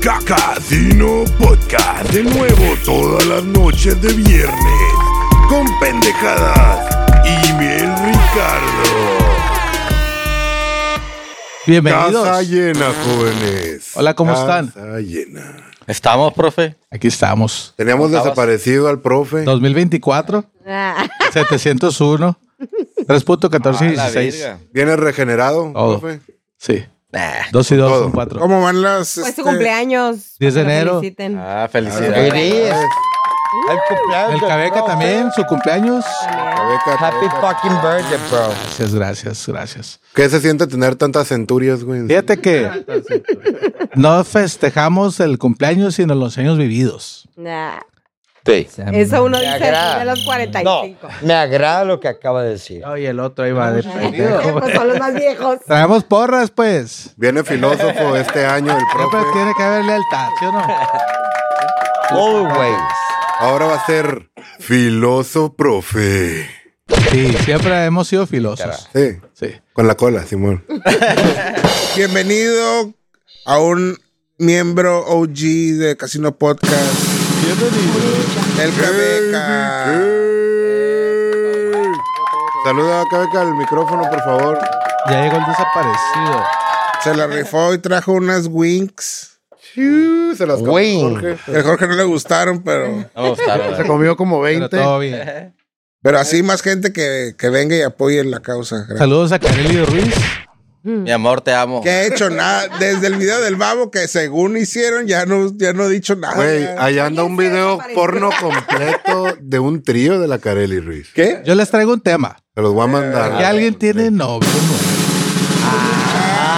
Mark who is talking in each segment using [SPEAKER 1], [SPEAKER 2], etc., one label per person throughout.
[SPEAKER 1] Cacatino Podcast. De nuevo todas las noches de viernes. Con pendejadas. Y bien Ricardo. Casa
[SPEAKER 2] Bienvenidos.
[SPEAKER 1] llena, jóvenes.
[SPEAKER 2] Hola, ¿cómo
[SPEAKER 1] Casa
[SPEAKER 2] están?
[SPEAKER 1] llena.
[SPEAKER 3] Estamos, profe.
[SPEAKER 2] Aquí estamos.
[SPEAKER 1] Teníamos
[SPEAKER 3] Estabas-
[SPEAKER 1] desaparecido al profe.
[SPEAKER 2] 2024, 701, 3.1416.
[SPEAKER 4] Ah,
[SPEAKER 3] verga.
[SPEAKER 1] Viene regenerado,
[SPEAKER 2] Todo.
[SPEAKER 1] profe.
[SPEAKER 2] Sí. Dos y dos son cuatro.
[SPEAKER 5] ¿Cómo van las?
[SPEAKER 6] Fue
[SPEAKER 5] este,
[SPEAKER 6] su Pues, cumpleaños.
[SPEAKER 2] 10 de
[SPEAKER 6] Lo
[SPEAKER 2] enero.
[SPEAKER 6] feliciten.
[SPEAKER 3] Ah, felicidades. El cumpleaños
[SPEAKER 2] El
[SPEAKER 3] del
[SPEAKER 2] Cabeca
[SPEAKER 3] profe.
[SPEAKER 2] también, su cumpleaños.
[SPEAKER 1] Rebeca,
[SPEAKER 3] Happy
[SPEAKER 1] Rebeca.
[SPEAKER 3] fucking birthday, bro.
[SPEAKER 2] Gracias, gracias, gracias.
[SPEAKER 1] ¿Qué se siente tener tantas centurias, güey?
[SPEAKER 2] Fíjate que no festejamos el cumpleaños, sino los años vividos.
[SPEAKER 6] Nah.
[SPEAKER 3] Sí.
[SPEAKER 6] Eso uno dice después
[SPEAKER 3] agrada.
[SPEAKER 6] de los
[SPEAKER 3] No,
[SPEAKER 6] 45.
[SPEAKER 3] me agrada lo que acaba de decir.
[SPEAKER 2] Oye, el otro ahí va de
[SPEAKER 6] Pues son los más viejos.
[SPEAKER 2] Traemos porras, pues.
[SPEAKER 1] Viene filósofo este año el
[SPEAKER 2] Siempre
[SPEAKER 1] profe.
[SPEAKER 2] tiene que haber lealtad, ¿sí o no?
[SPEAKER 3] Always.
[SPEAKER 1] Ahora va a ser filósofo profe.
[SPEAKER 2] Sí, siempre hemos sido filosos.
[SPEAKER 1] Sí,
[SPEAKER 2] Sí.
[SPEAKER 1] con la cola, Simón.
[SPEAKER 5] Bienvenido a un miembro OG de Casino Podcast. El Cabeca.
[SPEAKER 1] Saluda acá acá al micrófono, por favor.
[SPEAKER 2] Ya llegó el desaparecido.
[SPEAKER 5] Se la rifó y trajo unas Winks.
[SPEAKER 1] Chiu, Se las comió
[SPEAKER 3] Güey.
[SPEAKER 1] Jorge.
[SPEAKER 5] El Jorge no le gustaron, pero,
[SPEAKER 3] Vamos tarde.
[SPEAKER 7] Comió como
[SPEAKER 2] Pero
[SPEAKER 7] 20.
[SPEAKER 2] todo bien.
[SPEAKER 5] pero así más gente que, que venga y apoye la causa. Gracias.
[SPEAKER 2] Saludos a Carelli Ruiz.
[SPEAKER 3] Mi amor, te amo.
[SPEAKER 5] Que he hecho nada. Desde el video del babo que según hicieron ya no, ya no he dicho nada.
[SPEAKER 1] Güey, allá anda un video
[SPEAKER 6] desapareció.
[SPEAKER 1] porno completo de un trío de la Carelli Ruiz.
[SPEAKER 5] ¿Qué?
[SPEAKER 2] Yo les traigo un tema.
[SPEAKER 1] Se los voy a mandar.
[SPEAKER 7] Ah,
[SPEAKER 2] Que alguien tiene novio.
[SPEAKER 7] Ah.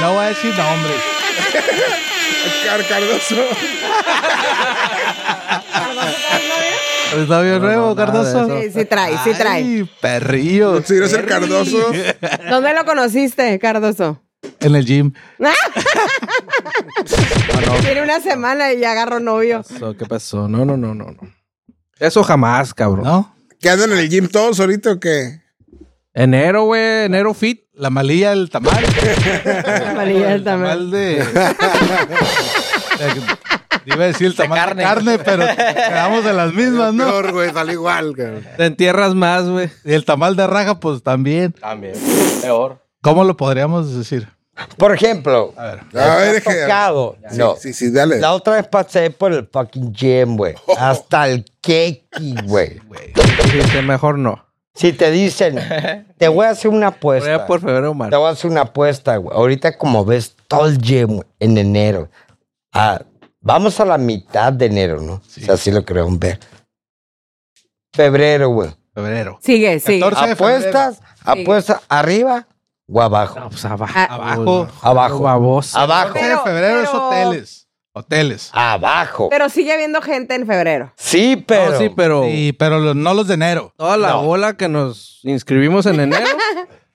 [SPEAKER 2] No No voy a decir nombres.
[SPEAKER 5] Car- Cardoso.
[SPEAKER 2] ¿Es novio nuevo, Cardoso?
[SPEAKER 6] Sí, sí trae, sí trae.
[SPEAKER 2] Ay, perrillo.
[SPEAKER 5] Si eres el Cardoso.
[SPEAKER 6] ¿Dónde lo conociste, Cardoso?
[SPEAKER 2] En el gym.
[SPEAKER 6] Tiene una semana y ya agarró novio.
[SPEAKER 7] So, ¿Qué pasó? No, no, no, no, no. Eso jamás, cabrón.
[SPEAKER 2] ¿No?
[SPEAKER 5] ¿Que andan en el gym todos ahorita o qué?
[SPEAKER 7] Enero, güey, enero fit.
[SPEAKER 2] La malilla, el tamal.
[SPEAKER 6] Amarilla
[SPEAKER 2] El
[SPEAKER 6] también.
[SPEAKER 2] tamal de. de- Iba a decir el tamal de carne. pero quedamos de las mismas, ¿no?
[SPEAKER 1] Peor, güey, sale igual, cabrón.
[SPEAKER 7] Te entierras más, güey.
[SPEAKER 2] Y el tamal de raja, pues también.
[SPEAKER 3] También. Peor.
[SPEAKER 2] ¿Cómo lo podríamos decir?
[SPEAKER 3] Por ejemplo,
[SPEAKER 5] A ver, deje-
[SPEAKER 3] tocado.
[SPEAKER 5] Sí,
[SPEAKER 3] No.
[SPEAKER 5] sí, sí, dale.
[SPEAKER 3] La otra vez pasé por el fucking gym, güey. Hasta el cake, güey.
[SPEAKER 7] Dice, mejor no.
[SPEAKER 3] Si te dicen, te voy a hacer una
[SPEAKER 7] Por allá
[SPEAKER 3] apuesta.
[SPEAKER 7] por febrero, mar.
[SPEAKER 3] Te voy a hacer una apuesta, güey. Ahorita como ves todo el gym güey, en enero. Ah, vamos a la mitad de enero, ¿no? O sea, así lo creo ver. Febrero, güey.
[SPEAKER 2] Febrero.
[SPEAKER 6] Sigue, sigue.
[SPEAKER 2] 14. de
[SPEAKER 3] Apuestas, apuestas arriba o abajo.
[SPEAKER 7] No, pues abajo.
[SPEAKER 6] Ah.
[SPEAKER 2] Abajo.
[SPEAKER 3] Abajo.
[SPEAKER 7] Babosa.
[SPEAKER 3] Abajo.
[SPEAKER 2] 14 de febrero es
[SPEAKER 6] pero-
[SPEAKER 2] hoteles. Hoteles.
[SPEAKER 3] Abajo.
[SPEAKER 6] Pero sigue habiendo gente en febrero.
[SPEAKER 3] Sí, pero.
[SPEAKER 7] No, sí, pero
[SPEAKER 2] Sí, pero lo- no los de enero.
[SPEAKER 7] toda la
[SPEAKER 3] No.
[SPEAKER 7] bola que nos inscribimos en enero,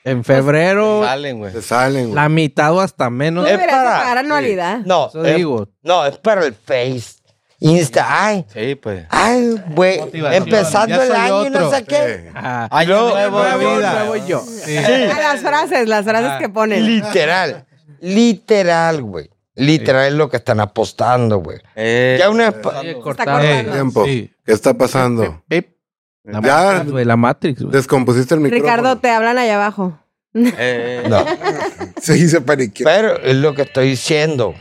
[SPEAKER 7] en febrero,
[SPEAKER 3] Salen, güey.
[SPEAKER 1] Se salen, güey.
[SPEAKER 7] la mitad o hasta
[SPEAKER 6] Tú
[SPEAKER 7] menos.
[SPEAKER 3] Eh,
[SPEAKER 6] deberías de
[SPEAKER 3] para-
[SPEAKER 6] pagar anualidad.
[SPEAKER 3] No,
[SPEAKER 7] Eso
[SPEAKER 3] es-
[SPEAKER 7] digo.
[SPEAKER 3] no, es para el Face. Insta. Ay,
[SPEAKER 8] Sí, pues.
[SPEAKER 3] ay, güey.
[SPEAKER 2] Motivación.
[SPEAKER 3] Empezando
[SPEAKER 2] Ya
[SPEAKER 3] el
[SPEAKER 2] soy
[SPEAKER 3] año y no
[SPEAKER 2] otro.
[SPEAKER 3] sé qué.
[SPEAKER 7] Ah,
[SPEAKER 3] Año nuevo,
[SPEAKER 7] nuevo,
[SPEAKER 3] vida.
[SPEAKER 7] nuevo yo.
[SPEAKER 6] A Ah, las frases, las frases que ponen.
[SPEAKER 3] Literal. Literal, güey. Literal es lo que están apostando, güey.
[SPEAKER 8] Eh,
[SPEAKER 3] Ya una.
[SPEAKER 7] Oye,
[SPEAKER 6] Está
[SPEAKER 7] cortado.
[SPEAKER 2] Ey,
[SPEAKER 6] cortando.
[SPEAKER 1] Tiempo.
[SPEAKER 2] Sí.
[SPEAKER 1] ¿Qué está pasando?
[SPEAKER 7] Pip. La
[SPEAKER 1] Ya.
[SPEAKER 7] Matrix, güey, la Matrix, güey.
[SPEAKER 1] Descompusiste el micrófono.
[SPEAKER 6] Ricardo, te hablan allá abajo.
[SPEAKER 8] eh,
[SPEAKER 3] No.
[SPEAKER 5] Sí, se paniqueó.
[SPEAKER 3] Pero es lo que estoy diciendo.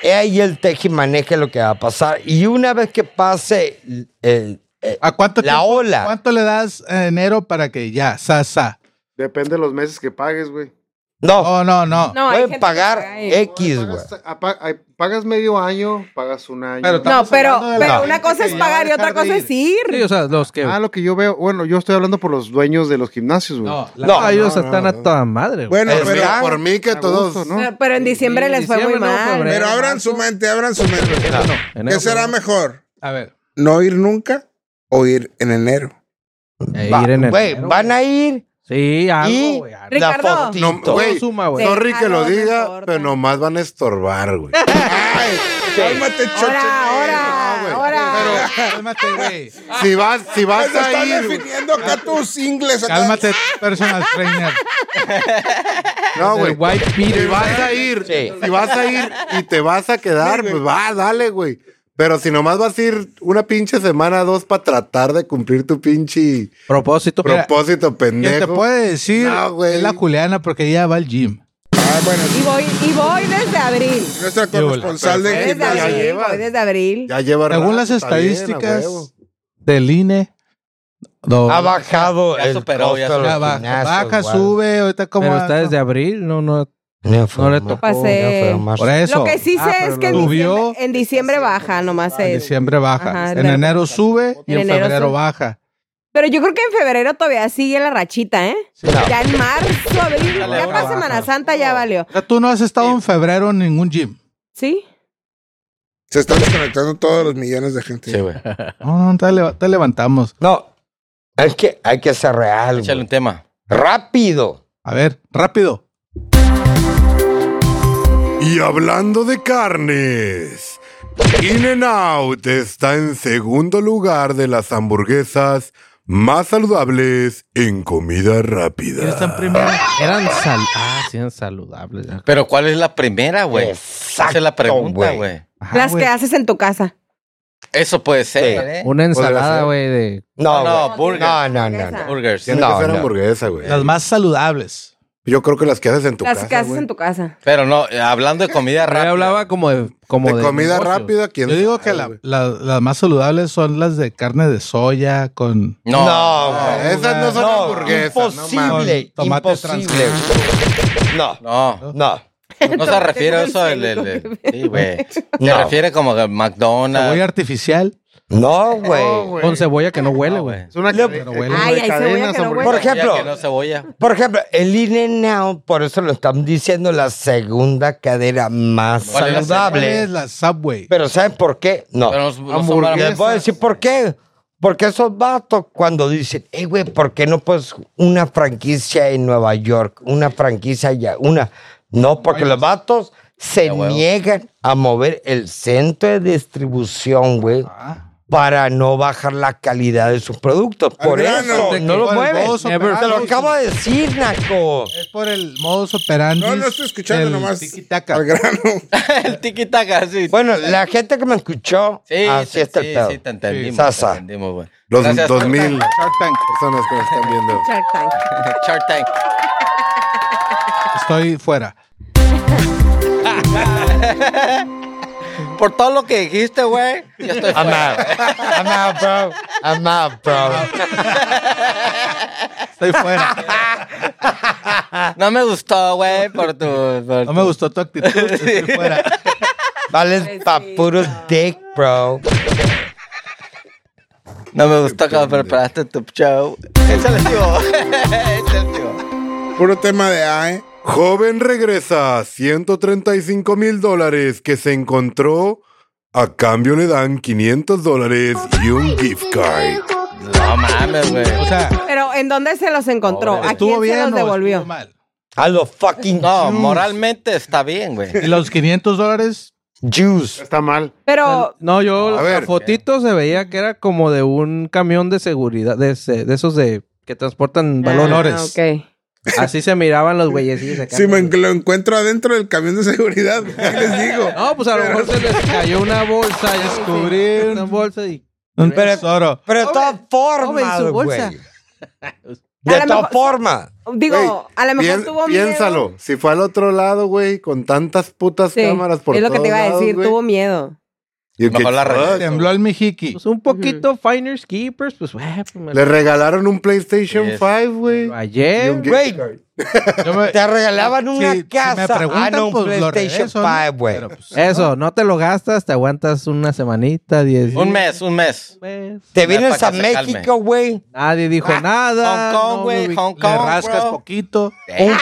[SPEAKER 3] Es ahí el tejimaneje lo que va a pasar. Y una vez que pase el- el-
[SPEAKER 2] Eh, ¿A cuánto,
[SPEAKER 3] la
[SPEAKER 2] tiempo-
[SPEAKER 3] ola.
[SPEAKER 2] cuánto le das a enero para que ya, sa, sa? Oh,
[SPEAKER 7] Depende de los meses que pagues, güey.
[SPEAKER 3] No,
[SPEAKER 2] No, no, no.
[SPEAKER 6] No, hay gente
[SPEAKER 3] pueden
[SPEAKER 6] que
[SPEAKER 3] pagar
[SPEAKER 6] cae.
[SPEAKER 3] X, güey.
[SPEAKER 7] Pagas medio año, pagas un año.
[SPEAKER 2] Pero
[SPEAKER 6] No,
[SPEAKER 2] estamos
[SPEAKER 6] pero,
[SPEAKER 2] hablando de la
[SPEAKER 6] pero
[SPEAKER 2] gente
[SPEAKER 6] una cosa
[SPEAKER 2] que
[SPEAKER 6] es
[SPEAKER 2] ya va a
[SPEAKER 6] pagar y otra
[SPEAKER 2] dejar de
[SPEAKER 6] cosa es
[SPEAKER 2] ir.
[SPEAKER 6] ir.
[SPEAKER 7] Sí, o sea, los que.
[SPEAKER 9] Ah, lo que yo veo, bueno, yo estoy hablando por los dueños de los gimnasios, güey.
[SPEAKER 2] No, la-
[SPEAKER 3] No,
[SPEAKER 7] Ah, ellos
[SPEAKER 1] no,
[SPEAKER 7] están
[SPEAKER 1] no,
[SPEAKER 7] a
[SPEAKER 1] no.
[SPEAKER 7] toda madre, güey.
[SPEAKER 5] Bueno,
[SPEAKER 3] El
[SPEAKER 5] pero,
[SPEAKER 3] verano.
[SPEAKER 1] Por mí que
[SPEAKER 9] A
[SPEAKER 1] todos.
[SPEAKER 9] gusto, ¿no?
[SPEAKER 6] Pero, pero en diciembre
[SPEAKER 7] Sí,
[SPEAKER 6] les fue muy
[SPEAKER 7] diciembre, no,
[SPEAKER 6] mal.
[SPEAKER 7] febrero.
[SPEAKER 5] pero abran su mente, abran su mente. ¿Qué
[SPEAKER 7] Enero,
[SPEAKER 5] será
[SPEAKER 7] febrero.
[SPEAKER 5] mejor?
[SPEAKER 2] A ver.
[SPEAKER 5] ¿No ir nunca o ir en enero?
[SPEAKER 7] Eh,
[SPEAKER 3] Va-
[SPEAKER 7] ir en
[SPEAKER 3] güey,
[SPEAKER 7] enero,
[SPEAKER 3] van a ir
[SPEAKER 7] Sí,
[SPEAKER 3] y
[SPEAKER 7] algo, güey. algo.
[SPEAKER 3] la
[SPEAKER 6] Ricardo.
[SPEAKER 3] fotito.
[SPEAKER 1] No, güey,
[SPEAKER 7] suma, güey.
[SPEAKER 1] sorry que lo
[SPEAKER 6] Déjalo, no
[SPEAKER 1] diga,
[SPEAKER 6] importa.
[SPEAKER 1] pero nomás van a estorbar, güey.
[SPEAKER 5] ¡Ay! ¡Cálmate, chocho!
[SPEAKER 6] Ahora, ahora,
[SPEAKER 1] güey.
[SPEAKER 6] ahora.
[SPEAKER 2] pero cálmate, güey.
[SPEAKER 8] Si vas, si vas
[SPEAKER 5] Eso
[SPEAKER 8] a
[SPEAKER 5] está
[SPEAKER 8] ir. güey.
[SPEAKER 5] definiendo acá tus ingles. acá.
[SPEAKER 2] Cálmate, personal trainer.
[SPEAKER 8] No,
[SPEAKER 7] El
[SPEAKER 8] güey.
[SPEAKER 7] White
[SPEAKER 8] Si
[SPEAKER 7] Peter.
[SPEAKER 8] vas a ir,
[SPEAKER 3] Sí.
[SPEAKER 8] si vas a ir y te vas a quedar, pues va, dale, güey. Pero si nomás vas a ir una pinche semana, dos, para tratar de cumplir tu pinche
[SPEAKER 7] Propósito.
[SPEAKER 2] Mira,
[SPEAKER 8] propósito
[SPEAKER 2] ¿Quién
[SPEAKER 8] pendejo.
[SPEAKER 2] te puede decir?
[SPEAKER 8] No, güey.
[SPEAKER 2] es la Juliana porque ella va al gym.
[SPEAKER 5] Ah, bueno,
[SPEAKER 6] Y voy, y voy desde abril.
[SPEAKER 5] nuestra corresponsal de
[SPEAKER 6] Desde
[SPEAKER 8] ya
[SPEAKER 5] gimnasio.
[SPEAKER 6] abril,
[SPEAKER 8] llevas.
[SPEAKER 6] voy desde abril.
[SPEAKER 8] Ya lleva
[SPEAKER 2] Según
[SPEAKER 8] rato,
[SPEAKER 2] las
[SPEAKER 8] está bien, a
[SPEAKER 2] estadísticas
[SPEAKER 8] huevo.
[SPEAKER 2] del INE. no,
[SPEAKER 3] Ha bajado
[SPEAKER 4] Ya
[SPEAKER 3] el
[SPEAKER 4] superó,
[SPEAKER 3] costo
[SPEAKER 4] ya
[SPEAKER 3] de Ah, los
[SPEAKER 2] ya baja,
[SPEAKER 3] gimnasios,
[SPEAKER 2] baja,
[SPEAKER 3] güey.
[SPEAKER 2] sube, ahorita como...
[SPEAKER 7] Pero está desde abril, no, no.
[SPEAKER 3] No, fue
[SPEAKER 7] No le
[SPEAKER 3] más.
[SPEAKER 7] tocó.
[SPEAKER 6] Pasé.
[SPEAKER 3] No, fue más.
[SPEAKER 2] Por eso,
[SPEAKER 6] Lo que sí sé
[SPEAKER 7] Ah, pero
[SPEAKER 6] es que en
[SPEAKER 2] lo-
[SPEAKER 6] diciembre,
[SPEAKER 2] Subió.
[SPEAKER 6] en diciembre baja, nomás
[SPEAKER 2] en
[SPEAKER 6] es.
[SPEAKER 2] diciembre baja.
[SPEAKER 6] Ajá,
[SPEAKER 2] en
[SPEAKER 6] de-
[SPEAKER 2] enero sube y
[SPEAKER 6] En
[SPEAKER 2] en,
[SPEAKER 6] enero
[SPEAKER 2] febrero
[SPEAKER 6] sube.
[SPEAKER 2] baja.
[SPEAKER 6] Pero yo creo que en febrero todavía sigue la rachita, ¿eh? Ya en marzo,
[SPEAKER 4] Dale,
[SPEAKER 6] abril, ya
[SPEAKER 4] ahora
[SPEAKER 6] para
[SPEAKER 4] baja.
[SPEAKER 6] Semana Santa ya valió.
[SPEAKER 2] O sea, tú no has estado en febrero en ningún gym.
[SPEAKER 6] ¿Sí?
[SPEAKER 5] Se están desconectando todos los millones de gente.
[SPEAKER 3] Sí, güey.
[SPEAKER 2] No, no, te, leva- te levantamos.
[SPEAKER 3] No, es que hay que ser real,
[SPEAKER 4] Échale un
[SPEAKER 3] güey.
[SPEAKER 4] tema.
[SPEAKER 3] Rápido.
[SPEAKER 2] A ver, rápido.
[SPEAKER 1] Y hablando de carnes, In N Out está en segundo lugar de las hamburguesas más saludables en comida rápida.
[SPEAKER 2] Está en primera.
[SPEAKER 7] Eran sal ah, sí, eran saludables.
[SPEAKER 4] Pero ¿cuál es la primera, güey? Esa
[SPEAKER 3] Exacto,
[SPEAKER 4] es la pregunta,
[SPEAKER 3] güey.
[SPEAKER 4] güey.
[SPEAKER 7] Ah,
[SPEAKER 2] Ajá,
[SPEAKER 6] Las
[SPEAKER 2] güey.
[SPEAKER 6] que haces en tu casa.
[SPEAKER 4] Eso puede ser, ¿eh?
[SPEAKER 7] Una ensalada,
[SPEAKER 8] ser.
[SPEAKER 7] güey, de.
[SPEAKER 3] No,
[SPEAKER 4] No,
[SPEAKER 3] no,
[SPEAKER 4] burger.
[SPEAKER 3] no, no, no, no.
[SPEAKER 4] Burgers.
[SPEAKER 8] Tiene
[SPEAKER 3] No,
[SPEAKER 8] que ser
[SPEAKER 3] no.
[SPEAKER 8] hamburguesa, güey.
[SPEAKER 2] Las más saludables.
[SPEAKER 8] Yo creo que las que haces en tu
[SPEAKER 6] Las que
[SPEAKER 8] casa,
[SPEAKER 6] haces
[SPEAKER 8] güey.
[SPEAKER 6] en tu casa.
[SPEAKER 4] Pero no, eh, hablando de comida
[SPEAKER 7] Yo
[SPEAKER 4] rápida.
[SPEAKER 7] hablaba como de. Como
[SPEAKER 8] De
[SPEAKER 7] de
[SPEAKER 8] comida
[SPEAKER 7] negocios.
[SPEAKER 8] rápida, ¿quién
[SPEAKER 2] Yo digo
[SPEAKER 8] sabe,
[SPEAKER 2] que la-
[SPEAKER 8] güey?
[SPEAKER 2] la- las más saludables son las de carne de soya con...
[SPEAKER 4] No,
[SPEAKER 3] No, güey.
[SPEAKER 8] Esas no son
[SPEAKER 3] No,
[SPEAKER 8] hamburguesas. no mames.
[SPEAKER 3] imposible,
[SPEAKER 2] Con tomate
[SPEAKER 3] imposible. No,
[SPEAKER 4] no.
[SPEAKER 3] no,
[SPEAKER 4] No se refiere a
[SPEAKER 6] Tomate
[SPEAKER 4] eso el, el,
[SPEAKER 6] transgénico
[SPEAKER 4] el-
[SPEAKER 6] que
[SPEAKER 4] sí, güey. Se
[SPEAKER 3] No.
[SPEAKER 4] refiere como a
[SPEAKER 2] Cebolla
[SPEAKER 4] McDonald's.
[SPEAKER 2] artificial.
[SPEAKER 3] no,
[SPEAKER 9] No,
[SPEAKER 3] güey.
[SPEAKER 9] güey.
[SPEAKER 7] Con cebolla que no huele, güey.
[SPEAKER 9] Es una
[SPEAKER 3] Le-
[SPEAKER 9] cadena.
[SPEAKER 2] huele.
[SPEAKER 6] Ay, hay cebolla que no huele.
[SPEAKER 3] Por
[SPEAKER 4] Cebolla
[SPEAKER 3] ejemplo.
[SPEAKER 4] que no cebolla.
[SPEAKER 3] Por ejemplo, el in now por eso lo estamos diciendo, la segunda cadera más
[SPEAKER 4] ¿Cuál es la
[SPEAKER 2] ¿Cuál
[SPEAKER 3] saludable.
[SPEAKER 2] es la Subway?
[SPEAKER 3] Pero ¿saben por qué? No.
[SPEAKER 4] Pero no- no son
[SPEAKER 3] Les voy a
[SPEAKER 4] hamburguesas.
[SPEAKER 3] decir por qué. Porque esos vatos cuando dicen, hey, güey, ¿por qué no pues una franquicia en Nueva York? Una franquicia allá, una... No, porque los vatos se
[SPEAKER 4] Ya, huevo.
[SPEAKER 3] niegan a mover el centro de distribución, güey,
[SPEAKER 4] Ah.
[SPEAKER 3] para no bajar la calidad de sus productos.
[SPEAKER 5] Al
[SPEAKER 3] Por
[SPEAKER 5] grano.
[SPEAKER 3] eso,
[SPEAKER 5] Te
[SPEAKER 3] no lo
[SPEAKER 2] Por el
[SPEAKER 3] mueven.
[SPEAKER 2] modus
[SPEAKER 7] Never.
[SPEAKER 3] Te lo
[SPEAKER 2] operandi.
[SPEAKER 3] acabo de decir, Naco.
[SPEAKER 2] Es por el modus operandi.
[SPEAKER 5] No, no estoy escuchando
[SPEAKER 2] del
[SPEAKER 5] nomás.
[SPEAKER 2] tiki-taka.
[SPEAKER 5] Al grano.
[SPEAKER 4] el tiki taka, sí.
[SPEAKER 3] Bueno, la gente que me escuchó,
[SPEAKER 4] sí, sí,
[SPEAKER 3] así Pues, ah, está
[SPEAKER 4] sí,
[SPEAKER 3] el pedo.
[SPEAKER 4] sí, te entendimos.
[SPEAKER 3] Sasa.
[SPEAKER 4] Te entendimos, güey.
[SPEAKER 8] Los
[SPEAKER 4] Gracias,
[SPEAKER 8] dos
[SPEAKER 4] Shark
[SPEAKER 8] mil
[SPEAKER 4] Tank.
[SPEAKER 2] Shark Tank.
[SPEAKER 8] personas que nos están viendo.
[SPEAKER 6] Shark Tank.
[SPEAKER 4] Shark Tank.
[SPEAKER 2] Estoy fuera.
[SPEAKER 4] Por todo lo que dijiste, güey, yo estoy
[SPEAKER 3] I'm
[SPEAKER 4] fuera.
[SPEAKER 3] out. I'm out, bro. I'm out, bro.
[SPEAKER 2] Estoy fuera.
[SPEAKER 4] No me gustó, güey, por tu... por
[SPEAKER 2] No me
[SPEAKER 4] tu-
[SPEAKER 2] gustó tu actitud. Estoy fuera.
[SPEAKER 3] Vales pa' puro dick, bro.
[SPEAKER 4] No me gustó cómo preparaste tu show. Échale, tío. Échale, tío.
[SPEAKER 5] Puro tema de ¿eh? AE.
[SPEAKER 1] Joven regresa 135 mil dólares que se encontró. A cambio le dan 500 dólares y un gift card.
[SPEAKER 4] No mames, güey.
[SPEAKER 2] O sea,
[SPEAKER 6] Pero ¿en dónde se los encontró? ¿A
[SPEAKER 2] ¿estuvo
[SPEAKER 6] quién se
[SPEAKER 2] bien
[SPEAKER 6] los
[SPEAKER 2] o estuvo
[SPEAKER 6] devolvió?
[SPEAKER 2] mal?
[SPEAKER 3] A los fucking
[SPEAKER 4] No, moralmente está bien, güey.
[SPEAKER 2] ¿Y los 500 dólares?
[SPEAKER 3] Jews.
[SPEAKER 9] Está mal.
[SPEAKER 6] Pero
[SPEAKER 7] No, yo
[SPEAKER 8] A
[SPEAKER 7] la
[SPEAKER 8] ver.
[SPEAKER 7] fotito se veía que era como de un camión de seguridad, de, ese- de esos de que transportan balones.
[SPEAKER 6] Ah, ok.
[SPEAKER 7] Así se miraban los güeyecillos acá.
[SPEAKER 5] Si me en- lo encuentro adentro del camión de seguridad, ¿qué les digo?
[SPEAKER 7] No, pues a lo mejor se les cayó una bolsa. y Descubrí una bolsa y...
[SPEAKER 2] Un tesoro.
[SPEAKER 3] Pero de todas formas,
[SPEAKER 7] joven, su bolsa.
[SPEAKER 3] güey. De
[SPEAKER 6] lo
[SPEAKER 3] todas
[SPEAKER 6] mejor-
[SPEAKER 3] formas.
[SPEAKER 6] Digo,
[SPEAKER 8] Güey,
[SPEAKER 6] a lo mejor
[SPEAKER 8] pién-
[SPEAKER 6] tuvo miedo.
[SPEAKER 8] Piénsalo, si fue al otro lado, güey, con tantas putas
[SPEAKER 6] Sí,
[SPEAKER 8] cámaras por
[SPEAKER 6] es lo que
[SPEAKER 8] todos
[SPEAKER 6] te iba a
[SPEAKER 8] lados,
[SPEAKER 6] decir,
[SPEAKER 8] güey.
[SPEAKER 6] tuvo miedo.
[SPEAKER 8] You
[SPEAKER 4] Mejor
[SPEAKER 8] get
[SPEAKER 4] la
[SPEAKER 8] fucked.
[SPEAKER 4] regla.
[SPEAKER 2] Tembló el mijiki.
[SPEAKER 7] Pues un poquito Finders Keepers, pues... güey, pues, me
[SPEAKER 8] Le regalaron un PlayStation
[SPEAKER 4] Yes.
[SPEAKER 8] 5, güey.
[SPEAKER 7] lo hallé.
[SPEAKER 8] Y un gift
[SPEAKER 3] Güey,
[SPEAKER 8] card.
[SPEAKER 2] Yo me-
[SPEAKER 3] te regalaban una
[SPEAKER 2] si- si me
[SPEAKER 3] casa. ah,
[SPEAKER 2] preguntan,
[SPEAKER 3] no, un
[SPEAKER 2] pues, lo
[SPEAKER 3] PlayStation
[SPEAKER 2] regreso, ¿no?
[SPEAKER 3] 5, güey.
[SPEAKER 2] Pero, pues,
[SPEAKER 7] Eso, no te lo gastas, te aguantas una semanita, diez días.
[SPEAKER 4] Un mes, un mes.
[SPEAKER 7] mes.
[SPEAKER 3] Te
[SPEAKER 4] Para
[SPEAKER 3] vienes
[SPEAKER 4] que
[SPEAKER 3] a
[SPEAKER 4] se
[SPEAKER 3] México, güey.
[SPEAKER 7] Nadie dijo
[SPEAKER 8] Ah.
[SPEAKER 7] nada.
[SPEAKER 4] Hong Kong,
[SPEAKER 7] no
[SPEAKER 4] güey,
[SPEAKER 7] me ubic-
[SPEAKER 4] Hong
[SPEAKER 2] le
[SPEAKER 4] Kong,
[SPEAKER 2] rascas
[SPEAKER 4] bro.
[SPEAKER 2] poquito.
[SPEAKER 4] Eh,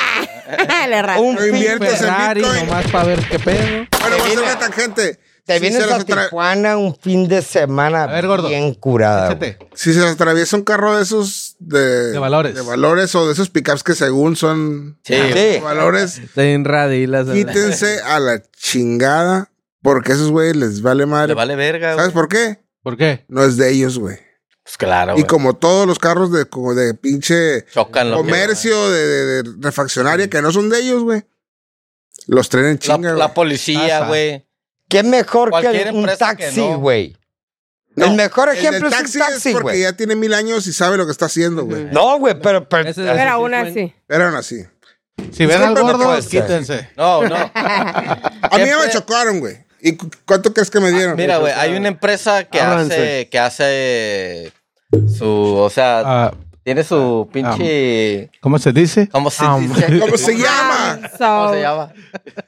[SPEAKER 6] Le rasca.
[SPEAKER 3] Un
[SPEAKER 5] Lo inviertes en
[SPEAKER 7] Ferrari
[SPEAKER 5] Bitcoin.
[SPEAKER 7] nomás para ver qué pedo.
[SPEAKER 5] Bueno, va a ser una tangente.
[SPEAKER 3] Te
[SPEAKER 5] Si
[SPEAKER 3] vienes
[SPEAKER 5] se
[SPEAKER 3] a
[SPEAKER 5] les atra-
[SPEAKER 3] Tijuana un fin de semana
[SPEAKER 2] ver, gordo.
[SPEAKER 3] bien curada. Ah, güey.
[SPEAKER 2] Fíjate.
[SPEAKER 5] Si se les atraviesa un carro de esos de,
[SPEAKER 2] De valores.
[SPEAKER 5] de valores o de esos pickups que según son
[SPEAKER 4] Sí.
[SPEAKER 3] Sí.
[SPEAKER 5] valores,
[SPEAKER 7] Te radilas.
[SPEAKER 5] quítense a la chingada porque a esos güeyes les vale
[SPEAKER 4] Le
[SPEAKER 5] madre.
[SPEAKER 4] vale verga,
[SPEAKER 5] ¿Sabes
[SPEAKER 4] güey.
[SPEAKER 5] por qué?
[SPEAKER 2] ¿Por qué?
[SPEAKER 5] No es de ellos, güey.
[SPEAKER 4] Pues claro,
[SPEAKER 5] Y
[SPEAKER 4] güey.
[SPEAKER 5] como todos los carros de, como de pinche
[SPEAKER 4] Chocan los
[SPEAKER 5] comercio, de, de- de refaccionaria, que no son de ellos, güey. Los traen en
[SPEAKER 4] La,
[SPEAKER 5] chinga,
[SPEAKER 4] la
[SPEAKER 5] güey.
[SPEAKER 4] policía,
[SPEAKER 2] Pasa.
[SPEAKER 4] güey.
[SPEAKER 3] ¿Qué mejor
[SPEAKER 4] Cualquier
[SPEAKER 3] que un
[SPEAKER 4] empresa que
[SPEAKER 3] taxi,
[SPEAKER 4] no.
[SPEAKER 3] güey?
[SPEAKER 5] No,
[SPEAKER 3] el mejor
[SPEAKER 5] El del
[SPEAKER 3] ejemplo es un taxi,
[SPEAKER 5] porque
[SPEAKER 3] güey.
[SPEAKER 5] ya tiene mil años y sabe lo que está haciendo, güey.
[SPEAKER 3] No, güey, pero, pero-
[SPEAKER 7] Ese
[SPEAKER 6] Pero
[SPEAKER 7] es-
[SPEAKER 6] aún así.
[SPEAKER 5] Pero aún así.
[SPEAKER 2] Si ven al
[SPEAKER 5] Siempre me
[SPEAKER 2] gordo,
[SPEAKER 3] puede ser.
[SPEAKER 2] quítense.
[SPEAKER 4] No, no.
[SPEAKER 5] A mí ya me
[SPEAKER 4] Siempre-
[SPEAKER 5] chocaron, güey. ¿Y cu- cuánto crees que me dieron?
[SPEAKER 4] Ah, Mira, güey, hay una empresa que
[SPEAKER 9] Ábranse.
[SPEAKER 4] hace, que hace su, o sea,
[SPEAKER 2] Ah,
[SPEAKER 4] tiene su pinche,
[SPEAKER 2] ¿Cómo se dice?
[SPEAKER 4] ¿cómo se
[SPEAKER 2] Ah,
[SPEAKER 4] dice?
[SPEAKER 5] ¿Cómo se llama?
[SPEAKER 6] Ah,
[SPEAKER 4] ¿Cómo se llama?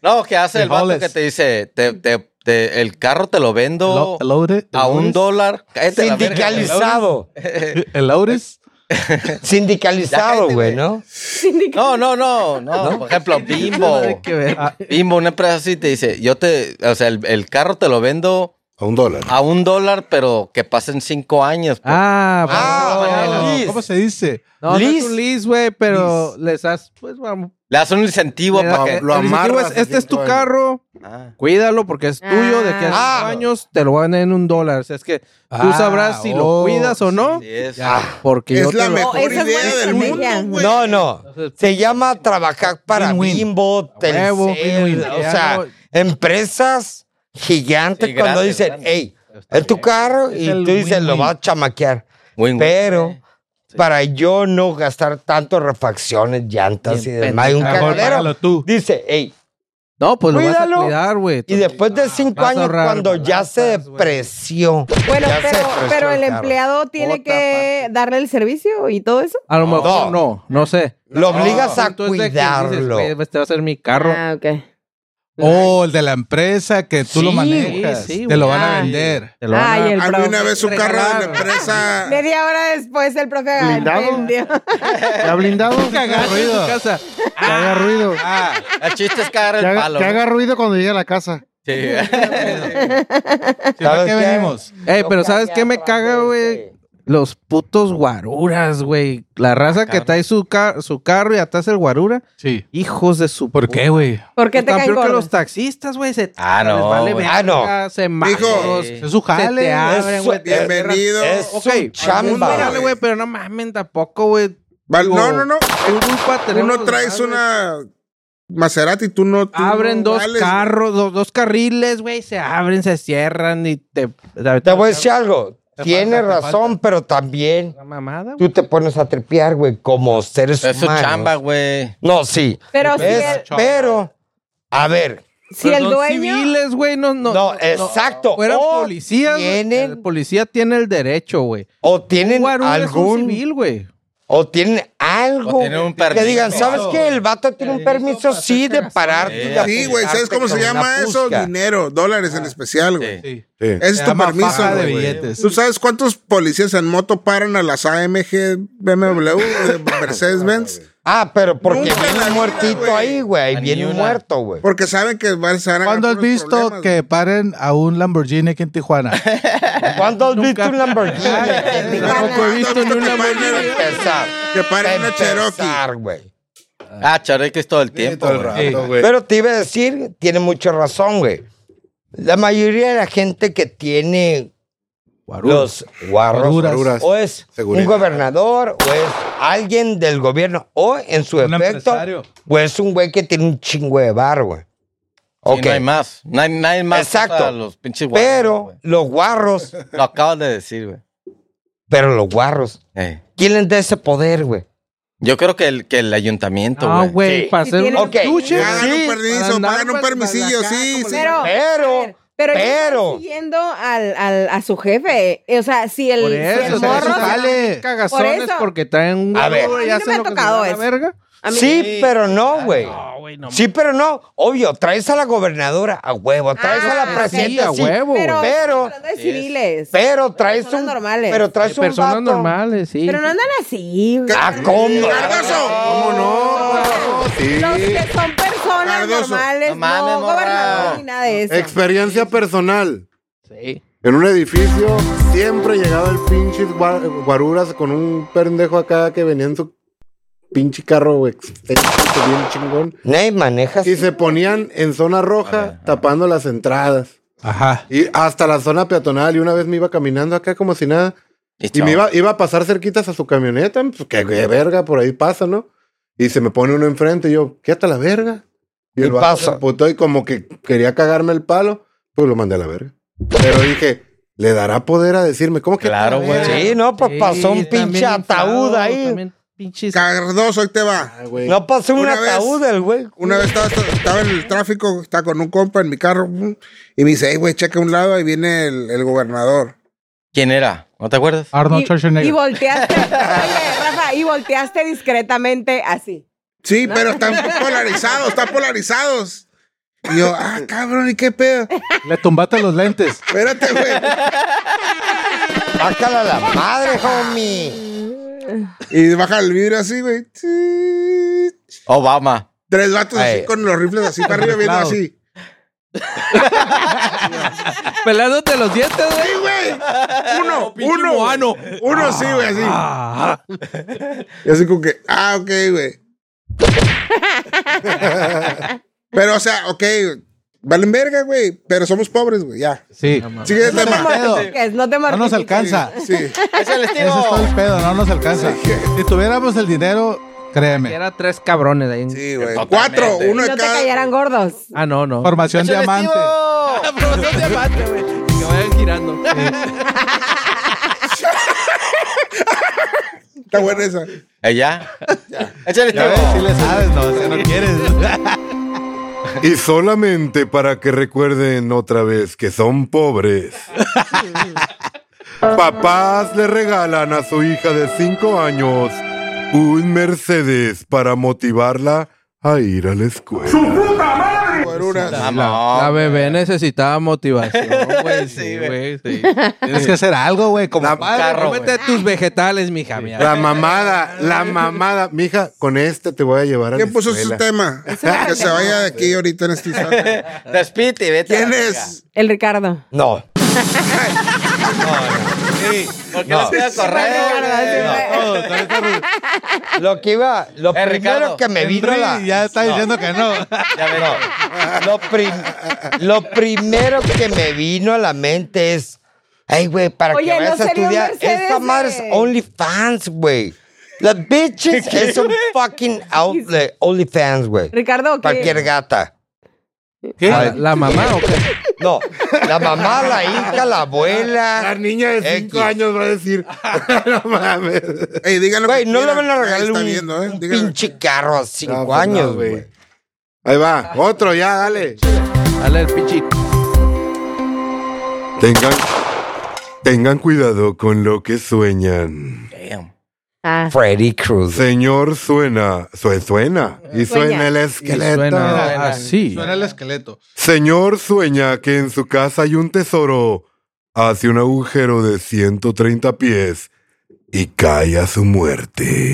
[SPEAKER 4] No, que hace el vato
[SPEAKER 2] Frijoles.
[SPEAKER 4] que te dice, te, te- te- el carro te lo vendo
[SPEAKER 2] El- el loaded, el
[SPEAKER 4] a un
[SPEAKER 2] loaded.
[SPEAKER 4] dólar. Cállate la verga.
[SPEAKER 3] sindicalizado.
[SPEAKER 2] ¿El Auris?
[SPEAKER 4] Ya
[SPEAKER 3] Sindicalizado,
[SPEAKER 4] cállate,
[SPEAKER 3] güey,
[SPEAKER 4] güey.
[SPEAKER 3] ¿no?
[SPEAKER 4] No, no, no, no, Por ejemplo, Bimbo.
[SPEAKER 7] Nada que ver.
[SPEAKER 4] Bimbo, una empresa así te dice, yo te, o sea, el, el carro te lo vendo
[SPEAKER 8] A un dólar.
[SPEAKER 4] a un dólar, pero que pasen cinco años. pues.
[SPEAKER 7] Ah, pues,
[SPEAKER 3] Ah,
[SPEAKER 4] bueno.
[SPEAKER 3] lease.
[SPEAKER 2] ¿Cómo se dice?
[SPEAKER 7] no, no
[SPEAKER 3] Lease.
[SPEAKER 7] es un lease, güey, pero les das, pues, vamos.
[SPEAKER 4] Le das un incentivo
[SPEAKER 7] le
[SPEAKER 4] para
[SPEAKER 7] das-
[SPEAKER 4] que...
[SPEAKER 8] lo
[SPEAKER 7] el incentivo
[SPEAKER 8] amarras
[SPEAKER 7] es, este
[SPEAKER 8] a
[SPEAKER 7] es tu
[SPEAKER 8] cinco años.
[SPEAKER 7] carro,
[SPEAKER 4] Ah.
[SPEAKER 7] cuídalo porque es tuyo, de que a
[SPEAKER 3] Ah.
[SPEAKER 7] cinco años te lo van a vender en un dólar. O sea, es que tú
[SPEAKER 2] Ah,
[SPEAKER 7] sabrás si
[SPEAKER 2] oh,
[SPEAKER 7] lo cuidas o no,
[SPEAKER 4] Así es.
[SPEAKER 7] porque
[SPEAKER 3] Eh,
[SPEAKER 7] yo
[SPEAKER 5] Es
[SPEAKER 7] te
[SPEAKER 5] la
[SPEAKER 7] lo-
[SPEAKER 5] mejor
[SPEAKER 6] oh, esa es
[SPEAKER 5] idea
[SPEAKER 6] buena
[SPEAKER 5] del
[SPEAKER 6] estrategia.
[SPEAKER 5] mundo, güey.
[SPEAKER 3] No, no. Se llama trabajar para
[SPEAKER 2] Win-win.
[SPEAKER 3] Bimbo,
[SPEAKER 7] huevo,
[SPEAKER 3] Telcel,
[SPEAKER 7] win-win.
[SPEAKER 3] o
[SPEAKER 7] Ya
[SPEAKER 3] sea,
[SPEAKER 7] no-
[SPEAKER 3] empresas gigantes
[SPEAKER 4] Sí,
[SPEAKER 3] cuando
[SPEAKER 4] grandes,
[SPEAKER 3] dicen,
[SPEAKER 4] grandes.
[SPEAKER 3] hey, es tu carro
[SPEAKER 2] Es
[SPEAKER 3] y
[SPEAKER 2] el
[SPEAKER 3] tú dices, lo
[SPEAKER 2] win-win.
[SPEAKER 3] vas a chamaquear.
[SPEAKER 4] Win-win.
[SPEAKER 3] Pero para yo no gastar tanto refacciones, llantas y demás, hay un
[SPEAKER 2] Mejor Ah, págalo
[SPEAKER 3] cargadero
[SPEAKER 2] tú.
[SPEAKER 3] dice, hey,
[SPEAKER 7] No, pues lo vas
[SPEAKER 3] Cuídalo.
[SPEAKER 7] a cuidar, güey.
[SPEAKER 3] y después de cinco
[SPEAKER 7] vas a
[SPEAKER 3] años,
[SPEAKER 7] ahorrar
[SPEAKER 3] cuando ya
[SPEAKER 7] balanzas,
[SPEAKER 3] se
[SPEAKER 7] güey.
[SPEAKER 3] depreció.
[SPEAKER 6] Bueno,
[SPEAKER 3] ya se
[SPEAKER 6] pero,
[SPEAKER 3] depreció
[SPEAKER 6] pero el
[SPEAKER 3] carro.
[SPEAKER 6] empleado tiene
[SPEAKER 7] Otra
[SPEAKER 6] que darle el servicio y todo eso.
[SPEAKER 7] A lo
[SPEAKER 3] No.
[SPEAKER 7] mejor no, no sé.
[SPEAKER 3] Lo
[SPEAKER 4] No,
[SPEAKER 3] obligas a
[SPEAKER 7] Tú es de que dices,
[SPEAKER 3] cuidarlo.
[SPEAKER 7] güey, Este va a ser mi carro.
[SPEAKER 6] Ah, ok.
[SPEAKER 2] O Oh, el de la empresa que tú lo
[SPEAKER 3] Sí,
[SPEAKER 2] manejas.
[SPEAKER 7] sí,
[SPEAKER 2] te lo
[SPEAKER 6] güey.
[SPEAKER 2] van a
[SPEAKER 6] Ah.
[SPEAKER 2] vender.
[SPEAKER 7] Te lo van a-
[SPEAKER 6] Ay, el
[SPEAKER 5] A mí
[SPEAKER 6] profe.
[SPEAKER 5] una vez un carro de la
[SPEAKER 7] Regalaron.
[SPEAKER 5] empresa.
[SPEAKER 6] Media hora después el profe
[SPEAKER 9] Blindado.
[SPEAKER 6] vendió.
[SPEAKER 9] ¿Ya blindado?
[SPEAKER 2] Que haga ruido.
[SPEAKER 7] Tu
[SPEAKER 3] Ah.
[SPEAKER 7] casa.
[SPEAKER 9] Que haga ruido.
[SPEAKER 4] El chiste es cagar
[SPEAKER 9] Que
[SPEAKER 4] el
[SPEAKER 9] haga,
[SPEAKER 4] palo.
[SPEAKER 9] que
[SPEAKER 4] ¿no?
[SPEAKER 9] haga ruido cuando llegue a la casa.
[SPEAKER 4] Sí.
[SPEAKER 2] Si no,
[SPEAKER 3] ¿Sabes
[SPEAKER 2] ¿qué
[SPEAKER 3] qué?
[SPEAKER 2] venimos?
[SPEAKER 7] Ey,
[SPEAKER 3] Lo
[SPEAKER 7] pero ¿sabes qué me
[SPEAKER 3] cagaron,
[SPEAKER 7] caga, güey?
[SPEAKER 3] este.
[SPEAKER 7] Los putos guaruras, güey. La raza que trae su, ca- su carro y atrás el guarura.
[SPEAKER 2] Sí.
[SPEAKER 7] Hijos de su...
[SPEAKER 2] ¿Por qué, güey?
[SPEAKER 6] ¿Por qué te
[SPEAKER 7] Están
[SPEAKER 6] caen
[SPEAKER 7] peor que
[SPEAKER 6] gordos?
[SPEAKER 7] los taxistas, güey. Se...
[SPEAKER 4] Ah,
[SPEAKER 7] les
[SPEAKER 4] no.
[SPEAKER 7] vale
[SPEAKER 4] güey.
[SPEAKER 3] Ah, no.
[SPEAKER 7] verga, Se malos,
[SPEAKER 4] Sí.
[SPEAKER 2] Es su
[SPEAKER 7] Se te
[SPEAKER 2] jale.
[SPEAKER 7] abren, güey. te
[SPEAKER 5] Bienvenido.
[SPEAKER 7] agarran-
[SPEAKER 3] Es
[SPEAKER 7] Ok,
[SPEAKER 3] su
[SPEAKER 7] algún
[SPEAKER 3] chamba,
[SPEAKER 7] día,
[SPEAKER 5] güey.
[SPEAKER 7] güey, pero no mamen tampoco, güey.
[SPEAKER 5] Val-
[SPEAKER 7] Digo,
[SPEAKER 5] no, no, no.
[SPEAKER 7] un culpa tenemos
[SPEAKER 5] Uno traes
[SPEAKER 7] más, güey.
[SPEAKER 5] una Maserati, tú no. tú
[SPEAKER 7] Abren
[SPEAKER 5] no
[SPEAKER 7] dos
[SPEAKER 5] vales.
[SPEAKER 7] carros, dos, dos carriles, güey. Se abren, se cierran y te...
[SPEAKER 3] Te voy a decir algo.
[SPEAKER 2] Te
[SPEAKER 3] Tienes
[SPEAKER 2] falta, te
[SPEAKER 3] razón, pero también
[SPEAKER 7] Una mamada, güey.
[SPEAKER 3] tú te pones a trepear, güey, como seres
[SPEAKER 4] Es su
[SPEAKER 3] humanos.
[SPEAKER 4] chamba, güey.
[SPEAKER 3] No, sí.
[SPEAKER 6] Pero si
[SPEAKER 3] Es-
[SPEAKER 6] el,
[SPEAKER 3] pero, a ver,
[SPEAKER 6] si
[SPEAKER 7] Pero
[SPEAKER 6] el
[SPEAKER 7] son
[SPEAKER 6] dueño...
[SPEAKER 7] civiles, güey, no, no,
[SPEAKER 3] no, exacto.
[SPEAKER 7] Fueran
[SPEAKER 3] o
[SPEAKER 7] policías, güey,
[SPEAKER 3] tienen-
[SPEAKER 7] el policía tiene el derecho, güey.
[SPEAKER 3] o
[SPEAKER 7] Un
[SPEAKER 3] tienen
[SPEAKER 7] guarura es un
[SPEAKER 3] algún,
[SPEAKER 7] civil, güey.
[SPEAKER 3] o tienen algo
[SPEAKER 4] O tienen un
[SPEAKER 3] que
[SPEAKER 4] permiso.
[SPEAKER 3] digan, ¿sabes qué? El vato tiene un permiso, sí, de pararte. y de
[SPEAKER 5] Sí, güey, ¿sabes
[SPEAKER 3] apuntarte
[SPEAKER 5] cómo se
[SPEAKER 3] con
[SPEAKER 5] llama
[SPEAKER 3] una
[SPEAKER 5] eso?
[SPEAKER 3] fusca.
[SPEAKER 5] Dinero, dólares en especial, güey.
[SPEAKER 2] Sí.
[SPEAKER 8] Sí.
[SPEAKER 5] Ese es
[SPEAKER 2] Se
[SPEAKER 5] tu
[SPEAKER 2] llama
[SPEAKER 5] permiso,
[SPEAKER 2] faja de
[SPEAKER 5] güey.
[SPEAKER 2] billetes.
[SPEAKER 5] ¿Tú sabes cuántos policías en moto paran a las AMG, BMW, de eh, Mercedes-Benz?
[SPEAKER 3] Ah, pero porque
[SPEAKER 5] Nunca en
[SPEAKER 3] viene
[SPEAKER 5] la
[SPEAKER 3] un
[SPEAKER 5] vida,
[SPEAKER 3] muertito
[SPEAKER 5] güey.
[SPEAKER 3] ahí, güey.
[SPEAKER 4] A
[SPEAKER 3] Viene
[SPEAKER 4] ni
[SPEAKER 3] un
[SPEAKER 4] una.
[SPEAKER 3] muerto, güey.
[SPEAKER 5] Porque saben que van se van a ganar
[SPEAKER 2] ¿Cuándo has
[SPEAKER 5] puros
[SPEAKER 2] visto
[SPEAKER 5] problemas,
[SPEAKER 2] que paren a un Lamborghini aquí en Tijuana?
[SPEAKER 3] ¿Cuándo has visto un Lamborghini?
[SPEAKER 5] güey.
[SPEAKER 3] Para
[SPEAKER 5] Tampoco he visto ni una
[SPEAKER 3] empezar.
[SPEAKER 5] Que pare
[SPEAKER 3] para
[SPEAKER 5] una Cherokee.
[SPEAKER 3] empezar, güey.
[SPEAKER 4] Ah, Chareque es todo el tiempo.
[SPEAKER 8] Todo el
[SPEAKER 4] güey.
[SPEAKER 8] rato, güey.
[SPEAKER 3] Pero te iba a decir, tiene mucha razón, güey. La mayoría de la gente que tiene los guarros
[SPEAKER 2] Guaruras.
[SPEAKER 8] Guaruras.
[SPEAKER 3] o es
[SPEAKER 8] Seguridad.
[SPEAKER 3] un gobernador o es alguien del gobierno o en su
[SPEAKER 2] Un
[SPEAKER 3] efecto
[SPEAKER 2] empresario.
[SPEAKER 3] o es un güey que tiene un chingo de bar, güey.
[SPEAKER 4] Sí,
[SPEAKER 3] Ok.
[SPEAKER 4] no hay más. No hay, no hay más.
[SPEAKER 3] Exacto.
[SPEAKER 4] cosa a Los pinches guarros,
[SPEAKER 3] pero
[SPEAKER 4] güey.
[SPEAKER 3] los guarros,
[SPEAKER 4] Lo acabas de decir, güey.
[SPEAKER 3] pero los guarros,
[SPEAKER 4] Eh.
[SPEAKER 3] ¿quién les da ese poder, güey?
[SPEAKER 4] Yo creo que el, que el ayuntamiento,
[SPEAKER 7] Ah,
[SPEAKER 4] güey.
[SPEAKER 7] güey,
[SPEAKER 3] Sí.
[SPEAKER 7] para
[SPEAKER 6] Si
[SPEAKER 7] hacer un
[SPEAKER 6] tienes-
[SPEAKER 3] Ok.
[SPEAKER 7] estuche,
[SPEAKER 5] Pagan
[SPEAKER 3] Sí,
[SPEAKER 5] un
[SPEAKER 7] para
[SPEAKER 5] permiso,
[SPEAKER 7] andar
[SPEAKER 5] pagan un
[SPEAKER 7] para-
[SPEAKER 5] permisillo,
[SPEAKER 7] para acá,
[SPEAKER 5] sí.
[SPEAKER 7] como
[SPEAKER 5] sí.
[SPEAKER 7] le
[SPEAKER 6] Pero, a
[SPEAKER 3] Pero,
[SPEAKER 6] ver, pero ellos
[SPEAKER 3] pero.
[SPEAKER 6] están siguiendo al, al, a su jefe. eh, O sea, si el,
[SPEAKER 7] Por
[SPEAKER 6] si el
[SPEAKER 7] eso,
[SPEAKER 2] morro
[SPEAKER 7] eso
[SPEAKER 6] se-
[SPEAKER 2] sale.
[SPEAKER 7] sale. Cagazones
[SPEAKER 6] Por eso.
[SPEAKER 7] porque traen un
[SPEAKER 3] A ver.
[SPEAKER 7] huevo y
[SPEAKER 6] A mí no
[SPEAKER 7] hacen
[SPEAKER 6] me ha
[SPEAKER 7] lo que se
[SPEAKER 6] tocado
[SPEAKER 7] da la
[SPEAKER 6] eso.
[SPEAKER 7] verga.
[SPEAKER 6] a mí-
[SPEAKER 3] Sí, pero no, güey.
[SPEAKER 7] güey, no.
[SPEAKER 3] Sí, pero no. Obvio, traes a la gobernadora a huevo, traes
[SPEAKER 6] Ah,
[SPEAKER 3] a la
[SPEAKER 7] Sí, a
[SPEAKER 3] presidenta sí,
[SPEAKER 7] huevo, güey.
[SPEAKER 6] pero,
[SPEAKER 3] pero-
[SPEAKER 6] hablando de civiles.
[SPEAKER 3] pero traes
[SPEAKER 6] Personas
[SPEAKER 3] un
[SPEAKER 6] normales.
[SPEAKER 3] pero traes un
[SPEAKER 7] Personas
[SPEAKER 3] vato-
[SPEAKER 7] normales, sí.
[SPEAKER 6] Pero no andan así. güey.
[SPEAKER 3] Ah, ¿cómo?
[SPEAKER 5] Cardoso.
[SPEAKER 8] ¿Cómo no? Sí.
[SPEAKER 6] Los que son personas
[SPEAKER 5] Cardoso.
[SPEAKER 6] normales,
[SPEAKER 4] No
[SPEAKER 6] no,
[SPEAKER 4] mames, morra.
[SPEAKER 6] gobernadores ni nada de eso.
[SPEAKER 3] Eh,
[SPEAKER 8] Experiencia personal.
[SPEAKER 7] Sí.
[SPEAKER 8] En un edificio siempre llegaba el pinche gua- guaruras con un pendejo acá que venía en su pinche carro güey, extenso, bien chingón.
[SPEAKER 3] Ney, manejas.
[SPEAKER 8] Y se ponían en zona roja tapando las entradas.
[SPEAKER 2] Ajá.
[SPEAKER 8] Y hasta la zona peatonal. Y una vez me iba caminando acá como si nada. Y me iba, iba a pasar cerquitas a su camioneta. Pues que que verga, por ahí pasa, ¿no? Y se me pone uno enfrente y yo, quédate a la verga. Y el
[SPEAKER 3] Y
[SPEAKER 8] vato
[SPEAKER 3] pasa.
[SPEAKER 8] se emputó y como que quería cagarme el palo, pues lo mandé a la verga. Pero dije, ¿le dará poder a decirme? ¿Cómo que?
[SPEAKER 4] Claro, güey.
[SPEAKER 3] Sí, no, pues pasó un pinche ataúd ahí.
[SPEAKER 7] Pinches.
[SPEAKER 5] Cardoso, ahí te va.
[SPEAKER 8] Ah, güey.
[SPEAKER 3] No pasó un
[SPEAKER 5] Una vez-
[SPEAKER 3] ataúd el güey.
[SPEAKER 5] Una vez estaba, estaba en el tráfico, estaba con un compa en mi carro, pum,
[SPEAKER 8] mm,
[SPEAKER 5] y me dice, hey, güey, checa a un lado, ahí viene el, el gobernador.
[SPEAKER 4] ¿Quién era? ¿No te acuerdas?
[SPEAKER 2] Arnold
[SPEAKER 6] Y, y
[SPEAKER 2] Schwarzenegger.
[SPEAKER 6] volteaste, oye, Rafa, y volteaste discretamente así.
[SPEAKER 5] Sí, pero están polarizados, están polarizados. Y yo, ah, cabrón, ¿y qué pedo?
[SPEAKER 2] Le tumbaste los lentes.
[SPEAKER 5] Espérate, güey.
[SPEAKER 3] Bácala a la madre, homie.
[SPEAKER 5] Y baja el vidrio así, güey. Sí.
[SPEAKER 4] Obama.
[SPEAKER 5] Tres vatos
[SPEAKER 3] Ay.
[SPEAKER 5] así con los rifles así para arriba, viendo
[SPEAKER 2] Claro.
[SPEAKER 5] así.
[SPEAKER 7] Pelándote los dientes, güey.
[SPEAKER 5] Sí, güey. Uno, uno.
[SPEAKER 7] moano.
[SPEAKER 5] Uno sí, güey, así.
[SPEAKER 2] Ah,
[SPEAKER 5] Y así como que, ah, ok, güey. Pero, o sea, ok, valen verga, güey. Pero somos pobres, güey, ya.
[SPEAKER 2] sí.
[SPEAKER 5] Siguiente
[SPEAKER 6] No te
[SPEAKER 5] tema.
[SPEAKER 6] mortifiques, no te
[SPEAKER 2] No nos
[SPEAKER 6] mortifiques.
[SPEAKER 2] alcanza.
[SPEAKER 5] Sí.
[SPEAKER 4] Es el
[SPEAKER 2] Ese es todo el pedo, no nos alcanza. Si tuviéramos el dinero, créeme.
[SPEAKER 7] Era tres cabrones ahí.
[SPEAKER 5] Sí, güey.
[SPEAKER 4] Totalmente.
[SPEAKER 5] Cuatro,
[SPEAKER 6] Y no
[SPEAKER 5] uno de
[SPEAKER 6] te
[SPEAKER 5] cada.
[SPEAKER 6] cayeran gordos.
[SPEAKER 7] Ah, no, no.
[SPEAKER 2] Formación diamante.
[SPEAKER 7] Promoción diamante, güey. Que vayan girando.
[SPEAKER 5] Está buena esa.
[SPEAKER 4] ¿Ella? Échale
[SPEAKER 2] Ya ves, sí
[SPEAKER 4] tío.
[SPEAKER 2] le sabes, no, si no quieres.
[SPEAKER 1] Y solamente para que recuerden otra vez que son pobres. Papás le regalan a su hija de 5 años un Mercedes para motivarla a ir a la escuela.
[SPEAKER 5] Cueruras.
[SPEAKER 4] Vamos.
[SPEAKER 7] La bebé necesitaba motivación, güey.
[SPEAKER 4] Sí,
[SPEAKER 7] Sí,
[SPEAKER 4] güey.
[SPEAKER 7] güey. Sí.
[SPEAKER 2] Tienes que hacer algo, güey. Como
[SPEAKER 8] La-
[SPEAKER 4] Padre, carro,
[SPEAKER 7] Cómete tus vegetales, mija. mía.
[SPEAKER 8] La mamada, la mamada. Mija, con este te voy a llevar a
[SPEAKER 5] ¿Quién
[SPEAKER 8] la
[SPEAKER 5] puso su
[SPEAKER 8] escuela.
[SPEAKER 5] tema? Que se vaya de aquí ahorita en este instante.
[SPEAKER 4] Despite y vete. a la
[SPEAKER 5] ¿Quién
[SPEAKER 4] verga.
[SPEAKER 5] es?
[SPEAKER 6] El Ricardo.
[SPEAKER 3] No.
[SPEAKER 4] ¿Por qué
[SPEAKER 3] No.
[SPEAKER 4] las voy a correr?
[SPEAKER 6] Ricardo, sí,
[SPEAKER 4] güey?
[SPEAKER 6] güey.
[SPEAKER 2] Oh, todavía
[SPEAKER 3] Lo que iba, lo
[SPEAKER 4] Eh,
[SPEAKER 3] primero
[SPEAKER 4] Ricardo,
[SPEAKER 3] que me vino a
[SPEAKER 2] Henry
[SPEAKER 3] la.
[SPEAKER 2] ya está diciendo que no.
[SPEAKER 4] Ya ves.
[SPEAKER 3] No. Lo, prim- lo primero que me vino a la mente es. Ay, güey, para
[SPEAKER 6] Oye,
[SPEAKER 3] que
[SPEAKER 6] ¿no
[SPEAKER 3] vayas a
[SPEAKER 6] sería un
[SPEAKER 3] estudiar.
[SPEAKER 6] Mercedes,
[SPEAKER 3] Esta madre es
[SPEAKER 6] güey?
[SPEAKER 3] OnlyFans, güey. La bitches es un fucking outlet. OnlyFans, güey.
[SPEAKER 6] Ricardo,
[SPEAKER 3] Cualquier
[SPEAKER 6] ¿qué?
[SPEAKER 3] gata.
[SPEAKER 2] ¿Qué?
[SPEAKER 7] ¿La, la mamá o qué?
[SPEAKER 3] No, la mamá, la hija, la
[SPEAKER 8] La
[SPEAKER 3] abuela.
[SPEAKER 8] niña de 5
[SPEAKER 3] X.
[SPEAKER 8] años va a decir, no mames.
[SPEAKER 5] Ey, díganlo.
[SPEAKER 3] Güey, no le van a regalar
[SPEAKER 5] Está
[SPEAKER 3] un,
[SPEAKER 5] viendo, ¿eh?
[SPEAKER 3] un
[SPEAKER 5] Díganlo.
[SPEAKER 3] pinche carro a
[SPEAKER 8] No,
[SPEAKER 7] Ah,
[SPEAKER 8] pues
[SPEAKER 3] cinco
[SPEAKER 8] no,
[SPEAKER 3] años, Ah, güey.
[SPEAKER 8] Ahí va, otro ya, dale.
[SPEAKER 7] Dale el pinche.
[SPEAKER 1] Tengan, tengan cuidado con lo que sueñan.
[SPEAKER 4] Damn.
[SPEAKER 6] Ah,
[SPEAKER 3] Freddy Cruz.
[SPEAKER 1] Señor suena, sue- suena y
[SPEAKER 6] Sueña.
[SPEAKER 1] suena el esqueleto.
[SPEAKER 7] Suena así.
[SPEAKER 2] Suena el esqueleto.
[SPEAKER 1] Señor sueña que en su casa hay un tesoro, hace un agujero de 130 pies y cae a su muerte.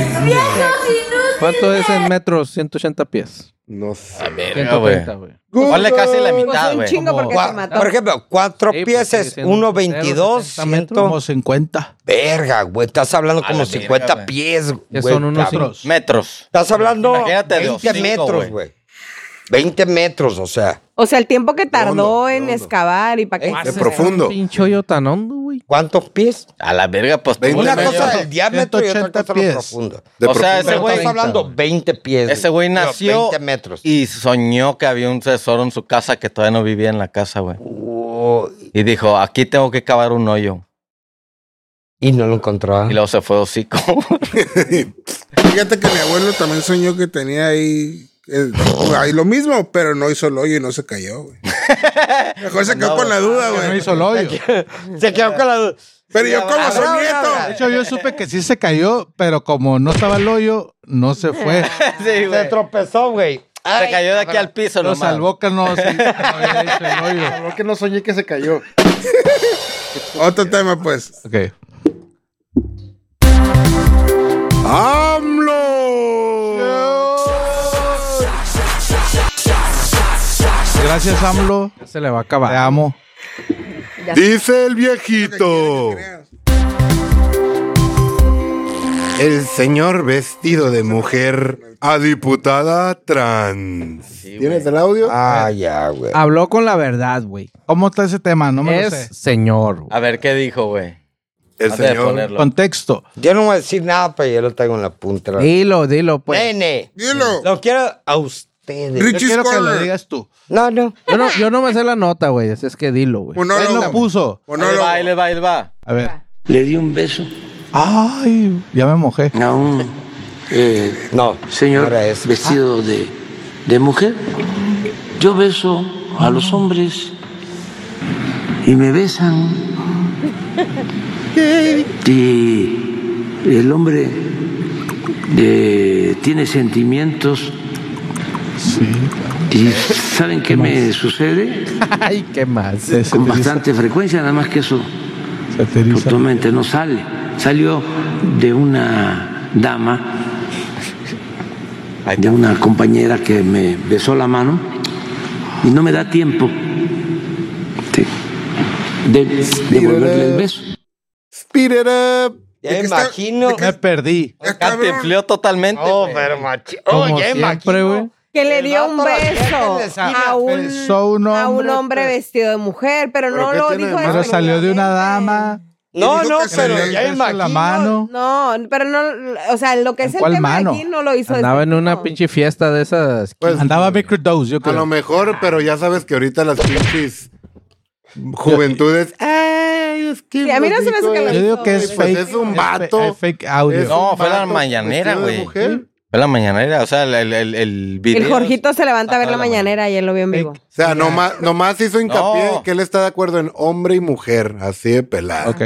[SPEAKER 7] ¿Cuánto es en metros? 180 pies.
[SPEAKER 8] No sé.
[SPEAKER 4] Verga, güey.
[SPEAKER 7] 130, güey.
[SPEAKER 4] Ponle casi la
[SPEAKER 6] pues
[SPEAKER 4] mitad,
[SPEAKER 6] un
[SPEAKER 4] güey.
[SPEAKER 6] chingo porque
[SPEAKER 3] Cua-
[SPEAKER 6] te mató.
[SPEAKER 3] por ejemplo, cuatro
[SPEAKER 7] Sí, pues, sigue
[SPEAKER 3] piezas,
[SPEAKER 7] siendo
[SPEAKER 3] uno
[SPEAKER 7] un cero,
[SPEAKER 3] veintidós,
[SPEAKER 7] 60 metros.
[SPEAKER 3] ciento.
[SPEAKER 2] Como 50
[SPEAKER 3] Verga, güey. Estás hablando
[SPEAKER 4] A
[SPEAKER 3] como
[SPEAKER 4] la verga,
[SPEAKER 3] 50
[SPEAKER 4] güey.
[SPEAKER 3] pies,
[SPEAKER 7] Que
[SPEAKER 3] güey.
[SPEAKER 7] son unos
[SPEAKER 3] cabrón.
[SPEAKER 2] metros.
[SPEAKER 4] Metros.
[SPEAKER 3] Estás hablando
[SPEAKER 4] Imagínate de
[SPEAKER 3] 20
[SPEAKER 4] hocico,
[SPEAKER 3] metros,
[SPEAKER 4] güey.
[SPEAKER 3] güey. 20 metros, o sea.
[SPEAKER 6] O sea, el tiempo que tardó
[SPEAKER 8] Redondo,
[SPEAKER 6] en
[SPEAKER 8] redondo.
[SPEAKER 6] excavar y para que.
[SPEAKER 3] Eh,
[SPEAKER 8] De profundo.
[SPEAKER 7] Pinche hoyo tan hondo, güey.
[SPEAKER 3] ¿Cuántos pies?
[SPEAKER 4] A la verga, pues. tú,
[SPEAKER 8] Veinte
[SPEAKER 3] Una
[SPEAKER 4] güey.
[SPEAKER 3] cosa el diámetro y otra
[SPEAKER 2] 180
[SPEAKER 3] cosa lo
[SPEAKER 2] pies.
[SPEAKER 3] profundo.
[SPEAKER 8] De
[SPEAKER 4] O sea,
[SPEAKER 8] profundo.
[SPEAKER 4] ese
[SPEAKER 3] Pero
[SPEAKER 4] güey.
[SPEAKER 3] estás hablando 20 pies.
[SPEAKER 4] Ese güey
[SPEAKER 3] No,
[SPEAKER 4] nació
[SPEAKER 3] 20 metros.
[SPEAKER 4] y soñó que había un tesoro en su casa que todavía no vivía en la casa, güey.
[SPEAKER 3] Oh,
[SPEAKER 4] Y dijo, aquí tengo que cavar un hoyo.
[SPEAKER 3] y no lo encontraba.
[SPEAKER 4] Y luego se fue hocico.
[SPEAKER 5] Fíjate que mi abuelo también soñó que tenía ahí. eh, ahí lo mismo, pero no hizo el hoyo y no se cayó, güey. Mejor se quedó con la duda,
[SPEAKER 2] Que no
[SPEAKER 5] güey.
[SPEAKER 2] hizo el hoyo. De
[SPEAKER 3] Se quedó con la duda.
[SPEAKER 5] Pero yo, como soy
[SPEAKER 3] Habrá una
[SPEAKER 5] nieto,
[SPEAKER 3] verdad.
[SPEAKER 2] hecho, yo supe que sí se cayó, pero como no estaba el hoyo, no se fue.
[SPEAKER 4] sí,
[SPEAKER 3] Se
[SPEAKER 4] güey.
[SPEAKER 3] tropezó, güey.
[SPEAKER 4] Se cayó de aquí al piso,
[SPEAKER 2] Lo
[SPEAKER 4] nomás.
[SPEAKER 2] salvó que no, sí, que no había hecho el hoyo.
[SPEAKER 9] Creo que no soñé que se cayó.
[SPEAKER 5] otro tema, pues.
[SPEAKER 2] Ok.
[SPEAKER 8] ¡AMLO!
[SPEAKER 2] Gracias, AMLO.
[SPEAKER 7] Ya se le va a
[SPEAKER 2] Te
[SPEAKER 7] acabar.
[SPEAKER 2] amo.
[SPEAKER 6] Ya.
[SPEAKER 8] Dice el viejito.
[SPEAKER 1] El señor vestido de mujer a diputada trans.
[SPEAKER 8] ¿Tienes el audio?
[SPEAKER 3] Ah, ya, güey.
[SPEAKER 7] Habló con la verdad, güey.
[SPEAKER 2] ¿Cómo está ese tema? No me lo sé.
[SPEAKER 7] Es señor. güey.
[SPEAKER 4] A ver, ¿qué dijo, güey?
[SPEAKER 1] El
[SPEAKER 4] Antes de
[SPEAKER 1] señor.
[SPEAKER 4] ponerlo.
[SPEAKER 2] Contexto.
[SPEAKER 3] Yo no voy a decir nada, pero yo lo tengo en la punta. de la-
[SPEAKER 7] Dilo, dilo, pues.
[SPEAKER 3] Nene,
[SPEAKER 5] Dilo.
[SPEAKER 3] lo quiero a ustedes.
[SPEAKER 2] Yo
[SPEAKER 5] Richie
[SPEAKER 2] quiero que lo
[SPEAKER 5] Scorer.
[SPEAKER 2] digas tú.
[SPEAKER 3] No, no.
[SPEAKER 7] Yo no, yo no me sé la nota, güey. Así es que dilo, güey.
[SPEAKER 2] Él lo
[SPEAKER 5] Monólogo.
[SPEAKER 2] puso.
[SPEAKER 4] Ahí le
[SPEAKER 5] Monólogo.
[SPEAKER 4] va, ahí le va, ahí le va.
[SPEAKER 2] A ver.
[SPEAKER 10] Le di un beso
[SPEAKER 2] Ay, ya me mojé.
[SPEAKER 10] a un eh,
[SPEAKER 3] No,
[SPEAKER 10] señor
[SPEAKER 3] ahora es- ah.
[SPEAKER 10] vestido de, de mujer. Yo beso a los hombres y me besan. Y el hombre eh, tiene sentimientos. ¿Y saben qué me sucede?
[SPEAKER 7] Ay, qué más.
[SPEAKER 2] Se, se
[SPEAKER 10] Con
[SPEAKER 2] te eriza-
[SPEAKER 10] bastante frecuencia, nada más que eso
[SPEAKER 2] se te eriza.
[SPEAKER 10] Actualmente Pues, no sale. Salió de una dama, de una compañera que me besó la mano y no me da tiempo de, de devolverle el beso.
[SPEAKER 8] Speed it up.
[SPEAKER 5] ¿De
[SPEAKER 3] Ya
[SPEAKER 5] qué está-
[SPEAKER 3] imagino.
[SPEAKER 5] de qué-
[SPEAKER 2] Me perdí.
[SPEAKER 5] Ah,
[SPEAKER 4] Acá te
[SPEAKER 5] cabrón.
[SPEAKER 4] empleó totalmente.
[SPEAKER 3] No,
[SPEAKER 4] güey.
[SPEAKER 3] pero machi. Oh,
[SPEAKER 7] Como
[SPEAKER 3] ya
[SPEAKER 7] siempre, güey.
[SPEAKER 3] imagino.
[SPEAKER 6] Que le
[SPEAKER 3] El
[SPEAKER 6] dio un
[SPEAKER 3] vato la
[SPEAKER 6] beso
[SPEAKER 3] deja en la esquina,
[SPEAKER 6] a un,
[SPEAKER 2] besó un
[SPEAKER 6] a un
[SPEAKER 2] hombre,
[SPEAKER 6] hombre
[SPEAKER 2] pero-
[SPEAKER 6] vestido de mujer, pero,
[SPEAKER 8] ¿Pero
[SPEAKER 6] no
[SPEAKER 8] qué
[SPEAKER 6] lo
[SPEAKER 8] tiene de
[SPEAKER 6] dijo
[SPEAKER 8] malo?
[SPEAKER 2] Pero salió de una dama.
[SPEAKER 3] No,
[SPEAKER 5] Dijo
[SPEAKER 3] no,
[SPEAKER 5] que se
[SPEAKER 3] pero
[SPEAKER 5] le
[SPEAKER 3] ya
[SPEAKER 2] beso en la
[SPEAKER 3] imagino.
[SPEAKER 2] mano.
[SPEAKER 6] No, pero no, o sea, lo que
[SPEAKER 2] ¿En
[SPEAKER 6] es el
[SPEAKER 2] cuál
[SPEAKER 6] tema
[SPEAKER 2] mano?
[SPEAKER 6] aquí no lo hizo.
[SPEAKER 7] Andaba
[SPEAKER 6] este
[SPEAKER 7] en una
[SPEAKER 6] tipo.
[SPEAKER 7] pinche fiesta de esas.
[SPEAKER 8] Pues,
[SPEAKER 2] Andaba microdose, yo
[SPEAKER 8] a lo
[SPEAKER 2] creo.
[SPEAKER 8] mejor, pero ya sabes que ahorita las pinches juventudes. Ay, es que
[SPEAKER 6] Sí, a mí no se me hace que lo
[SPEAKER 2] Yo digo que es
[SPEAKER 8] Pues
[SPEAKER 2] fake.
[SPEAKER 8] es un
[SPEAKER 2] fe-
[SPEAKER 8] vato.
[SPEAKER 2] es fake audio.
[SPEAKER 8] Es
[SPEAKER 4] No,
[SPEAKER 8] un
[SPEAKER 4] fue la
[SPEAKER 8] vato
[SPEAKER 4] mañanera,
[SPEAKER 8] vestido de
[SPEAKER 4] güey.
[SPEAKER 8] mujer.
[SPEAKER 4] Fue la mañanera, o sea, el, el, el, el video.
[SPEAKER 6] El Jorgito se levanta a ver
[SPEAKER 4] Ajá,
[SPEAKER 6] la
[SPEAKER 4] la mañana.
[SPEAKER 6] mañanera y él lo vio en vivo.
[SPEAKER 8] O sea, nomás, nomás hizo hincapié
[SPEAKER 4] No.
[SPEAKER 8] en que él está de acuerdo en hombre y mujer, así de pelado.
[SPEAKER 2] Ok.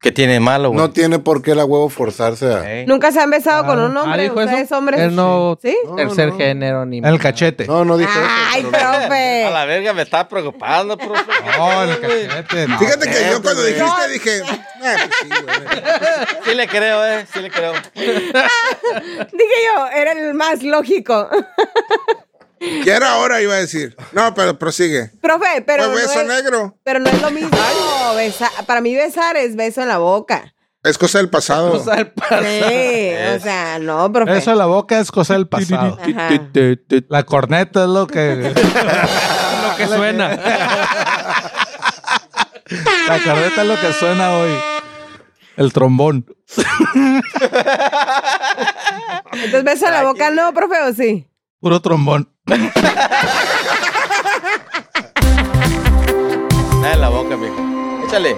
[SPEAKER 4] ¿Qué tiene de malo, güey?
[SPEAKER 8] No tiene por qué la huevo forzarse a...
[SPEAKER 4] ¿Eh?
[SPEAKER 6] Nunca se han besado con un
[SPEAKER 7] Ah,
[SPEAKER 6] hombre,
[SPEAKER 7] ¿dijo
[SPEAKER 6] ustedes
[SPEAKER 7] eso?
[SPEAKER 6] hombres.
[SPEAKER 7] Él no-
[SPEAKER 6] ¿Sí?
[SPEAKER 8] No,
[SPEAKER 7] Tercer
[SPEAKER 8] no, no.
[SPEAKER 7] género ni
[SPEAKER 2] En el cachete.
[SPEAKER 8] No, no dijo
[SPEAKER 6] Ay,
[SPEAKER 8] eso. pero-
[SPEAKER 4] A
[SPEAKER 6] profe.
[SPEAKER 4] la verga, me está preocupando, profe.
[SPEAKER 2] No, en el cachete. no.
[SPEAKER 5] Fíjate que yo cuando
[SPEAKER 8] Fíjate,
[SPEAKER 5] dijiste dije. "Ah, pues sí, güey".
[SPEAKER 4] Sí le creo, eh, sí le creo.
[SPEAKER 6] Dije yo, era el más lógico.
[SPEAKER 5] Ya era hora, iba a decir. No, pero prosigue.
[SPEAKER 6] Profe, pero.
[SPEAKER 5] Fue beso
[SPEAKER 6] no es,
[SPEAKER 5] negro.
[SPEAKER 6] pero no es lo mismo. besa- para mí, besar es beso en la boca.
[SPEAKER 5] Es cosa del pasado.
[SPEAKER 6] Sí, o sea, no, profe.
[SPEAKER 2] Eso en la boca es cosa del pasado.
[SPEAKER 6] Ajá.
[SPEAKER 2] La corneta es lo que.
[SPEAKER 7] lo que suena.
[SPEAKER 2] La corneta es lo que suena hoy. El trombón.
[SPEAKER 6] Entonces, beso en la boca, no, profe, o sí.
[SPEAKER 2] Puro trombón.
[SPEAKER 4] Dale la boca, mijo. Échale.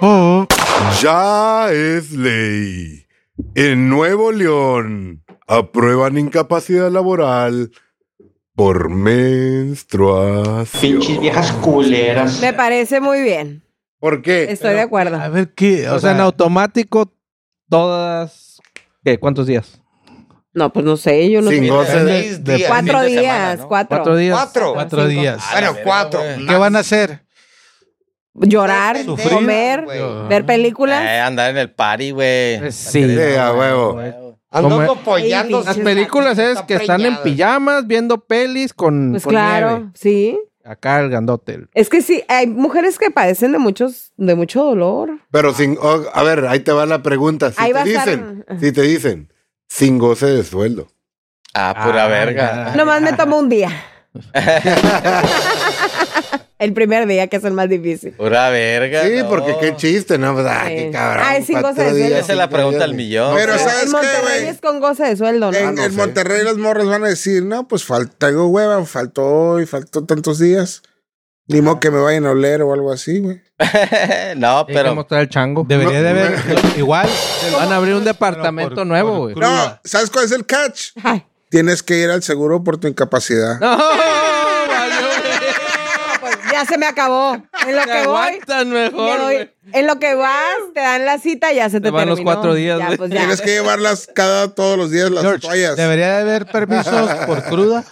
[SPEAKER 2] Oh,
[SPEAKER 1] Ya es ley. En Nuevo León aprueban incapacidad laboral por menstruación.
[SPEAKER 10] viejas culeras.
[SPEAKER 6] Me parece muy bien.
[SPEAKER 8] ¿Por qué?
[SPEAKER 6] Estoy de acuerdo.
[SPEAKER 2] a ver qué. O
[SPEAKER 7] O sea, en
[SPEAKER 2] sea,
[SPEAKER 7] automático, todas. ¿Qué? ¿Cuántos días?
[SPEAKER 6] No, pues no sé, yo no
[SPEAKER 8] Sin
[SPEAKER 6] sé.
[SPEAKER 8] goce de-
[SPEAKER 4] Seis días.
[SPEAKER 6] Cuatro
[SPEAKER 4] Fin de
[SPEAKER 6] días,
[SPEAKER 4] semana, ¿no?
[SPEAKER 6] cuatro.
[SPEAKER 7] ¿Cuatro días?
[SPEAKER 3] Cuatro.
[SPEAKER 2] cuatro días.
[SPEAKER 4] A la
[SPEAKER 3] Bueno,
[SPEAKER 4] verga,
[SPEAKER 3] Ah, cuatro.
[SPEAKER 4] güey.
[SPEAKER 2] ¿Qué van a hacer?
[SPEAKER 6] Llorar,
[SPEAKER 2] Sufrir.
[SPEAKER 6] comer,
[SPEAKER 3] Güey.
[SPEAKER 6] ver películas.
[SPEAKER 4] Eh, andar en el party, güey.
[SPEAKER 7] Eh, Sí.
[SPEAKER 8] Sí, a huevo.
[SPEAKER 3] Andando
[SPEAKER 7] Como-
[SPEAKER 3] apoyando.
[SPEAKER 6] Las
[SPEAKER 7] Las películas es que están en pijamas viendo pelis con.
[SPEAKER 6] Pues
[SPEAKER 7] con
[SPEAKER 6] claro,
[SPEAKER 7] nieve.
[SPEAKER 6] sí.
[SPEAKER 7] Acá el gandote.
[SPEAKER 6] Es que sí, hay mujeres que padecen de muchos, de mucho dolor.
[SPEAKER 8] Pero sin... oh, a ver, ahí te va la pregunta. Si
[SPEAKER 6] Ahí va
[SPEAKER 8] te
[SPEAKER 6] a estar-
[SPEAKER 8] dicen, si te dicen, sin goce de sueldo.
[SPEAKER 4] Ah, pura
[SPEAKER 7] Ah,
[SPEAKER 4] verga.
[SPEAKER 6] Nomás me tomo un día. El primer día, que es el más difícil.
[SPEAKER 4] Pura verga.
[SPEAKER 8] Sí,
[SPEAKER 4] no.
[SPEAKER 8] porque qué chiste, ¿no? Ah,
[SPEAKER 6] Sí.
[SPEAKER 8] qué cabrón.
[SPEAKER 6] Ah, es sin goce
[SPEAKER 8] cuatro
[SPEAKER 6] de sueldo.
[SPEAKER 8] días,
[SPEAKER 4] Esa es la
[SPEAKER 8] cinco
[SPEAKER 4] pregunta
[SPEAKER 8] días,
[SPEAKER 4] del
[SPEAKER 8] ni-
[SPEAKER 4] millón.
[SPEAKER 5] Pero
[SPEAKER 4] güey.
[SPEAKER 6] Pero
[SPEAKER 5] ¿sabes
[SPEAKER 6] en
[SPEAKER 5] qué,
[SPEAKER 6] Monterrey
[SPEAKER 5] güey?
[SPEAKER 6] es con goce de sueldo, Ah, ¿no?
[SPEAKER 5] En,
[SPEAKER 8] no
[SPEAKER 5] en
[SPEAKER 8] sé.
[SPEAKER 5] Monterrey las morras van a decir, no, pues falta, tengo hueva, faltó hoy, faltó tantos días. Ni modo que me vayan a oler o algo así, güey.
[SPEAKER 4] no,
[SPEAKER 7] Hay que
[SPEAKER 4] pero.
[SPEAKER 7] mostrar el chango.
[SPEAKER 2] Debería de haber. Igual.
[SPEAKER 7] Van a abrir un departamento
[SPEAKER 2] por-
[SPEAKER 7] nuevo,
[SPEAKER 2] por
[SPEAKER 7] güey.
[SPEAKER 2] cruda.
[SPEAKER 5] No, ¿sabes cuál es el catch?
[SPEAKER 6] Ay,
[SPEAKER 5] Tienes que ir al seguro por tu incapacidad.
[SPEAKER 7] No, valió, güey.
[SPEAKER 6] pues ya se me acabó. En lo
[SPEAKER 7] Te
[SPEAKER 6] que voy,
[SPEAKER 7] aguantan
[SPEAKER 6] me
[SPEAKER 7] mejor.
[SPEAKER 6] doy-
[SPEAKER 7] güey.
[SPEAKER 6] en lo que vas, te dan la cita y ya se te,
[SPEAKER 7] Te van los
[SPEAKER 6] terminó.
[SPEAKER 7] cuatro días,
[SPEAKER 6] Ya,
[SPEAKER 7] güey.
[SPEAKER 6] pues ya.
[SPEAKER 5] Tienes que llevarlas cada todos los días las
[SPEAKER 2] George,
[SPEAKER 5] toallas.
[SPEAKER 2] debería de haber permisos por cruda.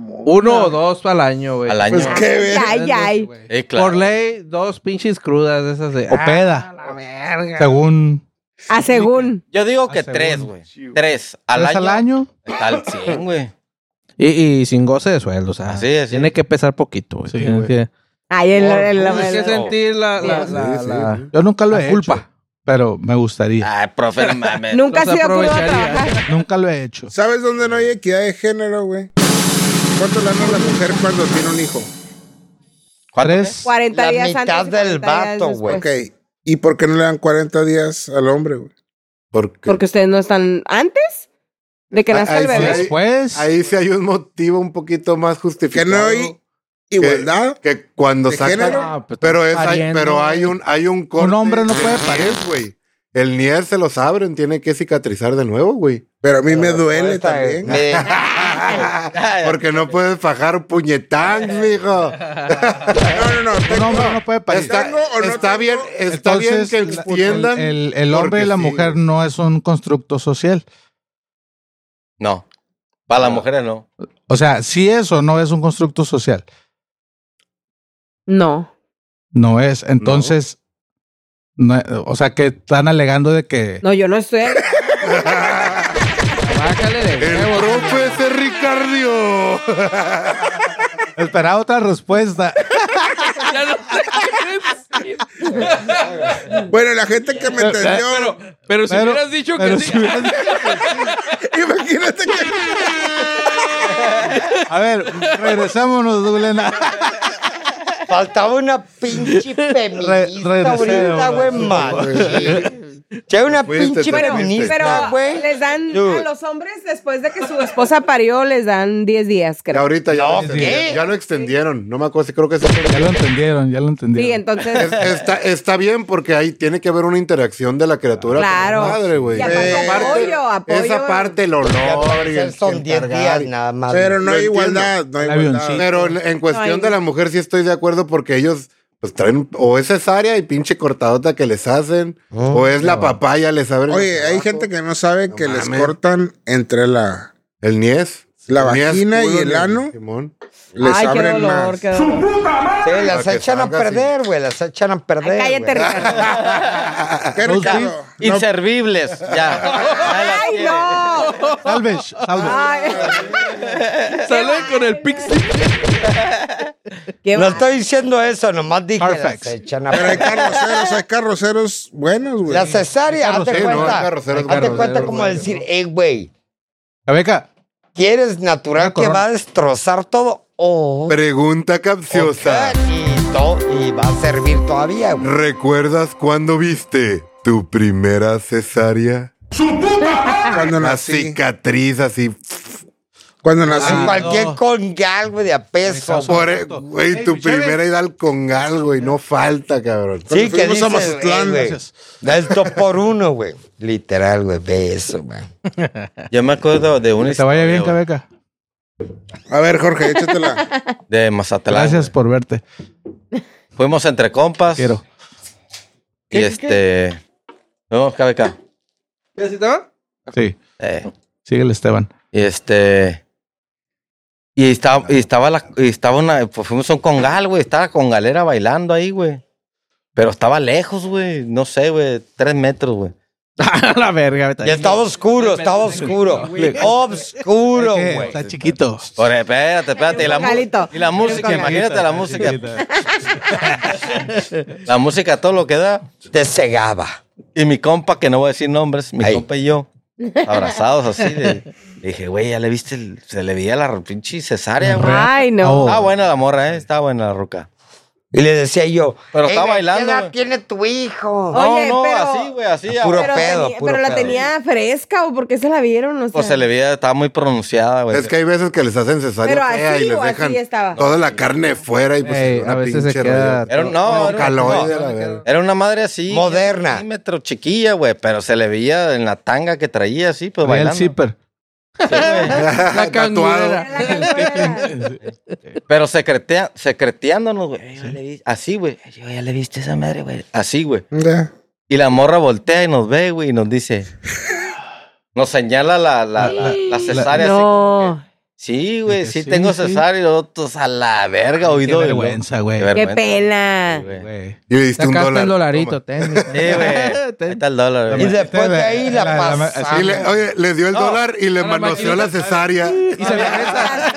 [SPEAKER 7] Uno o dos al año, güey.
[SPEAKER 4] Al año.
[SPEAKER 5] Pues qué
[SPEAKER 6] Ay,
[SPEAKER 5] ver.
[SPEAKER 6] ay, ay.
[SPEAKER 4] Eh, claro.
[SPEAKER 7] Por ley, dos pinches crudas de esas de. "Ah,
[SPEAKER 2] O peda. Ah, Según.
[SPEAKER 6] A Ah, según.
[SPEAKER 4] Yo digo que
[SPEAKER 2] Ah,
[SPEAKER 4] tres,
[SPEAKER 2] según.
[SPEAKER 4] güey. Tres. Al
[SPEAKER 2] ¿Tres
[SPEAKER 4] año.
[SPEAKER 2] al año?
[SPEAKER 4] Tal 100, güey.
[SPEAKER 7] Y, y sin goce de sueldo, o sea.
[SPEAKER 4] Así es, sí.
[SPEAKER 7] Tiene que pesar poquito, güey.
[SPEAKER 2] Sí,
[SPEAKER 7] Tienes
[SPEAKER 2] güey.
[SPEAKER 7] que-
[SPEAKER 6] Ay, el, el- el-
[SPEAKER 7] Tienes pues, que
[SPEAKER 6] el-
[SPEAKER 7] sentir la, la,
[SPEAKER 6] Sí,
[SPEAKER 7] la-
[SPEAKER 8] sí.
[SPEAKER 7] la-
[SPEAKER 2] Yo nunca lo
[SPEAKER 7] la
[SPEAKER 2] he
[SPEAKER 7] culpa.
[SPEAKER 2] pero me gustaría.
[SPEAKER 4] Ay, profe, no mames.
[SPEAKER 6] Nunca ha
[SPEAKER 2] Los
[SPEAKER 6] sido crudo a
[SPEAKER 2] aprovecharía.
[SPEAKER 6] trabajar.
[SPEAKER 2] Nunca lo he hecho.
[SPEAKER 5] ¿Sabes dónde no hay equidad de género, güey? ¿Cuánto gana la mujer cuando tiene un hijo?
[SPEAKER 2] Tres,
[SPEAKER 6] 40
[SPEAKER 3] La
[SPEAKER 6] días
[SPEAKER 3] mitad
[SPEAKER 6] antes. y 40 días
[SPEAKER 3] del vato, güey.
[SPEAKER 6] después.
[SPEAKER 5] Ok. ¿Y por qué no le dan 40 días al hombre, güey?
[SPEAKER 8] Porque,
[SPEAKER 6] Porque ustedes no están antes de que
[SPEAKER 8] Ah,
[SPEAKER 6] nazca
[SPEAKER 8] ahí
[SPEAKER 6] el
[SPEAKER 8] sí
[SPEAKER 6] bebé.
[SPEAKER 8] hay-
[SPEAKER 2] después.
[SPEAKER 8] ahí sí hay un motivo un poquito más
[SPEAKER 5] Que
[SPEAKER 8] justificado.
[SPEAKER 5] no hay igualdad.
[SPEAKER 8] Que cuando
[SPEAKER 5] ¿De
[SPEAKER 8] sacan.
[SPEAKER 5] género?
[SPEAKER 7] Ah, pues,
[SPEAKER 8] Pero, es, hay,
[SPEAKER 7] pariendo,
[SPEAKER 8] pero hay
[SPEAKER 7] güey.
[SPEAKER 8] un hay un corte
[SPEAKER 2] hombre no
[SPEAKER 8] de
[SPEAKER 2] puede
[SPEAKER 8] niés,
[SPEAKER 2] parir.
[SPEAKER 8] güey. El nier se los abren, tiene que cicatrizar de nuevo, güey.
[SPEAKER 5] Pero a mí me duele
[SPEAKER 3] Esta,
[SPEAKER 5] también.
[SPEAKER 3] me-
[SPEAKER 8] Porque no puedes fajar puñetán, mijo.
[SPEAKER 5] No, no, no.
[SPEAKER 2] un
[SPEAKER 5] tengo-
[SPEAKER 2] hombre no puede parir.
[SPEAKER 8] Está,
[SPEAKER 5] ¿Tengo o no
[SPEAKER 8] está
[SPEAKER 5] tengo?
[SPEAKER 8] bien, está
[SPEAKER 2] Entonces,
[SPEAKER 8] bien que
[SPEAKER 2] la-
[SPEAKER 8] extiendan.
[SPEAKER 2] El, el- el hombre y
[SPEAKER 8] porque
[SPEAKER 2] la
[SPEAKER 8] sí.
[SPEAKER 2] mujer no es un constructo social.
[SPEAKER 4] No. Para las mujeres no.
[SPEAKER 2] O sea, si eso no es un constructo social,
[SPEAKER 6] No.
[SPEAKER 2] no es. Entonces, no- o sea, que están alegando de que
[SPEAKER 6] No, yo no estoy.
[SPEAKER 7] Bájale de
[SPEAKER 8] El
[SPEAKER 7] huevos.
[SPEAKER 8] profe ese Ricardio.
[SPEAKER 2] esperaba otra respuesta.
[SPEAKER 5] Bueno, la gente que me entendió.
[SPEAKER 7] Pero si
[SPEAKER 2] Pero-
[SPEAKER 7] hubieras dicho que
[SPEAKER 2] pero
[SPEAKER 7] sí.
[SPEAKER 2] si hubieras dicho-
[SPEAKER 5] Imagínate que.
[SPEAKER 2] a ver, regresámonos, Dulena.
[SPEAKER 3] Faltaba una pinche feminista
[SPEAKER 2] regresemos,
[SPEAKER 3] ahorita, güey,
[SPEAKER 2] güey.
[SPEAKER 3] machín. Ya una
[SPEAKER 8] Fuiste,
[SPEAKER 3] pinche
[SPEAKER 8] te
[SPEAKER 6] Pero,
[SPEAKER 8] fuiste.
[SPEAKER 3] feminista,
[SPEAKER 6] pero
[SPEAKER 3] güey.
[SPEAKER 6] les dan
[SPEAKER 3] Dude.
[SPEAKER 6] a los hombres después de que su esposa parió, les dan 10 días,
[SPEAKER 8] Ya
[SPEAKER 6] creo.
[SPEAKER 8] ahorita ya,
[SPEAKER 3] No,
[SPEAKER 8] lo extendieron,
[SPEAKER 3] ¿qué?
[SPEAKER 8] ya lo extendieron. No me acuerdo si creo que es eso.
[SPEAKER 2] Ya lo entendieron, ya lo
[SPEAKER 6] Sí,
[SPEAKER 2] entendieron.
[SPEAKER 8] Es-
[SPEAKER 6] entonces.
[SPEAKER 8] está, está bien porque ahí tiene que haber una interacción de la criatura
[SPEAKER 6] Claro.
[SPEAKER 8] con la madre, güey.
[SPEAKER 6] Y aparte
[SPEAKER 8] Esa parte-
[SPEAKER 6] apoyo, apoyo.
[SPEAKER 8] Esa parte, el
[SPEAKER 3] Ya
[SPEAKER 8] olor y
[SPEAKER 3] parecer
[SPEAKER 8] el
[SPEAKER 3] Son 10
[SPEAKER 8] encargar
[SPEAKER 3] días
[SPEAKER 8] y-
[SPEAKER 3] nada más.
[SPEAKER 5] Pero
[SPEAKER 8] Lo
[SPEAKER 5] no hay
[SPEAKER 8] entiendo.
[SPEAKER 5] igualdad. No hay
[SPEAKER 2] El
[SPEAKER 5] igualdad.
[SPEAKER 2] avioncito.
[SPEAKER 8] Pero en, en cuestión
[SPEAKER 6] Ay.
[SPEAKER 8] de la mujer sí estoy de acuerdo porque ellos pues traen o es cesárea y pinche cortadota que les hacen o es la papaya les abren
[SPEAKER 5] Oh, Oye,
[SPEAKER 8] el
[SPEAKER 5] hay
[SPEAKER 8] trabajo.
[SPEAKER 5] gente que no sabe que les
[SPEAKER 8] mames.
[SPEAKER 5] cortan entre la.
[SPEAKER 8] el niés,
[SPEAKER 5] La
[SPEAKER 8] El niés
[SPEAKER 5] vagina y
[SPEAKER 8] culo,
[SPEAKER 5] el
[SPEAKER 8] ni-
[SPEAKER 5] ano.
[SPEAKER 8] Simón.
[SPEAKER 5] Les
[SPEAKER 6] Ay, qué
[SPEAKER 5] abren
[SPEAKER 6] dolor,
[SPEAKER 5] más.
[SPEAKER 6] qué dolor.
[SPEAKER 3] Sí, las
[SPEAKER 8] que
[SPEAKER 3] echan
[SPEAKER 8] salga
[SPEAKER 3] a
[SPEAKER 8] así.
[SPEAKER 3] perder, güey. Las echan a perder.
[SPEAKER 6] Ay, Ah, cállate,
[SPEAKER 3] güey.
[SPEAKER 6] Ricardo.
[SPEAKER 8] Ah,
[SPEAKER 5] Qué
[SPEAKER 2] Los
[SPEAKER 5] Ricardo. No,
[SPEAKER 4] Inservibles. Ya. Ya las
[SPEAKER 6] ¡Ay,
[SPEAKER 4] tiene.
[SPEAKER 6] no!
[SPEAKER 2] Salvage, salvage.
[SPEAKER 6] Ay,
[SPEAKER 7] Salen con el pixie.
[SPEAKER 6] qué
[SPEAKER 3] No
[SPEAKER 6] va-
[SPEAKER 3] estoy diciendo eso, nomás dije
[SPEAKER 2] Perfect.
[SPEAKER 3] las echan a
[SPEAKER 5] pero hay
[SPEAKER 3] perder.
[SPEAKER 5] carroceros, hay carroceros buenos, güey.
[SPEAKER 3] La cesárea,
[SPEAKER 2] Hay
[SPEAKER 3] hazte
[SPEAKER 8] carroceros, no, hay
[SPEAKER 3] cuenta.
[SPEAKER 8] carroceros,
[SPEAKER 3] hazte cuenta
[SPEAKER 8] carroceros,
[SPEAKER 3] como
[SPEAKER 8] güey,
[SPEAKER 3] decir, hey, güey,
[SPEAKER 2] Cabeca,
[SPEAKER 3] ¿quieres natural
[SPEAKER 2] Una
[SPEAKER 3] que
[SPEAKER 2] corona.
[SPEAKER 3] va a destrozar todo? O
[SPEAKER 8] Pregunta capciosa.
[SPEAKER 3] y, to- y va a servir todavía, güey.
[SPEAKER 8] ¿Recuerdas cuándo viste tu primera cesárea?
[SPEAKER 5] Cuando
[SPEAKER 8] Una
[SPEAKER 5] nací.
[SPEAKER 8] cicatriz así.
[SPEAKER 5] Cuando nací.
[SPEAKER 4] Ah,
[SPEAKER 3] En cualquier congal, güey, de a peso.
[SPEAKER 8] Por,
[SPEAKER 5] e-
[SPEAKER 8] güey, tu primera ida al congal, güey. No falta, cabrón.
[SPEAKER 3] Sí,
[SPEAKER 5] Cuando
[SPEAKER 3] que
[SPEAKER 5] fuimos
[SPEAKER 3] dices,
[SPEAKER 5] a Mazatlán,
[SPEAKER 3] "Ey, güey, da el dos por uno, güey. Literal, güey, ve eso, güey.
[SPEAKER 4] Yo me acuerdo de una
[SPEAKER 2] que te vaya
[SPEAKER 4] historia,
[SPEAKER 2] bien,
[SPEAKER 4] güey,
[SPEAKER 2] Cabeca.
[SPEAKER 5] A ver, Jorge, échatela.
[SPEAKER 4] De Mazatlán.
[SPEAKER 2] Gracias por verte.
[SPEAKER 4] güey. Fuimos entre compas.
[SPEAKER 2] Quiero.
[SPEAKER 4] Y este. No, Cabeca.
[SPEAKER 7] ¿Y así te va?
[SPEAKER 2] Sí,
[SPEAKER 4] Eh.
[SPEAKER 2] síguele, Esteban.
[SPEAKER 4] Y este. Y estaba, y estaba la, y estaba una, pues fuimos a un congal, güey. Estaba la congalera bailando ahí, güey. Pero estaba lejos, güey. No sé, güey. Tres metros, güey.
[SPEAKER 7] A la verga, vete.
[SPEAKER 3] Y estaba oscuro, estaba oscuro. Oscuro,
[SPEAKER 2] Eh,
[SPEAKER 3] güey.
[SPEAKER 2] Está chiquito.
[SPEAKER 4] Oye, espérate, espérate. Y la, mu-
[SPEAKER 6] Congalito.
[SPEAKER 4] y la música, imagínate la música.
[SPEAKER 2] Chiquita.
[SPEAKER 4] La música, todo lo que da.
[SPEAKER 3] Te cegaba.
[SPEAKER 4] Y mi compa, que no voy a decir nombres, mi
[SPEAKER 3] Ahí.
[SPEAKER 4] compa y yo, abrazados así. De, le dije, güey, ya le viste, el- se le veía la pinche cesárea, güey.
[SPEAKER 6] Ay, no.
[SPEAKER 4] Estaba buena la morra, ¿eh? Estaba buena la ruca.
[SPEAKER 3] Y le decía yo,
[SPEAKER 4] Pero
[SPEAKER 3] "Ey,
[SPEAKER 4] estaba
[SPEAKER 3] güey,
[SPEAKER 4] bailando,
[SPEAKER 3] ¿Qué edad
[SPEAKER 4] güey.
[SPEAKER 3] tiene tu hijo?
[SPEAKER 6] Oh, Oye,
[SPEAKER 4] no, no,
[SPEAKER 6] pero-
[SPEAKER 4] así, güey, así.
[SPEAKER 3] Puro
[SPEAKER 6] pero
[SPEAKER 3] pedo,
[SPEAKER 6] tenía-
[SPEAKER 3] puro
[SPEAKER 6] pero la
[SPEAKER 3] pedo.
[SPEAKER 6] tenía fresca o porque se la vieron, o sea.
[SPEAKER 4] Pues se le veía, estaba muy pronunciada, güey.
[SPEAKER 8] Es que hay veces que les hacen cesárea
[SPEAKER 6] Pero
[SPEAKER 8] fea
[SPEAKER 6] así
[SPEAKER 8] y les
[SPEAKER 6] o así
[SPEAKER 8] dejan
[SPEAKER 6] estaba.
[SPEAKER 8] toda la carne fuera y pues
[SPEAKER 7] Ey,
[SPEAKER 8] una
[SPEAKER 7] a veces se
[SPEAKER 8] pinche
[SPEAKER 7] queda-
[SPEAKER 8] rollo.
[SPEAKER 4] Era, un- no,
[SPEAKER 8] Como
[SPEAKER 4] era,
[SPEAKER 8] caloide,
[SPEAKER 4] no,
[SPEAKER 8] la verga.
[SPEAKER 4] era una madre así.
[SPEAKER 3] Moderna.
[SPEAKER 4] Un centímetro chiquilla, güey, pero se le veía en la tanga que traía así, pues
[SPEAKER 2] Traía el
[SPEAKER 4] bailando.
[SPEAKER 2] zipper.
[SPEAKER 6] pues.
[SPEAKER 7] La
[SPEAKER 8] Tatuado.
[SPEAKER 6] Era la cangurera.
[SPEAKER 4] Pero secretea, secreteándonos, güey. Ey, ya le vi- Así, güey. Ey, Ya le viste esa madre, güey. Así, güey.
[SPEAKER 5] Ya.
[SPEAKER 4] Y la morra voltea y nos ve, güey, y nos dice. Nos señala la, la, la, la cesárea. así como que,
[SPEAKER 6] No,
[SPEAKER 4] Sí, güey,
[SPEAKER 2] Dije,
[SPEAKER 4] sí,
[SPEAKER 2] sí,
[SPEAKER 4] tengo
[SPEAKER 2] sí.
[SPEAKER 4] cesárea y los otros a la verga,
[SPEAKER 2] Qué
[SPEAKER 4] oído.
[SPEAKER 2] vergüenza, güey.
[SPEAKER 4] Qué
[SPEAKER 6] qué
[SPEAKER 4] vergüenza,
[SPEAKER 6] pena.
[SPEAKER 4] güey.
[SPEAKER 2] Güey.
[SPEAKER 8] Y le diste un
[SPEAKER 7] Sacaste
[SPEAKER 8] dólar.
[SPEAKER 7] el dolarito, ten. mi-
[SPEAKER 4] Sí, güey. Ahí está el dólar,
[SPEAKER 3] Y
[SPEAKER 4] güey.
[SPEAKER 3] después de ahí
[SPEAKER 2] La-
[SPEAKER 3] la
[SPEAKER 2] la- la-
[SPEAKER 8] Toma.
[SPEAKER 3] pasamos.
[SPEAKER 8] Y le, oye, le dio el
[SPEAKER 4] No, Ah.
[SPEAKER 8] dólar y le
[SPEAKER 7] la
[SPEAKER 8] manoseó
[SPEAKER 7] maquinita-
[SPEAKER 8] la cesárea.
[SPEAKER 7] Y se regresa.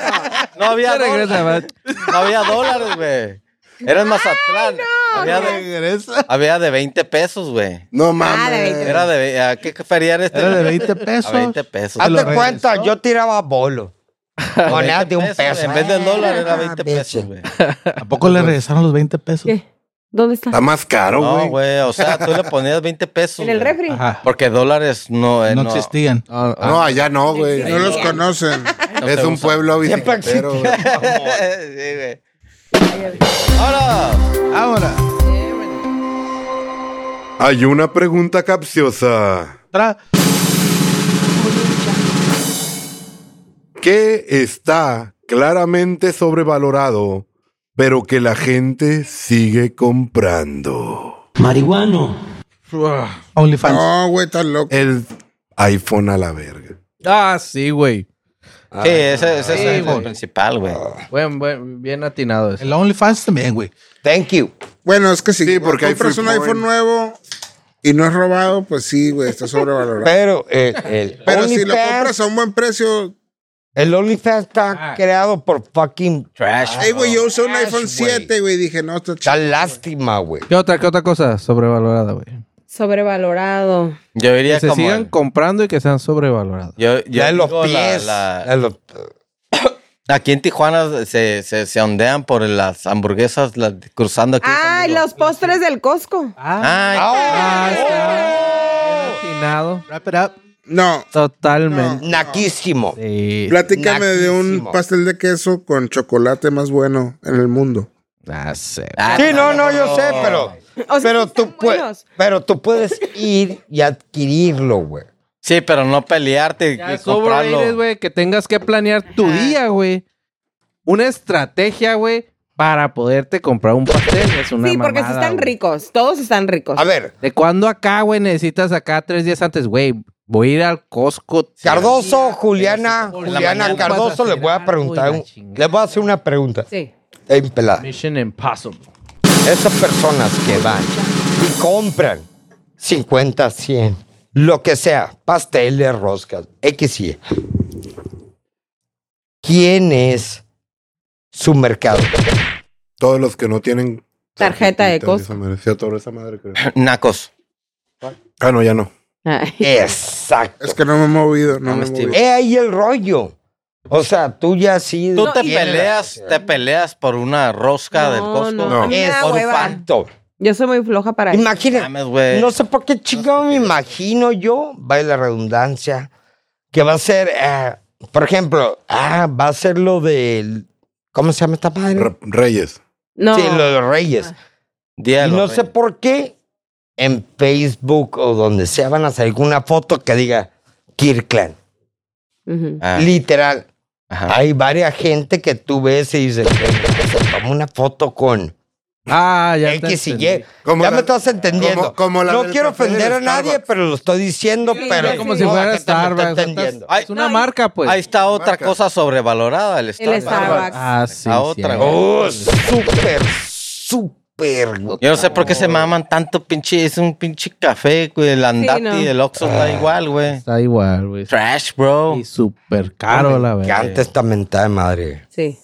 [SPEAKER 4] No había
[SPEAKER 7] Se regresa,
[SPEAKER 4] dólares.
[SPEAKER 7] va.
[SPEAKER 4] No había dólares, güey. Era en Mazatlán. Había de, había de 20 pesos, güey.
[SPEAKER 8] No
[SPEAKER 6] Ah, de 20
[SPEAKER 4] Era de. ve- ¿A qué feria era este?
[SPEAKER 2] Era de 20 pesos.
[SPEAKER 4] A 20 pesos.
[SPEAKER 3] Hazte cuenta, yo tiraba bolo. Monedas de un
[SPEAKER 4] pesos,
[SPEAKER 3] peso.
[SPEAKER 4] en vez del dólar era
[SPEAKER 3] Ah,
[SPEAKER 4] 20
[SPEAKER 3] bitch.
[SPEAKER 4] pesos, güey.
[SPEAKER 2] ¿A poco le regresaron los 20 pesos?
[SPEAKER 6] ¿Qué? ¿Dónde está?
[SPEAKER 8] Está más caro,
[SPEAKER 4] No,
[SPEAKER 8] güey.
[SPEAKER 4] güey. O sea, tú le ponías 20 pesos.
[SPEAKER 6] En el
[SPEAKER 4] güey.
[SPEAKER 6] refri.
[SPEAKER 2] Ajá.
[SPEAKER 4] Porque dólares no. eh,
[SPEAKER 2] No
[SPEAKER 4] no.
[SPEAKER 2] existían.
[SPEAKER 7] Ah, ah,
[SPEAKER 8] no, allá no, güey.
[SPEAKER 5] No los conocen.
[SPEAKER 4] no
[SPEAKER 8] es
[SPEAKER 4] se
[SPEAKER 8] un
[SPEAKER 4] usa.
[SPEAKER 8] pueblo
[SPEAKER 3] Siempre
[SPEAKER 8] bicicletero, güey.
[SPEAKER 4] sí, güey. ¡Hola!
[SPEAKER 2] Ahora,
[SPEAKER 1] Hay una pregunta capciosa.
[SPEAKER 2] otra.
[SPEAKER 1] ¿Qué está claramente sobrevalorado, pero que la gente sigue comprando?
[SPEAKER 10] Marihuano.
[SPEAKER 2] OnlyFans.
[SPEAKER 5] No, güey, estás loco.
[SPEAKER 1] El iPhone a la verga.
[SPEAKER 7] Ah, sí, güey.
[SPEAKER 4] Sí, ese, ese es
[SPEAKER 7] sí,
[SPEAKER 4] el
[SPEAKER 7] güey. Ah.
[SPEAKER 4] principal, güey.
[SPEAKER 7] Buen, buen, bien atinado eso.
[SPEAKER 2] El OnlyFans también, güey.
[SPEAKER 3] Thank you.
[SPEAKER 5] Bueno, es que si
[SPEAKER 1] Sí, porque hay
[SPEAKER 5] compras un
[SPEAKER 1] free porn.
[SPEAKER 5] iPhone nuevo y no es robado, pues sí, güey, está sobrevalorado.
[SPEAKER 3] Pero el, el
[SPEAKER 5] Pero
[SPEAKER 3] OnlyFans,
[SPEAKER 5] si lo compras a un buen precio,
[SPEAKER 3] el OnlyFans está creado por fucking
[SPEAKER 4] Trash.
[SPEAKER 5] hey, güey, yo usé un
[SPEAKER 3] Ash,
[SPEAKER 5] iPhone
[SPEAKER 3] Ah, güey.
[SPEAKER 5] 7, güey, dije, no, está
[SPEAKER 3] Da
[SPEAKER 5] chido.
[SPEAKER 3] lástima, güey.
[SPEAKER 7] ¿Qué otra, qué otra cosa sobrevalorada, güey?
[SPEAKER 6] Sobrevalorado.
[SPEAKER 4] Yo diría
[SPEAKER 7] Que se
[SPEAKER 4] como.
[SPEAKER 7] sigan
[SPEAKER 4] el-
[SPEAKER 7] comprando y que sean sobrevaloradas.
[SPEAKER 4] yo, yo
[SPEAKER 3] Ya de los
[SPEAKER 4] digo la-
[SPEAKER 3] pies.
[SPEAKER 4] la-
[SPEAKER 3] la de los-
[SPEAKER 4] aquí en Tijuana se, se, se ondean por las hamburguesas las- cruzando aquí.
[SPEAKER 6] Ay, los postres del Costco.
[SPEAKER 4] Ay,
[SPEAKER 7] Ah, está. Bien atinado.
[SPEAKER 2] Wrap it up.
[SPEAKER 5] No,
[SPEAKER 7] Totalmente.
[SPEAKER 3] naquísimo.
[SPEAKER 7] Sí.
[SPEAKER 5] platícame de un
[SPEAKER 3] Naquísimo.
[SPEAKER 5] pastel de queso con chocolate más bueno en el mundo.
[SPEAKER 7] Ah, sé.
[SPEAKER 4] Ah,
[SPEAKER 3] Sí, no, no, yo sé, pero.
[SPEAKER 6] O sea,
[SPEAKER 3] pero,
[SPEAKER 6] sí
[SPEAKER 3] tú
[SPEAKER 6] están
[SPEAKER 3] pue-
[SPEAKER 6] buenos.
[SPEAKER 3] pero tú puedes ir y adquirirlo, güey.
[SPEAKER 4] Sí, pero no pelearte y
[SPEAKER 7] Ya es
[SPEAKER 4] comprarlo.
[SPEAKER 7] overrated, güey, que tengas que planear tu día, güey. Una estrategia, güey, para poderte comprar un pastel. Es una
[SPEAKER 6] Sí, porque sí
[SPEAKER 7] mamada,
[SPEAKER 6] están
[SPEAKER 7] güey.
[SPEAKER 6] ricos. Todos están ricos.
[SPEAKER 3] A ver,
[SPEAKER 7] ¿De cuándo acá, güey, necesitas acá tres días antes? Güey, voy a ir al Costco.
[SPEAKER 3] Cardoso,
[SPEAKER 7] Sí,
[SPEAKER 3] Juliana,
[SPEAKER 7] por la
[SPEAKER 3] Juliana
[SPEAKER 7] mañana
[SPEAKER 3] Cardoso,
[SPEAKER 7] vas a
[SPEAKER 3] les voy a
[SPEAKER 7] tirar,
[SPEAKER 3] preguntar.
[SPEAKER 7] güey, la
[SPEAKER 3] un-
[SPEAKER 7] chingada.
[SPEAKER 3] les voy a hacer una pregunta.
[SPEAKER 6] Sí.
[SPEAKER 3] Ey, pelada.
[SPEAKER 7] Mission Impossible.
[SPEAKER 3] Esas personas que van y compran 50, 100, lo que sea, pasteles, roscas, X y Y. ¿Quién es su mercado?
[SPEAKER 1] Todos los que no tienen
[SPEAKER 6] Tarjeta de
[SPEAKER 1] tarjetita,
[SPEAKER 6] Costco.
[SPEAKER 1] esa madre. Sí, a toda esa madre, creo.
[SPEAKER 4] Nacos.
[SPEAKER 1] Ah, no, ya no.
[SPEAKER 6] Ay.
[SPEAKER 3] Exacto.
[SPEAKER 5] Es que no me he movido, no,
[SPEAKER 3] Ah,
[SPEAKER 4] No
[SPEAKER 5] me
[SPEAKER 4] me
[SPEAKER 5] he
[SPEAKER 4] estoy-
[SPEAKER 5] movido.
[SPEAKER 3] Es ahí el rollo. O sea, tú ya sí.
[SPEAKER 4] Tú te
[SPEAKER 6] y-
[SPEAKER 4] peleas, te peleas por una rosca
[SPEAKER 6] No,
[SPEAKER 4] del Costco.
[SPEAKER 6] no,
[SPEAKER 1] No.
[SPEAKER 6] a mí me
[SPEAKER 3] Es
[SPEAKER 6] da
[SPEAKER 3] por
[SPEAKER 6] hueva.
[SPEAKER 3] facto.
[SPEAKER 6] Yo soy muy floja para eso.
[SPEAKER 3] Imagina,
[SPEAKER 4] Mames, güey.
[SPEAKER 3] no sé por qué chingado me imagino yo, va la redundancia, que va a ser, eh, por ejemplo, ah, va a ser lo del, ¿cómo se llama esta madre?
[SPEAKER 1] Re- Reyes.
[SPEAKER 6] No.
[SPEAKER 3] Sí, lo de los Reyes.
[SPEAKER 4] Día de
[SPEAKER 3] y
[SPEAKER 4] los
[SPEAKER 3] no
[SPEAKER 4] Reyes.
[SPEAKER 3] sé por qué en Facebook o donde sea van a salir con una foto que diga Kirkland.
[SPEAKER 6] Ujú.
[SPEAKER 4] Ah,
[SPEAKER 3] Literal.
[SPEAKER 4] ajá.
[SPEAKER 3] Hay varias gente que tú ves y dices, "Güey, se toma una foto con
[SPEAKER 7] Ah, ya te
[SPEAKER 3] X y
[SPEAKER 7] entendí.
[SPEAKER 3] Y.
[SPEAKER 1] Como
[SPEAKER 3] ya
[SPEAKER 1] la-
[SPEAKER 3] me estás entendiendo.
[SPEAKER 1] como- como la
[SPEAKER 3] no
[SPEAKER 1] del
[SPEAKER 3] quiero
[SPEAKER 1] café del
[SPEAKER 3] ofender a nadie,
[SPEAKER 1] Starbucks.
[SPEAKER 3] pero lo estoy diciendo, pero.
[SPEAKER 7] Es como
[SPEAKER 6] sí,
[SPEAKER 7] si
[SPEAKER 6] no,
[SPEAKER 7] fuera
[SPEAKER 3] la gente me está
[SPEAKER 7] Starbucks.
[SPEAKER 3] entendiendo.
[SPEAKER 7] estás- Es una
[SPEAKER 6] No, y-
[SPEAKER 7] marca, pues.
[SPEAKER 4] Ahí está otra
[SPEAKER 1] Marca.
[SPEAKER 4] cosa sobrevalorada, el Starbucks.
[SPEAKER 6] El Starbucks.
[SPEAKER 7] Ah, sí.
[SPEAKER 4] La
[SPEAKER 7] sí,
[SPEAKER 4] otra,
[SPEAKER 7] ahí.
[SPEAKER 4] güey.
[SPEAKER 3] Oh, súper, súper. güey.
[SPEAKER 4] Yo no sé por qué se maman tanto pinche, es un pinche café, güey, el andati,
[SPEAKER 6] no.
[SPEAKER 4] el Oxxo da
[SPEAKER 1] Ah.
[SPEAKER 4] igual, güey.
[SPEAKER 7] Está igual, güey.
[SPEAKER 4] Trash, bro.
[SPEAKER 7] Y súper caro, la
[SPEAKER 3] Que
[SPEAKER 7] verdad.
[SPEAKER 3] antes esta mentada de madre.
[SPEAKER 6] Sí.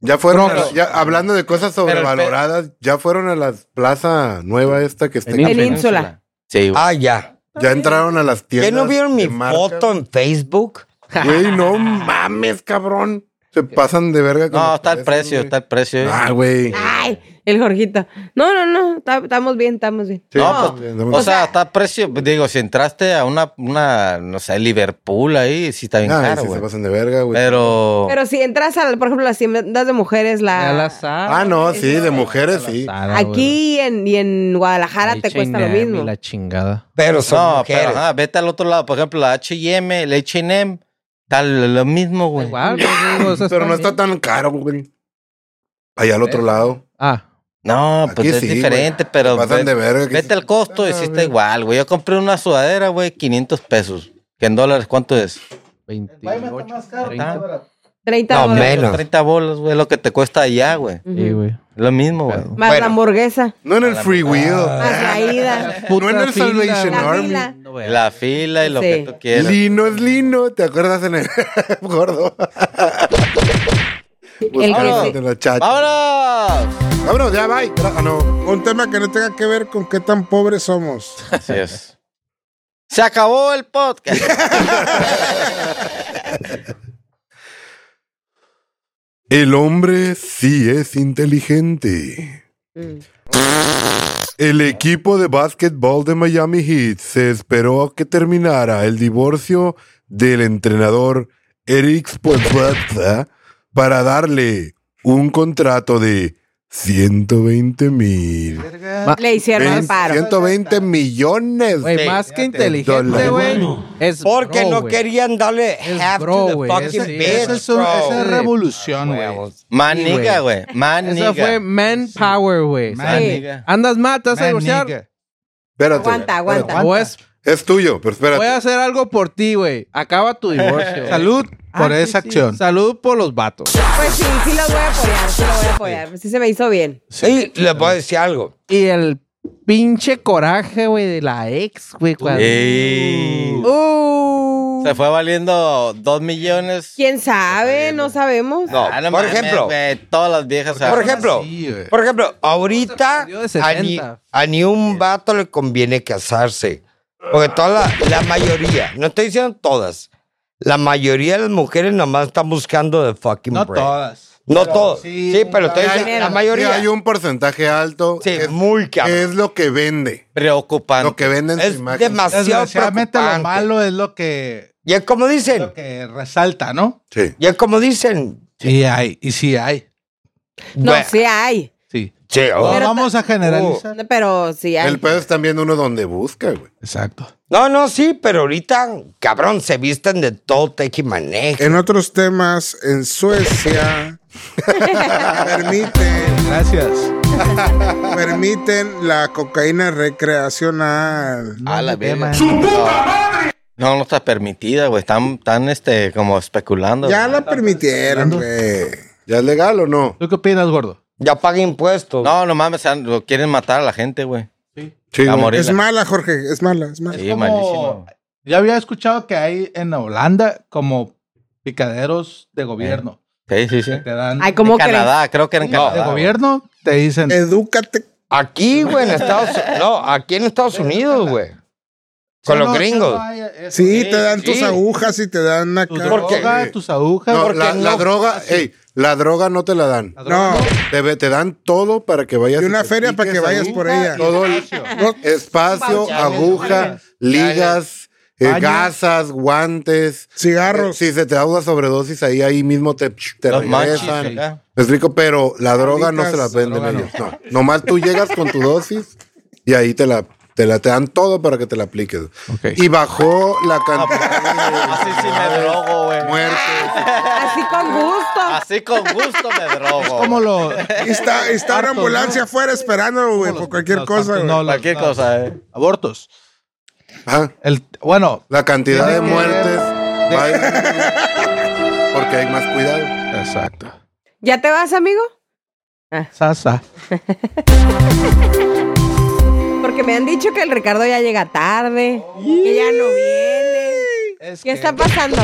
[SPEAKER 1] Ya fueron, a la- ya, hablando de cosas
[SPEAKER 4] el pe-
[SPEAKER 1] sobrevaloradas, ya fueron a la plaza nueva esta que está
[SPEAKER 7] En
[SPEAKER 1] en-
[SPEAKER 6] Península.
[SPEAKER 4] Sí, güey.
[SPEAKER 3] Ah, ya.
[SPEAKER 1] Ya entraron a las tiendas.
[SPEAKER 3] ¿Qué no vieron mi
[SPEAKER 1] de marca.
[SPEAKER 3] foto en Facebook?
[SPEAKER 1] Güey, no mames, cabrón. Se pasan de verga. con
[SPEAKER 4] No,
[SPEAKER 1] los
[SPEAKER 4] está el
[SPEAKER 1] precios,
[SPEAKER 4] precio,
[SPEAKER 1] güey.
[SPEAKER 4] está el precio. eh.
[SPEAKER 1] Ah, güey.
[SPEAKER 6] Ay, el Jorgito. No, no, no. ta- Estamos bien, estamos bien.
[SPEAKER 1] Sí,
[SPEAKER 4] No,
[SPEAKER 1] pues,
[SPEAKER 4] O sea, está el precio, digo, si entraste a una, una, no sé, Liverpool ahí, sí está bien
[SPEAKER 1] ah,
[SPEAKER 4] caro,
[SPEAKER 1] sí se
[SPEAKER 4] güey.
[SPEAKER 1] pasan de verga, güey.
[SPEAKER 4] Pero...
[SPEAKER 6] Pero si entras, a, por ejemplo, a las tiendas de mujeres, la...
[SPEAKER 7] Ya Ah, la sabe,
[SPEAKER 1] Ah, no, sí, de mujeres sí.
[SPEAKER 7] sabe, güey.
[SPEAKER 6] Aquí en, y en Guadalajara
[SPEAKER 7] Ahí
[SPEAKER 6] te cuesta lo
[SPEAKER 7] H&M y
[SPEAKER 6] mismo.
[SPEAKER 7] La chingada.
[SPEAKER 3] Pero son
[SPEAKER 4] No,
[SPEAKER 3] mujeres.
[SPEAKER 4] pero ajá, vete al otro lado. Por ejemplo, la HM, el HM, tal, lo mismo, güey.
[SPEAKER 7] Igual, pues, digo, esas
[SPEAKER 1] Pero no
[SPEAKER 7] también.
[SPEAKER 1] está tan caro, güey. Allá al otro lado.
[SPEAKER 7] Ah,
[SPEAKER 4] No,
[SPEAKER 1] Aquí
[SPEAKER 4] pues es
[SPEAKER 1] sí, güey.
[SPEAKER 4] diferente, pero.
[SPEAKER 1] Se pasan
[SPEAKER 4] ve-
[SPEAKER 1] de verga que
[SPEAKER 4] Vete
[SPEAKER 1] se-
[SPEAKER 4] al costo y
[SPEAKER 1] Ah,
[SPEAKER 4] sí está
[SPEAKER 1] güey.
[SPEAKER 4] igual, güey. Yo compré una sudadera, güey, 500 pesos. Que en dólares, ¿cuánto es?
[SPEAKER 7] 28.
[SPEAKER 4] está
[SPEAKER 7] 30.
[SPEAKER 6] 30
[SPEAKER 3] No,
[SPEAKER 6] dólares.
[SPEAKER 3] menos.
[SPEAKER 4] 30 bolas, güey, lo que te cuesta allá, güey.
[SPEAKER 6] Ujú.
[SPEAKER 7] Sí, güey.
[SPEAKER 4] Lo mismo, güey.
[SPEAKER 7] Claro.
[SPEAKER 6] Más
[SPEAKER 3] Bueno.
[SPEAKER 6] la hamburguesa,
[SPEAKER 1] No en el free wheel.
[SPEAKER 6] más la ida.
[SPEAKER 1] No en el
[SPEAKER 7] Puta fila,
[SPEAKER 1] Salvation
[SPEAKER 6] La
[SPEAKER 1] Army.
[SPEAKER 6] fila.
[SPEAKER 4] La fila y lo
[SPEAKER 6] Sí.
[SPEAKER 4] que tú quieras.
[SPEAKER 1] Lino es lino. ¿Te acuerdas Pues, en el gordo?
[SPEAKER 6] El
[SPEAKER 1] Buscando
[SPEAKER 6] que sí.
[SPEAKER 1] de la chacha.
[SPEAKER 4] ¡Vámonos!
[SPEAKER 1] ¡Vámonos, ya, bye! Ah, no.
[SPEAKER 5] Un tema que no tenga que ver con qué tan pobres somos.
[SPEAKER 4] Así es. Se acabó el podcast.
[SPEAKER 1] El hombre sí es inteligente.
[SPEAKER 6] Mm.
[SPEAKER 1] El equipo de básquetbol de Miami Heat se esperó a que terminara el divorcio del entrenador Eric Spoelstra para darle un contrato de 120 mil.
[SPEAKER 6] Le hicieron el paro.
[SPEAKER 1] 120 millones.
[SPEAKER 7] Güey, más que inteligente,
[SPEAKER 1] dólares.
[SPEAKER 7] güey.
[SPEAKER 10] Bueno.
[SPEAKER 7] Es
[SPEAKER 3] Porque
[SPEAKER 7] bro,
[SPEAKER 3] no
[SPEAKER 7] güey.
[SPEAKER 3] querían darle half
[SPEAKER 7] bro,
[SPEAKER 3] to the
[SPEAKER 7] güey.
[SPEAKER 3] fucking
[SPEAKER 7] Ese-
[SPEAKER 3] bitch,
[SPEAKER 2] Esa es, un-
[SPEAKER 3] bro.
[SPEAKER 2] esa es revolución, güey.
[SPEAKER 3] Huevos.
[SPEAKER 4] Maniga, güey. Maniga.
[SPEAKER 7] Eso fue manpower, güey.
[SPEAKER 2] Man
[SPEAKER 7] Sí.
[SPEAKER 4] nigga.
[SPEAKER 7] Andas más, te vas a
[SPEAKER 2] Man,
[SPEAKER 7] divorciar.
[SPEAKER 2] nigga.
[SPEAKER 1] Espérate.
[SPEAKER 6] Aguanta, aguanta.
[SPEAKER 7] O es,
[SPEAKER 1] Es tuyo, pero espérate.
[SPEAKER 7] voy a hacer algo por ti, güey. Acaba tu divorcio. güey.
[SPEAKER 2] Salud por
[SPEAKER 7] Ah, sí,
[SPEAKER 2] esa
[SPEAKER 7] sí.
[SPEAKER 2] acción.
[SPEAKER 7] Salud por los vatos.
[SPEAKER 6] Pues sí, sí los voy a apoyar, sí los voy a apoyar. Sí se me hizo bien.
[SPEAKER 3] Sí, les voy a decir algo.
[SPEAKER 7] Y el pinche coraje, güey, de la ex, güey. cuando-
[SPEAKER 4] Ey.
[SPEAKER 6] Uh,
[SPEAKER 4] Se fue valiendo dos millones.
[SPEAKER 6] ¿Quién sabe? No sabemos.
[SPEAKER 3] No,
[SPEAKER 4] Ah, no
[SPEAKER 3] por
[SPEAKER 4] mames,
[SPEAKER 3] ejemplo,
[SPEAKER 4] güey, todas las viejas. se
[SPEAKER 3] por
[SPEAKER 4] agarran
[SPEAKER 3] ejemplo,
[SPEAKER 2] así, güey.
[SPEAKER 3] por ejemplo, ahorita
[SPEAKER 7] perdió de
[SPEAKER 3] a ni,
[SPEAKER 7] 60.
[SPEAKER 3] a ni un vato le conviene casarse. Porque toda la, la mayoría, no estoy diciendo todas, la mayoría de las mujeres nomás están buscando de fucking
[SPEAKER 2] No
[SPEAKER 3] bread.
[SPEAKER 2] todas.
[SPEAKER 3] No todas. Sí,
[SPEAKER 2] sí,
[SPEAKER 3] pero estoy
[SPEAKER 6] hay-
[SPEAKER 3] diciendo, la
[SPEAKER 6] sí
[SPEAKER 1] Sí,
[SPEAKER 3] mayoría.
[SPEAKER 1] hay un porcentaje alto.
[SPEAKER 3] Sí,
[SPEAKER 1] que es,
[SPEAKER 3] muy cabrón.
[SPEAKER 1] que es lo que vende.
[SPEAKER 4] Preocupante.
[SPEAKER 1] Lo que venden
[SPEAKER 3] Es
[SPEAKER 1] su imagen.
[SPEAKER 3] demasiado
[SPEAKER 2] Desgraciadamente lo
[SPEAKER 3] preocupante.
[SPEAKER 2] malo es lo que,
[SPEAKER 3] Y es como dicen,
[SPEAKER 2] lo que resalta, ¿no?
[SPEAKER 1] Sí.
[SPEAKER 3] y es como dicen.
[SPEAKER 2] Sí hay, y sí hay.
[SPEAKER 6] No,
[SPEAKER 3] bueno,
[SPEAKER 6] sí hay.
[SPEAKER 2] Sí.
[SPEAKER 3] sí, oh.
[SPEAKER 2] No
[SPEAKER 6] Pero
[SPEAKER 2] vamos a generalizar.
[SPEAKER 6] Pero sí hay.
[SPEAKER 1] El pedo es también uno donde busca, güey.
[SPEAKER 2] Exacto.
[SPEAKER 3] No, no, sí, pero ahorita, cabrón, se visten de todo tequi manejo.
[SPEAKER 5] En otros temas, en Suecia permiten,
[SPEAKER 2] Gracias.
[SPEAKER 5] permiten la cocaína recreacional.
[SPEAKER 8] Ah,
[SPEAKER 4] A la verga.
[SPEAKER 2] Tema.
[SPEAKER 4] No, no está permitida, güey. Están, están este, como especulando.
[SPEAKER 5] Ya
[SPEAKER 4] güey.
[SPEAKER 5] la permitieron, güey.
[SPEAKER 1] ¿Ya es legal o no?
[SPEAKER 2] ¿Tú qué opinas, gordo?
[SPEAKER 3] Ya paga impuestos.
[SPEAKER 4] No, no mames, han- lo quieren matar a la gente, güey.
[SPEAKER 1] Sí,
[SPEAKER 4] A
[SPEAKER 1] güey.
[SPEAKER 4] morir.
[SPEAKER 5] Es mala, Jorge, es mala, es mala.
[SPEAKER 4] Sí,
[SPEAKER 2] Es como-
[SPEAKER 4] malísimo.
[SPEAKER 2] Yo había escuchado que hay en Holanda como picaderos de gobierno.
[SPEAKER 4] Sí, sí, sí.
[SPEAKER 2] Te dan
[SPEAKER 6] Ay,
[SPEAKER 4] En
[SPEAKER 6] ¿cómo crees?
[SPEAKER 4] Canadá, creo que era en
[SPEAKER 3] No.
[SPEAKER 2] de
[SPEAKER 4] Canadá. güey.
[SPEAKER 2] gobierno, te dicen,
[SPEAKER 5] Eh, Edúcate.
[SPEAKER 3] Aquí, güey, en Estados No, aquí en Estados Unidos, güey. Con
[SPEAKER 2] "Solo-
[SPEAKER 3] los gringos.
[SPEAKER 2] solo hay eso".
[SPEAKER 5] Sí, te dan tus
[SPEAKER 3] sí.
[SPEAKER 5] agujas y te dan
[SPEAKER 2] Tu
[SPEAKER 5] acá.
[SPEAKER 3] ¿Por qué?
[SPEAKER 2] droga, tus agujas.
[SPEAKER 1] No,
[SPEAKER 2] porque
[SPEAKER 1] la, la
[SPEAKER 5] Ah,
[SPEAKER 1] droga, ey, la droga no te la dan.
[SPEAKER 2] la droga-
[SPEAKER 5] No,
[SPEAKER 1] Te, ve- te dan todo para que vayas.
[SPEAKER 5] y una
[SPEAKER 1] te
[SPEAKER 5] feria para que
[SPEAKER 1] piques
[SPEAKER 5] vayas
[SPEAKER 1] ahí.
[SPEAKER 5] por ella.
[SPEAKER 1] Todo el
[SPEAKER 5] No,
[SPEAKER 1] espacio,
[SPEAKER 6] Voucher.
[SPEAKER 1] aguja, ligas, eh,
[SPEAKER 2] Baño.
[SPEAKER 1] gasas, guantes. Eh,
[SPEAKER 5] cigarros.
[SPEAKER 1] Si se te da una sobredosis ahí, ahí mismo te, te
[SPEAKER 4] Los eh.
[SPEAKER 1] regresan.
[SPEAKER 4] manchis, acá.
[SPEAKER 1] Me explico, pero la droga no se la
[SPEAKER 5] Papitas,
[SPEAKER 1] venden
[SPEAKER 2] droga no.
[SPEAKER 1] ellos. No. Nomás tú llegas con tu dosis y ahí te la, te la te dan todo para que te la apliques. Y bajó la
[SPEAKER 5] Ah,
[SPEAKER 1] cantidad
[SPEAKER 4] Así sí me drogo,
[SPEAKER 1] de
[SPEAKER 4] güey.
[SPEAKER 1] muertes.
[SPEAKER 6] Así con gusto.
[SPEAKER 4] Así con gusto me drogo.
[SPEAKER 2] Como
[SPEAKER 4] güey.
[SPEAKER 2] lo...
[SPEAKER 5] Y está, está una
[SPEAKER 2] Hartos,
[SPEAKER 5] ambulancia
[SPEAKER 2] ¿no?
[SPEAKER 5] afuera esperando, güey,
[SPEAKER 2] los-
[SPEAKER 5] por cualquier
[SPEAKER 2] los
[SPEAKER 5] cosa,
[SPEAKER 2] tantos,
[SPEAKER 5] güey.
[SPEAKER 2] no, los-
[SPEAKER 4] Cualquier
[SPEAKER 2] no,
[SPEAKER 4] cosa, eh.
[SPEAKER 2] Abortos.
[SPEAKER 1] Ajá.
[SPEAKER 2] El, bueno,
[SPEAKER 1] La cantidad de
[SPEAKER 2] Tiene que
[SPEAKER 1] muertes
[SPEAKER 2] ver-
[SPEAKER 1] va a ir- porque hay más cuidado.
[SPEAKER 2] exacto.
[SPEAKER 6] ¿Ya te vas, amigo?
[SPEAKER 2] Sasa.
[SPEAKER 6] Porque me han dicho que el Ricardo ya llega tarde, que ya no viene.
[SPEAKER 2] Es
[SPEAKER 6] ¿Qué
[SPEAKER 2] que-
[SPEAKER 6] está pasando?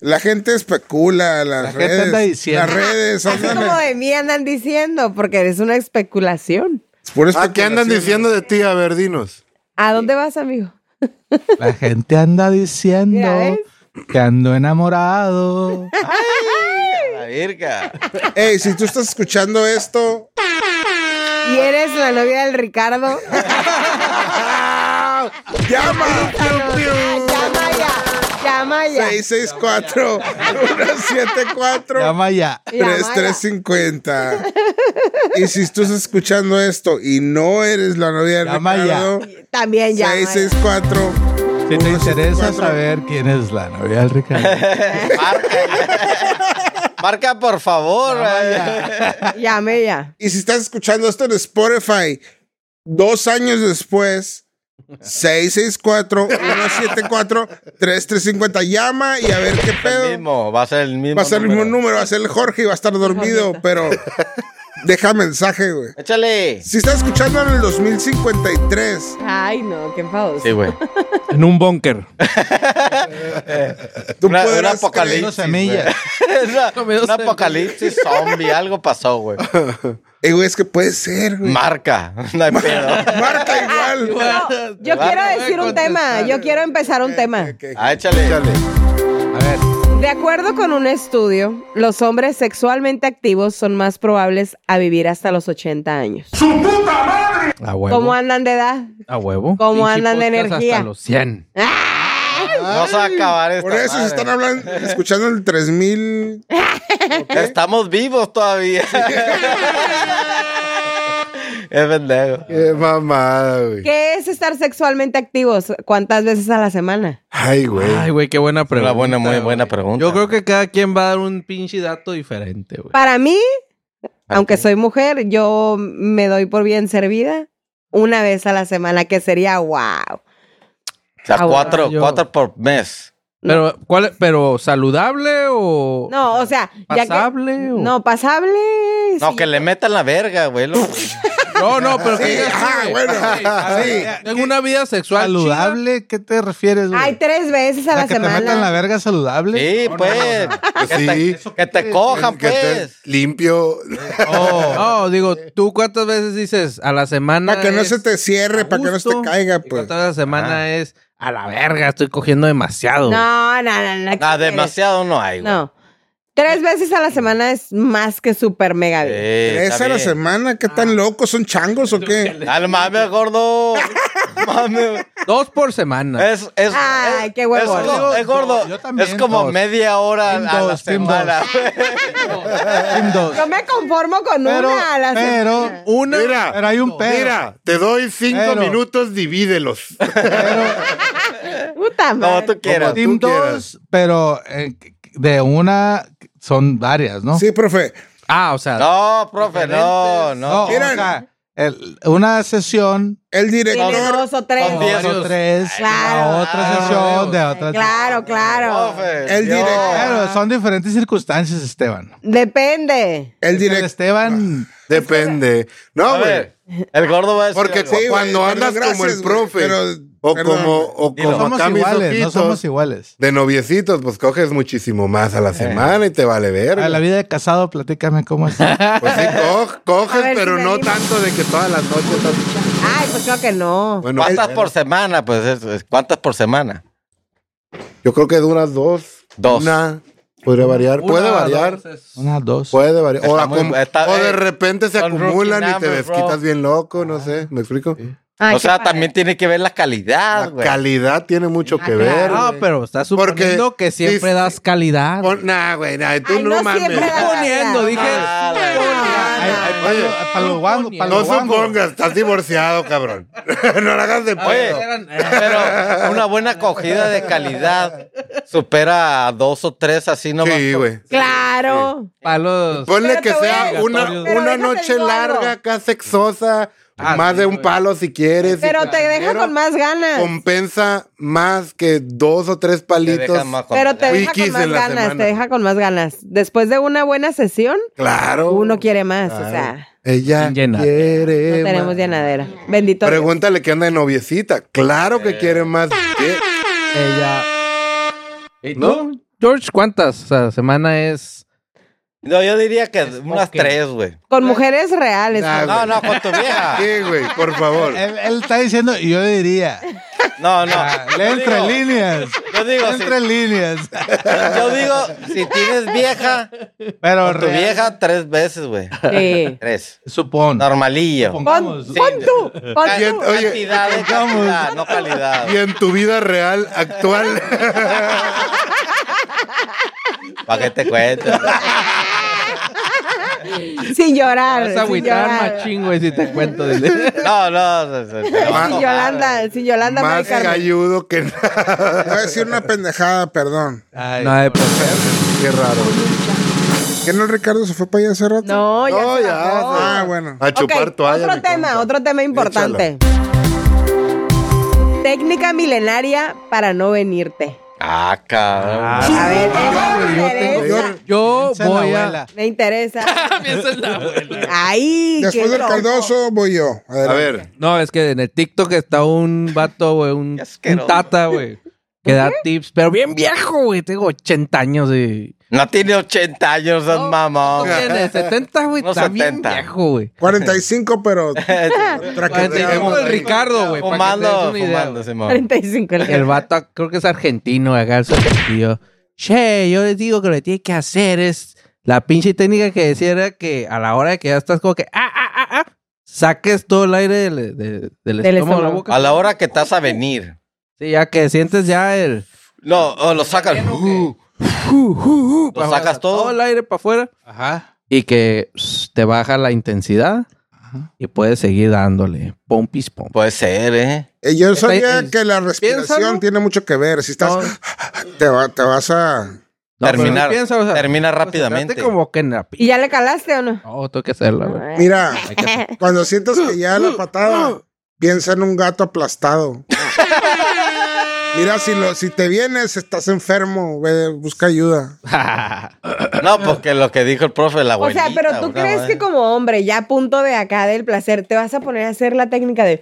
[SPEAKER 5] La gente especula, las
[SPEAKER 2] La gente
[SPEAKER 5] redes.
[SPEAKER 2] anda diciendo.
[SPEAKER 5] Las redes
[SPEAKER 6] Así
[SPEAKER 5] andan.
[SPEAKER 6] como de mí andan diciendo, porque eres una especulación.
[SPEAKER 5] es pura
[SPEAKER 1] Ah, ¿qué andan
[SPEAKER 5] especulación.
[SPEAKER 1] diciendo de ti? A ver, dinos.
[SPEAKER 6] ¿A dónde vas, amigo?
[SPEAKER 2] La gente anda diciendo
[SPEAKER 6] Mira, ¿ves?
[SPEAKER 2] que ando enamorado.
[SPEAKER 4] La virga.
[SPEAKER 5] Ey, si tú estás escuchando esto,
[SPEAKER 6] ¿Y eres la novia del Ricardo?
[SPEAKER 5] llama
[SPEAKER 6] Llama ya, llama ya.
[SPEAKER 5] 664 174
[SPEAKER 2] Llama ya.
[SPEAKER 6] Llama ya.
[SPEAKER 5] 3350. Y si tú estás escuchando esto y no eres la novia de
[SPEAKER 2] Llama ya.
[SPEAKER 5] Ricardo,
[SPEAKER 6] También llama ya.
[SPEAKER 5] 664
[SPEAKER 2] Si te interesa saber quién es la novia del Ricardo.
[SPEAKER 4] Marca. Marca, por favor, güey.
[SPEAKER 6] Llame ya.
[SPEAKER 5] Y si estás escuchando esto en Spotify, dos años después, 664-174-3350. Llama y a ver qué
[SPEAKER 4] El
[SPEAKER 5] pedo.
[SPEAKER 4] mismo, va a ser el mismo.
[SPEAKER 5] Va a ser el mismo número, va a ser el Jorge y va a estar dormido, pero deja mensaje, güey.
[SPEAKER 4] Échale.
[SPEAKER 5] Si está escuchando en el 2053.
[SPEAKER 6] Ay, no, qué pausa.
[SPEAKER 4] Sí, güey.
[SPEAKER 7] En un búnker.
[SPEAKER 5] Tú
[SPEAKER 4] Una,
[SPEAKER 5] podrás
[SPEAKER 4] un
[SPEAKER 5] creer-
[SPEAKER 4] apocalipsis.
[SPEAKER 2] semillas.
[SPEAKER 4] güey. una, un apocalipsis zombie, algo pasó, güey.
[SPEAKER 5] Eh, güey, es que puede ser, güey.
[SPEAKER 4] Marca, no hay pedo.
[SPEAKER 5] Marca igual.
[SPEAKER 6] No, Ah, yo
[SPEAKER 4] Vas,
[SPEAKER 6] quiero
[SPEAKER 4] Ah, voy a
[SPEAKER 6] decir un tema, yo quiero empezar un tema.
[SPEAKER 5] Ok, ok.
[SPEAKER 4] Ah, échale.
[SPEAKER 6] De acuerdo con un estudio, los hombres sexualmente activos son más probables a vivir hasta los 80 años.
[SPEAKER 4] Ah,
[SPEAKER 7] A huevo.
[SPEAKER 6] ¿Cómo andan de edad?
[SPEAKER 7] A huevo.
[SPEAKER 6] ¿Cómo
[SPEAKER 7] Pinche
[SPEAKER 6] andan de
[SPEAKER 7] podcast
[SPEAKER 6] energía?
[SPEAKER 7] Hasta los 100.
[SPEAKER 4] Vamos a acabar esta
[SPEAKER 5] Por eso se
[SPEAKER 4] madre.
[SPEAKER 5] están hablando, escuchando el 3000.
[SPEAKER 4] Estamos vivos todavía. es pendejo.
[SPEAKER 8] Qué mamada, güey.
[SPEAKER 6] ¿Qué es estar sexualmente activos? ¿Cuántas veces a la semana?
[SPEAKER 8] Ay, güey.
[SPEAKER 7] Ay, güey, qué buena pregunta.
[SPEAKER 4] Una buena, muy buena
[SPEAKER 7] güey.
[SPEAKER 4] pregunta.
[SPEAKER 7] Yo creo que cada quien va a dar un pinche dato diferente, güey.
[SPEAKER 6] Para mí, aunque soy mujer, yo me doy por bien servida una vez a la semana, que sería wow.
[SPEAKER 4] O sea,
[SPEAKER 6] Ah, bueno,
[SPEAKER 4] cuatro,
[SPEAKER 7] yo-
[SPEAKER 4] cuatro por mes.
[SPEAKER 7] Pero, ¿cuál, pero ¿saludable o
[SPEAKER 6] No, o sea, ya que-
[SPEAKER 7] pasable? o-
[SPEAKER 6] No, pasable.
[SPEAKER 4] No,
[SPEAKER 6] sí.
[SPEAKER 4] que le metan la verga, güey. lo-
[SPEAKER 7] no, no, pero que
[SPEAKER 5] Sí,
[SPEAKER 7] digas,
[SPEAKER 5] ajá,
[SPEAKER 7] güey,
[SPEAKER 5] bueno.
[SPEAKER 7] a ver, Tengo una vida sexual chida.
[SPEAKER 2] ¿Saludable? ¿Qué te refieres, güey?
[SPEAKER 6] Ay, tres veces a
[SPEAKER 2] ¿La
[SPEAKER 6] la
[SPEAKER 2] que
[SPEAKER 6] semana.
[SPEAKER 2] te metan la verga saludable?
[SPEAKER 4] Sí, pues. Que, te, que te cojan,
[SPEAKER 8] Que estés
[SPEAKER 4] pues.
[SPEAKER 8] limpio.
[SPEAKER 7] Oh, no, digo, ¿tú cuántas veces dices a la semana?
[SPEAKER 2] Ah,
[SPEAKER 5] Para que no
[SPEAKER 7] es
[SPEAKER 5] se te cierre, para que no se te
[SPEAKER 7] gusto?
[SPEAKER 5] caiga,
[SPEAKER 7] ¿Y
[SPEAKER 5] pues.
[SPEAKER 7] ¿Cuántas veces a la semana es a la verga? Estoy cogiendo demasiado.
[SPEAKER 6] No, no, no, no.
[SPEAKER 4] Ah,
[SPEAKER 6] ¿qué
[SPEAKER 4] demasiado no hay,
[SPEAKER 6] quieres?
[SPEAKER 4] güey.
[SPEAKER 6] No. Tres veces a la semana es más que súper mega
[SPEAKER 4] Sí,
[SPEAKER 6] bien.
[SPEAKER 5] Tres
[SPEAKER 4] Eh, está
[SPEAKER 5] a la
[SPEAKER 4] bien.
[SPEAKER 5] semana, ¿qué
[SPEAKER 2] Ah.
[SPEAKER 5] tan locos? ¿Son changos o qué?
[SPEAKER 4] Al mame, gordo. Mame.
[SPEAKER 7] Dos por semana.
[SPEAKER 4] Es, es,
[SPEAKER 6] Ay,
[SPEAKER 4] es-
[SPEAKER 6] qué huevo.
[SPEAKER 4] Es, como- es gordo.
[SPEAKER 2] Yo también,
[SPEAKER 4] es como
[SPEAKER 2] dos.
[SPEAKER 4] media hora
[SPEAKER 2] Team
[SPEAKER 4] a la
[SPEAKER 2] dos, team
[SPEAKER 4] semana.
[SPEAKER 2] Team dos.
[SPEAKER 6] Yo me conformo con
[SPEAKER 2] Pero,
[SPEAKER 6] una a la semana.
[SPEAKER 2] pero,
[SPEAKER 7] Una.
[SPEAKER 8] Mira,
[SPEAKER 2] pero hay un pero.
[SPEAKER 8] mira, te doy cinco
[SPEAKER 2] Pero.
[SPEAKER 8] minutos, divídelos.
[SPEAKER 6] Puta
[SPEAKER 4] Como
[SPEAKER 6] madre.
[SPEAKER 4] tú quieras.
[SPEAKER 8] tú
[SPEAKER 2] Team
[SPEAKER 8] quieras.
[SPEAKER 2] 2, pero eh, de una son varias, ¿no?
[SPEAKER 5] Sí, profe.
[SPEAKER 7] Ah, o sea,
[SPEAKER 4] No, profe,
[SPEAKER 2] No,
[SPEAKER 4] no, no.
[SPEAKER 2] o
[SPEAKER 5] Miren.
[SPEAKER 2] sea, el- una sesión
[SPEAKER 5] El
[SPEAKER 6] Tiene
[SPEAKER 5] director.
[SPEAKER 6] dos o tres.
[SPEAKER 4] Son
[SPEAKER 2] de
[SPEAKER 4] diez.
[SPEAKER 2] dos o tres,
[SPEAKER 6] Claro.
[SPEAKER 2] la otra
[SPEAKER 4] Claro.
[SPEAKER 2] sesión de otra.
[SPEAKER 6] Claro, claro.
[SPEAKER 4] Profe,
[SPEAKER 5] El
[SPEAKER 4] Dios.
[SPEAKER 5] director.
[SPEAKER 2] Claro, son diferentes circunstancias, Esteban.
[SPEAKER 6] Depende.
[SPEAKER 5] El
[SPEAKER 2] Pero
[SPEAKER 5] director.
[SPEAKER 2] Esteban,
[SPEAKER 8] Depende. No,
[SPEAKER 4] A
[SPEAKER 8] güey.
[SPEAKER 4] ver, el gordo va a decir.
[SPEAKER 8] Porque
[SPEAKER 4] algo.
[SPEAKER 8] cu-
[SPEAKER 5] Sí, güey,
[SPEAKER 8] cuando
[SPEAKER 5] perdón,
[SPEAKER 8] andas
[SPEAKER 5] gracias,
[SPEAKER 8] como el
[SPEAKER 5] güey,
[SPEAKER 8] profe
[SPEAKER 5] pero-
[SPEAKER 8] o
[SPEAKER 5] perdón.
[SPEAKER 8] como, o
[SPEAKER 4] Dilo.
[SPEAKER 8] como
[SPEAKER 2] somos
[SPEAKER 8] acá mis
[SPEAKER 2] iguales, no
[SPEAKER 8] ojitos,
[SPEAKER 2] somos iguales.
[SPEAKER 8] de noviecitos, pues coges muchísimo más a la semana y te vale
[SPEAKER 2] A la
[SPEAKER 8] ver.
[SPEAKER 2] vida de casado, platícame cómo es.
[SPEAKER 8] Pues sí, co- coges,
[SPEAKER 6] A ver si
[SPEAKER 8] pero
[SPEAKER 6] me
[SPEAKER 8] no
[SPEAKER 6] animo.
[SPEAKER 8] tanto de que todas las noches. estás-
[SPEAKER 6] Ay, pues creo que no.
[SPEAKER 8] Bueno,
[SPEAKER 4] ¿Cuántas
[SPEAKER 8] eh,
[SPEAKER 4] por semana? Pues es- es- ¿cuántas por semana?
[SPEAKER 8] yo creo que duras dos.
[SPEAKER 4] Dos.
[SPEAKER 8] Una. Podría variar.
[SPEAKER 7] una,
[SPEAKER 8] puede
[SPEAKER 7] dos,
[SPEAKER 8] variar.
[SPEAKER 7] es-
[SPEAKER 2] Una, dos.
[SPEAKER 8] Puede variar. O,
[SPEAKER 4] Está
[SPEAKER 8] acum-
[SPEAKER 4] muy- está-
[SPEAKER 8] o de
[SPEAKER 4] eh,
[SPEAKER 8] repente se
[SPEAKER 4] son rookie
[SPEAKER 8] acumulan y te
[SPEAKER 4] numbers, bro.
[SPEAKER 8] desquitas bien loco, no sé. ¿Me explico?
[SPEAKER 6] Ay,
[SPEAKER 4] o
[SPEAKER 6] qué
[SPEAKER 4] sea,
[SPEAKER 6] padre.
[SPEAKER 4] también tiene que ver la calidad,
[SPEAKER 8] La
[SPEAKER 4] Ah, güey.
[SPEAKER 8] calidad tiene mucho que ver.
[SPEAKER 7] Ah, pero estás suponiendo
[SPEAKER 8] Porque
[SPEAKER 7] que siempre
[SPEAKER 8] dice-
[SPEAKER 7] das calidad.
[SPEAKER 8] Pon- Nah, güey, nah, tú
[SPEAKER 6] Ay,
[SPEAKER 8] no,
[SPEAKER 6] no
[SPEAKER 8] mames.
[SPEAKER 6] siempre da-
[SPEAKER 7] Suponiendo, dije.
[SPEAKER 4] Ah, la-
[SPEAKER 2] Ay, ay,
[SPEAKER 6] Ah,
[SPEAKER 8] Oye,
[SPEAKER 2] palo- palo guango, palo
[SPEAKER 8] No
[SPEAKER 2] guango.
[SPEAKER 8] supongas, estás divorciado, cabrón. no la hagas de
[SPEAKER 4] Oye,
[SPEAKER 8] pedo.
[SPEAKER 4] pero una buena acogida de calidad supera a dos o tres así nomás.
[SPEAKER 8] Sí, güey.
[SPEAKER 6] Claro.
[SPEAKER 7] Palos.
[SPEAKER 8] Ponle
[SPEAKER 6] Pero
[SPEAKER 8] que
[SPEAKER 6] te voy a
[SPEAKER 8] sea
[SPEAKER 6] decir-
[SPEAKER 8] una,
[SPEAKER 6] Pero
[SPEAKER 8] una
[SPEAKER 6] déjate
[SPEAKER 8] noche
[SPEAKER 6] digo algo.
[SPEAKER 8] larga, acá sexosa,
[SPEAKER 7] Ah,
[SPEAKER 8] más
[SPEAKER 7] sí,
[SPEAKER 8] de un
[SPEAKER 7] güey.
[SPEAKER 8] palo si quieres.
[SPEAKER 6] Pero
[SPEAKER 8] y
[SPEAKER 6] te deja
[SPEAKER 8] dinero
[SPEAKER 6] con más ganas.
[SPEAKER 8] Compensa más que dos o tres
[SPEAKER 4] Te
[SPEAKER 8] palitos.
[SPEAKER 4] dejan más con-
[SPEAKER 6] Pero te deja
[SPEAKER 8] Wikis
[SPEAKER 6] con más
[SPEAKER 8] en la
[SPEAKER 6] ganas,
[SPEAKER 8] semana.
[SPEAKER 6] te deja con más ganas. Después de una buena sesión,
[SPEAKER 8] Claro.
[SPEAKER 6] uno quiere más, o
[SPEAKER 8] Oh, Claro.
[SPEAKER 6] sea,
[SPEAKER 8] Ella
[SPEAKER 7] Llena.
[SPEAKER 8] quiere
[SPEAKER 6] no tenemos
[SPEAKER 8] más.
[SPEAKER 6] llenadera. Bendito Dios.
[SPEAKER 8] Pregúntale que anda de noviecita. Claro
[SPEAKER 7] Eh.
[SPEAKER 8] que quiere más. ¿Qué?
[SPEAKER 7] Ella. ¿No? George, ¿cuántas? O sea, semana es.
[SPEAKER 4] No, yo diría que unas
[SPEAKER 7] poker.
[SPEAKER 4] tres, güey.
[SPEAKER 6] Con mujeres reales.
[SPEAKER 8] Nah,
[SPEAKER 6] con-
[SPEAKER 4] No, no, con tu vieja.
[SPEAKER 8] ¿Qué, güey? Por favor.
[SPEAKER 7] Eh,
[SPEAKER 2] Él, él está diciendo, y yo diría,
[SPEAKER 4] No, no.
[SPEAKER 8] Ah,
[SPEAKER 2] lee
[SPEAKER 4] Yo
[SPEAKER 2] entre
[SPEAKER 4] digo-
[SPEAKER 2] líneas.
[SPEAKER 4] Yo digo,
[SPEAKER 2] lee
[SPEAKER 4] si,
[SPEAKER 2] entre líneas.
[SPEAKER 4] yo digo, si tienes vieja,
[SPEAKER 2] Pero
[SPEAKER 4] con tu
[SPEAKER 2] real-
[SPEAKER 4] vieja tres veces, güey.
[SPEAKER 6] Sí.
[SPEAKER 4] Tres.
[SPEAKER 2] Supón.
[SPEAKER 4] Normalillo.
[SPEAKER 6] Pon,
[SPEAKER 2] Supongamos.
[SPEAKER 6] pon tú, pon
[SPEAKER 4] Ca-
[SPEAKER 8] Bien,
[SPEAKER 6] tú.
[SPEAKER 8] Ah, oye.
[SPEAKER 4] cantidad, de cantidad, no calidad.
[SPEAKER 8] Y en tu vida real actual.
[SPEAKER 4] ¿Para qué te cuento?
[SPEAKER 6] Sin llorar.
[SPEAKER 7] Vas a
[SPEAKER 6] Sin
[SPEAKER 7] agüitar,
[SPEAKER 6] llorar.
[SPEAKER 7] machín, güey, si te cuento. dile.
[SPEAKER 4] No, no. se- se- se-
[SPEAKER 8] Ma-
[SPEAKER 6] Sin Yolanda, sin Yolanda
[SPEAKER 8] Ah. más
[SPEAKER 6] Mari Carmen.
[SPEAKER 8] calludo que nada.
[SPEAKER 5] Voy a decir una pendejada, perdón.
[SPEAKER 2] Ay,
[SPEAKER 7] No, eh, de por
[SPEAKER 8] Qué raro.
[SPEAKER 5] ¿Qué no, Ricardo? ¿Se fue para allá hace rato?
[SPEAKER 6] No, ya.
[SPEAKER 8] No,
[SPEAKER 6] se
[SPEAKER 8] ya,
[SPEAKER 6] bajó.
[SPEAKER 8] se-
[SPEAKER 5] Ah, bueno.
[SPEAKER 8] A chupar
[SPEAKER 6] Ok,
[SPEAKER 8] toalla. mi
[SPEAKER 6] Otro tema,
[SPEAKER 8] compa.
[SPEAKER 6] otro tema importante. Técnica milenaria para no venirte.
[SPEAKER 4] Ah, cabrón.
[SPEAKER 6] A ver,
[SPEAKER 8] Ah,
[SPEAKER 6] eso me interesa.
[SPEAKER 7] Yo
[SPEAKER 2] Piensa en la
[SPEAKER 7] voy a.
[SPEAKER 2] abuela.
[SPEAKER 6] Me interesa. Ay,
[SPEAKER 5] Después
[SPEAKER 6] qué
[SPEAKER 5] del
[SPEAKER 6] loco.
[SPEAKER 5] caldoso voy yo.
[SPEAKER 8] A ver,
[SPEAKER 7] No, es que en el TikTok está un vato, güey, un,
[SPEAKER 4] Qué asqueroso.
[SPEAKER 7] un tata, güey, que da tips, pero bien viejo, güey. Tengo 80 años y.
[SPEAKER 4] No tiene 80 años, esas
[SPEAKER 7] No
[SPEAKER 4] mamón.
[SPEAKER 7] tiene 70, güey.
[SPEAKER 4] Unos
[SPEAKER 7] Está bien
[SPEAKER 4] 70.
[SPEAKER 7] viejo, güey.
[SPEAKER 5] 45, pero. traqueteado.
[SPEAKER 7] 45 el Ricardo, güey. para que te
[SPEAKER 4] Fumando,
[SPEAKER 7] des una idea,
[SPEAKER 4] fumando,
[SPEAKER 7] güey.
[SPEAKER 4] Simón.
[SPEAKER 6] 45 el
[SPEAKER 7] El vato creo que es argentino, acá el tío. Che, yo les digo que lo que tiene que hacer es la pinche técnica que decía era que a la hora de que ya estás como que ah, ah, ah, ah, saques todo el aire del, de- del
[SPEAKER 6] Del
[SPEAKER 7] estómago de la
[SPEAKER 6] estómago.
[SPEAKER 7] boca.
[SPEAKER 4] A la hora que estás a venir.
[SPEAKER 7] Sí, ya que sientes ya el
[SPEAKER 4] No, o lo sacas. Uh,
[SPEAKER 7] ju, ju, ju,
[SPEAKER 4] Lo
[SPEAKER 7] pa'
[SPEAKER 4] sacas
[SPEAKER 7] afuera,
[SPEAKER 4] todo.
[SPEAKER 7] el aire para afuera
[SPEAKER 2] Ajá.
[SPEAKER 7] y que ps, te baja la intensidad y puedes seguir dándole pompis pom.
[SPEAKER 4] Puede ser, ¿eh?
[SPEAKER 5] Eh, Yo
[SPEAKER 7] Está-
[SPEAKER 5] sabía
[SPEAKER 7] eh,
[SPEAKER 5] que la respiración
[SPEAKER 7] piénsalo.
[SPEAKER 5] tiene mucho que ver. Si estás. Te, va- te vas a.
[SPEAKER 7] No, pero
[SPEAKER 4] terminar.
[SPEAKER 7] no piensa, o sea,
[SPEAKER 4] termina
[SPEAKER 7] date
[SPEAKER 4] rápidamente.
[SPEAKER 7] pues, como que en la pi-
[SPEAKER 6] ¿Y ya le calaste o no?
[SPEAKER 7] No, tengo que hacerla, güey.
[SPEAKER 5] Mira, cuando sientas que ya la patada, piensa en un gato aplastado. Mira, si, lo, si te vienes, estás enfermo, ve, busca ayuda.
[SPEAKER 4] No, porque lo que dijo el profe, la
[SPEAKER 6] O
[SPEAKER 4] abuelita. eh.
[SPEAKER 6] sea, pero tú
[SPEAKER 4] una
[SPEAKER 6] crees
[SPEAKER 4] madre.
[SPEAKER 6] que como hombre, ya a punto de acá del placer, te vas a poner a hacer la técnica de...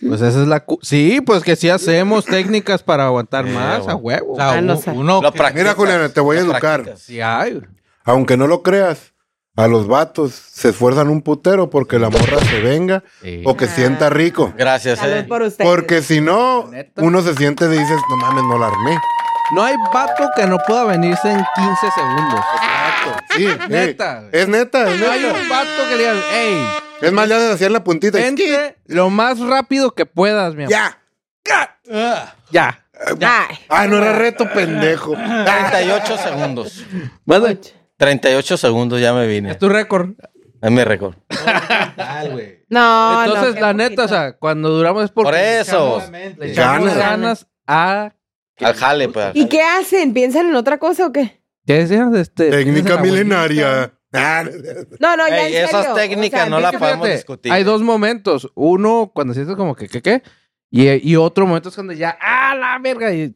[SPEAKER 7] Pues esa es la... cu- Sí, pues que sí hacemos técnicas para aguantar
[SPEAKER 4] Eh,
[SPEAKER 7] más
[SPEAKER 4] güey.
[SPEAKER 7] a huevo.
[SPEAKER 2] O sea,
[SPEAKER 6] Ah, no
[SPEAKER 2] u-
[SPEAKER 6] sé.
[SPEAKER 2] uno
[SPEAKER 4] Lo
[SPEAKER 2] que-
[SPEAKER 4] practicas,
[SPEAKER 8] Mira, Juliana, te voy a
[SPEAKER 4] lo
[SPEAKER 8] educar.
[SPEAKER 4] practicas.
[SPEAKER 7] Sí hay, güey.
[SPEAKER 8] aunque no lo creas, a los vatos se esfuerzan un putero porque la morra se venga
[SPEAKER 7] Sí.
[SPEAKER 8] o que sienta rico.
[SPEAKER 4] Gracias,
[SPEAKER 6] Salud
[SPEAKER 4] eh.
[SPEAKER 6] por usted.
[SPEAKER 8] Porque si no, uno se siente y dices, no mames, no la armé.
[SPEAKER 7] No hay vato que no pueda venirse en 15 segundos.
[SPEAKER 8] Sí, sí.
[SPEAKER 7] Neta, güey.
[SPEAKER 8] Es neta, es
[SPEAKER 7] No hay
[SPEAKER 8] neta.
[SPEAKER 7] un vato que le digan, hey,
[SPEAKER 8] Es más, ya de hacían la puntita. y-
[SPEAKER 7] vente lo más rápido que puedas, mi amor.
[SPEAKER 5] Ya,
[SPEAKER 7] Ya.
[SPEAKER 6] Ay,
[SPEAKER 8] Ah, no era reto, pendejo.
[SPEAKER 4] 38 segundos.
[SPEAKER 7] Manda.
[SPEAKER 4] 38 segundos ya me vine.
[SPEAKER 7] Es tu récord.
[SPEAKER 4] Es mi récord.
[SPEAKER 6] no, no,
[SPEAKER 7] Entonces,
[SPEAKER 6] qué
[SPEAKER 7] la
[SPEAKER 6] poquito.
[SPEAKER 7] neta, o sea, cuando duramos es porque
[SPEAKER 4] Por
[SPEAKER 7] le
[SPEAKER 4] eso.
[SPEAKER 7] echamos- le echamos
[SPEAKER 8] Ganas.
[SPEAKER 7] ganas. a...
[SPEAKER 4] Al jale, pues.
[SPEAKER 6] ¿Y qué hacen? ¿Piensan en otra cosa o qué?
[SPEAKER 7] ¿Qué decías? Este,
[SPEAKER 8] Técnica
[SPEAKER 7] la abuelita.
[SPEAKER 8] milenaria. Ah, no, no, no.
[SPEAKER 6] No, no, ya
[SPEAKER 4] Ey,
[SPEAKER 6] en
[SPEAKER 4] esas
[SPEAKER 6] serio,
[SPEAKER 4] técnicas no
[SPEAKER 6] es
[SPEAKER 4] la
[SPEAKER 6] que-
[SPEAKER 4] podemos
[SPEAKER 7] Fíjate,
[SPEAKER 4] discutir.
[SPEAKER 7] Hay dos momentos. Uno, cuando sientes como que, ¿qué, qué? Y, y otro momento es cuando ya, ¡ah, la verga! Y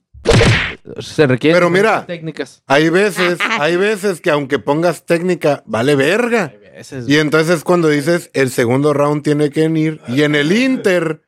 [SPEAKER 7] se requieren
[SPEAKER 8] Pero mira.
[SPEAKER 7] técnicas.
[SPEAKER 8] Hay veces, hay veces que aunque pongas técnica, vale verga.
[SPEAKER 7] Veces,
[SPEAKER 8] Y entonces es cuando dices el segundo round tiene que venir y en el Inter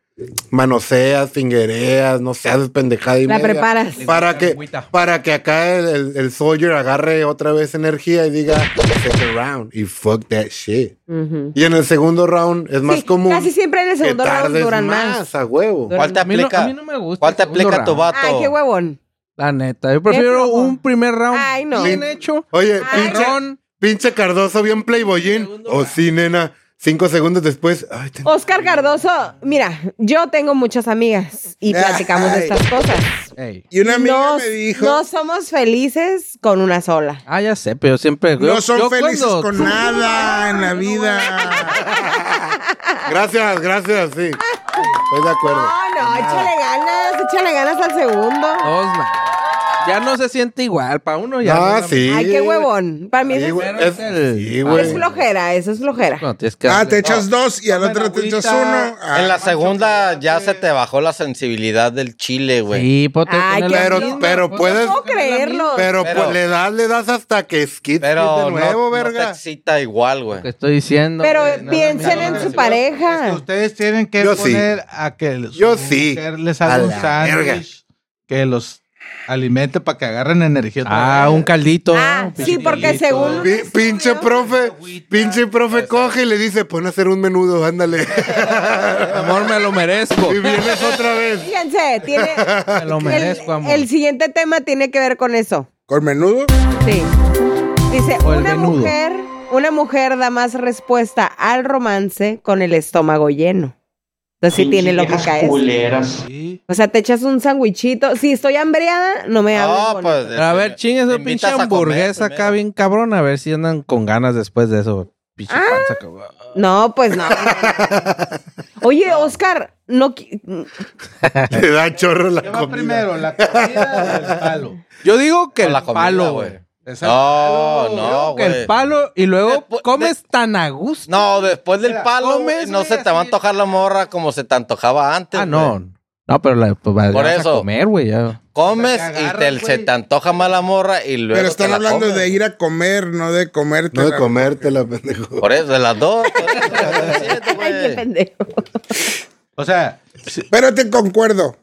[SPEAKER 8] manoseas, fingereas, no seas pendejada y
[SPEAKER 6] La
[SPEAKER 8] media.
[SPEAKER 6] preparas.
[SPEAKER 8] Para que, para que acá el, el, el Sawyer agarre otra vez energía y diga second round y fuck that shit.
[SPEAKER 6] Ujú.
[SPEAKER 8] Y en el segundo round es más
[SPEAKER 6] Sí,
[SPEAKER 8] común.
[SPEAKER 6] Casi siempre en el
[SPEAKER 8] que
[SPEAKER 6] segundo round
[SPEAKER 8] tardes
[SPEAKER 6] duran más.
[SPEAKER 8] más. a huevo.
[SPEAKER 6] Duran-
[SPEAKER 4] ¿Cuál te
[SPEAKER 7] a, mí no,
[SPEAKER 4] aplica?
[SPEAKER 7] a mí no me gusta.
[SPEAKER 4] ¿Cuál te
[SPEAKER 7] el segundo
[SPEAKER 4] aplica tu
[SPEAKER 7] round.
[SPEAKER 4] vato?
[SPEAKER 6] Ay, qué huevón.
[SPEAKER 7] La neta, yo prefiero
[SPEAKER 6] flojo.
[SPEAKER 7] un primer round
[SPEAKER 6] Ay, no.
[SPEAKER 7] bien
[SPEAKER 6] Sí.
[SPEAKER 7] hecho.
[SPEAKER 8] Oye,
[SPEAKER 6] Ay,
[SPEAKER 8] pinche,
[SPEAKER 7] Ron.
[SPEAKER 8] pinche Cardoso bien playboyín. O sí, nena. Cinco segundos después. Ay, te-
[SPEAKER 6] Oscar Cardoso, mira, yo tengo muchas amigas y platicamos de
[SPEAKER 5] Ay.
[SPEAKER 6] estas cosas.
[SPEAKER 7] Ey.
[SPEAKER 5] y una amiga
[SPEAKER 6] No,
[SPEAKER 5] me dijo.
[SPEAKER 6] no somos felices con una sola.
[SPEAKER 7] Ah, ya sé, pero yo siempre.
[SPEAKER 5] No
[SPEAKER 7] yo-
[SPEAKER 5] son
[SPEAKER 7] yo
[SPEAKER 5] felices
[SPEAKER 7] cuando-
[SPEAKER 5] con nada en la vida.
[SPEAKER 8] Gracias, gracias, sí. Estoy de acuerdo.
[SPEAKER 6] No, no, échale ganas, échale ganas al segundo.
[SPEAKER 7] Dos, no. Ya no se siente igual. Para uno ya.
[SPEAKER 8] Ah,
[SPEAKER 7] no,
[SPEAKER 8] sí.
[SPEAKER 6] Ay, qué huevón. Para mí
[SPEAKER 8] Sí,
[SPEAKER 6] eso
[SPEAKER 8] güey,
[SPEAKER 6] es,
[SPEAKER 8] es-
[SPEAKER 7] el-
[SPEAKER 8] sí,
[SPEAKER 6] es
[SPEAKER 8] güey.
[SPEAKER 6] flojera, eso es flojera.
[SPEAKER 7] No, tienes que.
[SPEAKER 5] Ah,
[SPEAKER 7] darle-
[SPEAKER 5] te echas dos y al otro te echas uno. Ah,
[SPEAKER 4] En la segunda ya se te bajó la sensibilidad del chile, güey.
[SPEAKER 7] Sí, pues, te-
[SPEAKER 6] Ay,
[SPEAKER 7] tener
[SPEAKER 6] qué
[SPEAKER 7] la
[SPEAKER 8] Pero-
[SPEAKER 7] misma,
[SPEAKER 8] pero
[SPEAKER 7] pues,
[SPEAKER 8] puedes-
[SPEAKER 6] No puedo creerlo.
[SPEAKER 8] Pero,
[SPEAKER 4] Pero-
[SPEAKER 8] pues, le das, le das hasta que skits
[SPEAKER 4] Pero
[SPEAKER 8] de
[SPEAKER 4] no-
[SPEAKER 8] nuevo,
[SPEAKER 4] no, te
[SPEAKER 8] verga.
[SPEAKER 4] excita igual, güey.
[SPEAKER 7] lo que estoy diciendo.
[SPEAKER 6] Pero
[SPEAKER 7] güey, no es la
[SPEAKER 6] piensen
[SPEAKER 7] misma.
[SPEAKER 6] en su pareja.
[SPEAKER 2] Es que ustedes tienen que
[SPEAKER 8] Ah. Yo sí.
[SPEAKER 2] poner a que su
[SPEAKER 8] Yo sí.
[SPEAKER 2] mujer les
[SPEAKER 8] A
[SPEAKER 2] haga un
[SPEAKER 8] la verga.
[SPEAKER 2] sándwich que los alimente para que agarren energía. otra
[SPEAKER 7] Ah,
[SPEAKER 2] vez.
[SPEAKER 7] un caldito.
[SPEAKER 6] Ah,
[SPEAKER 7] ¿no?
[SPEAKER 6] sí, porque según.
[SPEAKER 8] Pi- pinche profe, pinche profe coge y le dice, pon a hacer un menudo, ándale.
[SPEAKER 7] Amor, me lo merezco.
[SPEAKER 8] y vienes otra vez.
[SPEAKER 6] Fíjense, tiene.
[SPEAKER 7] Me lo merezco,
[SPEAKER 6] el,
[SPEAKER 7] amor.
[SPEAKER 6] el siguiente tema tiene que ver con eso.
[SPEAKER 5] Con menudo.
[SPEAKER 6] Sí. Dice,
[SPEAKER 7] O el
[SPEAKER 6] una
[SPEAKER 7] menudo.
[SPEAKER 6] mujer, una mujer da más respuesta al romance con el estómago lleno. Entonces sí tiene lógica eso.
[SPEAKER 2] Sí.
[SPEAKER 6] O sea, te echas un sandwichito. Si estoy hambreada, no me hables.
[SPEAKER 4] No,
[SPEAKER 6] bonito.
[SPEAKER 4] pues.
[SPEAKER 7] Pero a ver, chingue
[SPEAKER 4] te
[SPEAKER 7] esa
[SPEAKER 4] invitas
[SPEAKER 7] pinche
[SPEAKER 4] a comer
[SPEAKER 7] hamburguesa acá
[SPEAKER 4] primero.
[SPEAKER 7] bien cabrón. A ver si andan con ganas después de eso. Pinche
[SPEAKER 6] Ah.
[SPEAKER 7] panza, cabrón.
[SPEAKER 6] No, pues no. Oye, Oscar, no qui-
[SPEAKER 8] Le da chorro la
[SPEAKER 2] ¿Qué va
[SPEAKER 8] comida.
[SPEAKER 2] primero, la comida o el palo?
[SPEAKER 7] Yo digo que
[SPEAKER 4] O
[SPEAKER 7] el
[SPEAKER 4] la comida,
[SPEAKER 7] palo,
[SPEAKER 4] güey.
[SPEAKER 7] güey.
[SPEAKER 4] No,
[SPEAKER 7] Yo
[SPEAKER 4] no,
[SPEAKER 7] digo que
[SPEAKER 4] güey. Eh, pues,
[SPEAKER 7] el palo y luego
[SPEAKER 4] Despu-
[SPEAKER 7] comes tan a gusto.
[SPEAKER 4] No, después del
[SPEAKER 2] Mira,
[SPEAKER 4] palo,
[SPEAKER 7] comes,
[SPEAKER 4] güey, no
[SPEAKER 7] güey,
[SPEAKER 4] se te va a
[SPEAKER 7] así.
[SPEAKER 4] antojar la morra como se te antojaba antes.
[SPEAKER 7] ah,
[SPEAKER 4] güey.
[SPEAKER 7] no. No, pero la, pues,
[SPEAKER 4] Por
[SPEAKER 7] vas
[SPEAKER 4] eso.
[SPEAKER 7] a comer, güey. ya.
[SPEAKER 4] Comes y te, se te antoja mala morra y luego.
[SPEAKER 5] Pero
[SPEAKER 4] te
[SPEAKER 5] están
[SPEAKER 4] la
[SPEAKER 5] hablando
[SPEAKER 4] comes.
[SPEAKER 5] de ir a comer, no de comértela.
[SPEAKER 8] No de comértela, pendejo.
[SPEAKER 4] Por eso, de las dos.
[SPEAKER 6] Ay, qué pendejo.
[SPEAKER 7] O sea,
[SPEAKER 5] Pero te concuerdo.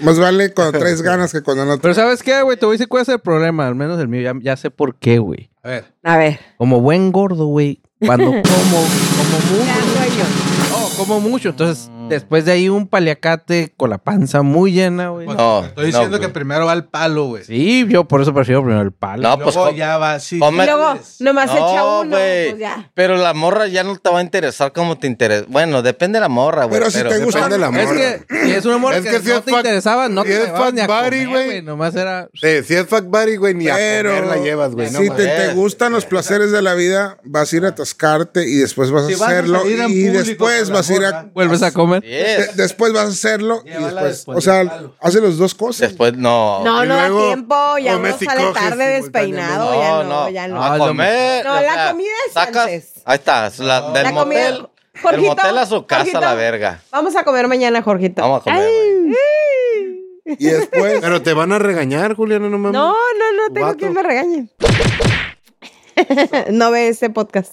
[SPEAKER 5] Más vale cuando traes ganas que cuando no.
[SPEAKER 7] pero ¿sabes qué, güey? Te voy a decir cuál es el problema, al menos el mío. Ya, ya sé por qué, güey.
[SPEAKER 2] A ver.
[SPEAKER 6] A ver.
[SPEAKER 7] Como buen gordo, güey. Cuando como, como
[SPEAKER 6] Ya,
[SPEAKER 7] mucho.
[SPEAKER 6] sueño.
[SPEAKER 7] No, como mucho. Entonces,
[SPEAKER 4] Mm.
[SPEAKER 7] después de ahí un paliacate con la panza muy llena, güey.
[SPEAKER 4] No,
[SPEAKER 2] pues, Estoy diciendo
[SPEAKER 4] no,
[SPEAKER 2] que
[SPEAKER 4] güey.
[SPEAKER 2] primero va al palo, güey.
[SPEAKER 7] Sí, yo por eso prefiero primero el palo.
[SPEAKER 4] No, pues
[SPEAKER 2] Luego
[SPEAKER 4] com-
[SPEAKER 2] ya va así.
[SPEAKER 4] come-
[SPEAKER 6] Y luego, nomás
[SPEAKER 4] No,
[SPEAKER 6] echa uno.
[SPEAKER 4] güey.
[SPEAKER 6] Pues ya.
[SPEAKER 4] Pero la morra ya no te va a interesar como te interesa. Bueno, depende de la morra, güey.
[SPEAKER 5] Pero si te gusta-
[SPEAKER 8] Depende de la
[SPEAKER 7] Es
[SPEAKER 8] morra.
[SPEAKER 7] que si es una morra
[SPEAKER 8] Es
[SPEAKER 7] que,
[SPEAKER 8] que si
[SPEAKER 7] no
[SPEAKER 8] es
[SPEAKER 7] te
[SPEAKER 8] fuck-
[SPEAKER 7] interesaba, no
[SPEAKER 8] si
[SPEAKER 7] te
[SPEAKER 8] es
[SPEAKER 7] llevabas ni a
[SPEAKER 8] fuck buddy,
[SPEAKER 7] comer,
[SPEAKER 8] güey.
[SPEAKER 7] güey. Nomás era...
[SPEAKER 8] Sí, si es fuck buddy, güey, ni a
[SPEAKER 5] Pero
[SPEAKER 8] comer la llevas, güey. no
[SPEAKER 5] si te,
[SPEAKER 8] mames.
[SPEAKER 5] te gustan los placeres de la vida, vas a ir a atascarte y después vas a
[SPEAKER 2] Si vas a
[SPEAKER 5] hacerlo.
[SPEAKER 2] salir en
[SPEAKER 5] y
[SPEAKER 2] público
[SPEAKER 5] después
[SPEAKER 2] con la
[SPEAKER 5] vas a ir a.
[SPEAKER 2] morra,
[SPEAKER 7] Vuelves a comer.
[SPEAKER 4] Yes.
[SPEAKER 5] de- después vas a hacerlo. Y
[SPEAKER 2] Llévala
[SPEAKER 5] después.
[SPEAKER 2] después
[SPEAKER 5] O sea,
[SPEAKER 2] del palo.
[SPEAKER 5] hace las dos cosas.
[SPEAKER 4] Después, no.
[SPEAKER 6] No,
[SPEAKER 8] Y
[SPEAKER 6] no da
[SPEAKER 8] luego
[SPEAKER 6] tiempo. Ya
[SPEAKER 8] comes
[SPEAKER 6] uno
[SPEAKER 8] y
[SPEAKER 6] sale
[SPEAKER 8] coges
[SPEAKER 6] tarde despeinado. ya no, ya no.
[SPEAKER 4] A
[SPEAKER 7] No,
[SPEAKER 4] comer.
[SPEAKER 6] no,
[SPEAKER 4] o
[SPEAKER 6] la
[SPEAKER 4] sea,
[SPEAKER 6] comida es antes.
[SPEAKER 4] Ahí está. La,
[SPEAKER 7] Ah.
[SPEAKER 4] del
[SPEAKER 6] La comida-
[SPEAKER 4] motel. del
[SPEAKER 6] Jorgito,
[SPEAKER 4] motel a su casa,
[SPEAKER 6] Jorgito.
[SPEAKER 4] la verga.
[SPEAKER 6] Vamos a comer mañana, Jorgito.
[SPEAKER 4] Vamos a comer,
[SPEAKER 6] Ay, ay.
[SPEAKER 5] Y después.
[SPEAKER 8] Pero te van a regañar, Juliana, no mames.
[SPEAKER 6] No, no, no tengo
[SPEAKER 8] Vato.
[SPEAKER 6] quien me regañe. no ve este podcast.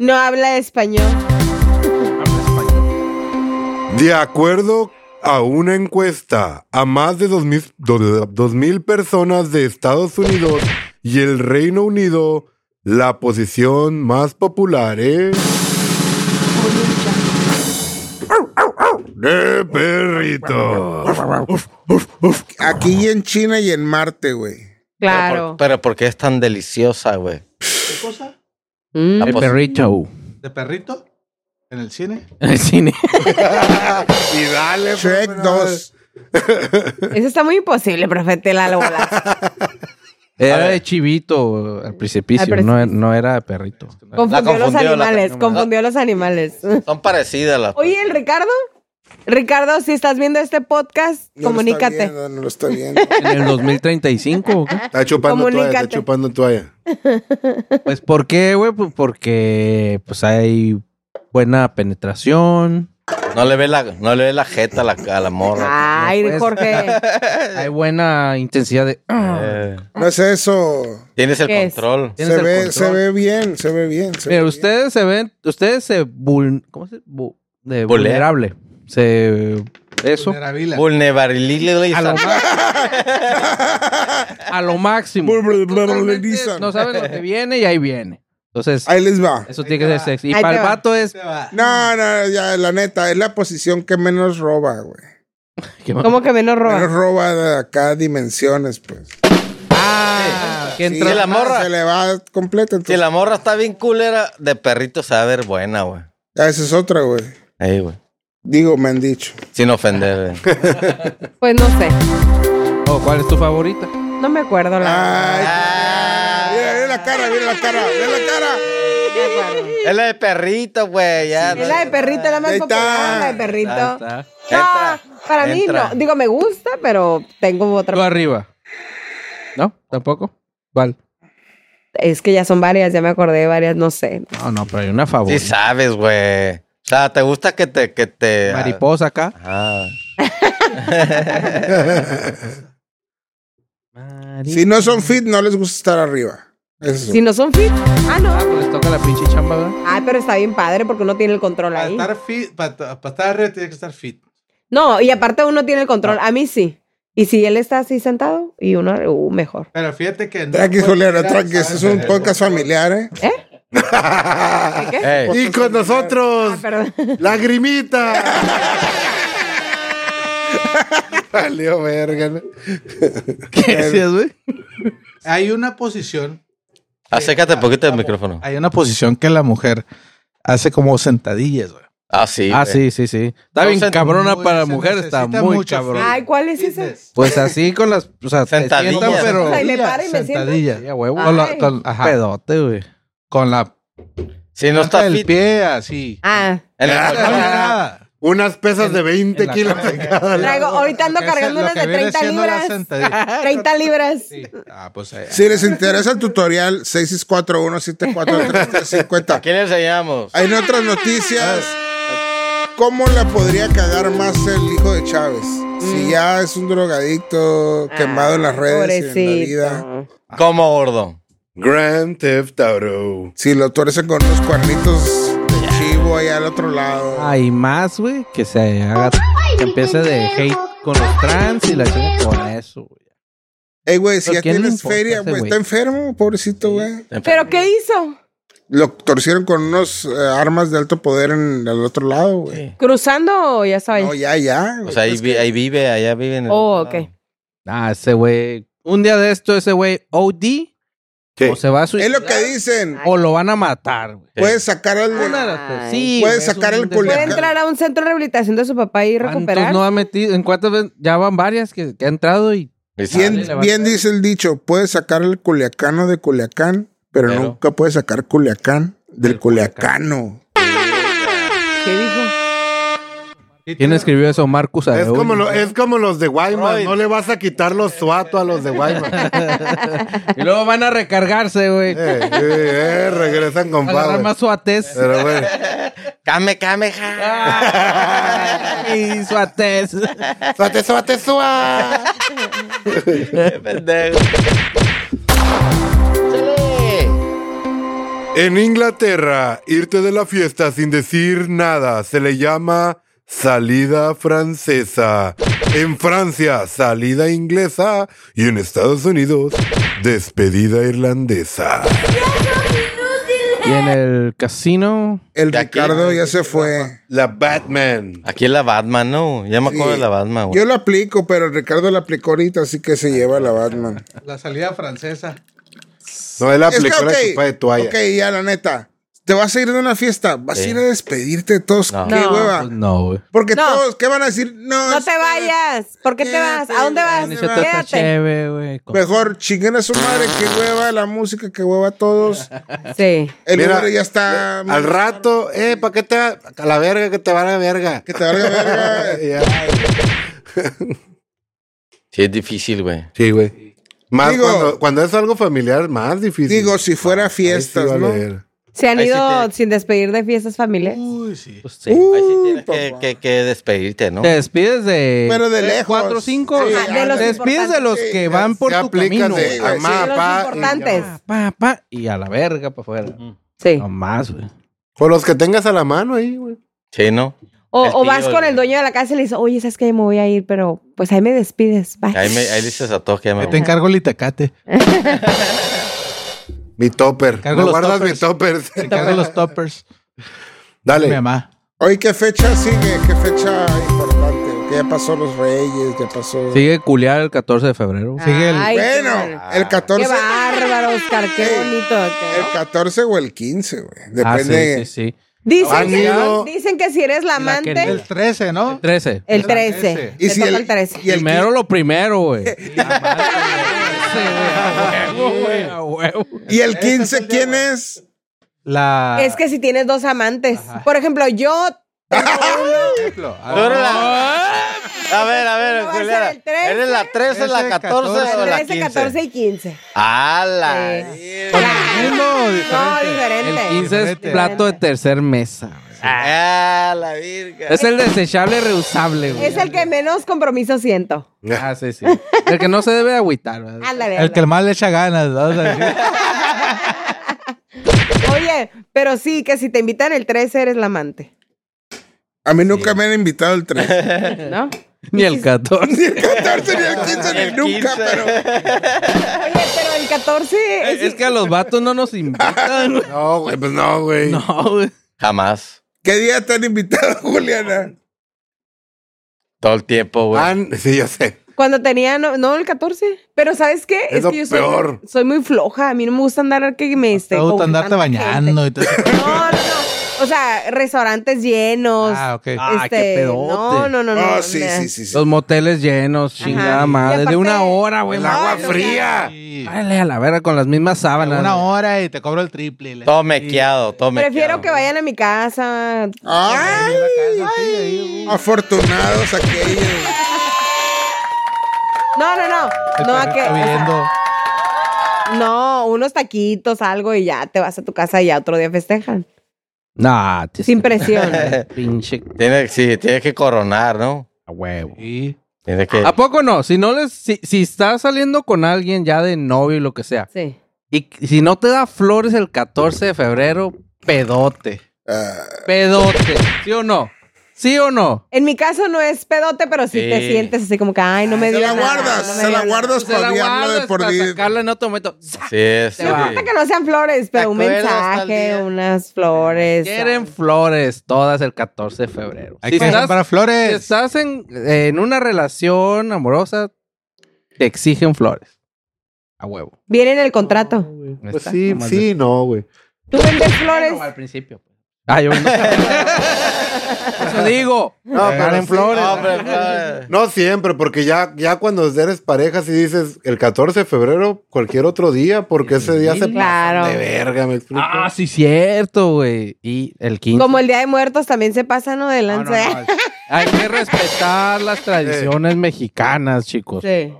[SPEAKER 6] no habla español.
[SPEAKER 1] De acuerdo a una encuesta a más de 2000 do- 2.000 personas de Estados Unidos y el Reino Unido, la posición más popular es... De perrito.
[SPEAKER 5] Aquí y en China y en Marte, güey.
[SPEAKER 4] Pero,
[SPEAKER 6] Claro.
[SPEAKER 4] por, pero ¿por qué es tan deliciosa, güey?
[SPEAKER 2] ¿Qué cosa?
[SPEAKER 6] Mm.
[SPEAKER 4] La
[SPEAKER 7] El
[SPEAKER 4] pos-
[SPEAKER 7] perrito.
[SPEAKER 2] ¿De perrito? ¿En el cine?
[SPEAKER 7] En el cine.
[SPEAKER 8] Y dale,
[SPEAKER 5] Shrek 2.
[SPEAKER 6] Eso está muy imposible, profeta la bola.
[SPEAKER 7] Era de chivito al precipicio,
[SPEAKER 6] Al precipicio.
[SPEAKER 7] No, no era de perrito.
[SPEAKER 6] Confundió los
[SPEAKER 4] confundió, la-
[SPEAKER 6] animales,
[SPEAKER 4] no,
[SPEAKER 6] confundió los animales.
[SPEAKER 4] Son parecidas las.
[SPEAKER 6] Oye, el Ricardo. Ricardo, si estás viendo este podcast,
[SPEAKER 5] No
[SPEAKER 6] comunícate.
[SPEAKER 5] Lo está viendo, no lo está viendo.
[SPEAKER 7] En el 2035. ¿o qué?
[SPEAKER 8] Está chupando toalla, está
[SPEAKER 6] Comunícate.
[SPEAKER 8] chupando toalla.
[SPEAKER 7] Pues ¿por qué, güey? Pues porque pues hay buena penetración,
[SPEAKER 4] No le ve la, no le ve la jeta a la, a la morra.
[SPEAKER 6] Ay,
[SPEAKER 7] pues.
[SPEAKER 6] Jorge.
[SPEAKER 7] hay buena intensidad de
[SPEAKER 4] Eh,
[SPEAKER 5] No es eso.
[SPEAKER 4] Tienes el
[SPEAKER 6] Ah. ¿Qué es?
[SPEAKER 4] control.
[SPEAKER 7] Tienes
[SPEAKER 5] Se
[SPEAKER 7] el
[SPEAKER 5] ve,
[SPEAKER 7] control.
[SPEAKER 5] se ve bien, se ve bien. se
[SPEAKER 7] Pero
[SPEAKER 5] ve
[SPEAKER 7] ustedes se ven, ustedes se vul- ¿cómo se dice? Bu- de
[SPEAKER 4] Vulner-
[SPEAKER 7] vulnerable. Se eso
[SPEAKER 2] Vulnerabila.
[SPEAKER 4] Vulnerabilidad.
[SPEAKER 7] a lo, ma- a lo máximo. Totalmente No saben lo que viene y ahí viene. Entonces,
[SPEAKER 5] bien. Ahí les va.
[SPEAKER 7] eso tiene que ser sexy. Y
[SPEAKER 6] Ahí
[SPEAKER 7] para
[SPEAKER 6] te
[SPEAKER 7] el
[SPEAKER 6] va.
[SPEAKER 7] vato es
[SPEAKER 2] Se va.
[SPEAKER 5] No, no, ya, la neta, es la posición que menos roba, güey.
[SPEAKER 7] ¿Qué más?
[SPEAKER 6] ¿Cómo que menos roba?
[SPEAKER 5] Menos roba de acá dimensiones, pues.
[SPEAKER 7] Ah, que
[SPEAKER 5] Sí,
[SPEAKER 7] entra
[SPEAKER 4] de la morra.
[SPEAKER 5] Se le va
[SPEAKER 4] Si
[SPEAKER 5] completa, entonces.
[SPEAKER 4] la morra está bien culera, de perrito se va a ver buena, güey.
[SPEAKER 5] Ah, Esa es otra, güey.
[SPEAKER 4] Ahí, güey.
[SPEAKER 5] Digo, me han dicho.
[SPEAKER 4] Sin ofender, güey.
[SPEAKER 6] Pues no sé.
[SPEAKER 7] Oh, ¿cuál es tu favorita?
[SPEAKER 6] No me acuerdo la.
[SPEAKER 5] Ay,
[SPEAKER 4] Ah,
[SPEAKER 5] mira, mira la cara, mira la cara, mira la cara.
[SPEAKER 6] No me acuerdo.
[SPEAKER 4] es la de perrito, güey. Ya,
[SPEAKER 6] Es la de perrito, la más
[SPEAKER 5] Ahí está.
[SPEAKER 6] popular, la de
[SPEAKER 7] Ahí
[SPEAKER 6] perrito.
[SPEAKER 7] está.
[SPEAKER 6] No,
[SPEAKER 4] Entra,
[SPEAKER 6] para mí
[SPEAKER 4] entra.
[SPEAKER 6] no. Digo, me gusta, pero tengo
[SPEAKER 7] Tú
[SPEAKER 6] otra.
[SPEAKER 7] arriba. ¿No? ¿Tampoco? ¿Cuál?
[SPEAKER 6] Es que ya son varias, ya me acordé de varias, no sé.
[SPEAKER 7] No, no, pero hay una
[SPEAKER 4] Sí
[SPEAKER 7] favorita.
[SPEAKER 4] sabes, güey. O sea, ¿te gusta que te... Que te
[SPEAKER 7] Mariposa acá.
[SPEAKER 4] Ah.
[SPEAKER 5] Si no son fit, no les gusta estar arriba. Eso.
[SPEAKER 6] Si no son fit. Ah, no.
[SPEAKER 7] Les toca la pinche chamba, ¿verdad?
[SPEAKER 6] Ah, pero está bien padre porque uno tiene el control
[SPEAKER 2] Para
[SPEAKER 6] ahí.
[SPEAKER 2] estar fit, para, estar arriba tiene que estar fit.
[SPEAKER 6] No, y aparte uno tiene el control.
[SPEAKER 2] Ah.
[SPEAKER 6] A mí sí. Y si él está así sentado y uno, uh, mejor.
[SPEAKER 2] Pero fíjate que no.
[SPEAKER 5] Tranqui,
[SPEAKER 2] puedes
[SPEAKER 5] Juliana,
[SPEAKER 2] ir a
[SPEAKER 5] tranqui.
[SPEAKER 2] besar
[SPEAKER 5] Este es un
[SPEAKER 2] el-
[SPEAKER 5] podcast familiar, ¿eh?
[SPEAKER 4] Ey,
[SPEAKER 8] Y con nosotros,
[SPEAKER 6] Ah, perdón.
[SPEAKER 8] lagrimita. Valió verga, ¿no?
[SPEAKER 7] ¿Qué decías, güey?
[SPEAKER 2] Hay una posición,
[SPEAKER 4] acércate un poquito del micrófono.
[SPEAKER 2] hay una posición que la mujer hace como sentadillas, güey.
[SPEAKER 4] Ah, sí.
[SPEAKER 7] Ah,
[SPEAKER 4] güey.
[SPEAKER 7] sí, sí, sí. Está
[SPEAKER 4] No
[SPEAKER 7] bien
[SPEAKER 4] se-
[SPEAKER 7] cabrona
[SPEAKER 2] muy- se
[SPEAKER 7] para mujer, está
[SPEAKER 2] necesita
[SPEAKER 7] muy
[SPEAKER 2] mucho
[SPEAKER 7] cabrón.
[SPEAKER 2] fit.
[SPEAKER 6] Ay, ¿cuál es esa?
[SPEAKER 2] Fitness.
[SPEAKER 7] Pues así con las, o sea, te
[SPEAKER 4] Sentadillas.
[SPEAKER 7] sientan, pero
[SPEAKER 6] O sea, y me paro y me siento.
[SPEAKER 2] Sentadillas.
[SPEAKER 7] Sí, a huevo.
[SPEAKER 6] Ay.
[SPEAKER 2] Con la- con- ajá,
[SPEAKER 7] pedote, güey.
[SPEAKER 2] con la
[SPEAKER 4] Si no
[SPEAKER 2] planta
[SPEAKER 4] está
[SPEAKER 2] del
[SPEAKER 4] fit...
[SPEAKER 2] pie así.
[SPEAKER 6] Ah,
[SPEAKER 4] en el-
[SPEAKER 2] No, nada.
[SPEAKER 8] Unas pesas de 20
[SPEAKER 7] en la
[SPEAKER 8] kilos.
[SPEAKER 7] cara.
[SPEAKER 8] de cada lado.
[SPEAKER 6] traigo, ahorita ando
[SPEAKER 2] Ah, Lo que es-
[SPEAKER 6] cargando
[SPEAKER 2] lo
[SPEAKER 6] unas
[SPEAKER 2] que
[SPEAKER 6] de
[SPEAKER 2] viene
[SPEAKER 6] 30
[SPEAKER 2] siendo la
[SPEAKER 6] libras.
[SPEAKER 2] sentadilla.
[SPEAKER 6] 30 libras.
[SPEAKER 2] Sí. Ah, pues ahí.
[SPEAKER 5] Si les interesa el tutorial, 6641 743 50
[SPEAKER 4] ¿A quién le enseñamos?
[SPEAKER 5] Hay en otras noticias. ¿Cómo la podría cagar más el hijo de Chávez?
[SPEAKER 7] Mm.
[SPEAKER 5] Si ya es un drogadicto
[SPEAKER 7] Ah,
[SPEAKER 5] quemado en las redes y en la
[SPEAKER 6] pobrecito.
[SPEAKER 5] vida.
[SPEAKER 4] ¿Cómo, gordo?
[SPEAKER 8] Grand Theft Auto.
[SPEAKER 5] Si lo tuercen con unos cuernitos de chivo allá al otro lado.
[SPEAKER 7] Hay más, güey, que se haga. Que empiece de hate con los trans y la chinga con eso, güey.
[SPEAKER 5] Ey, güey, si
[SPEAKER 7] ¿Pero
[SPEAKER 5] ya
[SPEAKER 7] quién le
[SPEAKER 5] tienes
[SPEAKER 7] importa
[SPEAKER 5] feria,
[SPEAKER 7] ese
[SPEAKER 5] güey.
[SPEAKER 7] güey?
[SPEAKER 5] Está enfermo, pobrecito, güey.
[SPEAKER 6] ¿Pero qué hizo?
[SPEAKER 5] Lo torcieron con unos eh, armas de alto poder en el otro lado, güey.
[SPEAKER 6] ¿Cruzando o ya estaba ahí?
[SPEAKER 5] No, ya, ya.
[SPEAKER 4] O sea, ahí, vi- ahí vive, allá vive en el-
[SPEAKER 6] Oh, ok.
[SPEAKER 7] Ah, ese güey. Un día de esto, ese güey, OD, o se va a
[SPEAKER 5] Es
[SPEAKER 7] suicidar
[SPEAKER 5] lo que dicen.
[SPEAKER 7] o lo van a matar, güey.
[SPEAKER 5] Puedes sacar al de-
[SPEAKER 7] Una de las tres.
[SPEAKER 6] Ay.
[SPEAKER 7] Sí,
[SPEAKER 5] Puedes
[SPEAKER 7] güey, es
[SPEAKER 5] sacar
[SPEAKER 7] un
[SPEAKER 5] el
[SPEAKER 7] des-
[SPEAKER 5] culiacán.
[SPEAKER 6] ¿Puede entrar a un centro de rehabilitación de su papá y
[SPEAKER 7] ¿Cuántos
[SPEAKER 6] recuperar?
[SPEAKER 7] no ha metido? ¿En cuántas veces? Ya van varias que, que ha entrado y.
[SPEAKER 4] Y sale.
[SPEAKER 5] Bien, bien dice el dicho, puedes sacar al culiacano de Culiacán, pero,
[SPEAKER 4] Pero-
[SPEAKER 5] nunca puedes sacar Culiacán del culiacano.
[SPEAKER 6] ¿Qué dijo?
[SPEAKER 7] ¿Quién escribió eso? Marcus
[SPEAKER 8] Es
[SPEAKER 7] Adeoye.
[SPEAKER 8] como, lo- es como los de Guaymas.
[SPEAKER 4] Freud.
[SPEAKER 8] No le vas a quitar los suato a los de Guaymas.
[SPEAKER 7] Y luego van a recargarse, güey.
[SPEAKER 8] Eh, eh, eh, regresan con
[SPEAKER 7] Agarrar
[SPEAKER 8] power.
[SPEAKER 7] más suatez.
[SPEAKER 8] Pero bueno,
[SPEAKER 4] Came, came, ja.
[SPEAKER 7] Y suatez.
[SPEAKER 8] suate, suate, sua.
[SPEAKER 4] Qué pendejo. Chale.
[SPEAKER 1] En Inglaterra, irte de la fiesta sin decir nada se le llama salida francesa. En Francia, salida inglesa. Y en Estados Unidos, despedida irlandesa.
[SPEAKER 7] Y en el casino.
[SPEAKER 5] El
[SPEAKER 4] De aquí,
[SPEAKER 5] Ricardo
[SPEAKER 4] ¿no?
[SPEAKER 5] ya se fue.
[SPEAKER 8] La Batman.
[SPEAKER 4] Aquí es la Batman, ¿no? Ya me acuerdo
[SPEAKER 5] Sí.
[SPEAKER 4] de la Batman, güey.
[SPEAKER 5] Yo lo aplico, pero el Ricardo la aplicó ahorita, así que se lleva la Batman.
[SPEAKER 2] La salida francesa.
[SPEAKER 8] No, él
[SPEAKER 5] Es que,
[SPEAKER 8] aplicó la
[SPEAKER 5] ok,
[SPEAKER 8] chupa de toalla.
[SPEAKER 5] ok, ya la neta. Te vas a ir de una fiesta, vas a
[SPEAKER 4] Sí.
[SPEAKER 5] ir a despedirte de todos.
[SPEAKER 4] No.
[SPEAKER 5] ¿Qué
[SPEAKER 6] No.
[SPEAKER 5] hueva?
[SPEAKER 7] No, güey.
[SPEAKER 5] Porque
[SPEAKER 6] No.
[SPEAKER 5] todos, ¿qué van a decir? No,
[SPEAKER 6] No
[SPEAKER 5] es que
[SPEAKER 6] te vayas. ¿Por qué te vas? ¿A dónde vas?
[SPEAKER 5] Ni
[SPEAKER 7] Se trata
[SPEAKER 6] Quédate.
[SPEAKER 7] chévere, güey. Con-
[SPEAKER 5] Mejor chinguen a su madre, qué hueva la música, qué hueva a todos.
[SPEAKER 6] Sí.
[SPEAKER 5] El
[SPEAKER 8] Mira,
[SPEAKER 5] Uber ya está.
[SPEAKER 8] Al rato, eh, ¿para qué te va? A la verga, que te van a verga.
[SPEAKER 5] Que te valga verga.
[SPEAKER 8] Ya.
[SPEAKER 4] Sí, es difícil, güey.
[SPEAKER 8] Sí, güey. Más
[SPEAKER 5] Digo-
[SPEAKER 8] cuando, cuando es algo familiar, más difícil.
[SPEAKER 5] Digo, si fuera
[SPEAKER 8] Ahí sí
[SPEAKER 5] fiestas,
[SPEAKER 8] va a
[SPEAKER 5] ¿no?
[SPEAKER 8] leer.
[SPEAKER 6] ¿Se han
[SPEAKER 4] Ahí sí
[SPEAKER 6] ido
[SPEAKER 4] te-
[SPEAKER 6] sin despedir de fiestas familiares?
[SPEAKER 7] Pues sí.
[SPEAKER 4] Ahí
[SPEAKER 5] Uh,
[SPEAKER 4] sí tienes que, que- que despedirte, ¿no?
[SPEAKER 7] Te despides de.
[SPEAKER 5] Pero de
[SPEAKER 7] tres,
[SPEAKER 5] lejos.
[SPEAKER 7] Cuatro, cinco.
[SPEAKER 5] Sí,
[SPEAKER 6] Ajá, de
[SPEAKER 7] te
[SPEAKER 6] los
[SPEAKER 7] despides de los
[SPEAKER 5] importantes.
[SPEAKER 7] que van por
[SPEAKER 8] Se
[SPEAKER 7] tu
[SPEAKER 8] aplican
[SPEAKER 7] camino.
[SPEAKER 8] de
[SPEAKER 7] güey.
[SPEAKER 8] mamá,
[SPEAKER 6] De los
[SPEAKER 8] pa, y-
[SPEAKER 6] importantes.
[SPEAKER 7] Pa, pa, y a la verga para afuera.
[SPEAKER 6] Sí.
[SPEAKER 7] No más, güey.
[SPEAKER 8] O Pues los que tengas a la mano ahí, güey.
[SPEAKER 4] Sí, ¿no?
[SPEAKER 6] O,
[SPEAKER 4] El
[SPEAKER 6] o vas
[SPEAKER 4] tío,
[SPEAKER 6] con
[SPEAKER 4] el-
[SPEAKER 6] el dueño de la casa y le dices, oye, sabes que ya me voy a ir, pero pues ahí me despides. Bye.
[SPEAKER 4] Ahí, me, ahí le dices a todos que ya me
[SPEAKER 2] Yo te
[SPEAKER 4] voy.
[SPEAKER 2] encargo el itacate.
[SPEAKER 8] Mi topper.
[SPEAKER 2] Cargo
[SPEAKER 8] No
[SPEAKER 2] los
[SPEAKER 8] guardas
[SPEAKER 2] toppers.
[SPEAKER 8] mis toppers.
[SPEAKER 2] Te encargo los toppers. Mi
[SPEAKER 8] Dale.
[SPEAKER 2] mamá.
[SPEAKER 5] Hoy, ¿qué fecha sigue? ¿Qué fecha importante? Que ya pasó los Reyes, ya pasó.
[SPEAKER 7] Sigue culiar el 14 de febrero.
[SPEAKER 6] Ah.
[SPEAKER 2] Sigue el-
[SPEAKER 6] Ay, qué
[SPEAKER 5] bueno,
[SPEAKER 6] mal.
[SPEAKER 5] el 14.
[SPEAKER 6] Qué bárbaro, Oscar, qué
[SPEAKER 5] Ey,
[SPEAKER 6] bonito.
[SPEAKER 5] El 14 o el 15, güey. Depende.
[SPEAKER 7] Ah, sí, sí, sí.
[SPEAKER 6] Dicen,
[SPEAKER 8] Han ido-
[SPEAKER 6] que, dicen que si eres la amante,
[SPEAKER 2] El 13, ¿no?
[SPEAKER 7] 13.
[SPEAKER 6] el
[SPEAKER 2] trece.
[SPEAKER 6] 13.
[SPEAKER 5] Y
[SPEAKER 6] te
[SPEAKER 5] si
[SPEAKER 6] toca
[SPEAKER 5] el-
[SPEAKER 6] el 13.
[SPEAKER 5] y el
[SPEAKER 7] primero lo primero, güey. A huevo, güey, a huevo.
[SPEAKER 5] ¿Y el 15 quién es?
[SPEAKER 2] La.
[SPEAKER 6] Es que si tienes dos amantes. Por ejemplo, yo
[SPEAKER 4] Tú eres
[SPEAKER 8] Ah.
[SPEAKER 4] la- A ver, a ver,
[SPEAKER 6] ¿No vas a
[SPEAKER 4] Juliana.
[SPEAKER 6] el 13?
[SPEAKER 4] ¿Eres la 13, la 14 o la
[SPEAKER 6] 13, 14
[SPEAKER 4] 15?
[SPEAKER 6] y 15.
[SPEAKER 4] ¡Hala!
[SPEAKER 2] Uno
[SPEAKER 6] Ah, No,
[SPEAKER 2] diferente.
[SPEAKER 6] diferente.
[SPEAKER 7] El 15 es plato de tercer mesa. güey.
[SPEAKER 4] ¡Ah, la virga!
[SPEAKER 7] Es el desechable reusable, güey.
[SPEAKER 6] Es el que menos compromiso siento.
[SPEAKER 7] Ah, sí, sí. El que no se debe agüitar, ¿verdad?
[SPEAKER 6] Ándale.
[SPEAKER 2] El que
[SPEAKER 6] ándale.
[SPEAKER 2] más le echa ganas. ¿no? O sea,
[SPEAKER 6] Oye, pero sí, que si te invitan el 13 eres la amante,
[SPEAKER 5] A mí nunca me han invitado el 13.
[SPEAKER 6] ¿no?
[SPEAKER 7] Ni el 14.
[SPEAKER 5] 14 ni el 15 ni nunca, pero.
[SPEAKER 6] Oye, pero el 14 es,
[SPEAKER 7] Es que a los vatos no nos invitan, güey.
[SPEAKER 8] No, güey, pues no, güey.
[SPEAKER 7] No, güey.
[SPEAKER 4] Jamás.
[SPEAKER 5] ¿Qué día te han invitado, Juliana?
[SPEAKER 4] Todo el tiempo, güey.
[SPEAKER 8] Ah, sí, yo sé.
[SPEAKER 6] cuando tenía, no, no, el 14. Pero ¿sabes qué?
[SPEAKER 8] Es lo
[SPEAKER 6] que yo
[SPEAKER 8] peor.
[SPEAKER 6] Soy, soy muy floja. A mí no me gusta andar que me esté.
[SPEAKER 2] Te gusta
[SPEAKER 6] con
[SPEAKER 2] andarte
[SPEAKER 6] tanta gente.
[SPEAKER 2] bañando y todo.
[SPEAKER 6] No, no, no. O sea, restaurantes llenos.
[SPEAKER 2] Ah, ok.
[SPEAKER 7] Ah, qué
[SPEAKER 6] este,
[SPEAKER 7] pedote.
[SPEAKER 6] No, no, no. no
[SPEAKER 5] Oh, sí,
[SPEAKER 6] nah.
[SPEAKER 5] sí, sí. sí.
[SPEAKER 7] Los moteles llenos, chingada
[SPEAKER 6] Ajá. Y
[SPEAKER 7] madre.
[SPEAKER 6] aparte-
[SPEAKER 7] De una hora, güey.
[SPEAKER 8] El
[SPEAKER 7] madre.
[SPEAKER 8] agua
[SPEAKER 6] no,
[SPEAKER 8] fría.
[SPEAKER 2] Sí.
[SPEAKER 7] Dale a la verga con las mismas sábanas.
[SPEAKER 2] Una hora y te cobro el triple. y le-
[SPEAKER 4] Todo mequeado, todo mequeado.
[SPEAKER 6] Prefiero que vayan a mi casa.
[SPEAKER 5] ¡Ay! Afortunados aquellos.
[SPEAKER 6] No, no, no.
[SPEAKER 2] El
[SPEAKER 6] No,
[SPEAKER 2] perro
[SPEAKER 6] a que.
[SPEAKER 2] está
[SPEAKER 6] o sea,
[SPEAKER 2] viendo.
[SPEAKER 6] No, unos taquitos, algo y ya te vas a tu casa y ya otro día festejan.
[SPEAKER 7] Nah, te-
[SPEAKER 6] Sin presión.
[SPEAKER 7] pinche
[SPEAKER 4] Tiene, sí, tiene que coronar, ¿no?
[SPEAKER 7] a huevo.
[SPEAKER 4] Tiene que.
[SPEAKER 6] Ah,
[SPEAKER 7] ¿A poco no? Si no les, si, si estás saliendo con alguien ya de novio y lo que sea,
[SPEAKER 6] Sí.
[SPEAKER 7] y si no te da flores el 14 de febrero, pedote.
[SPEAKER 5] Ah,
[SPEAKER 7] Pedote. ¿Sí o no? ¿Sí o no?
[SPEAKER 6] En mi caso no es pedote, pero sí, te
[SPEAKER 4] Sí.
[SPEAKER 6] sientes así como que, ay, no me
[SPEAKER 5] Se
[SPEAKER 6] dio
[SPEAKER 5] la
[SPEAKER 6] nada,
[SPEAKER 5] guardas,
[SPEAKER 6] no me
[SPEAKER 5] se
[SPEAKER 6] dio
[SPEAKER 5] la
[SPEAKER 6] nada.
[SPEAKER 5] guardas
[SPEAKER 7] Se la
[SPEAKER 5] para olvidarlo de
[SPEAKER 7] guardas
[SPEAKER 5] por
[SPEAKER 7] para
[SPEAKER 5] vida.
[SPEAKER 7] sacarla en otro momento. ¡Za!
[SPEAKER 4] Sí, es.
[SPEAKER 7] Te va.
[SPEAKER 6] Hasta que no sean flores, pero un
[SPEAKER 4] acuerdas tal
[SPEAKER 6] mensaje,
[SPEAKER 4] día?
[SPEAKER 6] unas flores.
[SPEAKER 7] Quieren flores todas el 14 de febrero.
[SPEAKER 2] Hay
[SPEAKER 7] Si
[SPEAKER 2] que
[SPEAKER 7] estás,
[SPEAKER 2] comprar
[SPEAKER 7] si
[SPEAKER 2] flores.
[SPEAKER 7] estás en, en una relación amorosa, te exigen flores. A huevo.
[SPEAKER 6] Viene en el contrato.
[SPEAKER 8] Pues sí,
[SPEAKER 7] Nomás
[SPEAKER 8] sí, no, güey.
[SPEAKER 6] Tú vendes flores.
[SPEAKER 7] Bueno, al principio. Ah, yo no. Eso digo.
[SPEAKER 8] No, pero sí.
[SPEAKER 4] No, pero, pero-
[SPEAKER 8] No siempre, porque ya, ya cuando eres pareja, si dices el 14 de febrero, cualquier otro día, porque ese día se
[SPEAKER 6] Claro.
[SPEAKER 8] pasan de verga, me explico.
[SPEAKER 7] Ah, sí, cierto, güey. Y el 15.
[SPEAKER 6] Como el Día de Muertos también se pasa, ¿no? De
[SPEAKER 7] No, no,
[SPEAKER 6] lanza.
[SPEAKER 2] Ah,
[SPEAKER 7] no. Hay que respetar las tradiciones mexicanas, chicos.
[SPEAKER 6] Sí.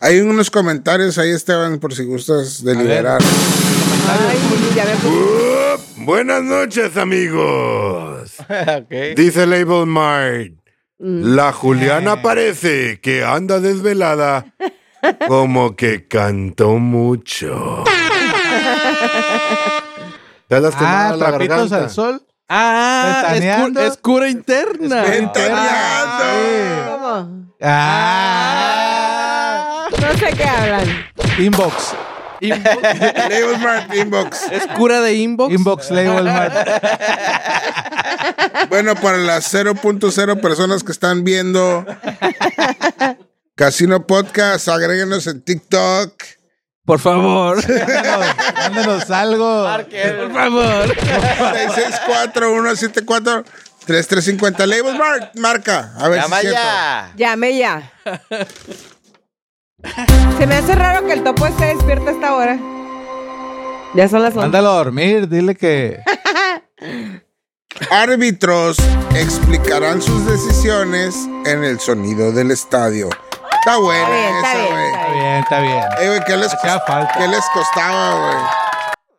[SPEAKER 5] Hay unos comentarios ahí, Esteban, por si gustas deliberar.
[SPEAKER 6] Ay, ya me puse-
[SPEAKER 1] Up, buenas noches, amigos.
[SPEAKER 4] ok.
[SPEAKER 1] Dice Label Mart.
[SPEAKER 6] Mm.
[SPEAKER 1] La Juliana parece que anda desvelada, como que cantó mucho.
[SPEAKER 8] Ya las
[SPEAKER 2] Ah,
[SPEAKER 8] quemadas la
[SPEAKER 2] trapitos
[SPEAKER 8] garganta.
[SPEAKER 2] al sol.
[SPEAKER 7] Ah, es, cu-
[SPEAKER 2] Ventaneando.
[SPEAKER 7] es cura interna.
[SPEAKER 5] ¡Ventaneando!
[SPEAKER 6] ¿Cómo?
[SPEAKER 2] Ah.
[SPEAKER 6] No sé qué hablan.
[SPEAKER 2] Inbox.
[SPEAKER 5] Label Mart Inbox.
[SPEAKER 7] Es cura de inbox.
[SPEAKER 2] Inbox label mart.
[SPEAKER 5] Bueno, para las 0.0 personas que están viendo Casino Podcast, agréguenos en TikTok.
[SPEAKER 7] Por favor.
[SPEAKER 2] Mándenos- Mándenos algo.
[SPEAKER 7] Por favor.
[SPEAKER 5] 664-174-3350. Label Mart, marca. A ver si
[SPEAKER 4] Llama
[SPEAKER 5] es cierto.
[SPEAKER 4] ya.
[SPEAKER 6] Llame ya. Se me hace raro que el topo esté despierto a esta hora. Ya son las 11.
[SPEAKER 2] Mándalo a dormir. Dile que.
[SPEAKER 5] Árbitros explicarán sus decisiones en el sonido del estadio. Está buena
[SPEAKER 6] Está bien, está
[SPEAKER 5] esa,
[SPEAKER 6] bien,
[SPEAKER 5] güey.
[SPEAKER 6] está
[SPEAKER 2] Está
[SPEAKER 6] bien.
[SPEAKER 2] bien, está bien.
[SPEAKER 5] Ey, güey, ¿qué les,
[SPEAKER 2] Hacía falta.
[SPEAKER 5] qué les costaba, güey?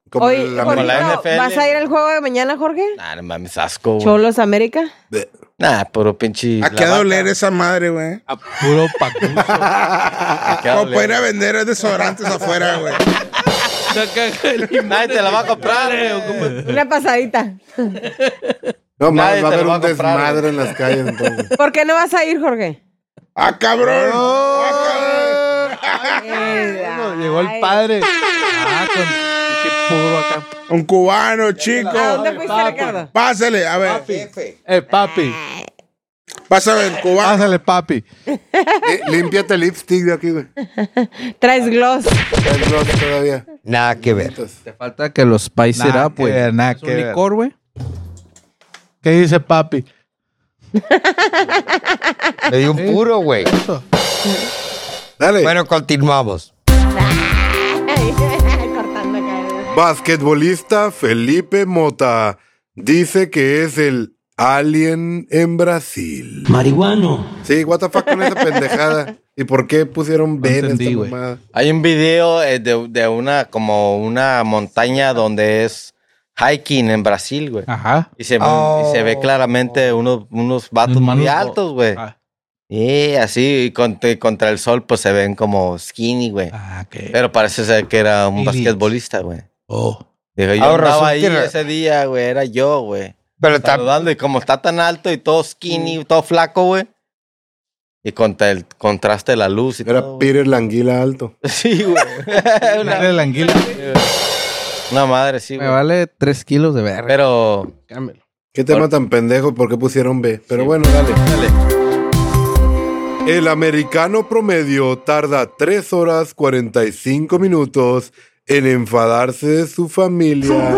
[SPEAKER 8] Como
[SPEAKER 6] Oye,
[SPEAKER 8] la-
[SPEAKER 6] Jorgito,
[SPEAKER 4] la NFL.
[SPEAKER 6] ¿vas a ir al juego de mañana, Jorge?
[SPEAKER 4] Nah, no mames, asco, güey.
[SPEAKER 6] Cholos América.
[SPEAKER 4] Nah, puro pinche.
[SPEAKER 5] ¿A
[SPEAKER 8] Ah,
[SPEAKER 4] la
[SPEAKER 5] qué
[SPEAKER 4] vaca.
[SPEAKER 5] doler esa madre, güey?
[SPEAKER 2] A puro pacuso.
[SPEAKER 8] ah,
[SPEAKER 4] ¿A qué
[SPEAKER 5] Como
[SPEAKER 4] doler?
[SPEAKER 8] pues,
[SPEAKER 5] para ir a vender desodorantes afuera, güey.
[SPEAKER 4] Nadie te la va a comprar.
[SPEAKER 6] Una pasadita.
[SPEAKER 8] No, más,
[SPEAKER 4] Nadie
[SPEAKER 8] va a
[SPEAKER 4] te
[SPEAKER 8] haber
[SPEAKER 4] lo va
[SPEAKER 8] un
[SPEAKER 4] a comprar,
[SPEAKER 8] desmadre en las calles. entonces.
[SPEAKER 6] ¿Por qué no vas a ir, Jorge?
[SPEAKER 5] ¡Ah, cabrón! ¡Ah,
[SPEAKER 6] Eh,
[SPEAKER 2] Llegó el
[SPEAKER 6] ay.
[SPEAKER 2] padre.
[SPEAKER 7] Ah, con pinche puro acá.
[SPEAKER 5] cabrón! Un cubano,
[SPEAKER 6] ¿A
[SPEAKER 5] chico.
[SPEAKER 6] dónde fuiste, Ricardo?
[SPEAKER 5] Pásale, a ver.
[SPEAKER 2] Papi. Eh, papi.
[SPEAKER 5] Pásale, el cubano.
[SPEAKER 2] Pásale, papi.
[SPEAKER 8] Eh, límpiate el lipstick de aquí, güey.
[SPEAKER 6] Traes gloss.
[SPEAKER 8] El gloss Pues todavía.
[SPEAKER 3] Nada que ver.
[SPEAKER 7] Te falta que los spice it
[SPEAKER 2] Nada
[SPEAKER 7] up,
[SPEAKER 2] que
[SPEAKER 7] güey.
[SPEAKER 2] ver, nada
[SPEAKER 7] pues. Es un
[SPEAKER 2] que ver.
[SPEAKER 7] licor, güey.
[SPEAKER 2] ¿Qué dice papi?
[SPEAKER 3] Le di un puro, güey.
[SPEAKER 8] Dale.
[SPEAKER 3] Bueno, continuamos.
[SPEAKER 6] Cortando acá.
[SPEAKER 1] Basquetbolista Felipe Mota dice que es el alien en Brasil.
[SPEAKER 10] Marihuano.
[SPEAKER 8] Sí, what the fuck con esa pendejada. ¿Y por qué pusieron Ben en
[SPEAKER 2] entendí,
[SPEAKER 8] esta
[SPEAKER 2] güey.
[SPEAKER 8] mamada?
[SPEAKER 4] Hay un video eh, de, de una, como una montaña donde es hiking en Brasil, güey.
[SPEAKER 2] Ajá.
[SPEAKER 4] Y se,
[SPEAKER 3] Oh.
[SPEAKER 4] y se ve claramente unos, unos vatos
[SPEAKER 2] Unos
[SPEAKER 4] muy
[SPEAKER 2] manos-
[SPEAKER 4] altos, güey.
[SPEAKER 2] Ah,
[SPEAKER 4] Y así, y contra, y contra el sol, pues se ven como skinny, güey.
[SPEAKER 2] ah, ok.
[SPEAKER 4] Pero parece ser que era un
[SPEAKER 2] Skinny.
[SPEAKER 4] basquetbolista, güey.
[SPEAKER 2] Oh.
[SPEAKER 4] Digo, yo
[SPEAKER 3] Ahora
[SPEAKER 4] andaba ahí
[SPEAKER 3] Ah, resulta que-
[SPEAKER 4] ese día, güey. Era yo, güey.
[SPEAKER 3] Pero está
[SPEAKER 4] Saludando, y como está tan alto y todo skinny, todo flaco, güey. Y contra el contraste de la luz y
[SPEAKER 8] Era
[SPEAKER 4] todo. güey.
[SPEAKER 8] Peter Languila alto.
[SPEAKER 4] Sí, güey. una,
[SPEAKER 2] Dale la anguila.
[SPEAKER 4] una madre, sí,
[SPEAKER 7] Me
[SPEAKER 4] güey.
[SPEAKER 7] vale 3 kilos de verga.
[SPEAKER 4] Pero.
[SPEAKER 7] Cámbialo.
[SPEAKER 8] Qué tema tan pendejo, ¿por qué pusieron B? Pero bueno, dale.
[SPEAKER 4] Dale.
[SPEAKER 1] El americano promedio tarda 3 horas 45 minutos en enfadarse de su familia.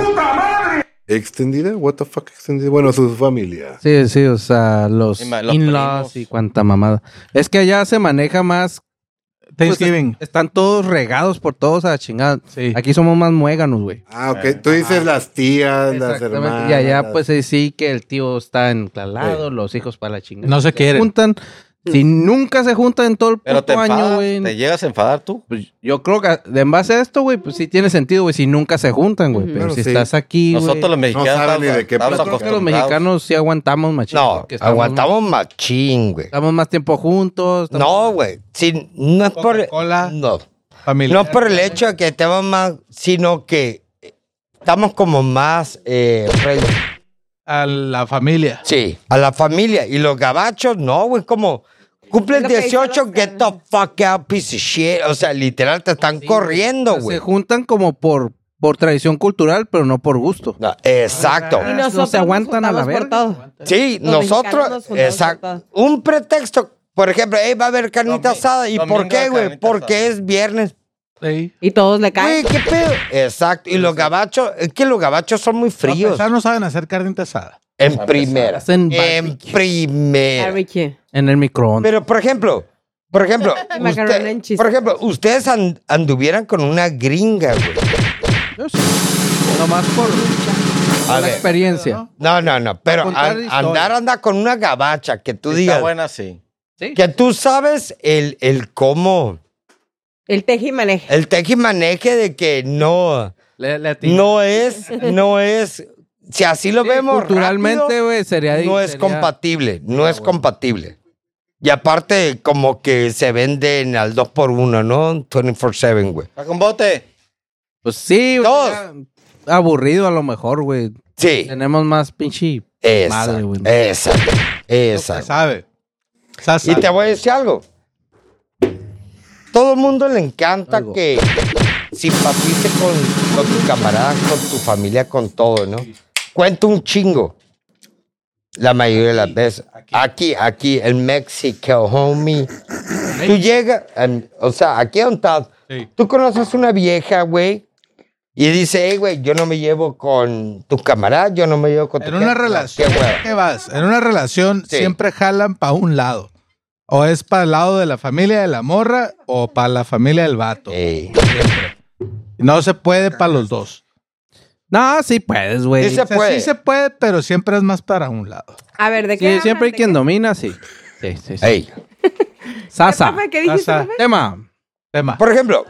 [SPEAKER 1] ¿Extendida? ¿What the fuck extendida? Bueno, su familia.
[SPEAKER 7] Sí, sí, o sea, los
[SPEAKER 4] Y ma- los
[SPEAKER 7] in-laws
[SPEAKER 4] primos.
[SPEAKER 7] y cuánta mamada. Es que allá se maneja más. pues,
[SPEAKER 2] Thanksgiving.
[SPEAKER 7] están todos regados por todos a chingar.
[SPEAKER 2] Sí.
[SPEAKER 7] Aquí somos más muéganos, güey.
[SPEAKER 8] Ah, ok. Tú dices las tías, las hermanas.
[SPEAKER 7] Y allá,
[SPEAKER 8] las-
[SPEAKER 7] pues eh, sí que el tío está en tal lado, los hijos para la chingada.
[SPEAKER 2] No se quieren.
[SPEAKER 7] juntan. Si nunca se juntan en todo el
[SPEAKER 4] Pero te
[SPEAKER 7] puto año,
[SPEAKER 4] enfadas,
[SPEAKER 7] güey.
[SPEAKER 4] te llegas a enfadar tú.
[SPEAKER 7] Pues yo creo que en base a esto, güey, pues sí tiene sentido, güey, si nunca se juntan, güey. Pero
[SPEAKER 4] Bueno,
[SPEAKER 7] si
[SPEAKER 4] sí.
[SPEAKER 7] estás aquí, güey.
[SPEAKER 4] Nosotros los mexicanos
[SPEAKER 8] saben ni
[SPEAKER 4] estamos-
[SPEAKER 8] de qué
[SPEAKER 4] estamos
[SPEAKER 8] platicar.
[SPEAKER 7] Creo que los
[SPEAKER 4] acostumbrados.
[SPEAKER 7] mexicanos sí aguantamos machín.
[SPEAKER 3] No,
[SPEAKER 7] porque estamos
[SPEAKER 3] aguantamos machín, güey.
[SPEAKER 7] Estamos más tiempo juntos. estamos-
[SPEAKER 3] No, güey. Si, no es por.
[SPEAKER 2] Coca-Cola.
[SPEAKER 3] No.
[SPEAKER 2] Familia.
[SPEAKER 3] No es por el hecho de que estemos más. Sino que estamos como más. eh, re-
[SPEAKER 2] A la familia.
[SPEAKER 3] sí, a la familia. Y los gabachos, no, güey. Como. Cumplen
[SPEAKER 6] Es lo que dicen
[SPEAKER 3] 18,
[SPEAKER 6] los
[SPEAKER 3] get the fuck out, piece of shit. O sea, literal, te están corriendo,
[SPEAKER 7] Se
[SPEAKER 3] güey.
[SPEAKER 7] juntan como por, por tradición cultural, pero no por gusto.
[SPEAKER 3] No, exacto.
[SPEAKER 6] Y
[SPEAKER 7] Ah,
[SPEAKER 6] nosotros
[SPEAKER 7] no se aguantan
[SPEAKER 6] nos
[SPEAKER 7] a la
[SPEAKER 6] juntamos por
[SPEAKER 7] verga.
[SPEAKER 6] todo.
[SPEAKER 3] Sí,
[SPEAKER 6] Los mexicanos nos
[SPEAKER 3] nosotros,
[SPEAKER 6] juntamos por
[SPEAKER 3] exacto.
[SPEAKER 6] todo.
[SPEAKER 3] Un pretexto, por ejemplo, "Ey, va a haber
[SPEAKER 4] Domingo-
[SPEAKER 3] carnita asada. ¿Y por
[SPEAKER 4] domingo
[SPEAKER 3] qué,
[SPEAKER 4] de
[SPEAKER 3] güey?
[SPEAKER 4] carnita
[SPEAKER 3] Porque
[SPEAKER 4] asada.
[SPEAKER 3] es viernes.
[SPEAKER 2] Sí.
[SPEAKER 6] Y todos le
[SPEAKER 3] Güey,
[SPEAKER 6] caen.
[SPEAKER 3] ¿qué pedo? Exacto. Y los gabachos, es que los gabachos son muy
[SPEAKER 2] A
[SPEAKER 3] fríos.
[SPEAKER 2] pesar no saben hacer carne asada.
[SPEAKER 3] En primera.
[SPEAKER 7] Hacen
[SPEAKER 3] En
[SPEAKER 7] barbecue.
[SPEAKER 3] primera.
[SPEAKER 6] Barbecue.
[SPEAKER 7] En el microondas.
[SPEAKER 3] Pero, por ejemplo, por ejemplo,
[SPEAKER 6] Macaroni
[SPEAKER 3] usted-
[SPEAKER 6] and cheese.
[SPEAKER 3] por ejemplo, ustedes an- anduvieran con una gringa, güey.
[SPEAKER 7] Yo sí. Nomás por,
[SPEAKER 3] A
[SPEAKER 7] por la
[SPEAKER 3] ver.
[SPEAKER 7] experiencia.
[SPEAKER 3] No, no, no. Pero
[SPEAKER 7] Contar
[SPEAKER 3] an-
[SPEAKER 7] historias.
[SPEAKER 3] andar, andar con una gabacha que tú
[SPEAKER 4] Está
[SPEAKER 3] digas,
[SPEAKER 4] buena, sí.
[SPEAKER 3] que tú sabes el, el cómo,
[SPEAKER 6] El teje y maneje.
[SPEAKER 3] el tejimaneje de que no,
[SPEAKER 7] Le- le atin-
[SPEAKER 3] no es, no es, si así lo
[SPEAKER 7] Sí,
[SPEAKER 3] vemos
[SPEAKER 7] Culturalmente,
[SPEAKER 3] rápido,
[SPEAKER 7] güey, sería.
[SPEAKER 3] no es
[SPEAKER 7] sería-
[SPEAKER 3] compatible, no es compatible. Y aparte, como que se venden al 2x1, ¿no? 24-7, güey.
[SPEAKER 4] Saca un bote.
[SPEAKER 7] Pues sí, güey,
[SPEAKER 3] Dos.
[SPEAKER 7] sería Aburrido a lo mejor, güey.
[SPEAKER 3] Sí.
[SPEAKER 7] Tenemos más pinche.
[SPEAKER 3] Exacto.
[SPEAKER 7] Madre, güey.
[SPEAKER 3] exacto.
[SPEAKER 2] Se
[SPEAKER 3] Exacto.
[SPEAKER 2] sabe. Se
[SPEAKER 3] Y
[SPEAKER 2] sabe.
[SPEAKER 3] te voy a decir algo. Todo el mundo le encanta
[SPEAKER 7] Algo.
[SPEAKER 3] que simpatice con, con tu camarada, con tu familia, con todo, ¿no? Cuenta un chingo. La mayoría de las veces. Aquí, aquí, el Mexico, homie. Tú llegas, em, o sea, aquí donde estás, tú conoces una vieja, güey, y dice, hey, güey, yo no me llevo con tus camaradas, yo no me llevo con tu
[SPEAKER 2] En una
[SPEAKER 3] gente". No,
[SPEAKER 2] relación,
[SPEAKER 3] qué hueva.
[SPEAKER 2] ¿qué vas? En una relación
[SPEAKER 3] Sí.
[SPEAKER 2] siempre jalan para un lado. O es para el lado de la familia de la morra o para la familia del vato.
[SPEAKER 3] Ey.
[SPEAKER 2] No se puede para los dos.
[SPEAKER 7] No, sí puedes, güey.
[SPEAKER 3] Dice-
[SPEAKER 2] O sea,
[SPEAKER 3] puede.
[SPEAKER 2] sí se puede, pero siempre es más para un lado.
[SPEAKER 6] A ver, ¿de qué?
[SPEAKER 7] Sí,
[SPEAKER 6] hablan?
[SPEAKER 7] siempre hay
[SPEAKER 6] ¿De
[SPEAKER 7] quien
[SPEAKER 6] qué?
[SPEAKER 7] domina, sí. Sí, sí, sí.
[SPEAKER 3] Ey.
[SPEAKER 7] Sasa.
[SPEAKER 6] Profe, ¿Qué dijiste?
[SPEAKER 2] Sasa.
[SPEAKER 6] profe?
[SPEAKER 7] Tema.
[SPEAKER 2] Tema.
[SPEAKER 3] Por ejemplo,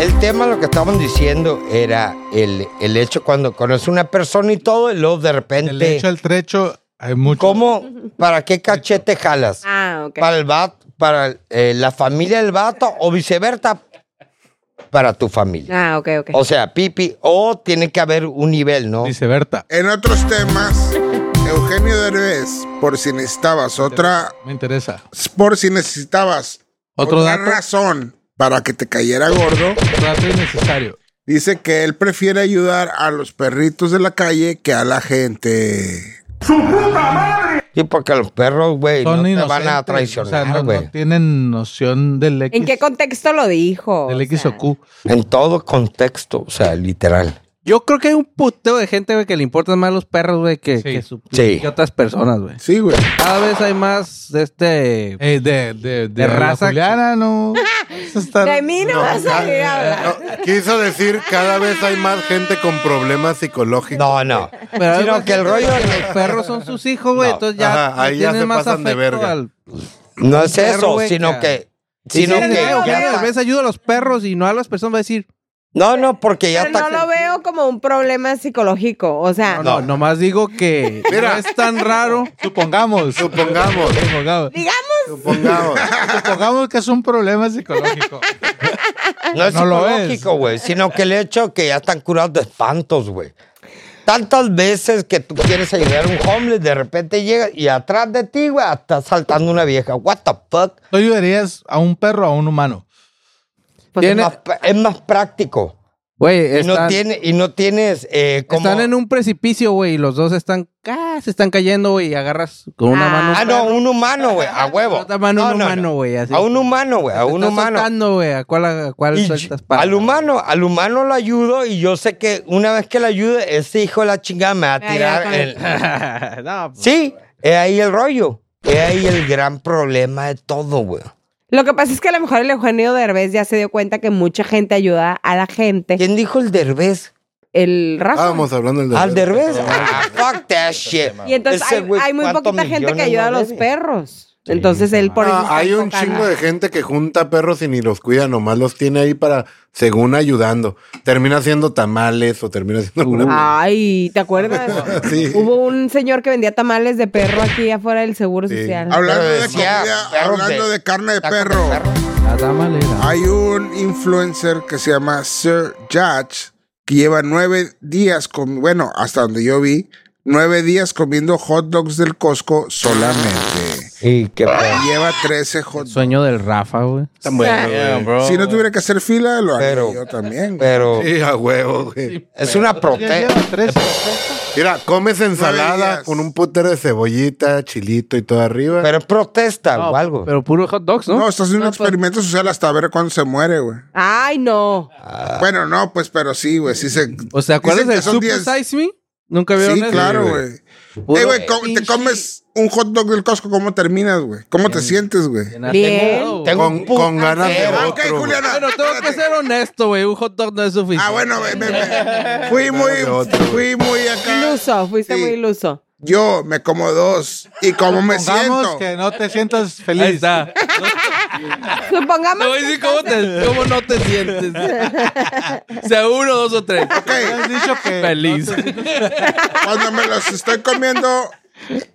[SPEAKER 3] el tema lo que estaban diciendo era el, el hecho cuando conoces una persona y todo, y luego de
[SPEAKER 2] El
[SPEAKER 3] repente,
[SPEAKER 2] hecho, el trecho, hay mucho.
[SPEAKER 3] ¿cómo? ¿Para qué cachete jalas?
[SPEAKER 6] Ah, ok.
[SPEAKER 3] ¿Para el vato, para eh, la familia del vato o viceversa? Para tu familia.
[SPEAKER 6] Ah, ok, ok.
[SPEAKER 3] O sea, pipi, o tiene que haber un nivel, ¿no?
[SPEAKER 2] Dice Berta.
[SPEAKER 5] En otros temas, Eugenio Derbez, por si necesitabas otra,
[SPEAKER 2] Me interesa.
[SPEAKER 5] por si necesitabas
[SPEAKER 2] Otro
[SPEAKER 5] otra
[SPEAKER 2] dato.
[SPEAKER 5] razón para que te cayera gordo,
[SPEAKER 2] Otro dato innecesario.
[SPEAKER 5] dice que él prefiere ayudar a los perritos de la calle que a la gente.
[SPEAKER 3] Sí, porque los perros, güey, no
[SPEAKER 2] Son
[SPEAKER 3] te
[SPEAKER 2] inocentes.
[SPEAKER 3] van a
[SPEAKER 2] O sea, no-
[SPEAKER 3] traicionar, güey.
[SPEAKER 2] no, tienen noción del X.
[SPEAKER 6] ¿En qué contexto lo dijo?
[SPEAKER 2] Del X o Q.
[SPEAKER 3] En todo contexto, o sea, literal.
[SPEAKER 7] Yo creo que hay un puteo de gente, güey, que le importan más los perros, güey, que,
[SPEAKER 2] Sí.
[SPEAKER 7] que su-
[SPEAKER 3] Sí.
[SPEAKER 7] que otras personas, güey.
[SPEAKER 5] Sí, güey.
[SPEAKER 7] Cada vez hay más de este.
[SPEAKER 2] Eh, de, de, de,
[SPEAKER 7] De
[SPEAKER 2] la
[SPEAKER 7] raza que-
[SPEAKER 2] Juliana, no. Eso está-
[SPEAKER 6] De mí no, vas a salir a hablar.
[SPEAKER 8] No, quiso decir cada vez hay más gente con problemas psicológicos.
[SPEAKER 3] No, no.
[SPEAKER 7] Pero hay
[SPEAKER 3] Sino
[SPEAKER 7] más
[SPEAKER 3] que el
[SPEAKER 7] gente
[SPEAKER 3] rollo
[SPEAKER 7] que Los perros son sus hijos, güey.
[SPEAKER 3] No.
[SPEAKER 7] Entonces ya
[SPEAKER 8] Ajá, ahí
[SPEAKER 7] le
[SPEAKER 8] ya
[SPEAKER 7] tienen
[SPEAKER 8] se
[SPEAKER 7] más
[SPEAKER 8] pasan de
[SPEAKER 7] afecto
[SPEAKER 8] verga.
[SPEAKER 7] al-
[SPEAKER 3] No es
[SPEAKER 7] perro,
[SPEAKER 3] eso,
[SPEAKER 7] güey,
[SPEAKER 3] sino
[SPEAKER 7] que-
[SPEAKER 3] que.
[SPEAKER 7] Sí,
[SPEAKER 3] Sino
[SPEAKER 7] sí,
[SPEAKER 3] que.
[SPEAKER 7] sí,
[SPEAKER 3] ya
[SPEAKER 7] güey,
[SPEAKER 3] está-
[SPEAKER 7] a veces ayuda a los perros y no a las personas. Va a decir,
[SPEAKER 3] No, no, porque ya
[SPEAKER 6] Pero
[SPEAKER 3] está.
[SPEAKER 6] no lo veo como un problema psicológico. O sea,
[SPEAKER 7] no, no, nomás digo que no es tan raro.
[SPEAKER 2] Supongamos.
[SPEAKER 8] Supongamos,
[SPEAKER 2] Supongamos.
[SPEAKER 6] digamos,
[SPEAKER 8] supongamos.
[SPEAKER 2] Supongamos que es un problema psicológico.
[SPEAKER 3] No es
[SPEAKER 2] No lo es.
[SPEAKER 3] psicológico, güey, sino que el hecho que ya están curados de espantos, güey. Tantas veces que tú quieres ayudar a un homeless, de repente llega y atrás de ti, güey, está saltando una vieja. What the fuck?
[SPEAKER 2] ¿Tú ayudarías a un perro o a un humano?
[SPEAKER 6] pues,
[SPEAKER 3] Es
[SPEAKER 7] Tiene-
[SPEAKER 3] más, pr- es más práctico.
[SPEAKER 7] Güey,
[SPEAKER 3] Y no,
[SPEAKER 7] están,
[SPEAKER 3] tiene, y no tienes eh, como...
[SPEAKER 7] están en un precipicio, güey, y los dos están, ah, se están cayendo, güey, y agarras con una
[SPEAKER 6] Ah.
[SPEAKER 7] mano. un
[SPEAKER 3] Ah,
[SPEAKER 7] perro.
[SPEAKER 3] no, un humano, güey, a huevo.
[SPEAKER 7] Otra mano,
[SPEAKER 3] No,
[SPEAKER 7] un
[SPEAKER 3] no,
[SPEAKER 7] humano,
[SPEAKER 3] no.
[SPEAKER 7] güey, así.
[SPEAKER 3] A un humano, güey, a
[SPEAKER 7] Te
[SPEAKER 3] un
[SPEAKER 7] estás
[SPEAKER 3] humano.
[SPEAKER 7] soltando, güey, a cuál, a cuál
[SPEAKER 3] Y
[SPEAKER 7] sueltas
[SPEAKER 3] yo-
[SPEAKER 7] para.
[SPEAKER 3] al humano, al humano lo ayudo y yo sé que una vez que lo ayude, ese hijo de la chingada me va a
[SPEAKER 6] Me va a
[SPEAKER 3] tirar
[SPEAKER 6] llevar
[SPEAKER 3] el...
[SPEAKER 6] con
[SPEAKER 7] no, pues,
[SPEAKER 3] Sí, es ahí el rollo. Es ahí el gran problema de todo, güey.
[SPEAKER 6] lo que pasa es que a lo mejor el Eugenio Derbez ya se dio cuenta que mucha gente ayuda a la gente.
[SPEAKER 3] ¿Quién dijo el derbez?
[SPEAKER 6] El Rafa.
[SPEAKER 8] Estábamos hablando del
[SPEAKER 3] ¿Al
[SPEAKER 8] derbez.
[SPEAKER 3] derbez? Ah, fuck that shit.
[SPEAKER 6] Y entonces
[SPEAKER 3] Ese
[SPEAKER 6] hay,
[SPEAKER 3] güey,
[SPEAKER 6] hay muy
[SPEAKER 3] ¿cuántos
[SPEAKER 6] poquita gente que
[SPEAKER 3] millones
[SPEAKER 6] ayuda a
[SPEAKER 3] no
[SPEAKER 6] los
[SPEAKER 3] debe?
[SPEAKER 6] perros. Entonces él por eso
[SPEAKER 8] Ah,
[SPEAKER 6] está
[SPEAKER 8] hay un
[SPEAKER 6] enfocado.
[SPEAKER 8] chingo de gente que junta perros y ni los cuida, nomás los tiene ahí para, según ayudando. Termina haciendo tamales o termina
[SPEAKER 3] Uh.
[SPEAKER 8] haciendo
[SPEAKER 6] Ah,
[SPEAKER 8] alguna-
[SPEAKER 6] Ay, ¿te acuerdas?
[SPEAKER 8] Sí.
[SPEAKER 6] Hubo un señor que vendía tamales de perro aquí afuera del Seguro Social.
[SPEAKER 5] Hablando de
[SPEAKER 3] decía,
[SPEAKER 5] comida,
[SPEAKER 3] perros
[SPEAKER 5] hablando
[SPEAKER 3] de-
[SPEAKER 5] de carne de perro. Hay un influencer que se llama Sir Judge que lleva nueve días con, bueno, hasta donde yo vi, nueve días comiendo hot dogs del Costco solamente.
[SPEAKER 3] Y qué pedo.
[SPEAKER 5] Y lleva 13 hot dogs.
[SPEAKER 7] Sueño del Rafa, güey.
[SPEAKER 8] Tan bueno, güey.
[SPEAKER 4] Eh,
[SPEAKER 5] Si no tuviera que hacer fila, lo haría
[SPEAKER 3] Pero-
[SPEAKER 5] yo también. güey.
[SPEAKER 3] Pero
[SPEAKER 8] Sí, a huevo, güey.
[SPEAKER 3] es una
[SPEAKER 9] Ya
[SPEAKER 3] proteína.
[SPEAKER 9] lleva tres.
[SPEAKER 8] Mira, comes
[SPEAKER 5] Nueve
[SPEAKER 8] ensalada
[SPEAKER 5] días.
[SPEAKER 8] con un putero de cebollita, chilito y todo arriba.
[SPEAKER 3] Pero es protesta
[SPEAKER 7] No,
[SPEAKER 3] o algo.
[SPEAKER 7] Pero puro hot dogs, ¿no?
[SPEAKER 5] No, estás haciendo un experimento social hasta ver cuándo se muere, güey.
[SPEAKER 6] Ay, no.
[SPEAKER 8] Ah.
[SPEAKER 5] Bueno, no, pues, pero sí, güey. Sí se.
[SPEAKER 7] ¿O sea, acuerdas
[SPEAKER 5] Dicen que
[SPEAKER 7] del
[SPEAKER 5] son
[SPEAKER 7] Super
[SPEAKER 5] 10.
[SPEAKER 7] Size Me? ¿Nunca vieron
[SPEAKER 5] Sí,
[SPEAKER 7] eso?
[SPEAKER 5] claro, güey.
[SPEAKER 7] Puro
[SPEAKER 5] Eh, güey, co- te
[SPEAKER 7] pinche-
[SPEAKER 5] comes un hot dog del Costco, ¿cómo terminas, güey? ¿Cómo te sientes, güey? Ah,
[SPEAKER 7] Bien.
[SPEAKER 6] Bien.
[SPEAKER 3] Tengo
[SPEAKER 8] con,
[SPEAKER 3] un puto
[SPEAKER 8] con ganas de
[SPEAKER 3] cero.
[SPEAKER 8] otro.
[SPEAKER 5] Ok,
[SPEAKER 8] güey.
[SPEAKER 5] Juliana.
[SPEAKER 7] Pero tengo que
[SPEAKER 5] espérate.
[SPEAKER 7] ser honesto, güey. Un hot dog no es suficiente.
[SPEAKER 5] Ah, bueno, me- me- me- fui muy, fui muy acá.
[SPEAKER 6] Iluso, fuiste
[SPEAKER 5] Sí.
[SPEAKER 6] muy iluso.
[SPEAKER 5] Yo me como dos y como me
[SPEAKER 2] Supongamos
[SPEAKER 5] siento.
[SPEAKER 2] que no te sientas feliz.
[SPEAKER 7] Ahí está.
[SPEAKER 6] Supongamos
[SPEAKER 7] Te voy a decir cómo, te- cómo no te sientes. sea uno, dos o tres.
[SPEAKER 5] Ok,
[SPEAKER 2] Has dicho que
[SPEAKER 7] Feliz.
[SPEAKER 5] cuando me los estoy comiendo,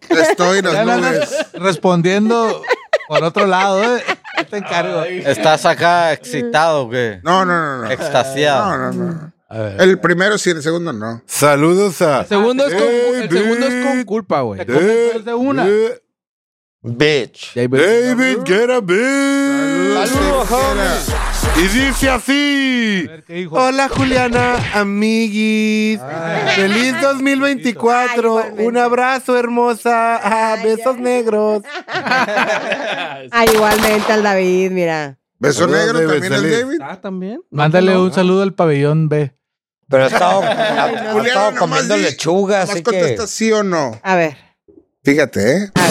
[SPEAKER 5] estoy en
[SPEAKER 2] Ya
[SPEAKER 5] las
[SPEAKER 2] le
[SPEAKER 5] nubes.
[SPEAKER 2] andas respondiendo por otro lado, ¿eh? Yo te encargo.
[SPEAKER 4] Estás acá excitado, güey.
[SPEAKER 5] No, no, no, no.
[SPEAKER 4] Extasiado.
[SPEAKER 5] No, no, no. El primero sí, el segundo no.
[SPEAKER 8] Saludos a.
[SPEAKER 7] El segundo es con, el
[SPEAKER 8] David.
[SPEAKER 7] segundo es con culpa, güey.
[SPEAKER 2] comes dos de una.
[SPEAKER 8] eh,
[SPEAKER 3] Bitch.
[SPEAKER 8] David, get a bitch.
[SPEAKER 3] Saludos,
[SPEAKER 5] Mira,
[SPEAKER 8] Y dice así.
[SPEAKER 2] A ver, ¿qué dijo?
[SPEAKER 8] Hola Juliana, amiguis. Feliz 2024.
[SPEAKER 6] Ay, igualmente.
[SPEAKER 8] Un abrazo, hermosa. Ah, besos negros.
[SPEAKER 6] Ah, igualmente al David, mira.
[SPEAKER 5] Beso
[SPEAKER 8] Saludos,
[SPEAKER 5] negro
[SPEAKER 8] David,
[SPEAKER 5] también el
[SPEAKER 8] saludos.
[SPEAKER 5] David.
[SPEAKER 7] Ah, también.
[SPEAKER 2] Mándale un saludo al pabellón B.
[SPEAKER 3] Pero he estado, ha- ha
[SPEAKER 5] Juliana,
[SPEAKER 3] estado
[SPEAKER 5] nomás
[SPEAKER 3] comiendo
[SPEAKER 5] di-
[SPEAKER 3] lechuga,
[SPEAKER 5] Más
[SPEAKER 3] así que.
[SPEAKER 5] contesta sí o no.
[SPEAKER 6] A ver,
[SPEAKER 5] Fíjate, ¿eh?
[SPEAKER 6] a ver.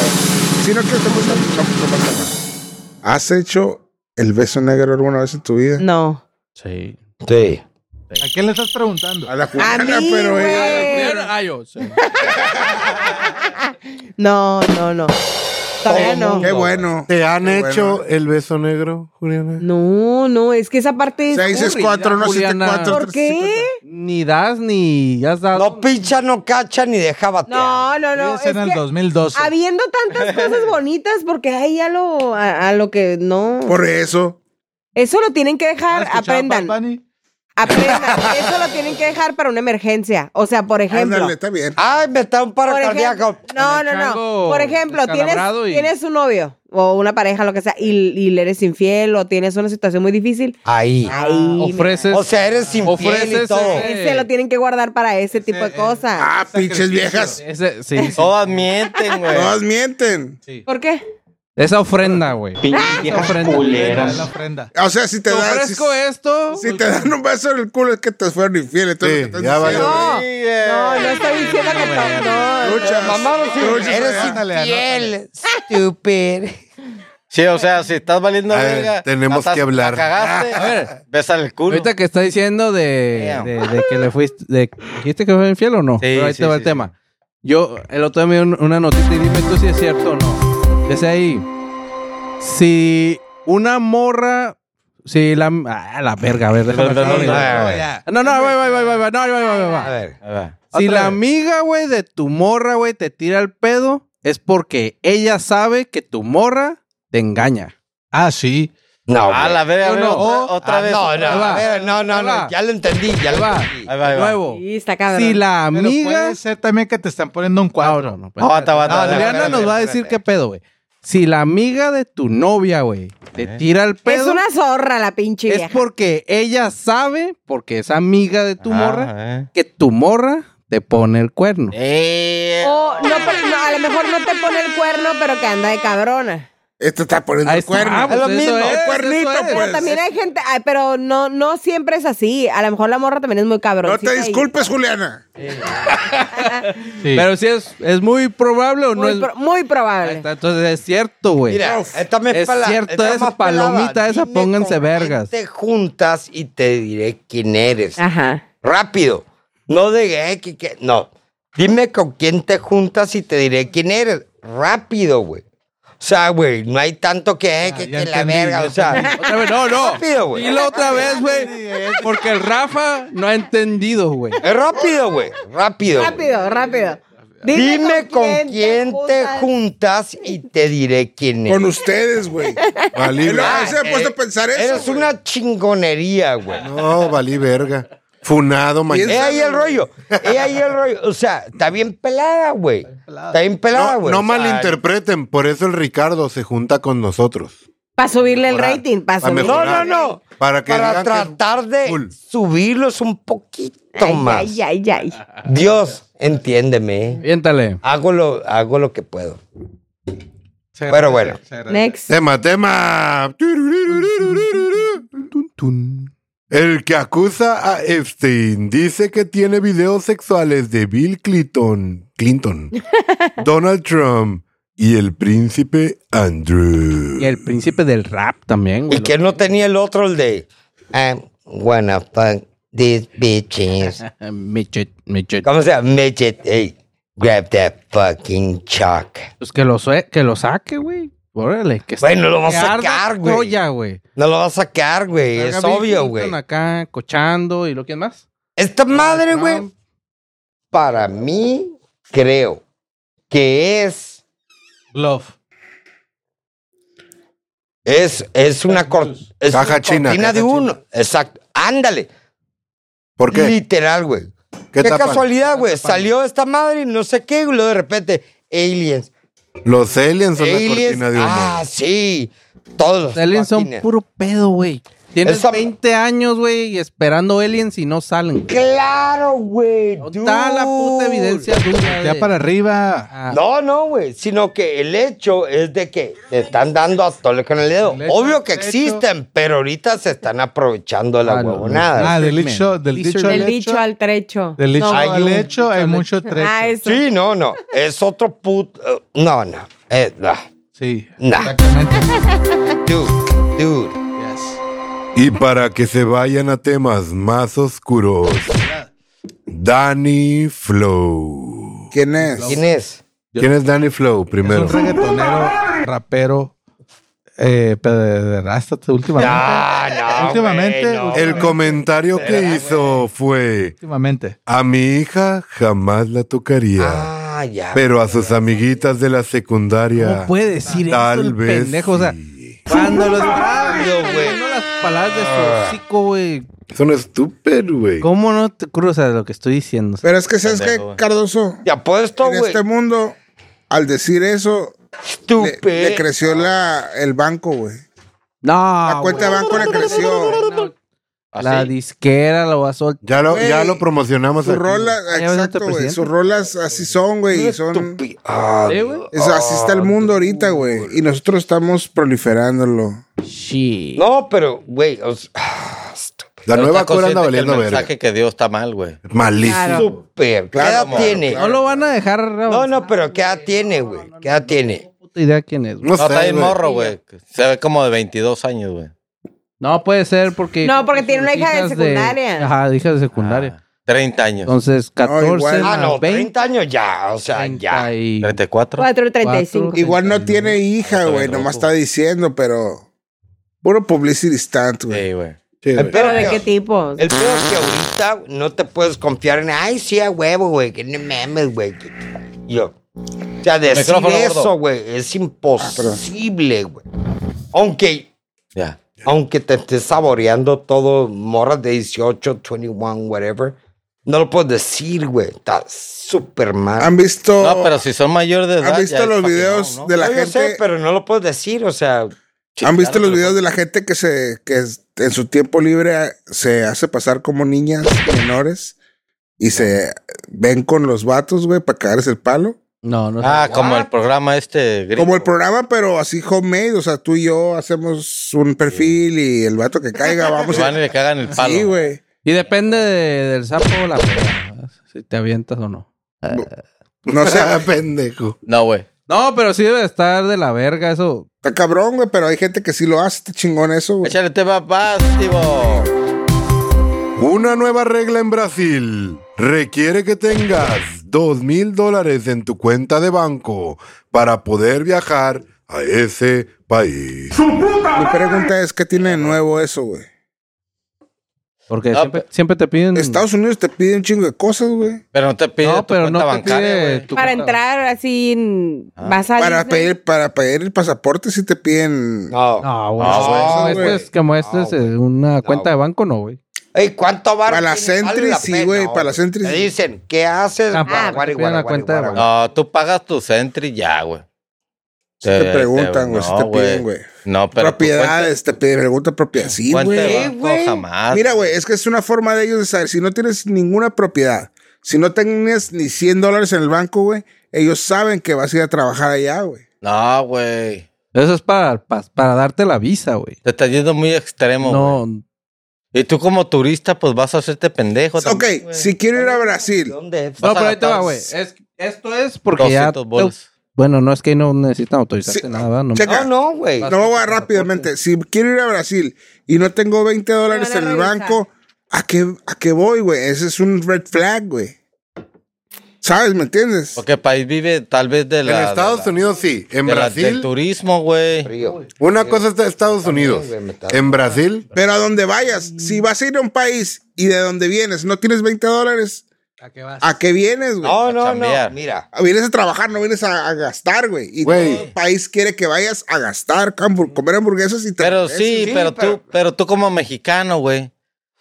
[SPEAKER 5] Si no quieres, te gusta, no, no pasa nada. ¿Has hecho el beso negro alguna vez en tu vida?
[SPEAKER 6] No.
[SPEAKER 7] Sí.
[SPEAKER 3] Sí.
[SPEAKER 2] ¿A quién le estás preguntando?
[SPEAKER 5] A la
[SPEAKER 6] A
[SPEAKER 5] Juliana,
[SPEAKER 6] mí,
[SPEAKER 5] pero eh, ella-
[SPEAKER 6] güey.
[SPEAKER 7] Ah, yo, sí.
[SPEAKER 6] No, no, no. Todavía no.
[SPEAKER 5] Qué bueno.
[SPEAKER 8] ¿Te han
[SPEAKER 5] Qué bueno.
[SPEAKER 8] hecho el beso negro, Juliana?
[SPEAKER 6] No, no, es que esa parte es...
[SPEAKER 5] Seis es cuatro, no siete
[SPEAKER 7] Juliana.
[SPEAKER 5] cuatro.
[SPEAKER 6] ¿Por
[SPEAKER 5] tres,
[SPEAKER 6] qué?
[SPEAKER 7] Ni das ni has dado.
[SPEAKER 3] No pincha, no cacha, ni deja batear.
[SPEAKER 6] No, no, no.
[SPEAKER 2] Vives en
[SPEAKER 6] es
[SPEAKER 2] el
[SPEAKER 6] que
[SPEAKER 2] 2012.
[SPEAKER 6] habiendo tantas cosas bonitas, porque hay a lo, a, a lo que no.
[SPEAKER 5] Por eso.
[SPEAKER 6] Eso lo tienen que
[SPEAKER 2] ¿Has
[SPEAKER 6] dejar,
[SPEAKER 2] escuchado
[SPEAKER 6] aprendan.
[SPEAKER 2] Bad Bunny?
[SPEAKER 6] Aprendan. Eso lo tienen que dejar para una emergencia. O sea, por ejemplo.
[SPEAKER 5] Ándale, está bien.
[SPEAKER 3] Ay, me está un paro
[SPEAKER 6] por ejemplo,
[SPEAKER 3] cardíaco.
[SPEAKER 6] no, no, no.
[SPEAKER 7] chango
[SPEAKER 6] Por ejemplo, tienes,
[SPEAKER 7] descalabrado y-
[SPEAKER 6] tienes un novio o una pareja, lo que sea, y, y le eres infiel o tienes una situación muy difícil.
[SPEAKER 3] Ahí.
[SPEAKER 6] Ahí.
[SPEAKER 7] Ofreces.
[SPEAKER 3] O sea, eres infiel y
[SPEAKER 7] Ofreces
[SPEAKER 3] todo.
[SPEAKER 7] ese-
[SPEAKER 6] Se lo tienen que guardar para ese tipo de cosas.
[SPEAKER 5] Ah, pinches viejas.
[SPEAKER 7] Ese- sí, sí.
[SPEAKER 4] Todas mienten, güey.
[SPEAKER 5] Todas mienten.
[SPEAKER 6] ¿Por qué?
[SPEAKER 7] Esa ofrenda, güey. Esa ofrenda.
[SPEAKER 2] Es la ofrenda.
[SPEAKER 5] O sea, si te
[SPEAKER 7] Te
[SPEAKER 5] dan. Si,
[SPEAKER 7] ofrezco esto.
[SPEAKER 5] si te dan un beso en el culo, es que te fueron infieles. todo
[SPEAKER 8] Sí,
[SPEAKER 5] lo que estás
[SPEAKER 8] ya
[SPEAKER 5] diciendo.
[SPEAKER 8] valió.
[SPEAKER 6] No, no, no estoy diciendo que no. no.
[SPEAKER 5] Luchas.
[SPEAKER 3] Mamaron, sí.
[SPEAKER 5] Luchas,
[SPEAKER 3] Eres
[SPEAKER 5] ándale,
[SPEAKER 3] infiel. Stupid.
[SPEAKER 4] Sí, o sea, si estás valiendo
[SPEAKER 8] A ver,
[SPEAKER 4] verga.
[SPEAKER 8] tenemos
[SPEAKER 4] la estás-
[SPEAKER 8] que hablar.
[SPEAKER 4] la cagaste.
[SPEAKER 7] A ver.
[SPEAKER 4] Bésale el culo.
[SPEAKER 7] Ahorita que está diciendo de,
[SPEAKER 4] Damn.
[SPEAKER 7] de- de que le fuiste, de, dijiste que fue infiel o no.
[SPEAKER 4] Sí,
[SPEAKER 7] Pero ahí
[SPEAKER 4] sí,
[SPEAKER 7] te va el
[SPEAKER 4] sí,
[SPEAKER 7] tema. Yo el otro día me dieron una noticia y dime tú si es cierto o no. Dice ahí, si una morra, si la, ah, la verga, a ver, déjame.
[SPEAKER 4] No, no, no,
[SPEAKER 7] no,
[SPEAKER 4] no.
[SPEAKER 7] no, no, va, va, va, va, va, no, va, va, va,
[SPEAKER 3] A
[SPEAKER 7] va.
[SPEAKER 3] ver.
[SPEAKER 4] A ver.
[SPEAKER 7] Si
[SPEAKER 3] Otra
[SPEAKER 7] la
[SPEAKER 3] vez.
[SPEAKER 7] amiga, güey, de tu morra, güey, te tira el pedo, es porque ella sabe que tu morra te engaña.
[SPEAKER 2] Ah, sí.
[SPEAKER 3] No.
[SPEAKER 4] A la verga, a ver,
[SPEAKER 7] Uno.
[SPEAKER 4] otra, otra
[SPEAKER 3] Ah,
[SPEAKER 4] vez.
[SPEAKER 3] No, no,
[SPEAKER 7] Ahí va.
[SPEAKER 3] a ver, no, no,
[SPEAKER 7] Ahí
[SPEAKER 3] no.
[SPEAKER 7] va.
[SPEAKER 3] Ya lo entendí, ya lo
[SPEAKER 7] Ahí va.
[SPEAKER 3] entendí.
[SPEAKER 4] Ahí va,
[SPEAKER 7] De
[SPEAKER 4] ahí va.
[SPEAKER 7] nuevo.
[SPEAKER 6] Sí, está cabrón.
[SPEAKER 7] Si la
[SPEAKER 2] Pero pues,
[SPEAKER 7] amiga
[SPEAKER 2] puede ser también que te están poniendo un cuadro.
[SPEAKER 7] no,
[SPEAKER 4] No, aguanta, aguanta,
[SPEAKER 7] No,
[SPEAKER 4] aguanta,
[SPEAKER 7] Ah, Adriana
[SPEAKER 4] espérate,
[SPEAKER 7] nos va a
[SPEAKER 4] espérate.
[SPEAKER 7] decir qué pedo, güey. Si la amiga de tu novia, güey, te
[SPEAKER 4] Eh.
[SPEAKER 7] tira el
[SPEAKER 6] Es
[SPEAKER 7] pedo,
[SPEAKER 6] una zorra la pinche
[SPEAKER 7] es
[SPEAKER 6] vieja.
[SPEAKER 7] porque ella sabe, porque es amiga de tu
[SPEAKER 4] Ah,
[SPEAKER 7] morra,
[SPEAKER 4] eh.
[SPEAKER 7] que tu morra te pone el cuerno.
[SPEAKER 4] Eh.
[SPEAKER 6] O no, pero- no, a lo mejor no te pone el cuerno, pero que anda de cabrona.
[SPEAKER 5] Este está poniendo
[SPEAKER 7] Ahí
[SPEAKER 5] el
[SPEAKER 7] está,
[SPEAKER 5] cuerno.
[SPEAKER 7] pues,
[SPEAKER 5] Es lo
[SPEAKER 7] eso
[SPEAKER 5] mismo,
[SPEAKER 7] es,
[SPEAKER 5] el
[SPEAKER 7] eso
[SPEAKER 5] cuernito,
[SPEAKER 7] es.
[SPEAKER 6] Pero
[SPEAKER 5] pues.
[SPEAKER 6] también hay gente, ay, pero no, no siempre es así. A lo mejor la morra también es muy cabrona.
[SPEAKER 5] No te disculpes, Juliana.
[SPEAKER 2] Sí.
[SPEAKER 7] Pero si es, es muy probable o no
[SPEAKER 6] Muy,
[SPEAKER 7] es.
[SPEAKER 6] pro- muy
[SPEAKER 7] Ahí
[SPEAKER 6] probable.
[SPEAKER 7] está, entonces es cierto, güey.
[SPEAKER 3] Mira, esta me
[SPEAKER 7] Es
[SPEAKER 3] pela-
[SPEAKER 7] cierto,
[SPEAKER 3] esta
[SPEAKER 7] esa
[SPEAKER 3] más pelada.
[SPEAKER 7] palomita esa,
[SPEAKER 3] Dime
[SPEAKER 7] pónganse
[SPEAKER 3] con
[SPEAKER 7] vergas.
[SPEAKER 3] quién Te juntas y te diré quién eres.
[SPEAKER 6] Ajá.
[SPEAKER 3] Rápido. No de eh, que, que- no. Dime con quién te juntas y te diré quién eres. Rápido, güey. sea, güey, no hay tanto que, eh, que, que la verga, o sea.
[SPEAKER 7] Otra vez, no, no.
[SPEAKER 3] Rápido, güey.
[SPEAKER 7] Dilo otra vez, güey. Porque el Rafa no ha entendido, güey.
[SPEAKER 3] Es rápido, güey. Rápido. güey.
[SPEAKER 6] Rápido, rápido.
[SPEAKER 3] Dime con quién te juntas y te diré quién es.
[SPEAKER 5] Con ustedes, güey.
[SPEAKER 8] Valí,
[SPEAKER 5] Él lo
[SPEAKER 8] verga.
[SPEAKER 5] se ha puesto a
[SPEAKER 8] Eh,
[SPEAKER 5] pensar eso.
[SPEAKER 3] Eres una chingonería, güey.
[SPEAKER 8] No, valí verga. Funado
[SPEAKER 3] Es
[SPEAKER 8] mañana.
[SPEAKER 3] ahí el rollo. Es ahí el rollo. O sea, está bien pelada, güey. Está bien pelada,
[SPEAKER 8] No,
[SPEAKER 3] güey.
[SPEAKER 8] no
[SPEAKER 3] O sea,
[SPEAKER 8] malinterpreten, por eso el Ricardo se junta con nosotros.
[SPEAKER 6] Para subirle el
[SPEAKER 8] Mejorar.
[SPEAKER 6] rating, para
[SPEAKER 8] Para
[SPEAKER 6] subirle.
[SPEAKER 3] No,
[SPEAKER 8] mejorar.
[SPEAKER 3] no, no.
[SPEAKER 8] Para que
[SPEAKER 3] Para
[SPEAKER 8] digan que es
[SPEAKER 3] tratar de
[SPEAKER 8] cool.
[SPEAKER 3] subirlos un poquito
[SPEAKER 6] Ay,
[SPEAKER 3] más.
[SPEAKER 6] ay, ay, ay.
[SPEAKER 3] Ah, Dios, entiéndeme.
[SPEAKER 7] Viéntale.
[SPEAKER 3] Hago lo, hago lo que puedo. Pero bueno.
[SPEAKER 6] Next.
[SPEAKER 8] Tema, tema. El que acusa a Epstein dice que tiene videos sexuales de Bill Clinton, Clinton, Donald Trump y el príncipe Andrew.
[SPEAKER 7] Y el príncipe del rap también, güey.
[SPEAKER 3] Y que no tenía el otro, el de. I'm wanna fuck these bitches.
[SPEAKER 7] Michet, michet.
[SPEAKER 3] ¿Cómo se llama? Midget. Hey, grab that fucking chalk.
[SPEAKER 7] Pues que lo, sue- que lo saque, güey. Órale. Que
[SPEAKER 3] Bueno, lo va a
[SPEAKER 7] que arda
[SPEAKER 3] sacar, güey.
[SPEAKER 7] Troya, güey.
[SPEAKER 3] No lo va a sacar, güey. Es
[SPEAKER 7] Salga Bill
[SPEAKER 3] obvio,
[SPEAKER 7] Clinton
[SPEAKER 3] güey.
[SPEAKER 7] acá cochando y lo que más.
[SPEAKER 3] Esta madre, güey.
[SPEAKER 7] Trump.
[SPEAKER 3] Para mí, creo que es.
[SPEAKER 7] Love.
[SPEAKER 3] Es, es una, cor- es
[SPEAKER 8] Caja
[SPEAKER 3] una
[SPEAKER 8] china,
[SPEAKER 3] cortina
[SPEAKER 8] caja
[SPEAKER 3] de uno. Exacto. Ándale.
[SPEAKER 8] ¿Por qué?
[SPEAKER 3] Literal, güey.
[SPEAKER 8] ¿Qué
[SPEAKER 3] Qué,
[SPEAKER 8] tapan?
[SPEAKER 3] casualidad, güey. Salió esta madre y no sé qué, y luego de repente, aliens.
[SPEAKER 8] Los aliens son la
[SPEAKER 3] aliens.
[SPEAKER 8] cortina de humo.
[SPEAKER 3] Ah, sí. Todos los
[SPEAKER 7] Aliens son
[SPEAKER 3] fucking-
[SPEAKER 7] puro pedo, güey. Tienes
[SPEAKER 3] Esa-
[SPEAKER 7] 20 años, güey, y esperando aliens y no salen.
[SPEAKER 3] Claro, güey.
[SPEAKER 7] ¿Dónde Está la
[SPEAKER 3] dude.
[SPEAKER 7] puta evidencia dura,
[SPEAKER 2] Ya
[SPEAKER 7] güey?
[SPEAKER 2] para arriba.
[SPEAKER 7] Ah,
[SPEAKER 3] No, no, güey. Sino que el hecho es de que te están dando a tole con el dedo.
[SPEAKER 7] El hecho,
[SPEAKER 3] Obvio que
[SPEAKER 7] el hecho.
[SPEAKER 3] existen, pero ahorita se están aprovechando de la
[SPEAKER 7] Ah, no,
[SPEAKER 3] huevonada.
[SPEAKER 2] Ah, del
[SPEAKER 7] Discernment.
[SPEAKER 2] dicho, del dicho
[SPEAKER 6] Del
[SPEAKER 2] al
[SPEAKER 6] dicho
[SPEAKER 2] hecho.
[SPEAKER 6] al trecho.
[SPEAKER 2] Del dicho
[SPEAKER 6] No,
[SPEAKER 3] Ay,
[SPEAKER 2] al
[SPEAKER 3] un
[SPEAKER 2] hecho hay mucho
[SPEAKER 6] Ah,
[SPEAKER 2] trecho.
[SPEAKER 6] eso.
[SPEAKER 3] Sí, no, no. Es otro puto. No, no. Eh, no.
[SPEAKER 2] Sí.
[SPEAKER 3] Nah. Dude, dude.
[SPEAKER 1] Y para que se vayan a temas más oscuros, Danny Flow.
[SPEAKER 5] ¿Quién es?
[SPEAKER 3] ¿Quién es?
[SPEAKER 8] ¿Quién es Danny Flow
[SPEAKER 2] Es
[SPEAKER 1] primero?
[SPEAKER 2] un reggaetonero, rapero, eh, pederasta últimamente.
[SPEAKER 3] Ah, no.
[SPEAKER 2] Últimamente,
[SPEAKER 3] güey, no.
[SPEAKER 8] El comentario que hizo fue:
[SPEAKER 2] Últimamente.
[SPEAKER 1] A mi hija jamás la tocaría,
[SPEAKER 3] Ah, ya.
[SPEAKER 1] pero a sus amiguitas de la secundaria
[SPEAKER 7] ¿Cómo puede decir
[SPEAKER 1] tal
[SPEAKER 7] eso el
[SPEAKER 1] vez
[SPEAKER 7] pendejo? O sea,
[SPEAKER 1] sí.
[SPEAKER 7] cuando los
[SPEAKER 3] güey. Ah.
[SPEAKER 7] cuando las palabras de su hocico, güey.
[SPEAKER 1] son estúpidos, güey.
[SPEAKER 7] ¿Cómo no te cruzas lo que estoy diciendo?
[SPEAKER 5] Pero es que, ¿sabes qué,
[SPEAKER 4] Pendejo, güey.
[SPEAKER 5] Cardoso?
[SPEAKER 3] Te apuesto,
[SPEAKER 5] En
[SPEAKER 3] güey.
[SPEAKER 5] este mundo, al decir eso,
[SPEAKER 3] Estúpido.
[SPEAKER 5] le, le creció la, el banco, güey.
[SPEAKER 7] No.
[SPEAKER 5] La cuenta de
[SPEAKER 7] Ah,
[SPEAKER 5] banco
[SPEAKER 7] güey.
[SPEAKER 5] le creció.
[SPEAKER 7] No,
[SPEAKER 3] Ah,
[SPEAKER 7] La disquera lo va a soltar.
[SPEAKER 8] Ya lo, ya
[SPEAKER 5] Güey,
[SPEAKER 8] lo promocionamos.
[SPEAKER 5] Sus
[SPEAKER 8] aquí.
[SPEAKER 5] rolas,
[SPEAKER 7] Ah, Ya ves a tu
[SPEAKER 5] exacto, güey.
[SPEAKER 7] presidente.
[SPEAKER 5] Sus rolas así son, güey. y Son,
[SPEAKER 3] Estúpido. Ah,
[SPEAKER 7] ¿Eh, güey?
[SPEAKER 5] es- así está el mundo ahorita, güey. Y nosotros estamos proliferándolo.
[SPEAKER 7] Shit.
[SPEAKER 3] No, pero, güey. o sea, ah, estúpido.
[SPEAKER 8] La
[SPEAKER 4] Pero
[SPEAKER 8] nueva
[SPEAKER 4] está
[SPEAKER 8] cura anda
[SPEAKER 4] consciente que
[SPEAKER 8] valiendo
[SPEAKER 4] El
[SPEAKER 8] verga.
[SPEAKER 4] mensaje que dio está mal, güey.
[SPEAKER 6] Claro.
[SPEAKER 8] Malísimo.
[SPEAKER 3] Súper. ¿Qué edad
[SPEAKER 5] Claro,
[SPEAKER 3] tiene?
[SPEAKER 7] No lo van a dejar.
[SPEAKER 3] No, no, pero ¿qué edad tiene, güey? ¿Qué edad tiene?
[SPEAKER 7] puta idea quién es, güey.
[SPEAKER 8] No
[SPEAKER 4] No, está
[SPEAKER 8] sé,
[SPEAKER 4] bien
[SPEAKER 8] güey.
[SPEAKER 4] morro, güey. Se ve como de 22 años, güey.
[SPEAKER 7] No puede ser porque.
[SPEAKER 6] No, porque
[SPEAKER 7] sus
[SPEAKER 6] tiene una hija de
[SPEAKER 7] hijas
[SPEAKER 6] secundaria.
[SPEAKER 7] Ajá, de hija de secundaria.
[SPEAKER 4] Ah, 30 años.
[SPEAKER 7] Entonces, 14
[SPEAKER 5] igual.
[SPEAKER 3] Ah,
[SPEAKER 7] más
[SPEAKER 3] no,
[SPEAKER 7] 20.
[SPEAKER 3] 30 años ya, o sea, ya.
[SPEAKER 7] 30 y-
[SPEAKER 4] 34.
[SPEAKER 6] 435.
[SPEAKER 7] Cuatro.
[SPEAKER 5] Igual no tiene hija,
[SPEAKER 4] Está
[SPEAKER 5] güey.
[SPEAKER 4] bien
[SPEAKER 5] Nomás
[SPEAKER 4] loco.
[SPEAKER 5] está diciendo, pero. Puro publicity stunt, güey.
[SPEAKER 4] Sí, güey.
[SPEAKER 8] Sí, güey.
[SPEAKER 6] ¿Pero de qué tipo?
[SPEAKER 3] El peor es que ahorita no te puedes confiar en, ay, sí, a huevo, güey, que no mames, güey. que- Yo. O sea, decir
[SPEAKER 4] Micrófono,
[SPEAKER 3] eso,
[SPEAKER 4] gordo.
[SPEAKER 3] güey, es imposible, güey. Aunque,
[SPEAKER 4] Ya.
[SPEAKER 3] aunque te estés saboreando todo, morras de 18, 21, whatever, no lo puedes decir, güey. Está súper mal.
[SPEAKER 5] ¿Han visto,
[SPEAKER 4] No, pero si son mayor de edad.
[SPEAKER 5] ¿han
[SPEAKER 4] ya
[SPEAKER 5] visto
[SPEAKER 4] es
[SPEAKER 5] los
[SPEAKER 4] pa' que
[SPEAKER 5] videos
[SPEAKER 4] no, ¿no?
[SPEAKER 5] de la
[SPEAKER 3] No, yo
[SPEAKER 5] gente?
[SPEAKER 3] sé, pero no lo puedes decir, o sea,
[SPEAKER 5] ¿Han visto
[SPEAKER 4] claro,
[SPEAKER 5] los
[SPEAKER 4] pero-
[SPEAKER 5] videos de la gente que se que es- en su tiempo libre se hace pasar como niñas menores y se ven con los vatos, güey, para cagarles el palo?
[SPEAKER 7] No, no.
[SPEAKER 4] Ah, como el programa este gringo.
[SPEAKER 5] Como el programa, pero así homemade, o sea, tú y yo hacemos un perfil y el vato que caiga,
[SPEAKER 4] Que
[SPEAKER 5] vamos
[SPEAKER 4] Van y
[SPEAKER 5] a...
[SPEAKER 4] le cagan el palo.
[SPEAKER 5] Sí, güey.
[SPEAKER 7] Y depende de- del sapo o la pera, ¿verdad? si te avientas o no.
[SPEAKER 5] No sé,
[SPEAKER 8] Ah, pendejo.
[SPEAKER 4] No, güey.
[SPEAKER 7] No, pero sí debe estar de la verga eso.
[SPEAKER 5] está cabrón, güey, pero hay gente que sí lo hace, está chingón eso, güey.
[SPEAKER 4] Échale tema pasivo.
[SPEAKER 1] Una nueva regla en Brasil requiere que tengas dos mil dólares en tu cuenta de banco para poder viajar a ese país.
[SPEAKER 5] Mi pregunta es, ¿qué tiene de nuevo eso, güey?
[SPEAKER 7] Porque siempre, siempre te piden.
[SPEAKER 5] Estados Unidos te pide un chingo de cosas, güey.
[SPEAKER 4] Pero no te pide
[SPEAKER 7] No, pero no te pide. tu
[SPEAKER 6] Para
[SPEAKER 7] cuenta-
[SPEAKER 6] entrar así, en- vas a
[SPEAKER 5] Para
[SPEAKER 6] Disney.
[SPEAKER 5] pedir, para pedir el pasaporte si te piden...
[SPEAKER 3] No.
[SPEAKER 7] No, güey.
[SPEAKER 5] No,
[SPEAKER 7] como
[SPEAKER 5] güey.
[SPEAKER 7] este es, como este es eh, una cuenta de banco, no, güey.
[SPEAKER 3] Ey, ¿cuánto barro?
[SPEAKER 5] Para la
[SPEAKER 3] tiene? Vale
[SPEAKER 5] Sentry,
[SPEAKER 3] la
[SPEAKER 5] sí,
[SPEAKER 3] pena,
[SPEAKER 5] güey,
[SPEAKER 3] no,
[SPEAKER 5] para la Sentry,
[SPEAKER 3] Te
[SPEAKER 5] sí.
[SPEAKER 3] dicen, ¿qué haces?
[SPEAKER 7] Ah,
[SPEAKER 3] Ah,
[SPEAKER 7] para que
[SPEAKER 3] guari,
[SPEAKER 7] te pidan la
[SPEAKER 3] guari,
[SPEAKER 7] cuenta de
[SPEAKER 3] guari, guari.
[SPEAKER 4] No, tú pagas tu Sentry y ya, güey.
[SPEAKER 5] Si te preguntan, güey, si te piden, güey.
[SPEAKER 4] No, pero. tu
[SPEAKER 5] Propiedades, te piden, pregunta propiedad. Sí,
[SPEAKER 4] cuenta- cuenta de
[SPEAKER 5] güey.
[SPEAKER 4] banco jamás.
[SPEAKER 5] Mira, güey, es que es una forma de ellos de saber. Si no tienes ninguna propiedad, si no tienes ni 100 dólares en el banco, güey, ellos saben que vas a ir a trabajar allá, güey.
[SPEAKER 4] No, güey.
[SPEAKER 7] Eso es para, pa- para darte la visa, güey.
[SPEAKER 4] Te estás yendo muy extremo, güey.
[SPEAKER 7] No,
[SPEAKER 4] Y tú como turista, pues vas a hacerte pendejo.
[SPEAKER 5] Ok,
[SPEAKER 4] también, güey.
[SPEAKER 5] si quiero ir a Brasil,
[SPEAKER 4] ¿Dónde? Vas
[SPEAKER 7] no
[SPEAKER 4] a
[SPEAKER 7] pero ahí te va,
[SPEAKER 4] gastar
[SPEAKER 7] güey. Es- esto es porque ya.
[SPEAKER 4] 200 bolas.
[SPEAKER 7] Bueno, no es que no necesitan autorizarte
[SPEAKER 5] Sí,
[SPEAKER 7] nada, no.
[SPEAKER 5] checa.
[SPEAKER 3] No, no, güey.
[SPEAKER 5] no voy a rápidamente. Si quiero ir a Brasil y no tengo 20 dólares
[SPEAKER 6] van
[SPEAKER 5] en
[SPEAKER 6] a
[SPEAKER 5] el
[SPEAKER 6] revisar.
[SPEAKER 5] banco, ¿a qué, ¿a qué voy, güey? Ese es un red flag, güey. ¿Sabes? ¿Me entiendes?
[SPEAKER 4] Porque el país vive tal vez de la...
[SPEAKER 1] en Estados Unidos sí, en
[SPEAKER 4] de la- del
[SPEAKER 1] Brasil.
[SPEAKER 4] turismo, güey.
[SPEAKER 3] Frío.
[SPEAKER 1] Una cosa está Estados Unidos.
[SPEAKER 3] güey, me está-
[SPEAKER 1] En Brasil,
[SPEAKER 5] Pero a donde vayas,
[SPEAKER 6] Mm.
[SPEAKER 5] si vas a ir a un país y de donde vienes no tienes 20 dólares,
[SPEAKER 7] ¿A qué vas?
[SPEAKER 5] ¿a qué vienes, güey?
[SPEAKER 3] No, no, no.
[SPEAKER 4] chambear.
[SPEAKER 3] Mira.
[SPEAKER 5] Vienes a trabajar, no vienes a, a gastar, güey. Y
[SPEAKER 1] Güey.
[SPEAKER 5] todo el país quiere que vayas a gastar, hambur- comer hamburguesas y te
[SPEAKER 4] Pero
[SPEAKER 5] regreses.
[SPEAKER 4] sí,
[SPEAKER 3] sí,
[SPEAKER 4] pero,
[SPEAKER 3] pero-
[SPEAKER 4] tú, pero tú como mexicano, güey,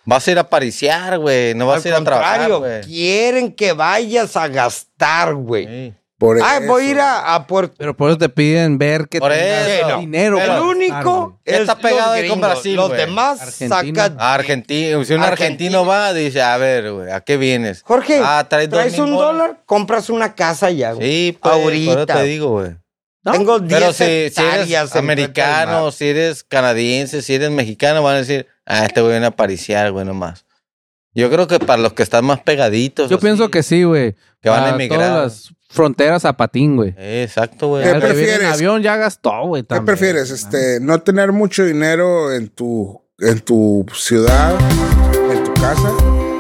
[SPEAKER 4] vas a ir a pariciar, güey. No vas
[SPEAKER 3] Al
[SPEAKER 4] a ir a trabajar,
[SPEAKER 3] contrario,
[SPEAKER 4] güey.
[SPEAKER 3] quieren que vayas a gastar, güey.
[SPEAKER 4] Sí.
[SPEAKER 5] Por
[SPEAKER 3] Ah,
[SPEAKER 5] eso.
[SPEAKER 3] voy a ir a, a Puerto
[SPEAKER 7] Pero por eso te piden ver que
[SPEAKER 4] Por
[SPEAKER 7] tengas
[SPEAKER 4] eso.
[SPEAKER 7] dinero.
[SPEAKER 4] Pero
[SPEAKER 7] para
[SPEAKER 3] El
[SPEAKER 4] Claro,
[SPEAKER 7] gastar,
[SPEAKER 3] único
[SPEAKER 7] güey.
[SPEAKER 4] Ya está
[SPEAKER 3] es
[SPEAKER 4] pegado
[SPEAKER 3] los
[SPEAKER 4] ahí con
[SPEAKER 3] gringos.
[SPEAKER 4] Brasil,
[SPEAKER 3] Los
[SPEAKER 4] güey.
[SPEAKER 3] demás
[SPEAKER 7] Argentina.
[SPEAKER 3] sacan.
[SPEAKER 4] A Argentina, si un
[SPEAKER 3] Argentina.
[SPEAKER 4] argentino va, dice, a ver, güey, ¿a qué vienes?
[SPEAKER 3] Jorge,
[SPEAKER 4] Ah, traes
[SPEAKER 3] traes,
[SPEAKER 4] dos mil
[SPEAKER 3] un
[SPEAKER 4] bolas.
[SPEAKER 3] dólar, compras una casa ya, güey.
[SPEAKER 4] Sí, pues,
[SPEAKER 3] Ahorita.
[SPEAKER 4] Ahorita. te digo, güey.
[SPEAKER 3] Tengo 10
[SPEAKER 4] Pero si, si
[SPEAKER 3] hectáreas
[SPEAKER 4] eres
[SPEAKER 3] en frente al
[SPEAKER 4] americano,
[SPEAKER 3] mar.
[SPEAKER 4] si eres canadiense, si eres mexicano, van a decir, ah, este güey viene a pariciar, güey, nomás. Yo creo que para los que están más pegaditos.
[SPEAKER 7] Yo
[SPEAKER 4] así,
[SPEAKER 7] pienso que sí, güey.
[SPEAKER 4] pues, Que van a
[SPEAKER 7] Para
[SPEAKER 4] emigrar.
[SPEAKER 7] Todas las fronteras a patín, güey.
[SPEAKER 4] Eh, Exacto, güey.
[SPEAKER 5] ¿Qué
[SPEAKER 7] Ya el que viene En
[SPEAKER 5] prefieres?
[SPEAKER 7] avión ya gastó, güey.
[SPEAKER 5] ¿Qué
[SPEAKER 7] también.
[SPEAKER 5] prefieres? Este, no tener mucho dinero en tu, en tu ciudad, en tu casa,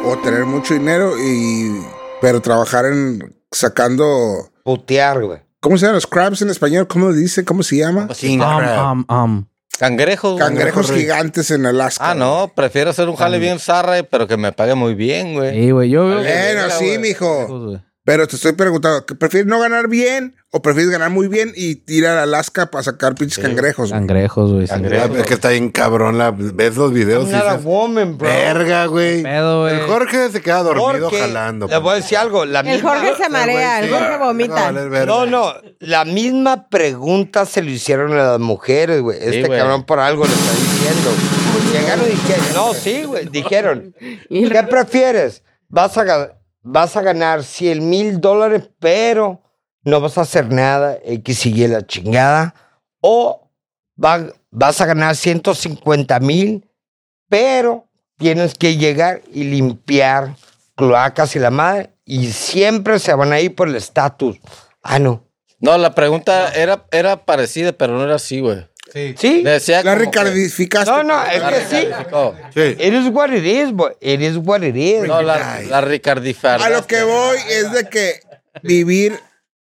[SPEAKER 5] o tener mucho dinero y pero trabajar en sacando
[SPEAKER 3] Putear, güey.
[SPEAKER 5] ¿cómo se llaman los crabs en español? ¿Cómo dice? ¿Cómo se llama?
[SPEAKER 4] Cocina.
[SPEAKER 7] Um, um, um.
[SPEAKER 4] Pues Cangrejos. güey.
[SPEAKER 5] Cangrejos gigantes en Alaska.
[SPEAKER 4] Ah, no, prefiero hacer un jale bien zarra, pero que me pague muy bien, güey.
[SPEAKER 7] Sí, güey. Yo veo.
[SPEAKER 5] Bueno, sí, mijo.
[SPEAKER 7] güey.
[SPEAKER 5] Pero te estoy preguntando, ¿que ¿prefieres no ganar bien o prefieres ganar muy bien y tirar a Alaska para sacar pinches cangrejos? güey?
[SPEAKER 7] Cangrejos, güey. sí.
[SPEAKER 4] Cangrejos.
[SPEAKER 1] es que está bien cabrón. La, ves los videos
[SPEAKER 3] I'm
[SPEAKER 1] y
[SPEAKER 3] not a
[SPEAKER 1] dices,
[SPEAKER 3] woman, bro.
[SPEAKER 1] verga, güey.
[SPEAKER 7] Pedo, güey.
[SPEAKER 1] El Jorge se queda dormido
[SPEAKER 3] Porque,
[SPEAKER 1] jalando. pues.
[SPEAKER 3] Le voy a decir algo. La
[SPEAKER 6] El
[SPEAKER 3] misma-
[SPEAKER 6] Jorge se marea, el Jorge vomita.
[SPEAKER 3] No, no, la misma pregunta se le hicieron a las mujeres, güey. Este
[SPEAKER 4] güey.
[SPEAKER 3] cabrón por algo lo está diciendo. Llegaron y dijeron, no, sí, güey, dijeron,
[SPEAKER 6] Y-
[SPEAKER 3] ¿qué prefieres? Vas a, ga- vas a ganar 100 mil dólares, pero no vas a hacer nada, X y Y la chingada. O va- vas a ganar 150 mil, pero tienes que llegar y limpiar cloacas y la madre, y siempre se van a ir por el estatus. Ah, no.
[SPEAKER 4] No, la pregunta era, era parecida, pero no era así, güey.
[SPEAKER 3] Sí.
[SPEAKER 4] Decía
[SPEAKER 5] La
[SPEAKER 4] como que-
[SPEAKER 5] ricardificaste.
[SPEAKER 3] No, no, es
[SPEAKER 4] La
[SPEAKER 3] que sí.
[SPEAKER 4] recalificó.
[SPEAKER 3] It is what it is, boy. It is what it is.
[SPEAKER 4] No, la, la ricardifardaste.
[SPEAKER 5] A lo que voy es de que vivir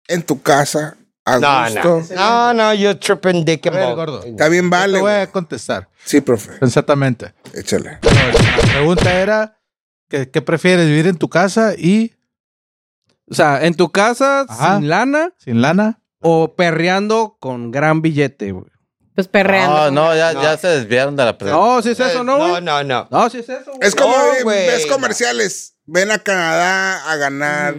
[SPEAKER 5] en tu casa a
[SPEAKER 3] no,
[SPEAKER 5] gusto
[SPEAKER 3] no. No, no, you're tripping dick and
[SPEAKER 2] A ver,
[SPEAKER 3] balls.
[SPEAKER 2] gordo.
[SPEAKER 5] también vale.
[SPEAKER 2] Te voy
[SPEAKER 5] güey.
[SPEAKER 2] a contestar.
[SPEAKER 5] Sí, profe,
[SPEAKER 2] Exactamente.
[SPEAKER 5] échale.
[SPEAKER 2] La pregunta era, ¿qué, qué prefieres? ¿Vivir en tu casa y
[SPEAKER 7] O sea, en tu casa,
[SPEAKER 2] Ajá.
[SPEAKER 7] sin lana
[SPEAKER 2] sin lana?
[SPEAKER 7] o perreando con gran billete, güey.
[SPEAKER 6] Pues perreando.
[SPEAKER 4] No, Ah, no, ya,
[SPEAKER 3] No.
[SPEAKER 4] ya se desviaron de la pregunta.
[SPEAKER 7] No, si es eso, ¿no,
[SPEAKER 3] No,
[SPEAKER 7] güey?
[SPEAKER 3] no, eh, no.
[SPEAKER 7] No, si es eso, güey.
[SPEAKER 5] Es como
[SPEAKER 3] No,
[SPEAKER 5] ven-
[SPEAKER 3] güey.
[SPEAKER 5] ves comerciales. Ven a Canadá a ganar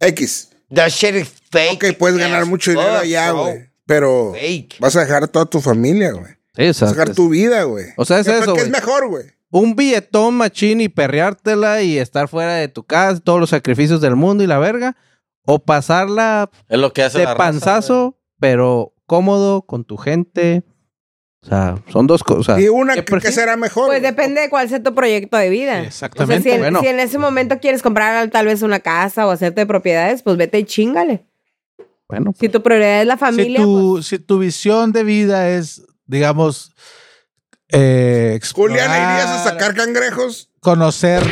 [SPEAKER 5] X.
[SPEAKER 3] That shit is fake.
[SPEAKER 5] Ok, puedes ganar
[SPEAKER 3] as
[SPEAKER 5] mucho dinero
[SPEAKER 3] fuck,
[SPEAKER 5] allá,
[SPEAKER 3] bro.
[SPEAKER 5] güey. Pero
[SPEAKER 3] Fake.
[SPEAKER 5] vas a dejar a toda tu familia, güey. Vas a
[SPEAKER 7] Exacto.
[SPEAKER 5] dejar tu vida, güey.
[SPEAKER 7] O sea, es
[SPEAKER 5] ¿Qué-
[SPEAKER 7] eso,
[SPEAKER 5] ¿Qué es
[SPEAKER 7] güey.
[SPEAKER 5] mejor, güey?
[SPEAKER 7] Un billetón machín y perreártela y estar fuera de tu casa, todos los sacrificios del mundo y la verga. O pasarla
[SPEAKER 4] Es lo que hace
[SPEAKER 7] de
[SPEAKER 4] la raza,
[SPEAKER 7] panzazo, pero cómodo con tu gente. O sea, son dos
[SPEAKER 2] Ah.
[SPEAKER 7] cosas.
[SPEAKER 5] Y una,
[SPEAKER 7] ¿Qué
[SPEAKER 5] que
[SPEAKER 7] prefieres?
[SPEAKER 5] será mejor?
[SPEAKER 6] Pues
[SPEAKER 5] güey?
[SPEAKER 6] depende de cuál sea tu proyecto de vida.
[SPEAKER 2] Sí,
[SPEAKER 6] Ah, O sea,
[SPEAKER 2] exactamente,
[SPEAKER 6] si en,
[SPEAKER 7] bueno.
[SPEAKER 6] si en ese momento quieres comprar tal vez una casa o hacerte propiedades, pues vete y chingale.
[SPEAKER 7] Bueno,
[SPEAKER 6] Si tu prioridad es la
[SPEAKER 2] Si
[SPEAKER 6] familia, pues,
[SPEAKER 2] tu, si tu visión de vida es, digamos, eh, explorar,
[SPEAKER 5] Juliana, ¿irías a sacar cangrejos?
[SPEAKER 2] conocer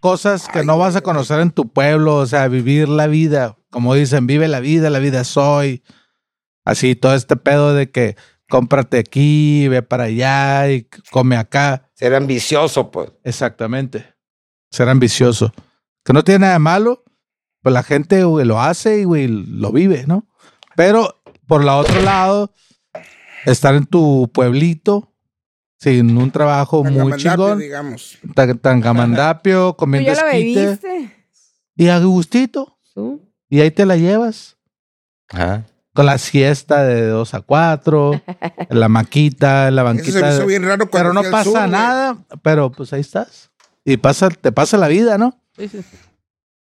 [SPEAKER 2] cosas que no vas a conocer en tu pueblo, o sea, vivir la vida, como dicen, vive la vida, la vida soy. Así, todo este pedo de que cómprate aquí, ve para allá y come acá.
[SPEAKER 3] Ser ambicioso, pues.
[SPEAKER 2] Exactamente. Ser ambicioso. Que no tiene nada de malo, pues la gente güey, lo hace y güey, lo vive, ¿no? Pero por la otro lado, estar en tu pueblito sin un trabajo muy
[SPEAKER 5] Tangamandapio,
[SPEAKER 2] chingón.
[SPEAKER 5] digamos.
[SPEAKER 2] Tan- Tangamandapio,
[SPEAKER 6] ¿Tú
[SPEAKER 2] comiendo
[SPEAKER 6] ya la
[SPEAKER 2] esquite.
[SPEAKER 6] bebiste?
[SPEAKER 2] Y a gustito. Y ahí te la llevas.
[SPEAKER 4] pues.
[SPEAKER 2] Con la siesta de 2 a 4, la maquita, la
[SPEAKER 5] Eso se
[SPEAKER 2] banquita.
[SPEAKER 5] me hizo bien raro cuando
[SPEAKER 2] pero no
[SPEAKER 5] fui al
[SPEAKER 2] pasa
[SPEAKER 5] sur, güey.
[SPEAKER 2] nada, pero pues ahí estás. Y pasa, te pasa la vida, ¿no?
[SPEAKER 6] Pues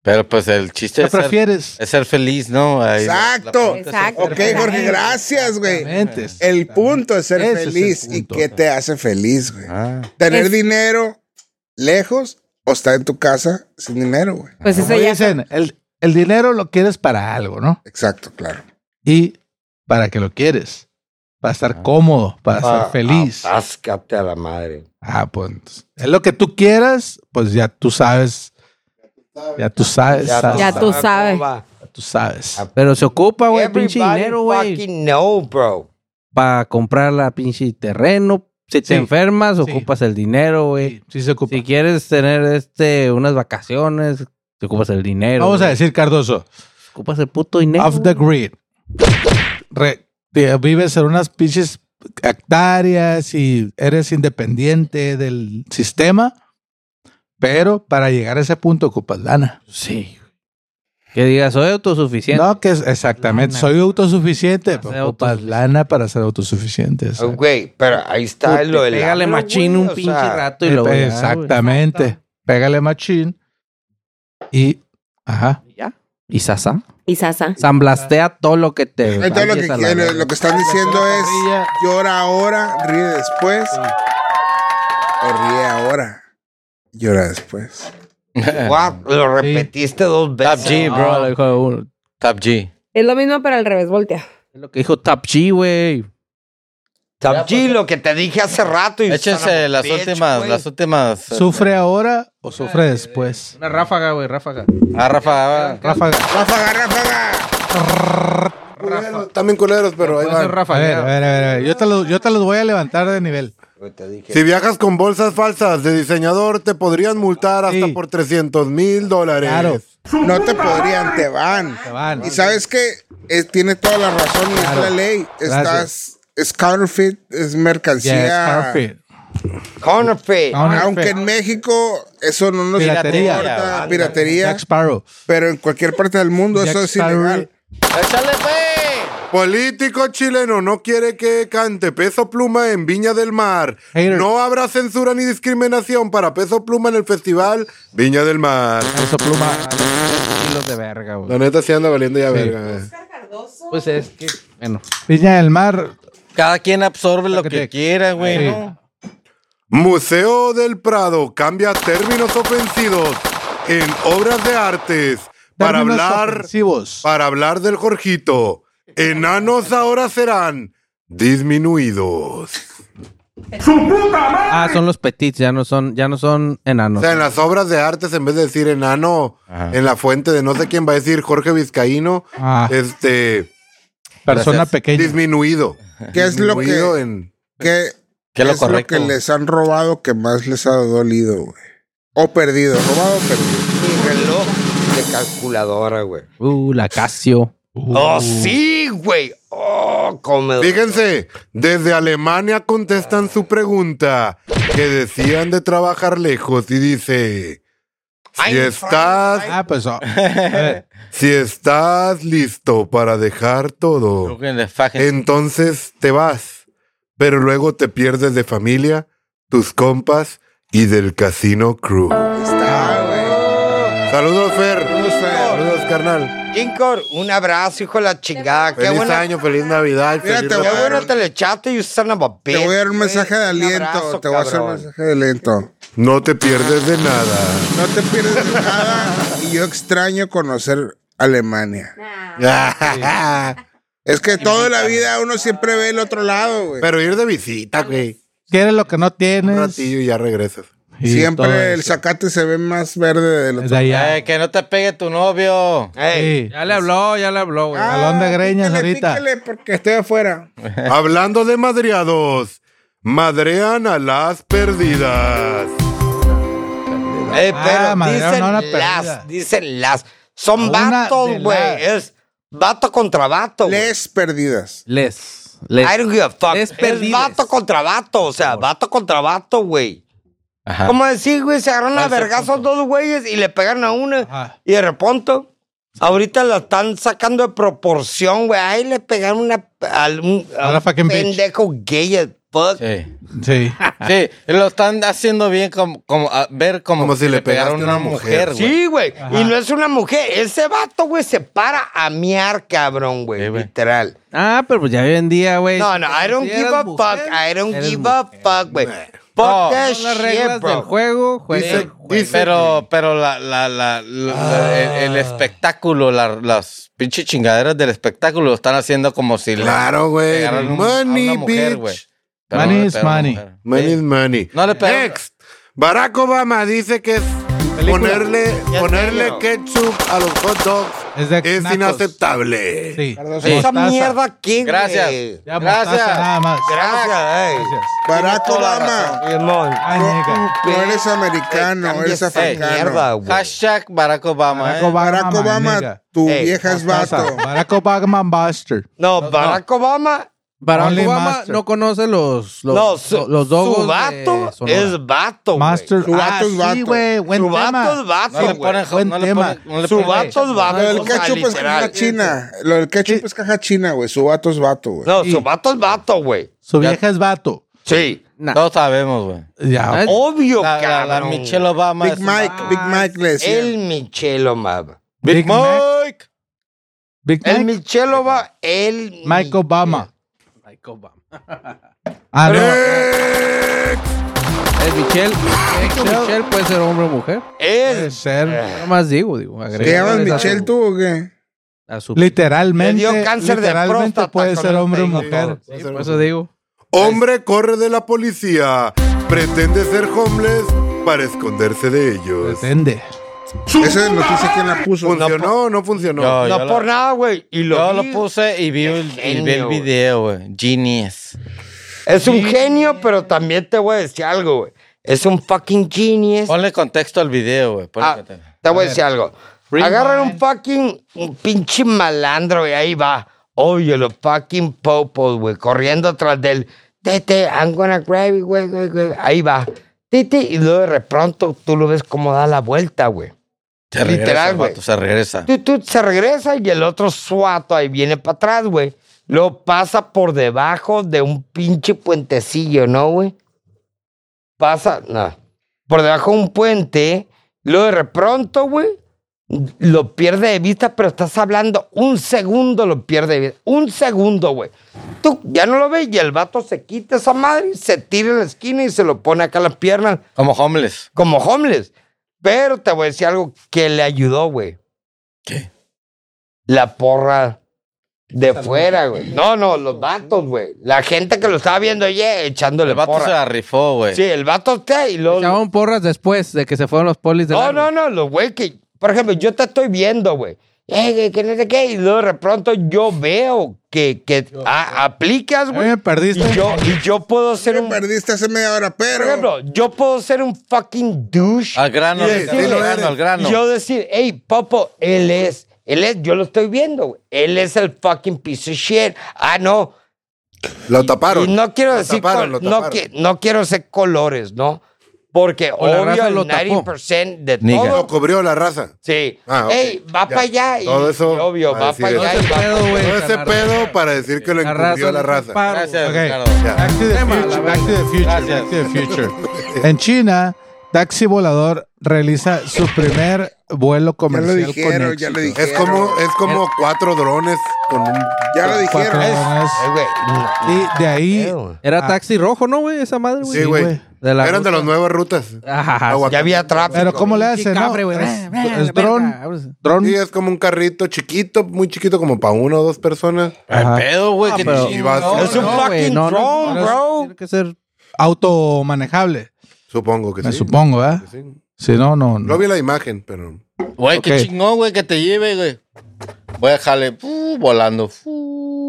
[SPEAKER 4] Pero pues el chiste
[SPEAKER 2] ¿Qué
[SPEAKER 4] es ser-
[SPEAKER 2] prefieres?
[SPEAKER 4] es ser feliz, ¿no? Ahí-
[SPEAKER 5] Exacto.
[SPEAKER 6] Exacto.
[SPEAKER 5] Ok, Jorge, gracias, güey.
[SPEAKER 2] Eh,
[SPEAKER 5] El punto es ser
[SPEAKER 2] Ese es el
[SPEAKER 5] feliz. ¿Y
[SPEAKER 2] punto.
[SPEAKER 5] qué te hace feliz, güey?
[SPEAKER 4] Ah.
[SPEAKER 5] Tener
[SPEAKER 6] Es-
[SPEAKER 5] dinero lejos o estar en tu casa sin dinero, güey.
[SPEAKER 6] Pues eso
[SPEAKER 2] Ah, Como
[SPEAKER 6] ya.
[SPEAKER 2] dicen, el, el dinero lo quieres para algo, ¿no?
[SPEAKER 5] Exacto, claro.
[SPEAKER 2] Y para que lo quieres. Para estar cómodo, para
[SPEAKER 3] Ah,
[SPEAKER 2] ser feliz.
[SPEAKER 3] ah, Páscate a la madre.
[SPEAKER 2] Ah, pues entonces, es lo que tú quieras, pues ya tú sabes. Ya tú sabes. sabes,
[SPEAKER 6] Ya tú
[SPEAKER 2] sabes,
[SPEAKER 6] sabes.
[SPEAKER 3] ¿Cómo va?
[SPEAKER 2] tú sabes.
[SPEAKER 7] Pero se ocupa, güey, pinche
[SPEAKER 3] Everybody
[SPEAKER 7] dinero, güey.
[SPEAKER 3] fucking know, bro.
[SPEAKER 7] Para comprar la pinche terreno. Si te
[SPEAKER 2] Sí.
[SPEAKER 7] enfermas,
[SPEAKER 2] Sí.
[SPEAKER 7] ocupas el dinero, güey.
[SPEAKER 2] Sí, sí se ocupa.
[SPEAKER 7] Si quieres tener este unas vacaciones, te ocupas el dinero.
[SPEAKER 2] Vamos a
[SPEAKER 7] güey.
[SPEAKER 2] decir, Cardoso,
[SPEAKER 7] ocupas el puto dinero.
[SPEAKER 2] off the grid. Re- te vives en unas pinches hectáreas y eres independiente del sistema, pero para llegar a ese punto ocupas lana.
[SPEAKER 7] Sí. Que digas, soy autosuficiente.
[SPEAKER 2] No, que es exactamente,
[SPEAKER 7] Lana.
[SPEAKER 2] soy autosuficiente,
[SPEAKER 7] Para ser
[SPEAKER 2] pero ocupas
[SPEAKER 7] autosuficiente.
[SPEAKER 2] lana para ser autosuficiente.
[SPEAKER 3] Ah,
[SPEAKER 2] exacto.
[SPEAKER 3] Güey, pero ahí está lo del.
[SPEAKER 7] Pégale
[SPEAKER 3] hambre,
[SPEAKER 7] machín
[SPEAKER 3] güey,
[SPEAKER 7] un
[SPEAKER 3] o
[SPEAKER 7] pinche
[SPEAKER 3] sea,
[SPEAKER 7] rato y lo
[SPEAKER 2] Eh, Exactamente. Pégale machín y ajá.
[SPEAKER 7] Y sasa.
[SPEAKER 6] Y Sasa.
[SPEAKER 7] Zamblastea todo lo que te.
[SPEAKER 5] Entonces lo que,
[SPEAKER 7] vayas a la
[SPEAKER 5] quiere-
[SPEAKER 7] verga.
[SPEAKER 5] lo que están diciendo es llora ahora, ríe después. O ríe ahora, llora después.
[SPEAKER 4] Ah.
[SPEAKER 3] guau, Lo repetiste dos
[SPEAKER 4] Top
[SPEAKER 3] veces.
[SPEAKER 4] G, bro.
[SPEAKER 7] No, lo dijo uno.
[SPEAKER 4] Top G.
[SPEAKER 6] Es lo mismo, pero al revés, voltea.
[SPEAKER 7] Es lo que dijo Top G, güey.
[SPEAKER 3] Top G, lo que te dije hace rato. y- son
[SPEAKER 4] Échense
[SPEAKER 3] a
[SPEAKER 4] las
[SPEAKER 3] bitch,
[SPEAKER 4] últimas,
[SPEAKER 3] güey.
[SPEAKER 4] las últimas. eh,
[SPEAKER 2] ¿Sufre ahora o sufre
[SPEAKER 7] Eh,
[SPEAKER 2] después?
[SPEAKER 7] Una ráfaga, güey, ráfaga.
[SPEAKER 4] Ah, Rafa, ah,
[SPEAKER 2] Ráfaga.
[SPEAKER 5] ¡Ráfaga, ráfaga!
[SPEAKER 8] Culeros, también culeros, pero ahí
[SPEAKER 7] Puede
[SPEAKER 8] van.
[SPEAKER 2] A
[SPEAKER 7] ser
[SPEAKER 2] ver, a
[SPEAKER 7] ráfaga.
[SPEAKER 2] ver, a ver. a ver. Yo, te los, yo te los voy a levantar de nivel.
[SPEAKER 8] Si viajas con bolsas falsas de diseñador, te podrían multar hasta
[SPEAKER 2] Sí.
[SPEAKER 8] por 300 mil dólares.
[SPEAKER 2] Claro.
[SPEAKER 5] No te podrían, te van.
[SPEAKER 2] Te van.
[SPEAKER 5] Y sabes que eh, tiene toda la razón, es la ley. Estás,
[SPEAKER 2] Gracias.
[SPEAKER 5] es counterfeit, es mercancía.
[SPEAKER 2] Yes, perfect.
[SPEAKER 3] Counterfeit.
[SPEAKER 2] Counterfeit.
[SPEAKER 5] Aunque en México eso no nos
[SPEAKER 2] Piratería.
[SPEAKER 5] importa, piratería,
[SPEAKER 2] Jack Sparrow.
[SPEAKER 5] pero en cualquier parte del mundo
[SPEAKER 2] Jack
[SPEAKER 5] eso es
[SPEAKER 2] Sparrow.
[SPEAKER 5] ilegal.
[SPEAKER 4] ¡Échale, güey!
[SPEAKER 8] Político chileno no quiere que cante Peso Pluma en Viña del Mar.
[SPEAKER 2] Hater.
[SPEAKER 8] No habrá censura ni discriminación para Peso Pluma en el festival Viña del Mar.
[SPEAKER 2] Ah.
[SPEAKER 7] Eso pluma. Kilos de verga, güey.
[SPEAKER 8] La neta sí anda valiendo ya verga. eh.
[SPEAKER 7] Pues es que. Bueno.
[SPEAKER 2] Viña del Mar. eh,
[SPEAKER 4] Cada quien absorbe lo que
[SPEAKER 2] Tacateca.
[SPEAKER 4] quiera, güey.
[SPEAKER 2] Sí.
[SPEAKER 4] Eh, ¿no?
[SPEAKER 8] Museo del Prado cambia términos ofensivos en obras de artes para
[SPEAKER 2] términos
[SPEAKER 8] hablar
[SPEAKER 2] ofensivos.
[SPEAKER 8] para hablar del Jorgito. Enanos ahora serán disminuidos.
[SPEAKER 7] Ah, son los petits, ya no son, ya no son
[SPEAKER 8] O
[SPEAKER 7] enanos.
[SPEAKER 8] sea, en las obras de artes, en vez de decir enano,
[SPEAKER 4] Ajá.
[SPEAKER 8] en la fuente de no sé quién va a decir Jorge Vizcaíno,
[SPEAKER 2] Ah,
[SPEAKER 8] este
[SPEAKER 2] persona
[SPEAKER 4] gracias.
[SPEAKER 2] pequeña.
[SPEAKER 8] disminuido.
[SPEAKER 5] ¿Qué es lo
[SPEAKER 8] Disminuido
[SPEAKER 5] que,
[SPEAKER 8] en-
[SPEAKER 5] qué
[SPEAKER 4] ¿Qué es lo
[SPEAKER 5] es lo
[SPEAKER 4] correcto?
[SPEAKER 5] que les han robado que más les ha dolido, güey? O perdido, robado o perdido.
[SPEAKER 3] Mi reloj de calculadora, güey.
[SPEAKER 7] Uh, la Casio.
[SPEAKER 3] Oh, sí, güey. Oh, comedor.
[SPEAKER 8] Fíjense, desde Alemania contestan su pregunta que decían de trabajar lejos y dice, si
[SPEAKER 3] Ay,
[SPEAKER 8] estás,
[SPEAKER 2] Ah, pues. oh, a ver,
[SPEAKER 8] si estás listo para dejar todo,
[SPEAKER 4] Creo que les fajen.
[SPEAKER 8] Entonces te vas, pero luego te pierdes de familia, tus compas y del casino crew.
[SPEAKER 5] Está, güey.
[SPEAKER 8] Saludos, Fer. Saludos,
[SPEAKER 5] Fer.
[SPEAKER 8] carnal.
[SPEAKER 3] Jincor, un abrazo, hijo de la chingada. Qué
[SPEAKER 8] feliz
[SPEAKER 3] bueno.
[SPEAKER 8] año, feliz Navidad. y
[SPEAKER 5] Mira,
[SPEAKER 8] feliz
[SPEAKER 5] te voy
[SPEAKER 3] Qué
[SPEAKER 5] a
[SPEAKER 8] Navidad.
[SPEAKER 5] dar
[SPEAKER 3] bueno te le echaste y usted no
[SPEAKER 5] Te voy a dar un mensaje de aliento, te voy a hacer un mensaje de aliento.
[SPEAKER 8] No te pierdes de nada.
[SPEAKER 5] No te pierdes de nada y yo extraño conocer Alemania. Es que toda la vida uno siempre ve el otro lado, güey.
[SPEAKER 8] pero ir de visita, güey.
[SPEAKER 2] Quieres lo que no
[SPEAKER 8] Un
[SPEAKER 2] tienes.
[SPEAKER 8] ratillo y ya regresas.
[SPEAKER 4] todo
[SPEAKER 5] Siempre el zacate se ve más verde de los
[SPEAKER 4] Eh, que no te pegue tu novio.
[SPEAKER 7] Ya le habló, ya le habló,
[SPEAKER 5] Ah,
[SPEAKER 7] güey.
[SPEAKER 2] Jalón de greñas ahorita.
[SPEAKER 5] porque estoy afuera.
[SPEAKER 1] Hablando de madreados, madrean a las perdidas.
[SPEAKER 3] Eh, pero
[SPEAKER 2] Ah, madre,
[SPEAKER 3] dicen
[SPEAKER 2] no, una perdida.
[SPEAKER 3] las, dicen las. Son
[SPEAKER 2] Una de
[SPEAKER 3] vatos, güey.
[SPEAKER 2] las.
[SPEAKER 3] Es vato contra vato. güey.
[SPEAKER 5] Les perdidas.
[SPEAKER 7] Les.
[SPEAKER 3] I
[SPEAKER 7] Les.
[SPEAKER 3] don't give a fuck.
[SPEAKER 7] Les
[SPEAKER 3] Es
[SPEAKER 7] perdides.
[SPEAKER 3] vato contra vato, o sea, vato contra vato, güey.
[SPEAKER 4] Ajá.
[SPEAKER 3] Como decir, güey, se agarran a
[SPEAKER 7] Falso
[SPEAKER 3] vergazos
[SPEAKER 7] punto.
[SPEAKER 3] dos güeyes y le pegan a una.
[SPEAKER 2] Ajá.
[SPEAKER 3] Y de repente, ahorita la están sacando de proporción, güey. Ahí le pegaron una, a un, a
[SPEAKER 2] A la
[SPEAKER 3] un
[SPEAKER 2] fucking bitch.
[SPEAKER 3] pendejo gay as fuck.
[SPEAKER 4] Sí.
[SPEAKER 2] Sí.
[SPEAKER 4] Sí, lo están haciendo bien como, como a ver como,
[SPEAKER 1] Como si le
[SPEAKER 4] pegaron
[SPEAKER 1] pegaste
[SPEAKER 4] a una
[SPEAKER 1] a una
[SPEAKER 4] mujer,
[SPEAKER 1] mujer.
[SPEAKER 4] güey.
[SPEAKER 3] Sí, güey. Y no es una mujer. Ese vato, güey, se para a miar, cabrón, güey.
[SPEAKER 4] Sí, güey.
[SPEAKER 3] literal.
[SPEAKER 7] Ah, pero pues ya hoy en día, güey.
[SPEAKER 3] No, no, I don't
[SPEAKER 7] Si
[SPEAKER 3] give
[SPEAKER 7] eres
[SPEAKER 3] a
[SPEAKER 7] mujer,
[SPEAKER 3] fuck. I don't
[SPEAKER 7] eres
[SPEAKER 3] give
[SPEAKER 7] mujer.
[SPEAKER 3] a fuck, güey. Fuck
[SPEAKER 4] No,
[SPEAKER 3] that
[SPEAKER 7] Son las
[SPEAKER 3] shit,
[SPEAKER 7] reglas del
[SPEAKER 3] bro.
[SPEAKER 7] juego, juega el juego.
[SPEAKER 4] Pues, eh, Güey, pero pero la, la, la, la- el, el
[SPEAKER 3] Ah.
[SPEAKER 4] espectáculo, la- las pinches chingaderas del espectáculo lo están haciendo como si le
[SPEAKER 1] Claro, güey.
[SPEAKER 4] pegaran un- a
[SPEAKER 1] Money,
[SPEAKER 4] una mujer, güey.
[SPEAKER 1] bitch.
[SPEAKER 4] Pero
[SPEAKER 2] Money
[SPEAKER 4] no le
[SPEAKER 2] is
[SPEAKER 4] pegaron a
[SPEAKER 2] money.
[SPEAKER 4] una mujer.
[SPEAKER 1] Money is money.
[SPEAKER 4] No le pegaron-
[SPEAKER 1] Next. Barack Obama dice que es ponerle,
[SPEAKER 3] Ya
[SPEAKER 1] ponerle
[SPEAKER 3] negro.
[SPEAKER 1] ketchup a los hot dogs
[SPEAKER 2] Es de
[SPEAKER 1] es
[SPEAKER 2] nacos.
[SPEAKER 1] inaceptable.
[SPEAKER 2] Sí.
[SPEAKER 4] Sí.
[SPEAKER 3] Esa
[SPEAKER 2] Mostaza.
[SPEAKER 3] mierda aquí,
[SPEAKER 4] Gracias.
[SPEAKER 3] güey.
[SPEAKER 2] Ya
[SPEAKER 4] Gracias.
[SPEAKER 2] mostaza Nada más.
[SPEAKER 3] Gracias, ey.
[SPEAKER 2] Gracias.
[SPEAKER 5] Barack
[SPEAKER 4] toda la
[SPEAKER 5] Obama.
[SPEAKER 2] Ay, nigga.
[SPEAKER 5] No eres americano,
[SPEAKER 3] Cambia
[SPEAKER 5] eres
[SPEAKER 3] esa mierda,
[SPEAKER 5] africano.
[SPEAKER 3] güey.
[SPEAKER 4] Hashtag Barack Obama.
[SPEAKER 2] Barack
[SPEAKER 4] eh.
[SPEAKER 2] Obama.
[SPEAKER 5] Barack Obama,
[SPEAKER 2] nigga.
[SPEAKER 5] tu
[SPEAKER 3] Ey,
[SPEAKER 5] vieja es
[SPEAKER 2] Mostaza.
[SPEAKER 5] vato.
[SPEAKER 2] Barack Obama Buster.
[SPEAKER 3] No, Barack Obama,
[SPEAKER 7] Barack
[SPEAKER 2] Only
[SPEAKER 7] Obama
[SPEAKER 2] master.
[SPEAKER 7] no conoce los, los,
[SPEAKER 3] no, su,
[SPEAKER 7] los dogos
[SPEAKER 3] su
[SPEAKER 7] de
[SPEAKER 3] vato
[SPEAKER 7] Sonora.
[SPEAKER 3] es vato, Oh, güey.
[SPEAKER 2] Master.
[SPEAKER 5] Su vato
[SPEAKER 2] Ah,
[SPEAKER 5] es vato.
[SPEAKER 2] sí, güey. Buen
[SPEAKER 3] Su
[SPEAKER 2] tema.
[SPEAKER 3] vato es
[SPEAKER 4] No le
[SPEAKER 3] vato, güey.
[SPEAKER 4] ponen,
[SPEAKER 2] Buen
[SPEAKER 4] no le
[SPEAKER 2] tema.
[SPEAKER 4] ponen, no le
[SPEAKER 3] Su
[SPEAKER 4] ponen-
[SPEAKER 3] vato es
[SPEAKER 1] Ah,
[SPEAKER 3] vato.
[SPEAKER 5] Lo del
[SPEAKER 3] o sea,
[SPEAKER 5] ketchup es caja
[SPEAKER 3] literal.
[SPEAKER 5] china. Lo del ketchup es caja china, güey. Su vato es vato, güey.
[SPEAKER 3] No, su vato es vato, güey.
[SPEAKER 2] Su vieja es vato.
[SPEAKER 3] Sí.
[SPEAKER 7] Nah.
[SPEAKER 4] Todos sabemos, güey.
[SPEAKER 7] Ah,
[SPEAKER 2] Ya.
[SPEAKER 3] Obvio,
[SPEAKER 4] La, la, la
[SPEAKER 3] cabrón.
[SPEAKER 4] Michelle Obama.
[SPEAKER 5] Big
[SPEAKER 4] es-
[SPEAKER 5] Mike, Big Mike le decía.
[SPEAKER 3] El Michelle Obama.
[SPEAKER 2] Big, Mac.
[SPEAKER 4] Mike.
[SPEAKER 2] Big
[SPEAKER 3] El
[SPEAKER 2] Mac.
[SPEAKER 3] Michelle Obama, el...
[SPEAKER 2] Mike Obama.
[SPEAKER 7] Mike Obama.
[SPEAKER 2] Ah, no.
[SPEAKER 7] Es Michelle. Michelle. Michelle puede ser hombre o mujer.
[SPEAKER 2] Puede
[SPEAKER 3] El...
[SPEAKER 2] ser.
[SPEAKER 7] No más digo, digo.
[SPEAKER 5] ¿Te llamas
[SPEAKER 7] agrégale a su-
[SPEAKER 5] Michelle tú o qué?
[SPEAKER 7] a su-
[SPEAKER 2] Literalmente.
[SPEAKER 3] Le dio cáncer de
[SPEAKER 2] literalmente
[SPEAKER 3] próstata
[SPEAKER 2] puede
[SPEAKER 3] con
[SPEAKER 2] ser
[SPEAKER 3] el
[SPEAKER 2] hombre o
[SPEAKER 3] peine.
[SPEAKER 2] mujer.
[SPEAKER 7] Sí, por eso digo.
[SPEAKER 1] Hombre corre de la policía, pretende ser homeless para esconderse de ellos.
[SPEAKER 2] Depende. Eh,
[SPEAKER 5] Esa noticia quién la puso.
[SPEAKER 1] ¿Funcionó o no funcionó?
[SPEAKER 4] Yo, yo
[SPEAKER 3] No
[SPEAKER 4] lo-
[SPEAKER 3] por nada, güey. Y lo
[SPEAKER 4] yo
[SPEAKER 3] vi.
[SPEAKER 4] lo puse y vi el, y vi el
[SPEAKER 3] Genio, güey.
[SPEAKER 4] video, güey. Genius.
[SPEAKER 3] Es un genio, pero también te voy a decir algo, güey. Es un fucking genius.
[SPEAKER 4] Ponle contexto al video, güey. ponle
[SPEAKER 3] Ah,
[SPEAKER 4] contexto.
[SPEAKER 3] te voy a decir algo. Agarran un fucking un pinche malandro y ahí va. Oye, los fucking popos, güey, corriendo atrás del Tete, I'm gonna grab it, güey, güey, güey. Ahí va. Tete, y luego de pronto tú lo ves como da la vuelta, güey.
[SPEAKER 4] Se regresa,
[SPEAKER 3] literal,
[SPEAKER 4] el
[SPEAKER 3] güey.
[SPEAKER 4] vato, Se regresa.
[SPEAKER 3] Tú, tú, se regresa y el otro suato ahí viene para atrás, güey. Luego pasa por debajo de un pinche puentecillo, ¿no, güey? Pasa, no. Por debajo de un puente, luego de repronto, güey, lo pierde de vista, pero estás hablando un segundo, lo pierde de vista. Un segundo, güey. Tú ya no lo ves y el vato se quita esa madre, y se tira en la esquina y se lo pone acá en las piernas
[SPEAKER 4] Como homeless.
[SPEAKER 3] como homeless. Pero te voy a decir algo que le ayudó, güey.
[SPEAKER 4] ¿Qué?
[SPEAKER 3] La porra de fuera, güey. No, no, los vatos, güey. La gente que lo estaba viendo, oye, echándole
[SPEAKER 4] El vato se
[SPEAKER 3] porra.
[SPEAKER 4] la rifó, güey.
[SPEAKER 3] Sí, el vato está y luego...
[SPEAKER 7] Echaban porras después de que se fueron los polis de
[SPEAKER 3] No, no,
[SPEAKER 7] largo.
[SPEAKER 3] no, los güey que... Por ejemplo, yo te estoy viendo, güey. Eh, que- que no sé qué. Y luego de pronto yo veo que, que a- aplicas,
[SPEAKER 2] A mí
[SPEAKER 3] güey.
[SPEAKER 2] me perdiste.
[SPEAKER 3] Y yo, y yo puedo ser
[SPEAKER 5] Te
[SPEAKER 3] un...
[SPEAKER 5] perdiste hace media hora,
[SPEAKER 3] Por
[SPEAKER 5] pero.
[SPEAKER 3] ejemplo, yo puedo ser un fucking douche.
[SPEAKER 4] Al grano,
[SPEAKER 1] Sí,
[SPEAKER 4] al
[SPEAKER 1] sí, lo
[SPEAKER 4] grano,
[SPEAKER 1] eres.
[SPEAKER 4] al grano.
[SPEAKER 3] Y yo decir, hey, Popo, él es, él es, yo lo estoy viendo, güey. Él es el fucking piece of shit. Ah, no.
[SPEAKER 1] Lo taparon.
[SPEAKER 3] Y no quiero
[SPEAKER 1] Lo
[SPEAKER 3] decir,
[SPEAKER 1] taparon,
[SPEAKER 3] col-
[SPEAKER 1] lo
[SPEAKER 3] no,
[SPEAKER 1] taparon.
[SPEAKER 3] qui- no quiero ser colores, ¿no? Porque
[SPEAKER 7] O la
[SPEAKER 3] obvio
[SPEAKER 7] raza
[SPEAKER 3] el
[SPEAKER 7] lo tapó.
[SPEAKER 3] 90% de
[SPEAKER 4] Niga.
[SPEAKER 1] Lo
[SPEAKER 3] todo.
[SPEAKER 1] cubrió la raza.
[SPEAKER 3] Sí.
[SPEAKER 1] Ah, ok.
[SPEAKER 3] Ey, va
[SPEAKER 1] Ya.
[SPEAKER 3] para allá. Y,
[SPEAKER 1] Todo eso
[SPEAKER 3] y obvio,
[SPEAKER 1] para
[SPEAKER 3] va
[SPEAKER 1] decir
[SPEAKER 3] para
[SPEAKER 1] eso.
[SPEAKER 3] allá. y
[SPEAKER 7] Todo ese
[SPEAKER 3] va pa'
[SPEAKER 7] pedo, güey.
[SPEAKER 1] Todo ese
[SPEAKER 7] Pues, la
[SPEAKER 1] pedo para decir que lo
[SPEAKER 7] La raza
[SPEAKER 1] encubrió la
[SPEAKER 7] no
[SPEAKER 1] raza.
[SPEAKER 7] paro,
[SPEAKER 4] Gracias,
[SPEAKER 2] Ok.
[SPEAKER 4] Ricardo.
[SPEAKER 2] Back to the
[SPEAKER 7] Tema, la
[SPEAKER 2] future.
[SPEAKER 7] verga.
[SPEAKER 2] Back to the future.
[SPEAKER 4] Gracias.
[SPEAKER 2] Back to the future. en China, taxi volador realiza su primer vuelo
[SPEAKER 5] Ya lo
[SPEAKER 2] comercial con
[SPEAKER 5] dijeron, ya lo
[SPEAKER 2] éxito.
[SPEAKER 5] dijeron.
[SPEAKER 1] Es como, es como cuatro drones con un.
[SPEAKER 5] Ya lo dijeron.
[SPEAKER 2] Cuatro horas.
[SPEAKER 3] Eh, güey, no,
[SPEAKER 2] Y de ahí,
[SPEAKER 3] pedo, güey.
[SPEAKER 7] Era taxi rojo, ¿no, güey? Esa madre, güey.
[SPEAKER 1] Ah. Sí, güey.
[SPEAKER 2] güey.
[SPEAKER 7] De la
[SPEAKER 1] Eran de Ah,
[SPEAKER 7] ruta.
[SPEAKER 1] las nuevas rutas.
[SPEAKER 7] Ajá.
[SPEAKER 1] Agua-
[SPEAKER 3] Ya había tráfico.
[SPEAKER 2] pero ¿cómo le hacen? No?
[SPEAKER 7] Cafre, güey.
[SPEAKER 2] Es,
[SPEAKER 7] Bra, bra,
[SPEAKER 2] es
[SPEAKER 7] la verga.
[SPEAKER 2] dron, dron
[SPEAKER 1] Sí, es como un carrito chiquito, muy chiquito, como para una o dos personas.
[SPEAKER 4] Al pedo, güey. que
[SPEAKER 1] pero-
[SPEAKER 4] te-
[SPEAKER 1] Y vas-
[SPEAKER 3] Es un
[SPEAKER 7] güey,
[SPEAKER 3] fucking drone,
[SPEAKER 7] pero es-
[SPEAKER 3] bro.
[SPEAKER 7] Tiene que ser
[SPEAKER 2] automanejable.
[SPEAKER 8] Supongo que
[SPEAKER 2] Me
[SPEAKER 8] sí.
[SPEAKER 2] supongo, ¿verdad?
[SPEAKER 8] Sí.
[SPEAKER 2] Si no, no. no.
[SPEAKER 8] No vi la imagen, pero.
[SPEAKER 4] Güey,
[SPEAKER 2] Ok.
[SPEAKER 4] qué chingón, güey, que te lleve, güey. Voy a dejarle fu, volando.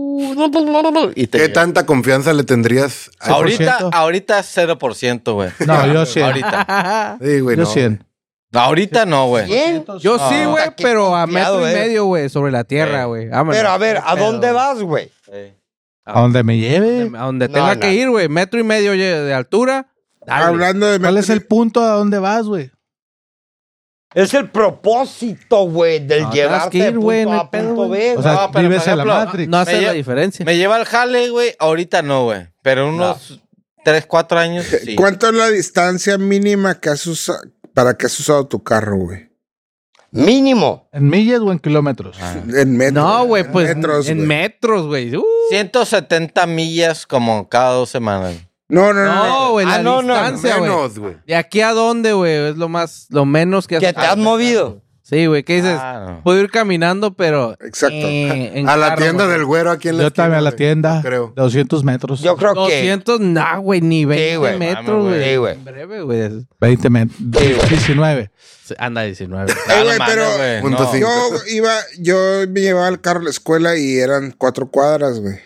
[SPEAKER 4] fu, y te
[SPEAKER 8] ¿Qué
[SPEAKER 4] lleva.
[SPEAKER 8] tanta confianza le tendrías a
[SPEAKER 4] Ahorita, ahorita 0%, güey.
[SPEAKER 2] No, yo sí.
[SPEAKER 4] Ahorita.
[SPEAKER 8] Sí, güey,
[SPEAKER 2] Yo
[SPEAKER 8] no.
[SPEAKER 2] 100.
[SPEAKER 4] Ahorita no, güey.
[SPEAKER 3] ¿Quién?
[SPEAKER 7] Yo sí,
[SPEAKER 3] Ah.
[SPEAKER 7] güey,
[SPEAKER 3] Puta, qué
[SPEAKER 7] pero a
[SPEAKER 3] confiado
[SPEAKER 7] metro y
[SPEAKER 3] eres.
[SPEAKER 7] medio, güey, sobre la tierra,
[SPEAKER 4] Eh.
[SPEAKER 7] güey. Vámonos.
[SPEAKER 3] Pero a ver, ¿a
[SPEAKER 7] Pero-
[SPEAKER 3] dónde vas, güey?
[SPEAKER 4] Eh.
[SPEAKER 2] A donde me lleve.
[SPEAKER 7] A donde
[SPEAKER 3] No,
[SPEAKER 7] tenga
[SPEAKER 3] no.
[SPEAKER 7] que ir, güey. Metro y medio oye, de altura. dale.
[SPEAKER 5] Hablando de
[SPEAKER 2] ¿Cuál es el punto a dónde vas, güey?
[SPEAKER 3] Es el propósito, güey, del
[SPEAKER 7] No,
[SPEAKER 3] llevarte
[SPEAKER 7] tienes que
[SPEAKER 3] de
[SPEAKER 7] ir,
[SPEAKER 3] punto
[SPEAKER 7] güey, no hay
[SPEAKER 3] a
[SPEAKER 7] pedo,
[SPEAKER 3] punto
[SPEAKER 7] güey.
[SPEAKER 3] B.
[SPEAKER 2] O sea,
[SPEAKER 4] No, pero,
[SPEAKER 2] vives
[SPEAKER 4] por
[SPEAKER 2] en la
[SPEAKER 4] ejemplo,
[SPEAKER 2] Matrix.
[SPEAKER 7] No hace
[SPEAKER 4] Me
[SPEAKER 7] la
[SPEAKER 4] lle-
[SPEAKER 7] diferencia.
[SPEAKER 4] Me lleva al jale, güey. Ahorita no, güey. Pero unos 3, 4 años. Sí.
[SPEAKER 5] ¿Cuánto es la distancia mínima que has usa- para que has usado tu carro, güey?
[SPEAKER 3] Mínimo.
[SPEAKER 2] ¿En millas o en kilómetros?
[SPEAKER 5] Ah. En metros.
[SPEAKER 7] No, güey,
[SPEAKER 5] en
[SPEAKER 7] pues
[SPEAKER 5] metros,
[SPEAKER 7] en
[SPEAKER 5] güey.
[SPEAKER 7] metros, güey. Uh,
[SPEAKER 4] 170 millas como cada dos semanas.
[SPEAKER 5] no, no, no,
[SPEAKER 7] no, güey,
[SPEAKER 3] Ah,
[SPEAKER 7] la
[SPEAKER 3] no, no,
[SPEAKER 7] distancia, güey.
[SPEAKER 8] Menos, güey.
[SPEAKER 7] ¿De aquí a dónde, güey? Es lo más, lo menos que has-
[SPEAKER 3] Que te has movido.
[SPEAKER 7] Sí, güey, ¿qué dices?
[SPEAKER 4] Ah, no.
[SPEAKER 7] Puedo ir caminando, pero.
[SPEAKER 5] Exacto.
[SPEAKER 7] eh, en
[SPEAKER 8] A la
[SPEAKER 7] carro,
[SPEAKER 8] tienda
[SPEAKER 7] güey.
[SPEAKER 8] del güero aquí en la
[SPEAKER 2] Yo
[SPEAKER 8] esquina,
[SPEAKER 2] también a la
[SPEAKER 8] güey.
[SPEAKER 2] tienda.
[SPEAKER 8] creo.
[SPEAKER 2] 200 metros.
[SPEAKER 3] Yo creo que.
[SPEAKER 7] 200, nah, güey, ni 20
[SPEAKER 3] güey,
[SPEAKER 4] mames,
[SPEAKER 7] metros,
[SPEAKER 4] güey.
[SPEAKER 7] güey.
[SPEAKER 3] Sí, güey.
[SPEAKER 7] En breve, güey.
[SPEAKER 2] 20 metros.
[SPEAKER 3] güey.
[SPEAKER 2] 19.
[SPEAKER 7] Anda 19.
[SPEAKER 5] Eh,
[SPEAKER 4] Ah,
[SPEAKER 5] güey,
[SPEAKER 4] no
[SPEAKER 5] pero-
[SPEAKER 4] mames, güey,
[SPEAKER 8] Punto
[SPEAKER 4] no.
[SPEAKER 8] cinco.
[SPEAKER 5] Yo iba, yo me llevaba el carro a la escuela y eran cuatro cuadras, güey.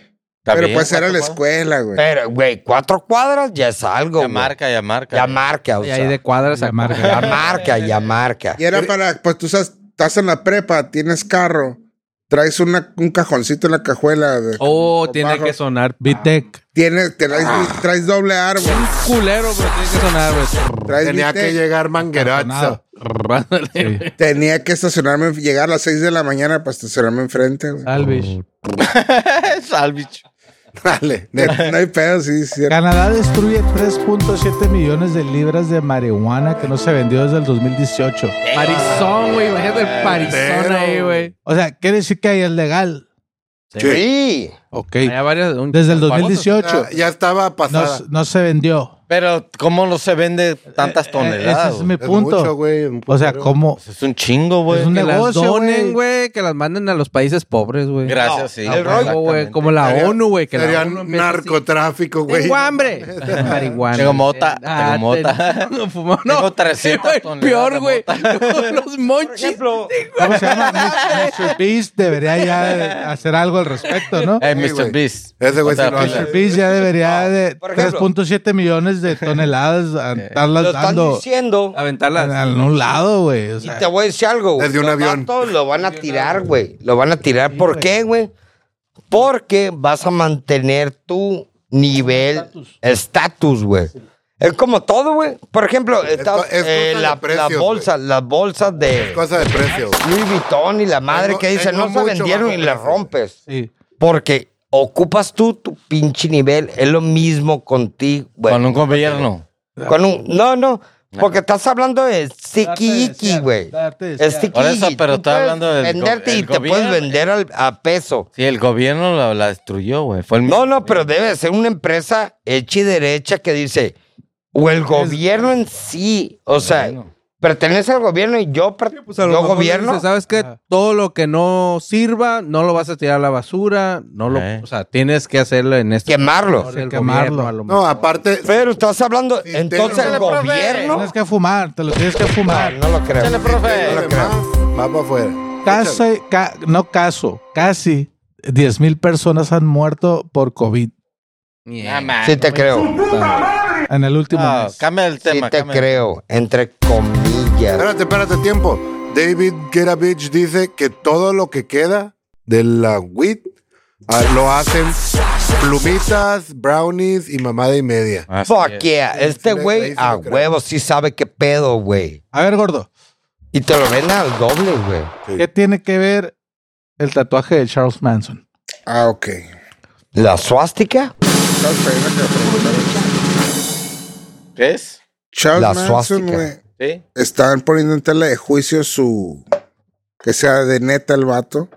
[SPEAKER 4] Está
[SPEAKER 5] Pero
[SPEAKER 4] bien,
[SPEAKER 5] pues era la
[SPEAKER 4] ¿cuánto, güey?
[SPEAKER 5] escuela, güey.
[SPEAKER 3] Pero, güey, cuatro cuadras ya es algo.
[SPEAKER 4] Ya
[SPEAKER 3] güey.
[SPEAKER 4] marca, ya marca.
[SPEAKER 3] Ya marca, o
[SPEAKER 7] Y
[SPEAKER 3] sea.
[SPEAKER 7] ahí de cuadras a
[SPEAKER 3] Ya
[SPEAKER 7] marca.
[SPEAKER 3] marca, ya marca.
[SPEAKER 5] Y era para, pues tú sabes, estás en la prepa, tienes carro, traes una, un cajoncito en la cajuela, de-
[SPEAKER 7] Oh,
[SPEAKER 5] con
[SPEAKER 7] tiene
[SPEAKER 5] barro.
[SPEAKER 7] que sonar.
[SPEAKER 2] Vitec.
[SPEAKER 5] tienes, te traes,
[SPEAKER 8] Ah.
[SPEAKER 5] traes doble árbol,
[SPEAKER 7] Un culero, pero tiene que sonar, güey.
[SPEAKER 5] traes
[SPEAKER 8] Tenía
[SPEAKER 5] bistec.
[SPEAKER 8] que llegar mangueraza.
[SPEAKER 2] Cartonado.
[SPEAKER 7] Ándale.
[SPEAKER 5] Tenía que estacionarme, llegar a las 6 de la mañana para estacionarme enfrente, güey.
[SPEAKER 7] Ah.
[SPEAKER 2] Salvage.
[SPEAKER 4] Salvich.
[SPEAKER 8] Dale.
[SPEAKER 5] No, hay pedo, sí, sí.
[SPEAKER 2] Canadá destruye 3.7 millones de libras de marihuana que no se vendió desde el 2018.
[SPEAKER 7] Parizón, güey. Imagínate el parizón
[SPEAKER 8] Entero,
[SPEAKER 7] ahí, güey.
[SPEAKER 2] O sea, quiere decir que ahí es legal.
[SPEAKER 3] Sí.
[SPEAKER 2] Ok.
[SPEAKER 7] Había varias- un-
[SPEAKER 2] Desde el 2018
[SPEAKER 5] Ah,
[SPEAKER 8] Ya, Ah, ya estaba
[SPEAKER 2] no,
[SPEAKER 8] pasada.
[SPEAKER 2] no se vendió.
[SPEAKER 4] Pero, ¿cómo no se vende tantas
[SPEAKER 2] Eh, eh,
[SPEAKER 4] toneladas?
[SPEAKER 2] Ese es
[SPEAKER 4] güey?
[SPEAKER 2] mi
[SPEAKER 8] Es
[SPEAKER 2] punto.
[SPEAKER 8] mucho, güey, un
[SPEAKER 2] o sea,
[SPEAKER 8] putero.
[SPEAKER 2] ¿cómo?
[SPEAKER 4] Pues Es un chingo, güey.
[SPEAKER 2] Es un
[SPEAKER 7] Que las
[SPEAKER 2] negocio,
[SPEAKER 7] donen,
[SPEAKER 2] güey.
[SPEAKER 7] güey. Que las manden a los países pobres, güey.
[SPEAKER 4] Gracias, sí.
[SPEAKER 7] A huevo, güey. Como la
[SPEAKER 8] Sería-
[SPEAKER 7] ONU, güey. Que la
[SPEAKER 8] Sería
[SPEAKER 7] ONU empieza así.
[SPEAKER 8] narcotráfico, güey.
[SPEAKER 7] Tengo hambre. Marihuana.
[SPEAKER 4] Tengo mota,
[SPEAKER 7] Ah,
[SPEAKER 4] tengo mota.
[SPEAKER 7] te- No, fumo, no.
[SPEAKER 4] Tengo 300
[SPEAKER 7] Sí, güey,
[SPEAKER 4] toneladas
[SPEAKER 7] Peor,
[SPEAKER 4] de
[SPEAKER 7] güey.
[SPEAKER 4] mota.
[SPEAKER 7] Los monchis.
[SPEAKER 2] ¿Cómo se llama? Mr. Beast debería ya hacer algo al respecto, ¿no?
[SPEAKER 4] Eh,
[SPEAKER 8] Sí,
[SPEAKER 4] Mr.
[SPEAKER 8] güey.
[SPEAKER 4] Beast.
[SPEAKER 8] Ese güey
[SPEAKER 4] Otra
[SPEAKER 8] sí lo hace.
[SPEAKER 4] pinche-
[SPEAKER 2] Mr. Beast ya debería de
[SPEAKER 3] Por ejemplo.
[SPEAKER 2] 3.7 millones de toneladas a
[SPEAKER 3] Lo
[SPEAKER 2] estarlas
[SPEAKER 3] están
[SPEAKER 2] dando
[SPEAKER 3] diciendo.
[SPEAKER 2] en,
[SPEAKER 7] Aventarlas.
[SPEAKER 2] en un lado, güey. O
[SPEAKER 3] Y
[SPEAKER 2] sea,
[SPEAKER 3] te voy a decir algo, güey.
[SPEAKER 8] Desde un
[SPEAKER 3] Los
[SPEAKER 8] avión.
[SPEAKER 3] vatos lo van a tirar, güey. Lo van a tirar. ¿Por qué, güey? Porque vas a mantener tu nivel, estatus, güey. Es como todo, güey. Por ejemplo, estas,
[SPEAKER 8] co- es
[SPEAKER 3] eh,
[SPEAKER 8] cosa de
[SPEAKER 3] la,
[SPEAKER 8] precios,
[SPEAKER 3] la bolsa- las bolsas de
[SPEAKER 8] Cosa de precio. güey.
[SPEAKER 3] Louis Vuitton y la madre
[SPEAKER 8] Tengo-
[SPEAKER 3] que dicen,
[SPEAKER 8] tengo
[SPEAKER 3] no se
[SPEAKER 8] mucho
[SPEAKER 3] vendieron
[SPEAKER 8] bajo
[SPEAKER 3] y las
[SPEAKER 8] precio".
[SPEAKER 3] rompes.
[SPEAKER 2] sí.
[SPEAKER 3] Porque ocupas tú tu pinche nivel. Es lo mismo contigo, güey.
[SPEAKER 4] Con un gobierno.
[SPEAKER 3] Con un- No, no. Porque estás hablando de sticky icky, güey.
[SPEAKER 2] Darte
[SPEAKER 3] Es
[SPEAKER 2] desear.
[SPEAKER 4] Por eso,
[SPEAKER 3] tiquillo,
[SPEAKER 4] pero
[SPEAKER 3] tú
[SPEAKER 4] está
[SPEAKER 3] puedes
[SPEAKER 4] hablando del go-
[SPEAKER 3] venderte y
[SPEAKER 4] el
[SPEAKER 3] te
[SPEAKER 4] gobierno.
[SPEAKER 3] puedes vender al- a peso.
[SPEAKER 4] Sí, el gobierno la, la destruyó, güey. Fue el
[SPEAKER 3] No, no, pero debe de ser una empresa hecha y derecha que dice, o el gobierno en sí, o sea,
[SPEAKER 4] Bueno.
[SPEAKER 3] pertenece al gobierno y yo, per-
[SPEAKER 7] Pues a lo
[SPEAKER 3] yo
[SPEAKER 7] mejor
[SPEAKER 3] gobierno.
[SPEAKER 7] dices, ¿Sabes qué? Todo lo que no sirva, no lo vas a tirar a la basura. No lo,
[SPEAKER 4] Eh.
[SPEAKER 7] O sea, tienes que hacerlo en este
[SPEAKER 3] Quemarlo.
[SPEAKER 7] del
[SPEAKER 2] quemarlo.
[SPEAKER 7] gobierno, a lo
[SPEAKER 8] No, aparte,
[SPEAKER 3] Pero estás hablando,
[SPEAKER 8] Sí,
[SPEAKER 3] entonces
[SPEAKER 8] tengo-
[SPEAKER 3] el gobierno.
[SPEAKER 2] Tienes que fumar, te lo tienes que
[SPEAKER 3] No,
[SPEAKER 2] fumar.
[SPEAKER 3] no lo creo.
[SPEAKER 4] Échale, profe.
[SPEAKER 3] No
[SPEAKER 8] demás,
[SPEAKER 3] lo creo.
[SPEAKER 8] va para afuera.
[SPEAKER 2] Casi, ca- no caso, casi 10 mil personas han muerto por COVID
[SPEAKER 4] Nah,
[SPEAKER 7] mejor.
[SPEAKER 4] man.
[SPEAKER 3] Sí te creo,
[SPEAKER 2] en el último
[SPEAKER 8] Ah,
[SPEAKER 4] No,
[SPEAKER 2] mes.
[SPEAKER 4] cambia el
[SPEAKER 3] sí
[SPEAKER 4] tema.
[SPEAKER 3] te
[SPEAKER 4] cambia.
[SPEAKER 3] creo, entre comillas.
[SPEAKER 8] Espérate, espérate, tiempo. David Get a Bitch dice que todo lo que queda de la wheat ah, lo hacen plumitas, brownies y mamada y media.
[SPEAKER 4] Así
[SPEAKER 3] Fuck
[SPEAKER 4] es.
[SPEAKER 3] yeah, este
[SPEAKER 8] sí le- ahí
[SPEAKER 3] güey
[SPEAKER 8] sí
[SPEAKER 3] a
[SPEAKER 8] lo creo.
[SPEAKER 3] huevo sí sabe qué pedo, güey.
[SPEAKER 2] A ver, gordo,
[SPEAKER 3] Y te lo venden al doble, güey.
[SPEAKER 2] ¿qué tiene que ver el tatuaje de Charles Manson?
[SPEAKER 5] Ah, ok.
[SPEAKER 3] ¿La suástica?
[SPEAKER 5] Estaba esperando que me preguntaras.
[SPEAKER 4] ¿Ves?
[SPEAKER 5] Charles
[SPEAKER 3] La
[SPEAKER 5] Manson,
[SPEAKER 3] suástica.
[SPEAKER 5] güey.
[SPEAKER 4] Sí.
[SPEAKER 5] Están poniendo en tela de juicio su. Que sea de neta el vato.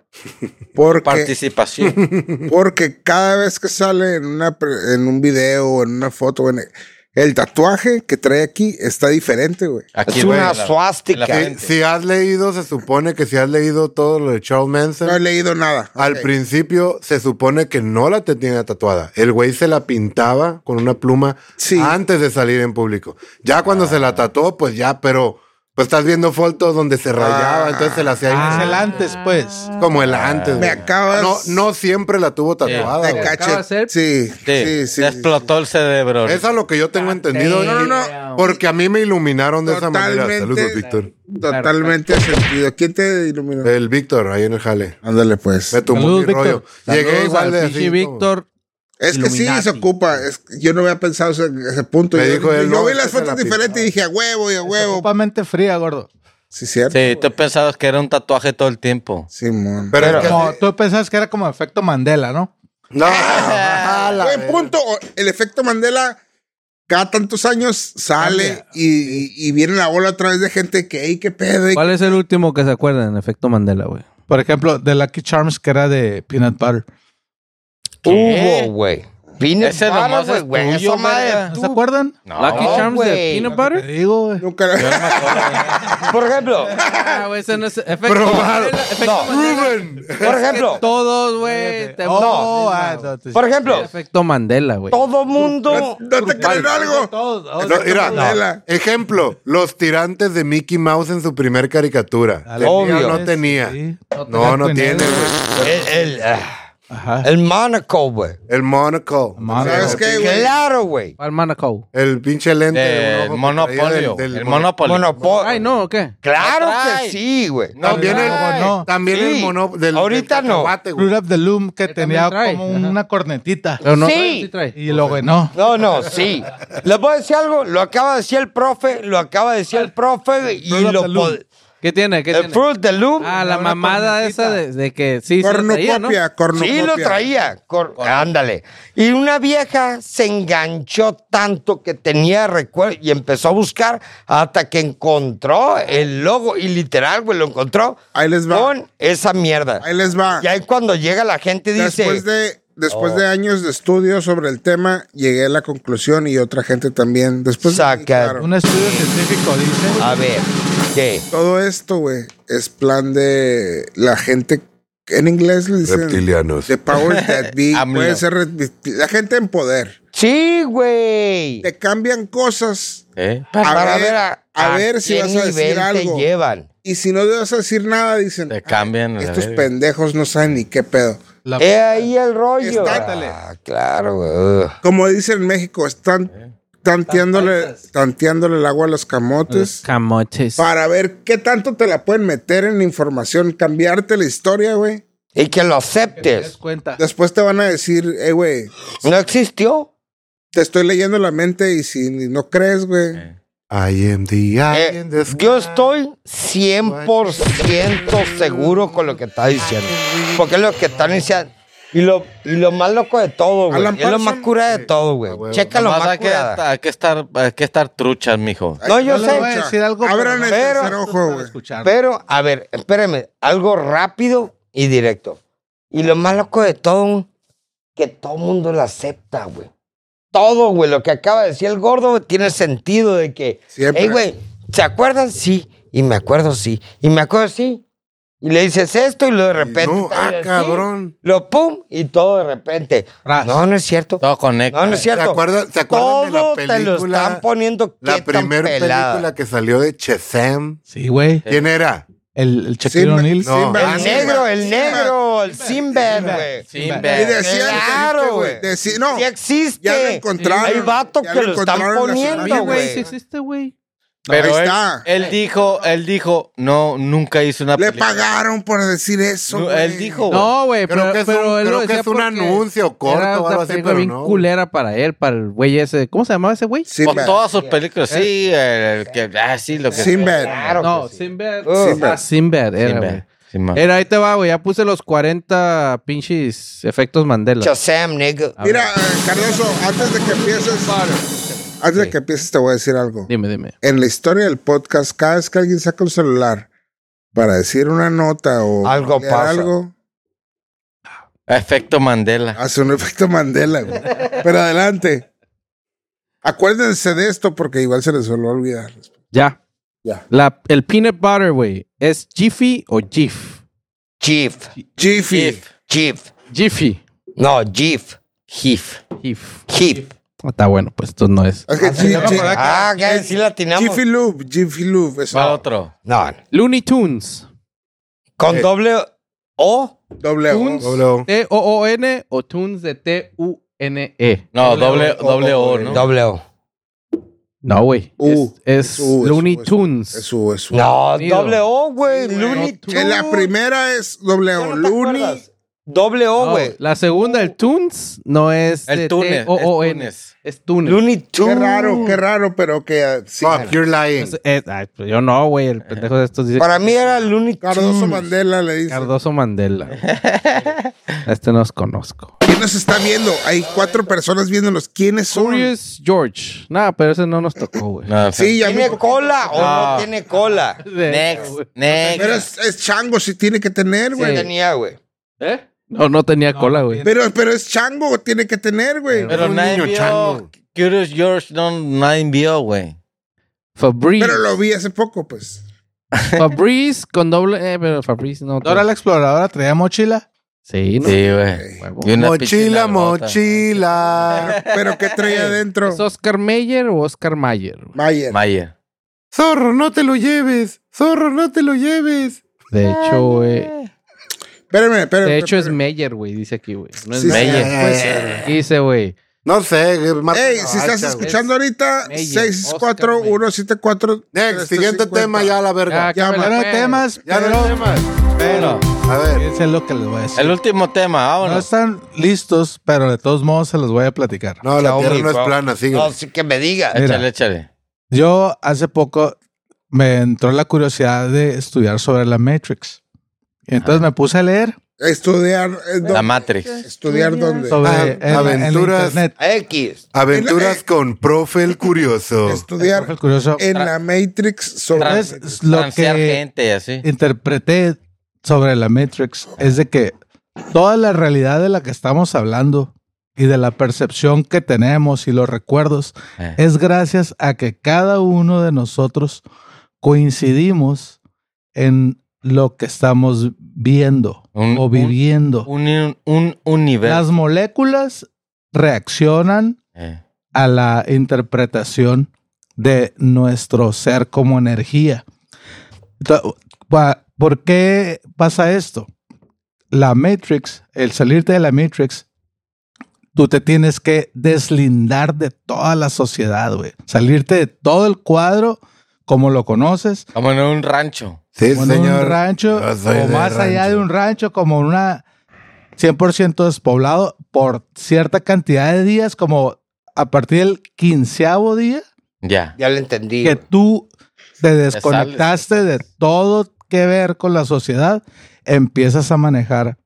[SPEAKER 5] Porque,
[SPEAKER 4] Participación.
[SPEAKER 5] porque cada vez que sale en, una, pre- en un video o en una foto, güey, El tatuaje que trae aquí está diferente, güey.
[SPEAKER 3] Aquí, Es güey, una en la- en la swastika.
[SPEAKER 8] Si,
[SPEAKER 3] frente.
[SPEAKER 8] si has leído, se supone que si has leído todo lo de Charles Manson.
[SPEAKER 5] No he leído nada.
[SPEAKER 8] Al
[SPEAKER 5] Ok.
[SPEAKER 8] principio se supone que no la tenía tatuada. El güey se la pintaba con una pluma antes de salir en público. Ya cuando se
[SPEAKER 5] Ah.
[SPEAKER 8] la tatuó, pues ya, pero pues estás viendo fotos donde se rayaba, entonces se la hacía
[SPEAKER 7] Ah,
[SPEAKER 2] Es el
[SPEAKER 8] ahí.
[SPEAKER 2] antes, pues.
[SPEAKER 8] como el
[SPEAKER 5] Ah,
[SPEAKER 8] antes. güey. No, no siempre la tuvo tatuada.
[SPEAKER 5] Me
[SPEAKER 8] güey.
[SPEAKER 5] caché. Sí, sí, sí.
[SPEAKER 4] Te explotó el cerebro.
[SPEAKER 8] Es a lo que yo tengo entendido.
[SPEAKER 5] No, no,
[SPEAKER 8] Porque a mí me iluminaron de esa manera. Saludos,
[SPEAKER 5] Totalmente.
[SPEAKER 8] Víctor.
[SPEAKER 5] Totalmente sentido. ¿Quién te iluminó?
[SPEAKER 8] El Víctor, ahí en el jale.
[SPEAKER 5] Ándale, pues.
[SPEAKER 8] Me tumbó
[SPEAKER 2] Saludos,
[SPEAKER 8] mi
[SPEAKER 2] Víctor.
[SPEAKER 8] rollo. Llegué
[SPEAKER 2] Saludos
[SPEAKER 8] igual
[SPEAKER 2] al
[SPEAKER 8] de
[SPEAKER 2] pinche
[SPEAKER 8] así. como-
[SPEAKER 2] Víctor.
[SPEAKER 5] Es que sí,
[SPEAKER 2] Illuminati.
[SPEAKER 5] se ocupa. Es que yo no había pensado ese, ese punto.
[SPEAKER 8] Me
[SPEAKER 5] yo
[SPEAKER 8] dijo él,
[SPEAKER 5] yo
[SPEAKER 8] no, es
[SPEAKER 5] vi
[SPEAKER 8] que
[SPEAKER 5] las
[SPEAKER 8] se
[SPEAKER 5] fotos
[SPEAKER 8] la
[SPEAKER 5] diferentes y dije, a huevo y a huevo.
[SPEAKER 2] Sopamente fría, gordo.
[SPEAKER 5] Sí, cierto.
[SPEAKER 4] Sí, tú pensabas que era un tatuaje todo el tiempo.
[SPEAKER 5] Simón.
[SPEAKER 8] Pero, es que-
[SPEAKER 2] No, tú pensabas que era como efecto Mandela, ¿no?
[SPEAKER 8] No,
[SPEAKER 5] Ah, Buen punto. O- El efecto Mandela, cada tantos años sale y, y- y viene la ola otra vez de gente que, ey, qué pedo. y-
[SPEAKER 7] ¿Cuál es el último que se acuerdan en efecto Mandela, güey?
[SPEAKER 2] Por ejemplo, de Lucky Charms, que era de Peanut Butter.
[SPEAKER 3] Hubo, güey. Peanut
[SPEAKER 4] Ese
[SPEAKER 3] butter,
[SPEAKER 4] nomás es
[SPEAKER 3] güey, güey.
[SPEAKER 4] tuyo,
[SPEAKER 3] Esa madre
[SPEAKER 4] verga.
[SPEAKER 2] ¿No
[SPEAKER 3] Ah, tú-
[SPEAKER 2] se acuerdan?
[SPEAKER 4] No,
[SPEAKER 7] Lucky Charms de
[SPEAKER 3] güey.
[SPEAKER 7] Peanut Butter.
[SPEAKER 2] Te digo, güey.
[SPEAKER 5] Nunca la-
[SPEAKER 3] Por ejemplo,
[SPEAKER 7] Ah, güey, ese no es efecto
[SPEAKER 8] Probar.
[SPEAKER 7] Mandela, efecto
[SPEAKER 3] No.
[SPEAKER 7] Mandela.
[SPEAKER 3] por ejemplo,
[SPEAKER 7] Todos, güey. te-
[SPEAKER 2] Oh, ah, no, te-
[SPEAKER 3] por ejemplo,
[SPEAKER 7] Efecto Mandela, güey.
[SPEAKER 3] todo mundo.
[SPEAKER 5] ¿No te creen algo?
[SPEAKER 2] Todos, oh,
[SPEAKER 8] No, mira,
[SPEAKER 5] Mandela.
[SPEAKER 8] ejemplo, los tirantes de Mickey Mouse en su primer caricatura. ¿Tenía o
[SPEAKER 3] Obvio.
[SPEAKER 8] No tenía.
[SPEAKER 2] Sí.
[SPEAKER 8] No, no
[SPEAKER 2] Blanco y
[SPEAKER 8] tiene.
[SPEAKER 2] negro.
[SPEAKER 8] güey.
[SPEAKER 3] El, el, ah,
[SPEAKER 2] Ajá.
[SPEAKER 3] el Monaco, güey.
[SPEAKER 8] El monocle.
[SPEAKER 2] Monocle.
[SPEAKER 5] ¿Sabes qué, güey?
[SPEAKER 3] Claro, güey.
[SPEAKER 7] Al Monaco.
[SPEAKER 8] El pinche lente. de
[SPEAKER 4] El
[SPEAKER 8] un ojo que traía
[SPEAKER 4] monopolio.
[SPEAKER 8] del- del
[SPEAKER 4] el
[SPEAKER 8] mono-
[SPEAKER 4] monopolio.
[SPEAKER 3] Monopolio.
[SPEAKER 7] Ay, no, ¿o ¿qué?
[SPEAKER 3] Claro
[SPEAKER 4] No
[SPEAKER 3] que
[SPEAKER 4] trae.
[SPEAKER 3] sí, güey.
[SPEAKER 8] También el,
[SPEAKER 2] Ay.
[SPEAKER 8] no, también el
[SPEAKER 3] Sí.
[SPEAKER 8] mono del- del
[SPEAKER 3] Ahorita no.
[SPEAKER 8] cacahuate, güey.
[SPEAKER 2] Fruit of the Loom, que tenía
[SPEAKER 7] trae.
[SPEAKER 2] como
[SPEAKER 7] Ajá.
[SPEAKER 2] una cornetita.
[SPEAKER 7] Pero no
[SPEAKER 3] Sí.
[SPEAKER 7] trae, trae.
[SPEAKER 2] Y lo ganó.
[SPEAKER 3] No, no, sí. Les voy a decir algo, lo acaba de decir el profe, lo acaba de decir el profe y
[SPEAKER 2] Fruit of
[SPEAKER 3] lo
[SPEAKER 2] the Loom.
[SPEAKER 3] pod-
[SPEAKER 7] ¿Qué tiene? ¿Qué
[SPEAKER 3] el
[SPEAKER 7] tiene?
[SPEAKER 3] Fruit the Loom
[SPEAKER 7] Ah, la
[SPEAKER 2] Una
[SPEAKER 7] mamada
[SPEAKER 2] cornetita.
[SPEAKER 7] esa de, de que sí se lo traía,
[SPEAKER 3] Pues.
[SPEAKER 7] ¿no?
[SPEAKER 5] Cornucopia, cornucopia.
[SPEAKER 3] sí lo traía. cor- ándale. Y una vieja se enganchó tanto que tenía recuerdo y empezó a buscar hasta que encontró el logo y literal, güey, lo encontró
[SPEAKER 5] Ahí les va.
[SPEAKER 3] con esa mierda.
[SPEAKER 5] Ahí les va.
[SPEAKER 3] Y ahí cuando llega la gente dice,
[SPEAKER 5] Después de, después
[SPEAKER 3] Oh.
[SPEAKER 5] de años de estudio sobre el tema, llegué a la conclusión y otra gente también. Después de-
[SPEAKER 3] Saca.
[SPEAKER 2] Un estudio científico dice.
[SPEAKER 3] a ver, ¿qué?
[SPEAKER 5] Todo esto, güey, es plan de la gente. En inglés le dicen.
[SPEAKER 1] pues, Reptilianos.
[SPEAKER 5] The power that be.
[SPEAKER 3] Ah,
[SPEAKER 4] AMLO.
[SPEAKER 5] puede ser re- la gente en poder.
[SPEAKER 3] Sí, güey.
[SPEAKER 5] Te cambian cosas
[SPEAKER 4] ¿Eh?
[SPEAKER 5] a,
[SPEAKER 3] Para
[SPEAKER 5] ver, a, ver si
[SPEAKER 3] qué
[SPEAKER 5] vas a decir
[SPEAKER 3] nivel
[SPEAKER 5] algo.
[SPEAKER 3] te llevan.
[SPEAKER 5] Y si no le vas a decir nada, dicen.
[SPEAKER 4] Te cambian.
[SPEAKER 5] "Ah,
[SPEAKER 4] la
[SPEAKER 5] Estos
[SPEAKER 4] verga.
[SPEAKER 5] pendejos no saben ni qué pedo.
[SPEAKER 2] La
[SPEAKER 8] Eh.
[SPEAKER 3] He ahí el rollo.
[SPEAKER 5] Estándale.
[SPEAKER 3] Ah, claro, güey.
[SPEAKER 5] Como dicen en México, están tanteándole, tanteándole el agua a los camotes.
[SPEAKER 7] Camotes.
[SPEAKER 5] para ver qué tanto te la pueden meter en información, cambiarte la historia, güey.
[SPEAKER 3] Y que lo
[SPEAKER 2] te das
[SPEAKER 3] aceptes.
[SPEAKER 2] cuenta.
[SPEAKER 5] Después te van a decir, eh, güey,
[SPEAKER 3] No existió.
[SPEAKER 5] te estoy leyendo la mente y si no crees, güey.
[SPEAKER 8] I am the
[SPEAKER 3] Eh,
[SPEAKER 8] eye in the sky.
[SPEAKER 3] yo estoy 100% seguro con lo que está diciendo. Porque es lo que están diciendo. Y lo, y lo más loco de todo, güey.
[SPEAKER 5] Alan
[SPEAKER 3] Es lo
[SPEAKER 5] Parsons.
[SPEAKER 3] más cura de todo, güey.
[SPEAKER 8] Ah, huevo.
[SPEAKER 3] Checa lo
[SPEAKER 4] Nomás
[SPEAKER 3] más
[SPEAKER 4] hay que,
[SPEAKER 3] curada.
[SPEAKER 4] hay que estar, hay que estar truchas, mijo.
[SPEAKER 3] No, yo
[SPEAKER 2] Yo les voy a
[SPEAKER 3] sé.
[SPEAKER 2] decir algo.
[SPEAKER 5] Abran el
[SPEAKER 3] pero-
[SPEAKER 5] tercer ojo, güey.
[SPEAKER 3] Pero, a ver, espérame. Algo rápido y directo. Y lo más loco de todo, que todo el mundo lo acepta, güey. Todo, güey. Lo que acaba de decir el gordo güey, tiene sentido de que.
[SPEAKER 5] Siempre.
[SPEAKER 3] Ey, güey, ¿se acuerdan? Sí. Y me acuerdo, sí. Y me acuerdo, sí. Y le dices esto y lo de repente.
[SPEAKER 8] No,
[SPEAKER 3] tal,
[SPEAKER 8] ah,
[SPEAKER 3] y así,
[SPEAKER 8] cabrón.
[SPEAKER 3] Lo pum y todo de repente.
[SPEAKER 2] Ras.
[SPEAKER 3] No, no es cierto.
[SPEAKER 4] Todo E. conecta.
[SPEAKER 3] No, no es
[SPEAKER 8] ¿Se
[SPEAKER 3] cierto.
[SPEAKER 8] acuerdan, ¿se acuerdan
[SPEAKER 3] Todo
[SPEAKER 8] de
[SPEAKER 3] te
[SPEAKER 8] la
[SPEAKER 3] lo están
[SPEAKER 8] película?
[SPEAKER 3] poniendo
[SPEAKER 8] La
[SPEAKER 3] qué tan
[SPEAKER 8] primera
[SPEAKER 3] pelada.
[SPEAKER 8] película que salió de Chesam.
[SPEAKER 2] Sí, güey.
[SPEAKER 8] ¿Quién era?
[SPEAKER 2] El, el
[SPEAKER 5] Sí,
[SPEAKER 2] Shaquille
[SPEAKER 5] me-
[SPEAKER 2] O'Neal.
[SPEAKER 5] sí,
[SPEAKER 8] No.
[SPEAKER 5] me-
[SPEAKER 3] El
[SPEAKER 5] Ah, sí,
[SPEAKER 3] negro,
[SPEAKER 5] me-
[SPEAKER 3] el
[SPEAKER 5] sí, me-
[SPEAKER 3] negro, el Sinbad, güey.
[SPEAKER 4] Sin
[SPEAKER 2] Y
[SPEAKER 5] Y
[SPEAKER 4] ver.
[SPEAKER 5] decían,
[SPEAKER 3] Claro, güey.
[SPEAKER 5] Decí, no,
[SPEAKER 3] Sí existe.
[SPEAKER 5] ya lo encontraron.
[SPEAKER 3] Hay vato
[SPEAKER 5] Ya
[SPEAKER 3] que
[SPEAKER 5] lo
[SPEAKER 3] lo están
[SPEAKER 5] encontraron en la
[SPEAKER 3] poniendo,
[SPEAKER 5] semana,
[SPEAKER 3] güey.
[SPEAKER 7] Sí existe, güey.
[SPEAKER 4] Pero
[SPEAKER 5] ahí
[SPEAKER 4] él,
[SPEAKER 5] está.
[SPEAKER 4] él dijo, él dijo, no, nunca hizo una
[SPEAKER 5] le
[SPEAKER 4] película.
[SPEAKER 5] pagaron por decir eso.
[SPEAKER 4] No,
[SPEAKER 5] güey.
[SPEAKER 4] él dijo, güey.
[SPEAKER 7] No, güey,
[SPEAKER 8] Creo
[SPEAKER 7] pero,
[SPEAKER 8] que es
[SPEAKER 7] pero
[SPEAKER 8] un-
[SPEAKER 7] él lo
[SPEAKER 8] creo que
[SPEAKER 7] decía
[SPEAKER 8] es un
[SPEAKER 7] porque
[SPEAKER 8] anuncio corto
[SPEAKER 7] era
[SPEAKER 8] o
[SPEAKER 7] una
[SPEAKER 8] algo así,
[SPEAKER 7] película
[SPEAKER 8] pero
[SPEAKER 7] bien
[SPEAKER 8] no, güey.
[SPEAKER 7] culera para él, para el güey ese. ¿Cómo se llamaba ese güey?
[SPEAKER 4] Con
[SPEAKER 5] Sinbad.
[SPEAKER 4] todas sus películas, sí, el, el que, ah, sí, lo que
[SPEAKER 5] Sinbad.
[SPEAKER 3] Claro
[SPEAKER 7] No,
[SPEAKER 3] que sí.
[SPEAKER 7] Sinbad.
[SPEAKER 3] Uh,
[SPEAKER 7] Sinbad. Ah, Sinbad era,
[SPEAKER 4] Sin
[SPEAKER 7] güey.
[SPEAKER 4] ver, sin más.
[SPEAKER 7] Era, ahí te va, güey. Ya puse los 40 pinches efectos Mandela.
[SPEAKER 3] Shazam, nigga.
[SPEAKER 7] A ver,
[SPEAKER 5] Mira, eh, Cardoso, antes de que empieces, antes de que empieces te voy a decir algo.
[SPEAKER 7] Dime, dime.
[SPEAKER 5] En la historia del podcast, cada vez que alguien saca un celular para decir una nota o
[SPEAKER 3] Algo
[SPEAKER 5] leer
[SPEAKER 3] pasa.
[SPEAKER 5] algo,
[SPEAKER 4] Efecto Mandela.
[SPEAKER 5] Ah, Hace un efecto Mandela, güey. Pero adelante. Acuérdense de esto porque igual se les suele olvidar.
[SPEAKER 7] Ya.
[SPEAKER 5] Ya.
[SPEAKER 7] La, el peanut butter, güey, ¿es Jiffy o Jif?
[SPEAKER 3] Jif.
[SPEAKER 5] Jiffy.
[SPEAKER 3] Jif.
[SPEAKER 7] Jiffy.
[SPEAKER 3] No, Jif. Jif.
[SPEAKER 7] Jif.
[SPEAKER 3] Jif.
[SPEAKER 7] Ah, Está bueno, pues esto no es.
[SPEAKER 5] Es que Ji- Ji-
[SPEAKER 3] Ah, ya sí latinamos.
[SPEAKER 5] Jiffy Lube, Jiffy Lube. eso.
[SPEAKER 4] ¿Cuál otro?
[SPEAKER 3] No, no.
[SPEAKER 7] Looney Tunes.
[SPEAKER 5] Eh.
[SPEAKER 3] Con doble O.
[SPEAKER 5] Doble O.
[SPEAKER 7] Tunes. T-O-O-N o Tunes de T-U-N-E.
[SPEAKER 4] No, doble, doble O, ¿no?
[SPEAKER 3] Doble O.
[SPEAKER 7] No, güey.
[SPEAKER 5] U.
[SPEAKER 7] es es
[SPEAKER 5] Es U, es
[SPEAKER 7] Looney
[SPEAKER 5] U, es U.
[SPEAKER 7] Tunes.
[SPEAKER 5] Es U, es U.
[SPEAKER 3] No,
[SPEAKER 7] Unido.
[SPEAKER 3] doble O, güey. Looney
[SPEAKER 7] No,
[SPEAKER 5] Que la primera es doble
[SPEAKER 3] ¿Ya no
[SPEAKER 5] O.
[SPEAKER 3] te
[SPEAKER 5] Looney.
[SPEAKER 3] acuerdas? Doble O,
[SPEAKER 7] No,
[SPEAKER 3] güey.
[SPEAKER 7] la segunda, el Tunes, no es
[SPEAKER 4] El
[SPEAKER 7] de
[SPEAKER 4] Tunes, es
[SPEAKER 7] T-O-O-N.
[SPEAKER 4] Tunes.
[SPEAKER 7] Es Tunes.
[SPEAKER 3] Looney
[SPEAKER 5] Qué
[SPEAKER 3] Tunes.
[SPEAKER 5] raro, qué raro, pero que ah, sí.
[SPEAKER 8] Fuck, you're lying.
[SPEAKER 7] Es- es- ay, pues yo no, güey. El pendejo de estos dice
[SPEAKER 3] Para mí era Looney Tunes.
[SPEAKER 5] Cardoso Mandela le dice.
[SPEAKER 7] Cardoso Mandela. A este no los conozco.
[SPEAKER 5] ¿Quién nos está viendo? Hay cuatro personas viéndonos. ¿Quiénes son?
[SPEAKER 7] Curious George. Nah, pero ese no nos tocó, güey.
[SPEAKER 4] No,
[SPEAKER 5] Sí, ya me...
[SPEAKER 3] ¿Tiene cola o no,
[SPEAKER 1] Ah.
[SPEAKER 4] No.
[SPEAKER 3] tiene cola?
[SPEAKER 4] Next,
[SPEAKER 7] güey.
[SPEAKER 4] next.
[SPEAKER 5] Pero es, es chango, si tiene que tener,
[SPEAKER 3] No
[SPEAKER 5] güey.
[SPEAKER 3] tenía, güey.
[SPEAKER 7] ¿Eh? No, no tenía cola, güey.
[SPEAKER 5] Pero, pero es chango, tiene que tener, güey.
[SPEAKER 4] Pero nadie vio. Curious George, no, nadie vio, güey.
[SPEAKER 7] Fabrice.
[SPEAKER 5] Pero lo vi hace poco, pues.
[SPEAKER 7] Fabrice con doble. Eh, pero Fabrice no.
[SPEAKER 2] Dora la exploradora traía mochila.
[SPEAKER 7] Sí, no.
[SPEAKER 4] Sí, güey.
[SPEAKER 7] Huevo.
[SPEAKER 4] Y una
[SPEAKER 8] Mochila,
[SPEAKER 4] pinche largota.
[SPEAKER 8] mochila.
[SPEAKER 5] Pero ¿qué trae adentro?
[SPEAKER 7] ¿Es Oscar Mayer o Oscar Mayer? güey?
[SPEAKER 5] Mayer.
[SPEAKER 4] Maya.
[SPEAKER 8] Zorro, no te lo lleves. Zorro, no te lo lleves.
[SPEAKER 7] De hecho, güey.
[SPEAKER 5] Espérame, espérame.
[SPEAKER 7] De hecho, es
[SPEAKER 5] espérame.
[SPEAKER 7] Mayer, güey, dice aquí, güey. No es
[SPEAKER 5] Sí, sí,
[SPEAKER 4] Meyer.
[SPEAKER 5] sí, puede ser.
[SPEAKER 7] Dice, güey.
[SPEAKER 8] No sé. Marta
[SPEAKER 5] Ey, si
[SPEAKER 1] Ah,
[SPEAKER 8] Navaja,
[SPEAKER 5] estás
[SPEAKER 8] güey.
[SPEAKER 5] escuchando ahorita,
[SPEAKER 7] Meyer,
[SPEAKER 5] 664
[SPEAKER 7] Oscar
[SPEAKER 5] 174
[SPEAKER 8] Next, siguiente tema ya, la
[SPEAKER 2] Ah,
[SPEAKER 8] verga.
[SPEAKER 7] Ya,
[SPEAKER 5] llama.
[SPEAKER 7] que me la
[SPEAKER 2] Pero
[SPEAKER 7] jueguen.
[SPEAKER 2] temas,
[SPEAKER 8] Ya no
[SPEAKER 2] pero,
[SPEAKER 8] hay temas.
[SPEAKER 2] pero
[SPEAKER 8] A ver.
[SPEAKER 2] eso es lo que les voy a decir.
[SPEAKER 4] El último tema,
[SPEAKER 2] No
[SPEAKER 4] vámonos.
[SPEAKER 2] están listos, pero de todos modos se los voy a platicar.
[SPEAKER 8] No, la
[SPEAKER 3] Xiaomi,
[SPEAKER 8] tierra no es
[SPEAKER 3] bro.
[SPEAKER 8] plana, sigue.
[SPEAKER 3] No, sí que me diga.
[SPEAKER 2] Mira.
[SPEAKER 4] échale, échale.
[SPEAKER 2] Yo hace poco me entró la curiosidad de estudiar sobre la Matrix. Y entonces me puse a leer
[SPEAKER 5] Estudiar. eh,
[SPEAKER 4] La
[SPEAKER 5] dónde-
[SPEAKER 4] Matrix.
[SPEAKER 5] Estudiar dónde.
[SPEAKER 2] sobre
[SPEAKER 8] Ah,
[SPEAKER 2] en- en la
[SPEAKER 8] aventuras.
[SPEAKER 2] internet.
[SPEAKER 3] X.
[SPEAKER 5] Eh,
[SPEAKER 8] Aventuras con profe el curioso.
[SPEAKER 2] Fue
[SPEAKER 5] Estudiar Eh,
[SPEAKER 2] el curioso.
[SPEAKER 5] en la Matrix sobre.
[SPEAKER 4] Trans-
[SPEAKER 2] Entonces, lo
[SPEAKER 4] Transear
[SPEAKER 2] que-
[SPEAKER 4] gente y así.
[SPEAKER 2] interpreté sobre la Matrix es de que toda la realidad de la que estamos hablando y de la percepción que tenemos y los recuerdos
[SPEAKER 4] Eh.
[SPEAKER 2] es gracias a que cada uno de nosotros coincidimos en lo que estamos viendo
[SPEAKER 4] Un-
[SPEAKER 2] o
[SPEAKER 4] un-
[SPEAKER 2] viviendo.
[SPEAKER 4] Un, un universo.
[SPEAKER 2] Las moléculas reaccionan
[SPEAKER 4] Eh.
[SPEAKER 2] a la interpretación de nuestro ser como energía. Ento- pa- ¿Por qué pasa esto? La Matrix, el salirte de la Matrix, tú te tienes que deslindar de toda la sociedad, güey. Salirte de todo el cuadro como lo conoces,
[SPEAKER 4] Como en un rancho.
[SPEAKER 8] Sí,
[SPEAKER 2] como en
[SPEAKER 8] señor.
[SPEAKER 2] un rancho
[SPEAKER 8] Yo soy
[SPEAKER 2] o
[SPEAKER 8] de
[SPEAKER 2] más allá
[SPEAKER 8] rancho.
[SPEAKER 2] de un rancho, como en una 100% despoblado por cierta cantidad de días, como a partir del quinceavo día,
[SPEAKER 4] Ya.
[SPEAKER 3] Ya lo entendí.
[SPEAKER 2] que
[SPEAKER 3] güey.
[SPEAKER 2] tú te desconectaste de todo que ver con la sociedad, empiezas a manejar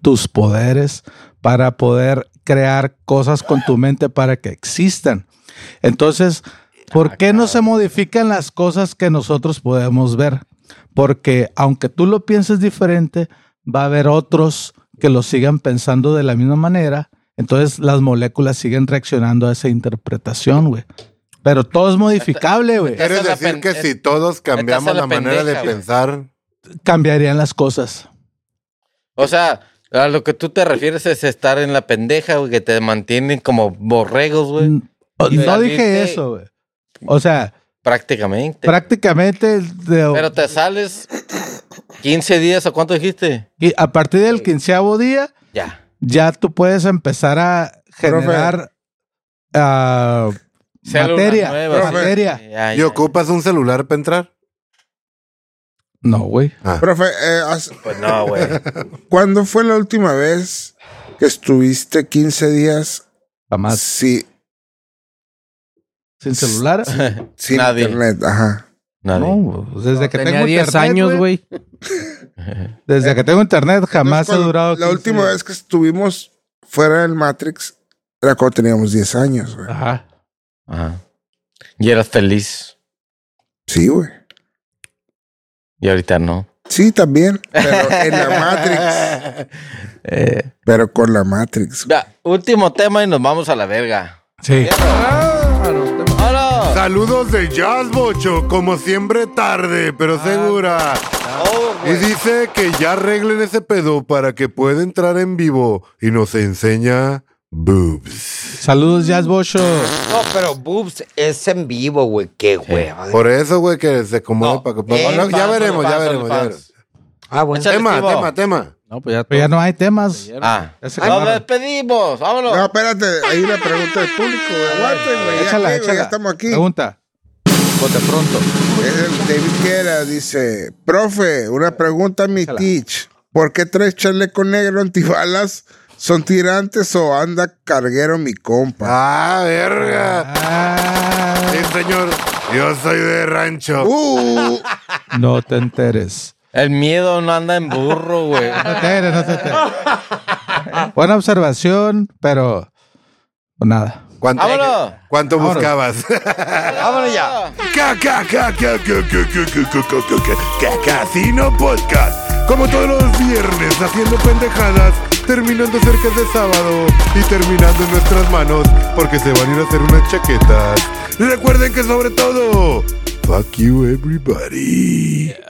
[SPEAKER 2] tus poderes para poder crear cosas con tu mente para que existan. Entonces, ¿por qué no se modifican las cosas que nosotros podemos ver? Porque aunque tú lo pienses diferente, va a haber otros que lo sigan pensando de la misma manera. Entonces las moléculas siguen reaccionando a esa interpretación, güey. Pero todo es modificable, güey.
[SPEAKER 8] ¿Quieres
[SPEAKER 4] Esta es la
[SPEAKER 8] decir
[SPEAKER 4] pen-
[SPEAKER 8] que
[SPEAKER 4] es-
[SPEAKER 8] si todos cambiamos
[SPEAKER 4] es la
[SPEAKER 8] la manera de
[SPEAKER 4] pendeja, güey.
[SPEAKER 8] pensar?
[SPEAKER 2] Cambiarían las cosas.
[SPEAKER 4] O sea, a lo que tú te refieres es estar en la pendeja, güey, que te mantienen como borregos, güey.
[SPEAKER 2] Mm, o-
[SPEAKER 4] Y
[SPEAKER 2] No
[SPEAKER 4] salirte-
[SPEAKER 2] dije eso, güey. O sea,
[SPEAKER 4] Prácticamente.
[SPEAKER 2] prácticamente de-
[SPEAKER 4] Pero te sales 15 días o cuánto dijiste.
[SPEAKER 2] y a partir del quinceavo día
[SPEAKER 4] Ya.
[SPEAKER 2] ya tú puedes empezar a generar ah,
[SPEAKER 4] Células
[SPEAKER 2] materia.
[SPEAKER 4] nuevas.
[SPEAKER 2] materia.
[SPEAKER 4] Ya,
[SPEAKER 8] ¿Y
[SPEAKER 4] ya.
[SPEAKER 8] ocupas un celular para entrar?
[SPEAKER 2] No, güey.
[SPEAKER 5] Profe, eh,
[SPEAKER 2] Ah.
[SPEAKER 5] has-
[SPEAKER 4] Pues no, güey.
[SPEAKER 5] ¿cuándo fue la última vez que estuviste 15 días
[SPEAKER 2] Jamás.
[SPEAKER 5] sí,
[SPEAKER 2] Sin celular.
[SPEAKER 5] sin
[SPEAKER 4] Nadie.
[SPEAKER 5] internet? Ajá.
[SPEAKER 4] Nadie.
[SPEAKER 2] No, pues, desde que
[SPEAKER 7] Tenía
[SPEAKER 2] tengo
[SPEAKER 7] 10
[SPEAKER 2] internet,
[SPEAKER 7] años, güey.
[SPEAKER 2] Desde que tengo internet jamás ha
[SPEAKER 5] Entonces,
[SPEAKER 2] durado.
[SPEAKER 5] cuando- La
[SPEAKER 2] 15
[SPEAKER 5] última
[SPEAKER 2] días.
[SPEAKER 5] vez que estuvimos fuera del Matrix era cuando teníamos 10 años, güey.
[SPEAKER 2] Ajá.
[SPEAKER 4] Ajá. Y eras feliz.
[SPEAKER 5] Sí, güey.
[SPEAKER 4] Y ahorita no.
[SPEAKER 5] Sí, también. Pero en la Matrix.
[SPEAKER 4] Eh,
[SPEAKER 5] Pero con la Matrix. güey.
[SPEAKER 4] ya, último tema y nos vamos a la verga.
[SPEAKER 2] Sí.
[SPEAKER 1] Ah, Saludos de Jazz Bocho, como siempre tarde, pero
[SPEAKER 8] Ah.
[SPEAKER 1] segura. y dice que ya arreglen ese pedo para que pueda entrar en vivo y nos enseña boobs.
[SPEAKER 2] Saludos Jazz Bocho.
[SPEAKER 3] No, pero boobs es en vivo, güey. Qué hueva.
[SPEAKER 1] Por eso, güey, que se acomode para que
[SPEAKER 3] eh,
[SPEAKER 1] No, ya
[SPEAKER 3] fans,
[SPEAKER 1] veremos, ya
[SPEAKER 3] fans,
[SPEAKER 1] veremos, ya
[SPEAKER 3] fans.
[SPEAKER 1] veremos. tema, tema, tema.
[SPEAKER 7] No, pues ya,
[SPEAKER 2] Pero ya no hay temas.
[SPEAKER 4] Ah.
[SPEAKER 2] Ya se
[SPEAKER 4] Nos
[SPEAKER 2] acabaron.
[SPEAKER 4] despedimos. Vámonos.
[SPEAKER 5] No, espérate, hay una pregunta del público, güey. Aguanten, güey. Ya,
[SPEAKER 2] Échala,
[SPEAKER 5] qué, güey,
[SPEAKER 2] échala.
[SPEAKER 5] ya estamos aquí.
[SPEAKER 2] Pregunta.
[SPEAKER 4] Ponte pronto.
[SPEAKER 5] Es el David Guerra, dice, profe, una pregunta a mi teach. ¿Por qué traes chaleco negro antibalas? ¿Son tirantes o anda carguero mi compa?
[SPEAKER 1] Ah, verga.
[SPEAKER 2] Ah,
[SPEAKER 1] Sí, señor. Yo soy de rancho.
[SPEAKER 5] Uh,
[SPEAKER 2] no te enteres.
[SPEAKER 4] El miedo no anda en burro, güey.
[SPEAKER 2] No te enteres, no te enteres. Buena observación, pero pues nada.
[SPEAKER 1] ¿Cuánto,
[SPEAKER 4] Vámonos.
[SPEAKER 1] ¿cuánto buscabas?
[SPEAKER 4] Vámonos ya.
[SPEAKER 1] Ca- ca- ca- ca- ca- ca- ca- ca- ca- ca- ca- ca- ca- Casino Podcast. Como todos los viernes, haciendo pendejadas, terminando cerca de sábado y terminando en nuestras manos porque se van a ir a hacer unas chaquetas. Recuerden que sobre todo, fuck you everybody.